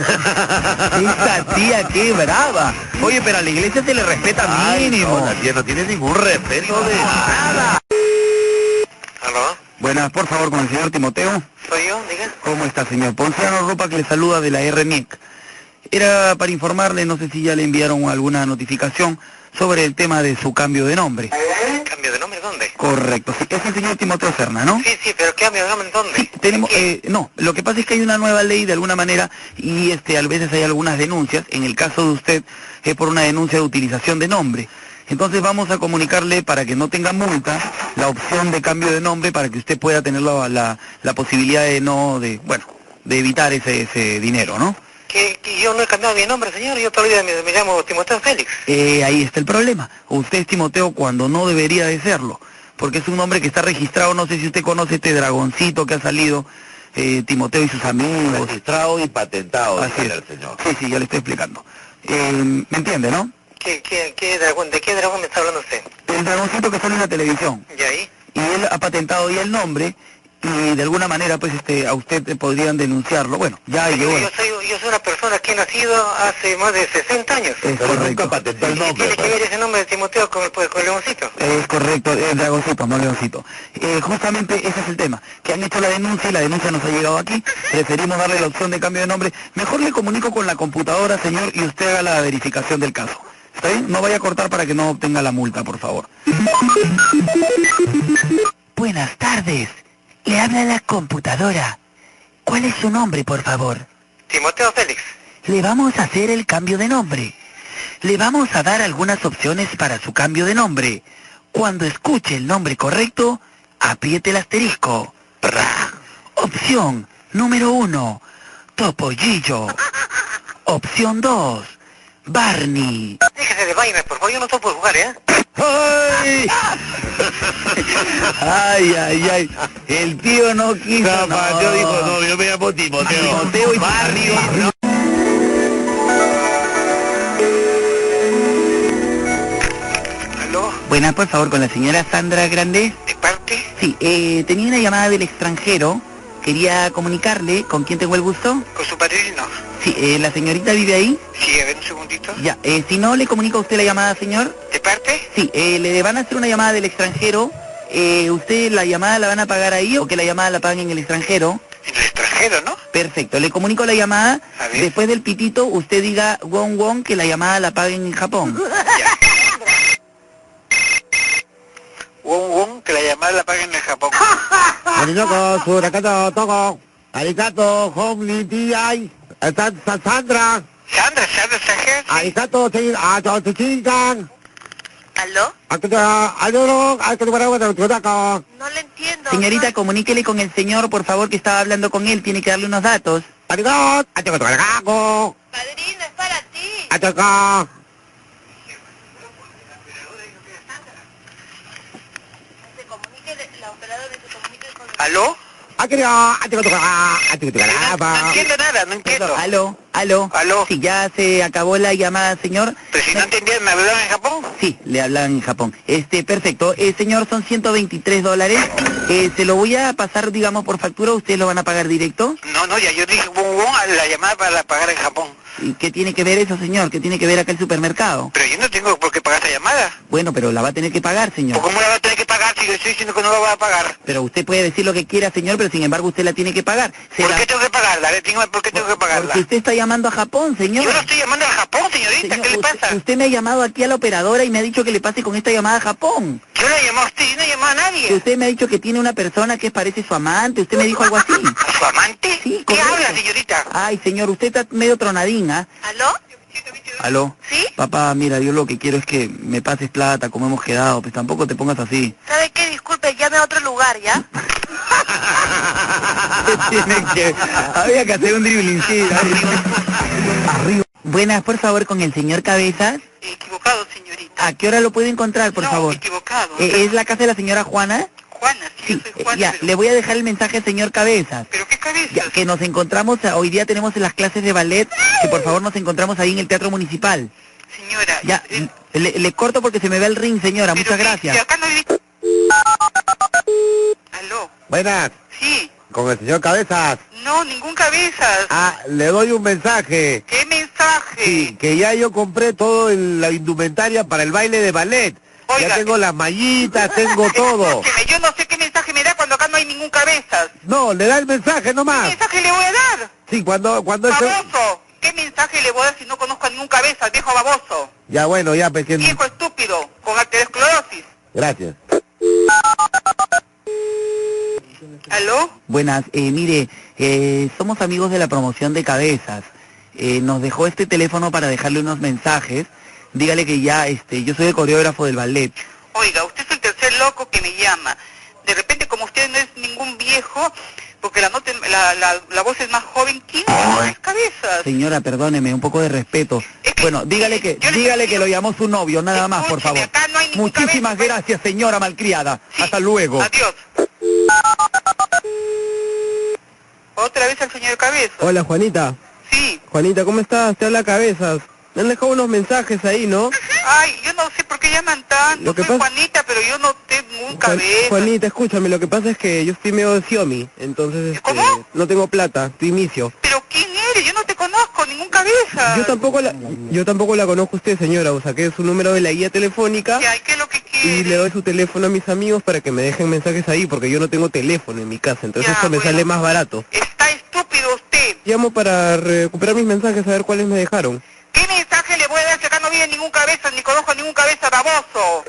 [SPEAKER 1] Esa tía, qué brava. Oye, pero a la iglesia se le respeta mínimo.
[SPEAKER 3] no tiene ningún respeto de...
[SPEAKER 1] nada.
[SPEAKER 2] ¿Aló?
[SPEAKER 1] Buenas, por favor, con el señor Timoteo.
[SPEAKER 26] Soy yo, diga.
[SPEAKER 1] ¿Cómo está, señor? Ponciano Ropa que le saluda de la RNIC. Era para informarle, no sé si ya le enviaron alguna notificación sobre el tema de su cambio de nombre.
[SPEAKER 26] ¿Cambio de nombre dónde?
[SPEAKER 1] Correcto, sí, es el señor Timoteo Serna, ¿no?
[SPEAKER 26] Sí, sí, pero ¿cambio de nombre dónde?
[SPEAKER 1] Tenemos, eh, no, lo que pasa es que hay una nueva ley de alguna manera y este, a veces hay algunas denuncias, en el caso de usted es por una denuncia de utilización de nombre. Entonces vamos a comunicarle para que no tenga multa la opción de cambio de nombre para que usted pueda tener la, la- la posibilidad de no, de, bueno, de evitar ese, ese dinero, ¿no?
[SPEAKER 26] Que, que yo no he cambiado mi nombre, señor. Yo todavía me, me llamo Timoteo Félix.
[SPEAKER 1] Eh, ahí está el problema. Usted es Timoteo cuando no debería de serlo, porque es un nombre que está registrado, no sé si usted conoce este dragoncito que ha salido, eh, Timoteo y sus amigos.
[SPEAKER 6] Registrado y patentado,
[SPEAKER 1] Así es. Sí, sí, ya le estoy explicando. Eh, ¿Me entiende, no?
[SPEAKER 26] ¿Qué, qué, qué dragón, ¿De qué dragón me está hablando usted?
[SPEAKER 1] El dragoncito que sale en la televisión.
[SPEAKER 26] ¿Y ahí?
[SPEAKER 1] y él ha patentado ya el nombre y de alguna manera pues este a usted eh, podrían denunciarlo. Bueno, ya llegó.
[SPEAKER 26] Yo soy, yo soy una persona que he nacido hace más de 60 años.
[SPEAKER 1] nunca patentó el nombre. pues.
[SPEAKER 26] ¿Tiene que ver ese nombre de Timoteo con el, pues, con el leoncito?
[SPEAKER 1] Es correcto, el dragoncito, no leoncito. Eh, justamente ese es el tema, que han hecho la denuncia y la denuncia nos ha llegado aquí. Preferimos darle la opción de cambio de nombre. Mejor le comunico con la computadora, señor, y usted haga la verificación del caso. ¿Está bien? No vaya a cortar para que no obtenga la multa, por favor.
[SPEAKER 22] Buenas tardes. Le habla la computadora. ¿Cuál es su nombre, por favor?
[SPEAKER 26] Timoteo Félix.
[SPEAKER 22] Le vamos a hacer el cambio de nombre. Le vamos a dar algunas opciones para su cambio de nombre. Cuando escuche el nombre correcto, apriete el asterisco. Pra. Opción número uno, Topollillo. Opción dos, Barney.
[SPEAKER 26] Déjese de vainas, por favor. Yo no estoy por jugar, ¿eh?
[SPEAKER 1] ¡Ay! ¡Ay, ay, ay! El tío no quiso. yo digo, no, yo me llamo Timoteo. Timoteo y Barrio.
[SPEAKER 5] Buenas, por favor, con la señora Sandra Grande. ¿De
[SPEAKER 26] parte?
[SPEAKER 5] Sí, eh, tenía una llamada del extranjero. Quería comunicarle con quién tengo el gusto.
[SPEAKER 26] Con su padrino.
[SPEAKER 5] Sí, eh, la señorita vive ahí.
[SPEAKER 26] Sí, a ver un segundito.
[SPEAKER 5] Ya, eh, si no, le comunica usted la llamada, señor.
[SPEAKER 26] ¿De parte?
[SPEAKER 5] Sí, eh, le van a hacer una llamada del extranjero. Eh, ¿Usted la llamada la van a pagar ahí o que la llamada la paguen en el extranjero?
[SPEAKER 26] Extranjero, ¿no?
[SPEAKER 5] Perfecto, le comunico la llamada. Después del pitito, usted diga won won que la llamada la paguen en Japón.
[SPEAKER 26] Wong Wong, que la llamada la paguen en Japón.
[SPEAKER 6] Arigato, surakato, toco. Arigato, homli, tiai. Está- está Sandra.
[SPEAKER 26] Sandra, Sandra, Sandra.
[SPEAKER 6] Arigato, sí, a Tochichinkan.
[SPEAKER 7] ¿Aló?
[SPEAKER 6] No
[SPEAKER 7] le entiendo.
[SPEAKER 5] Señorita, comuníquele con el señor, por favor, que estaba hablando con él. Tiene que darle unos datos.
[SPEAKER 6] Padrino, es para ti.
[SPEAKER 26] ¿Aló?
[SPEAKER 5] No entiendo
[SPEAKER 26] nada, no entiendo.
[SPEAKER 5] aló, aló. Aló. Sí, ya se acabó la llamada, señor.
[SPEAKER 26] Pero si no entendían, ¿me hablaban en Japón?
[SPEAKER 5] Sí, le hablan en Japón. Este, perfecto. Eh, señor, son 123 dólares. Eh, se lo voy a pasar, digamos, por factura. ¿Ustedes lo van a pagar directo?
[SPEAKER 26] No, no, ya yo dije Wong Wong, a la llamada para la pagar en Japón.
[SPEAKER 5] ¿Y qué tiene que ver eso, señor? ¿Qué tiene que ver acá el supermercado?
[SPEAKER 26] Pero yo no tengo por qué pagar esa llamada.
[SPEAKER 5] Bueno, pero la va a tener que pagar, señor.
[SPEAKER 26] ¿Cómo la va a tener que pagar si yo estoy diciendo que no la voy a pagar?
[SPEAKER 5] Pero usted puede decir lo que quiera, señor, pero sin embargo usted la tiene que pagar. Se
[SPEAKER 26] ¿Por
[SPEAKER 5] la-
[SPEAKER 26] qué tengo que pagarla? A ver, dígame por qué tengo que pagarla.
[SPEAKER 5] Porque usted está llamando a Japón, señor.
[SPEAKER 26] Yo no estoy llamando a Japón, señorita, ¿qué le pasa?
[SPEAKER 5] Usted me ha llamado aquí a la operadora y me ha dicho que le pase con esta llamada a Japón.
[SPEAKER 26] Yo no he llamado a usted, yo no he llamado a nadie.
[SPEAKER 5] Que usted me ha dicho que tiene una persona que parece su amante. Usted me dijo algo así.
[SPEAKER 26] ¿Su amante?
[SPEAKER 5] Sí,
[SPEAKER 26] ¿Qué
[SPEAKER 5] correcto.
[SPEAKER 26] habla, señorita?
[SPEAKER 5] Ay, señor, usted está medio ¿ah? tronadina.
[SPEAKER 7] ¿Aló?
[SPEAKER 1] Aló.
[SPEAKER 7] ¿Sí?
[SPEAKER 1] Papá, mira, yo lo que quiero es que me pases plata, como hemos quedado, pues tampoco te pongas así.
[SPEAKER 7] ¿Sabe qué? Disculpe, llame a otro lugar, ¿ya?
[SPEAKER 5] Ah,
[SPEAKER 1] Tiene que- Había que hacer un dribbling, sí.
[SPEAKER 5] Arriba. Buenas, por favor, con el señor Cabezas.
[SPEAKER 7] Equivocado, señorita.
[SPEAKER 5] ¿A qué hora lo puede encontrar, por favor?
[SPEAKER 7] Equivocado.
[SPEAKER 5] Eh, ¿Es la casa de la señora Juana?
[SPEAKER 7] Juana, sí, yo soy
[SPEAKER 5] Eh,
[SPEAKER 7] Juana.
[SPEAKER 5] Ya, le voy a dejar el mensaje al señor Cabezas.
[SPEAKER 7] ¿Pero qué cabeza?
[SPEAKER 5] Ya, que nos encontramos, eh, hoy día tenemos las clases de ballet, que por favor nos encontramos ahí en el Teatro Municipal. Señora. Ya, le, le corto porque se me ve el ring, señora, muchas gracias.
[SPEAKER 6] Buenas.
[SPEAKER 7] Sí.
[SPEAKER 6] Con el señor Cabezas.
[SPEAKER 7] No, ningún cabezas.
[SPEAKER 6] Ah, le doy un mensaje.
[SPEAKER 7] ¿Qué mensaje?
[SPEAKER 6] Sí, que ya yo compré todo el- la indumentaria para el baile de ballet. ya tengo las mallitas, tengo todo.
[SPEAKER 7] Yo no sé qué mensaje me da cuando cuando acá no hay ningún cabezas?
[SPEAKER 4] No, le da el mensaje
[SPEAKER 3] Ah.
[SPEAKER 4] nomás.
[SPEAKER 7] ¿Qué mensaje le voy a dar?
[SPEAKER 4] Sí, cuando, cuando ese-
[SPEAKER 7] Baboso. ¿Qué mensaje le voy a dar si no conozco a ningún cabezas, viejo baboso?
[SPEAKER 4] Ya bueno, ya pequeño.
[SPEAKER 7] Viejo estúpido, con arteriosclerosis.
[SPEAKER 4] Gracias.
[SPEAKER 7] ¿Aló?
[SPEAKER 5] Buenas, eh, mire, eh, somos amigos de la promoción de cabezas. Eh, nos dejó este teléfono para dejarle unos mensajes. Dígale que ya, este, yo soy el coreógrafo del ballet.
[SPEAKER 7] Oiga, usted es el tercer loco que me llama. De repente, como usted no es ningún viejo, porque la, nota- la, la- la voz es más joven, ¿quién es cabezas?
[SPEAKER 5] Señora, perdóneme, un poco de respeto. Bueno, dígale que, dígale que lo llamó su novio, nada más, por favor. Muchísimas gracias, señora malcriada. Hasta luego.
[SPEAKER 7] Adiós. Otra vez al señor Cabezas.
[SPEAKER 3] Hola, Juanita.
[SPEAKER 7] Sí.
[SPEAKER 3] Juanita, ¿cómo estás? Te habla Cabezas. Me han dejado unos mensajes ahí, ¿no?
[SPEAKER 7] Ay, yo no sé por qué llaman tanto.
[SPEAKER 3] Lo que
[SPEAKER 7] Soy
[SPEAKER 3] pasa-
[SPEAKER 7] Juanita, pero yo no tengo un
[SPEAKER 3] Juan-
[SPEAKER 7] cabeza.
[SPEAKER 3] Juanita, escúchame, lo que pasa es que yo estoy medio de Xiaomi, entonces este, no tengo plata, estoy inicio.
[SPEAKER 7] ¿Quién eres? Yo no te conozco, ningún cabeza.
[SPEAKER 3] Yo tampoco la yo tampoco la conozco a usted, señora, o saqué su número de la guía telefónica. Y le doy su teléfono a mis amigos para que me dejen mensajes ahí porque yo no tengo teléfono en mi casa, entonces eso me sale más barato. Está estúpido usted. Llamo para recuperar mis mensajes a ver cuáles me dejaron.
[SPEAKER 7] ¿Qué mensaje le voy a dar si acá no vive ningún cabeza, ni conozco a ningún cabeza baboso?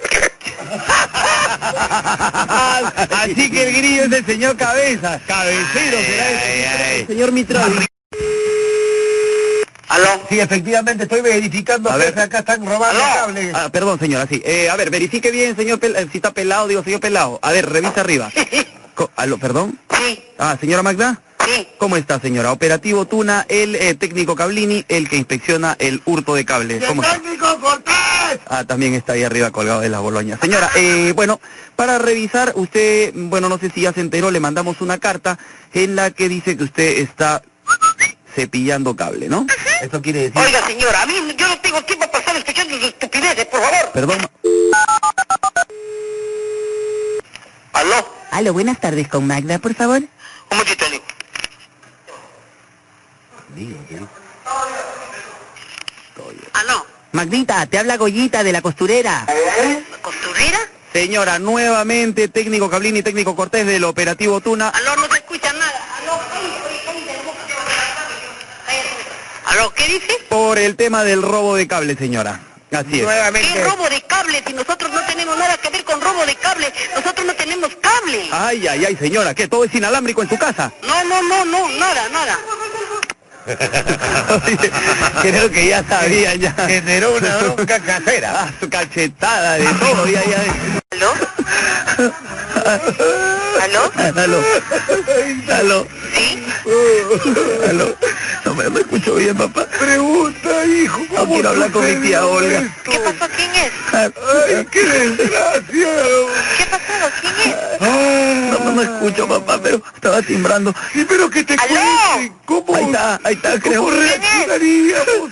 [SPEAKER 1] Así que el grillo es el señor Cabezas. Cabecero será el
[SPEAKER 3] señor Mitrovic.
[SPEAKER 1] ¿Aló? Sí, efectivamente, estoy verificando. A ver, acá están robando cables. Ah, perdón, señora, sí. Eh, a ver, verifique bien, señor Pel- eh, si está pelado, digo, señor pelado. A ver,
[SPEAKER 5] Ah.
[SPEAKER 1] revisa arriba. Co- ¿Aló, perdón? Sí. Ah, señora Magda. Sí. ¿Cómo está, señora? Operativo Tuna, el eh, técnico Cablini, el que inspecciona el hurto de cables. ¿Cómo está?
[SPEAKER 7] técnico Cortés!
[SPEAKER 1] Ah, también está ahí arriba colgado de las boloñas. Señora, eh, bueno, para revisar, usted, bueno, no sé si ya se enteró, le mandamos una carta en la que dice que usted está cepillando cable, ¿no? Eso quiere decir...
[SPEAKER 7] Oiga, señora, a mí yo no tengo tiempo para estar escuchando sus estupideces, por favor.
[SPEAKER 1] Perdón,
[SPEAKER 7] ¿Aló?
[SPEAKER 2] Aló, buenas tardes con Magda, por favor.
[SPEAKER 7] ¿Cómo te tenés?
[SPEAKER 2] Magdita, te habla Goyita de la costurera.
[SPEAKER 1] Señora, nuevamente técnico Cablini, técnico Cortés del operativo Tuna.
[SPEAKER 7] Aló, no te escuchan nada. Aló, Aló, ¿qué dice?
[SPEAKER 1] Por el tema del robo de cable, señora. Así es.
[SPEAKER 7] ¿Qué robo de cable? Si nosotros no tenemos nada que ver con robo de cable, nosotros no tenemos cable.
[SPEAKER 1] Ay, ay, ay, señora, que todo es inalámbrico en su casa.
[SPEAKER 7] No, no, no, no, nada, nada.
[SPEAKER 1] Creo que ya sabía, ya. Generó una bronca casera. Ah, su cachetada de todo, ya, ya.
[SPEAKER 7] ¿Aló? ¿Aló?
[SPEAKER 1] ¿Aló? ¿Aló?
[SPEAKER 7] ¿Sí?
[SPEAKER 1] ¿Aló? No me, me escucho bien, papá.
[SPEAKER 7] Pregunta, hijo.
[SPEAKER 1] No quiero hablar con mi tía Olga.
[SPEAKER 7] ¿Qué pasó? ¿Quién es?
[SPEAKER 1] Ay, qué desgracia.
[SPEAKER 7] ¿Qué pasó? ¿Quién es?
[SPEAKER 1] No, no, no escucho, papá, pero estaba timbrando. Sí, pero que te cuente. ¿Cómo? Ahí está, ahí está, creo. reaccionaríamos?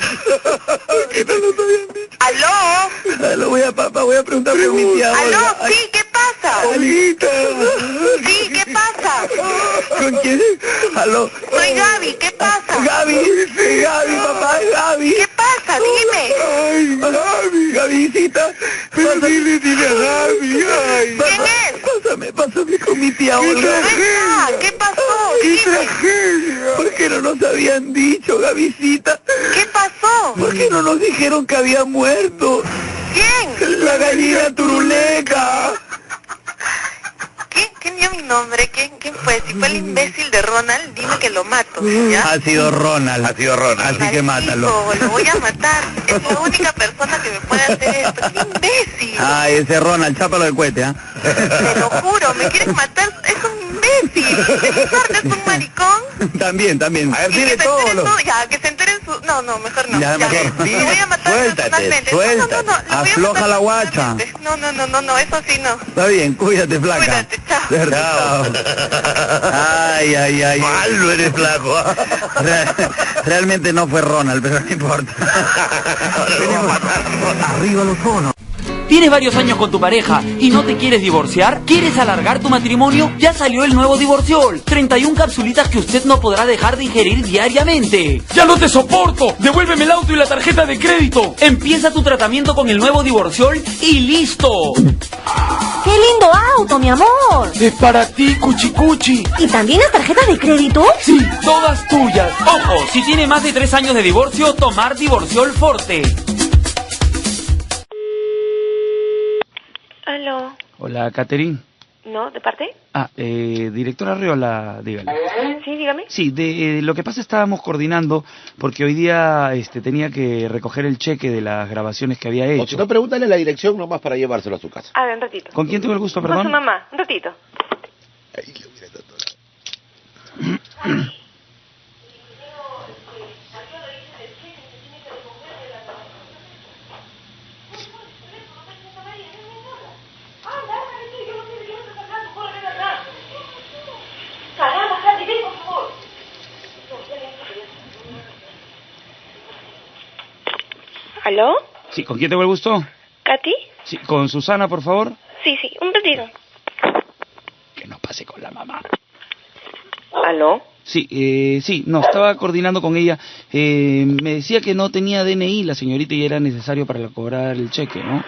[SPEAKER 1] ¿Qué no nos habían dicho?
[SPEAKER 7] ¿Aló?
[SPEAKER 1] Aló, voy a, papá, voy a preguntar por mi tía
[SPEAKER 7] ¿Aló?
[SPEAKER 1] Olga. Ay,
[SPEAKER 7] ¿Sí? ¿Qué pasa?
[SPEAKER 1] Olguita.
[SPEAKER 7] ¿Sí? ¿Qué pasa?
[SPEAKER 1] ¿Con quién? Aló.
[SPEAKER 7] Soy Gaby, ¿qué pasa?
[SPEAKER 1] Gaby, sí, Gaby, papá, Gaby.
[SPEAKER 7] ¿Qué pasa? Dime.
[SPEAKER 1] Ay, Gaby, Gabycita. Pero dile, dile a Gaby, ay. ¿Quién es? Pásame, pásame con mi tía
[SPEAKER 7] ¿Qué
[SPEAKER 1] Olga.
[SPEAKER 7] tragedia? ¿Qué pasó?
[SPEAKER 1] ¡Qué
[SPEAKER 7] Dime.
[SPEAKER 1] tragedia! ¿Por qué no nos habían dicho, Gavisita?
[SPEAKER 7] ¿Qué pasó?
[SPEAKER 1] ¿Por qué no nos dijeron que había muerto?
[SPEAKER 7] ¿Quién?
[SPEAKER 1] La gallina turuleca.
[SPEAKER 7] ¿Quién, quién dio mi nombre? ¿Quién, ¿Quién fue? Si fue el imbécil de Ronald, dime que lo mato,
[SPEAKER 3] Mm.
[SPEAKER 7] ¿ya?
[SPEAKER 1] Ha sido Ronald. Ha sido Ronald. Así que mátalo.
[SPEAKER 7] Lo, lo voy a matar. Es la única persona que me puede hacer esto. ¡Qué imbécil!
[SPEAKER 1] Ay, Ah, ese Ronald, chápalo del cohete, ¿ah?
[SPEAKER 7] Te lo juro, me quieren matar. Es un imbécil. Es un maricón.
[SPEAKER 1] También, también. A ver,
[SPEAKER 7] Y que se enteren todo, ya, que se enteren su... No, no, mejor no.
[SPEAKER 1] Ya, mejor.
[SPEAKER 7] Lo voy a matar
[SPEAKER 1] Suéltate,
[SPEAKER 7] personalmente.
[SPEAKER 1] suéltate.
[SPEAKER 7] No, no, no, lo voy a
[SPEAKER 1] Afloja la guacha.
[SPEAKER 7] matar- No, no, no, no, no, eso sí no.
[SPEAKER 1] Está bien, cuídate, flaca. Cuídate, chao. Ay, ay, ay. Malo eres flaco. realmente no fue Ronald, pero no importa. Arriba los bonos.
[SPEAKER 23] ¿Tienes varios años con tu pareja y no te quieres divorciar? ¿Quieres alargar tu matrimonio? Ya salió el nuevo Divorciol. 31 capsulitas que usted no podrá dejar de ingerir diariamente. ¡Ya no te soporto! ¡Devuélveme el auto y la tarjeta de crédito! Empieza tu tratamiento con el nuevo Divorciol y listo.
[SPEAKER 2] ¡Qué lindo auto, mi amor!
[SPEAKER 32] Es para ti, Cuchi Cuchi.
[SPEAKER 2] ¿Y también las tarjetas de crédito?
[SPEAKER 32] Sí, todas tuyas. Ojo, si tiene más de tres años de divorcio, tomar Divorciol Forte.
[SPEAKER 20] Aló.
[SPEAKER 23] Hola, Caterín.
[SPEAKER 20] ¿No? ¿De parte?
[SPEAKER 23] Ah, eh, directora Riola, dígale.
[SPEAKER 20] Sí, dígame.
[SPEAKER 23] Sí, de, eh, lo que pasa estábamos coordinando porque hoy día este, tenía que recoger el cheque de las grabaciones que había hecho.
[SPEAKER 39] O si no, pregúntale la dirección nomás para llevárselo a su casa.
[SPEAKER 20] A ver, un ratito.
[SPEAKER 23] ¿Con quién tuve el gusto,
[SPEAKER 20] Con su
[SPEAKER 23] perdón?
[SPEAKER 20] mamá, un ratito. ¿Aló?
[SPEAKER 23] Sí, ¿con quién tengo el gusto?
[SPEAKER 20] ¿Katy?
[SPEAKER 23] Sí, con Susana, por favor.
[SPEAKER 20] Sí, sí, un ratito.
[SPEAKER 23] Que nos pase con la mamá.
[SPEAKER 20] ¿Aló?
[SPEAKER 23] Sí, eh, sí, no, estaba coordinando con ella. Eh, me decía que no tenía DNI la señorita y era necesario para cobrar el cheque, ¿no?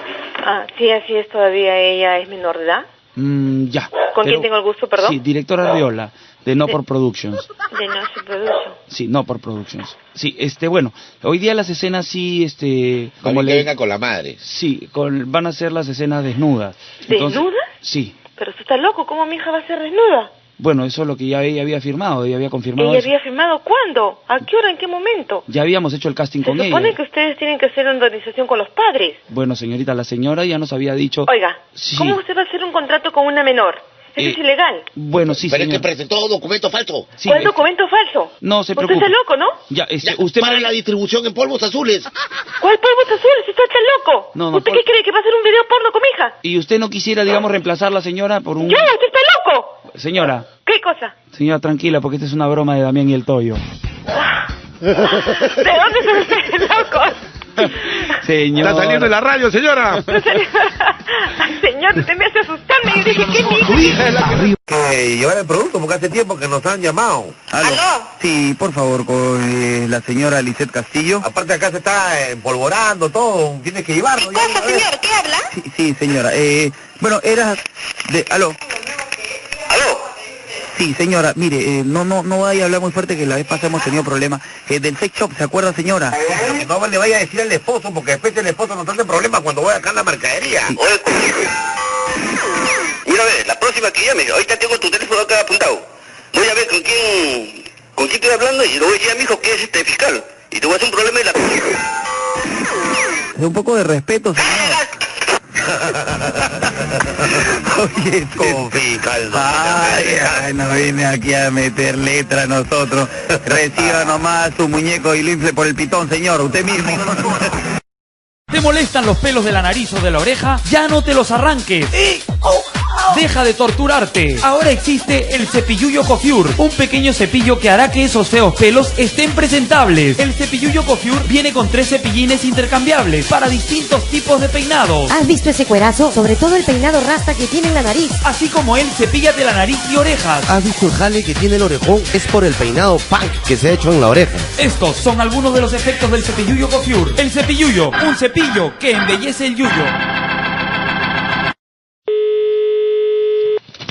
[SPEAKER 20] Ah, sí, así es, todavía ella es menor de edad.
[SPEAKER 23] Mm, ya.
[SPEAKER 20] ¿Con
[SPEAKER 23] pero-
[SPEAKER 20] quién tengo el gusto, perdón?
[SPEAKER 23] Sí, directora Riola, de No Por Productions.
[SPEAKER 20] De no se produce.
[SPEAKER 23] Sí, no por Productions. Sí, este, bueno, hoy día las escenas sí, este... Como le venga
[SPEAKER 39] con la madre.
[SPEAKER 23] Sí, con, van a ser las escenas desnudas. Entonces-
[SPEAKER 20] ¿Desnudas?
[SPEAKER 23] Sí.
[SPEAKER 20] Pero tú estás loco, ¿cómo mi hija va a ser desnuda?
[SPEAKER 23] Bueno, eso es lo que ya ella había firmado, ella había confirmado
[SPEAKER 20] ¿Ella
[SPEAKER 23] eso.
[SPEAKER 20] había firmado cuándo? ¿A qué hora? ¿En qué momento?
[SPEAKER 23] Ya habíamos hecho el casting
[SPEAKER 20] Se
[SPEAKER 23] con
[SPEAKER 20] supone
[SPEAKER 23] ella.
[SPEAKER 20] que ustedes tienen que hacer una organización con los padres.
[SPEAKER 23] Bueno, señorita, la señora ya nos había dicho...
[SPEAKER 20] Oiga,
[SPEAKER 23] Sí.
[SPEAKER 20] ¿cómo usted va a hacer un contrato con una menor? Eso
[SPEAKER 23] Eh,
[SPEAKER 20] es ilegal.
[SPEAKER 23] Bueno, sí,
[SPEAKER 20] Pero es
[SPEAKER 23] señor.
[SPEAKER 20] que
[SPEAKER 39] Presentó un documento falso.
[SPEAKER 23] Sí,
[SPEAKER 20] ¿Cuál
[SPEAKER 23] eh,
[SPEAKER 20] documento falso?
[SPEAKER 23] No se
[SPEAKER 20] Usted
[SPEAKER 23] preocupe.
[SPEAKER 20] está loco, ¿no?
[SPEAKER 23] Ya, este, usted...
[SPEAKER 39] Para la distribución en polvos azules.
[SPEAKER 20] ¿Cuál polvo azul? Si usted está loco.
[SPEAKER 23] No, no,
[SPEAKER 20] ¿Usted
[SPEAKER 23] por-
[SPEAKER 20] qué cree que va a hacer un video porno con mi hija?
[SPEAKER 23] Y usted no quisiera, digamos, reemplazar a la señora por un...
[SPEAKER 20] ¿Qué? ¿Usted está loco?
[SPEAKER 23] Señora,
[SPEAKER 20] ¿Qué cosa?
[SPEAKER 23] señora, tranquila, porque esta es una broma de Damián y el Toyo.
[SPEAKER 20] ¿De dónde son ustedes locos?
[SPEAKER 23] Señora.
[SPEAKER 39] Está saliendo en la radio, señora.
[SPEAKER 20] Ay, señor, usted me hace asustarme. Yo dije, ¿qué mi hija?
[SPEAKER 40] Que llevar el producto porque hace tiempo que nos han llamado.
[SPEAKER 1] ¿Aló? Sí, por favor, con eh, la señora Lisette Castillo.
[SPEAKER 40] Aparte acá se
[SPEAKER 1] eh,
[SPEAKER 40] está empolvorando todo, tienes que llevarlo. ya de una vez.
[SPEAKER 1] Sí, sí, señora. Eh, bueno, era de... ¿Aló? ¿Aló? Sí, señora, mire, eh, no, no, no vaya a hablar muy fuerte que la vez pasada hemos tenido problemas. Eh, del sex shop, ¿se acuerda, señora?
[SPEAKER 3] Eh.
[SPEAKER 40] Que No le vaya a decir al esposo porque después el esposo nos hace problemas cuando voy acá a la mercadería.
[SPEAKER 3] Oye, Mira, a ver, la próxima que llame, ahorita tengo tu teléfono acá apuntado. Voy a ver con quién, con quién estoy hablando y le voy a decir a mi hijo que es este fiscal. Y te voy a hacer un problema y la...
[SPEAKER 1] Un poco de respeto, señora. Oye,
[SPEAKER 40] fiscal.
[SPEAKER 1] Ay, ay, no viene aquí a meter letra a nosotros. Reciba nomás su muñeco y lo infle por el pitón, señor, usted mismo.
[SPEAKER 32] ¿Te molestan los pelos de la nariz o de la oreja? Ya no te los arranques. Deja de torturarte. Ahora existe el cepillullo Cofiur, un pequeño cepillo que hará que esos feos pelos estén presentables. El cepillullo Cofiur viene con tres cepillines intercambiables para distintos tipos de peinados.
[SPEAKER 14] Ah,
[SPEAKER 33] ¿Has visto ese cuerazo? Sobre todo el peinado rasta que tiene en la nariz.
[SPEAKER 32] Así como él, cepíllate la nariz y orejas.
[SPEAKER 14] ¿Has visto el jale que tiene el orejón? Es por el peinado punk que se ha hecho en la oreja.
[SPEAKER 32] Estos son algunos de los efectos del cepillullo Cofiur. El cepillullo, un cepillo que embellece el yuyo.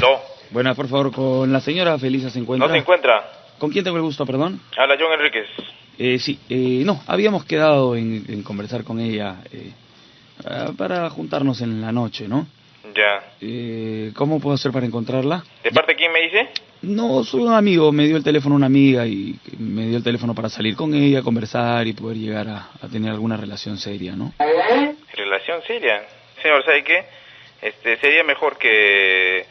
[SPEAKER 31] No,
[SPEAKER 23] Buenas, por favor, con la señora Felisa se encuentra.
[SPEAKER 31] no se encuentra.
[SPEAKER 23] ¿Con quién tengo el gusto, perdón?
[SPEAKER 31] Habla John Enríquez.
[SPEAKER 23] Eh, sí, eh, no, habíamos quedado en, en conversar con ella eh, ah, para juntarnos en la noche, ¿no?
[SPEAKER 31] Ya.
[SPEAKER 23] Eh, ¿Cómo puedo hacer para encontrarla?
[SPEAKER 31] ¿De parte quién me dice?
[SPEAKER 23] No, soy un amigo, me dio el teléfono una amiga y que me dio el teléfono para salir con ella, conversar y poder llegar a, a tener alguna relación seria, ¿no?
[SPEAKER 31] Relación seria. Señor, ¿sabe qué? Este, sería mejor que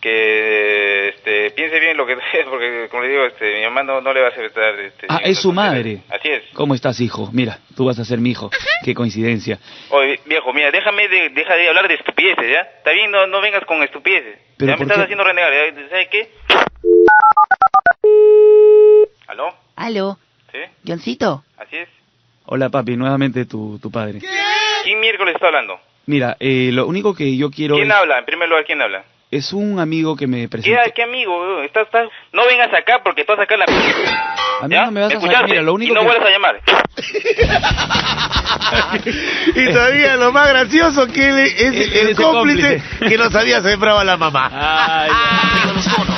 [SPEAKER 31] que este, piense bien lo que es porque como le digo este mi mamá no, no le va a aceptar este
[SPEAKER 23] Ah,
[SPEAKER 31] diciendo
[SPEAKER 23] es su madre.
[SPEAKER 31] tonterías. así es
[SPEAKER 23] ¿Cómo estás, hijo? Mira, tú vas a ser mi hijo. Qué coincidencia.
[SPEAKER 31] oye viejo mira déjame de, deja de hablar de estupideces ya está bien no, no vengas con estupideces
[SPEAKER 23] Pero
[SPEAKER 31] ya me
[SPEAKER 23] ¿por
[SPEAKER 31] estás
[SPEAKER 23] qué?
[SPEAKER 31] haciendo renegar ¿ya? ¿sabe qué? ¿aló?
[SPEAKER 41] Aló,
[SPEAKER 31] ¿sí?
[SPEAKER 41] Johncito.
[SPEAKER 31] así es
[SPEAKER 23] Hola, papi, nuevamente tu, tu padre.
[SPEAKER 31] ¿quién miércoles está hablando?
[SPEAKER 23] Mira, eh, lo único que yo quiero
[SPEAKER 31] ¿quién
[SPEAKER 23] es,
[SPEAKER 31] habla? en primer lugar ¿quién habla?
[SPEAKER 23] es un amigo que me presentó.
[SPEAKER 31] ¿Qué, qué amigo? eh? Estás, estás- No vengas acá porque tú vas a sacar la...
[SPEAKER 23] A mí no me vas a sacar.
[SPEAKER 31] Escucharte
[SPEAKER 23] Mira, lo único
[SPEAKER 31] y no
[SPEAKER 23] que...
[SPEAKER 31] vuelves a llamar.
[SPEAKER 14] Y todavía lo más gracioso que él es el,
[SPEAKER 23] Él es el
[SPEAKER 14] E- cómplice
[SPEAKER 23] cómplice.
[SPEAKER 14] que nos había sembrado a la mamá.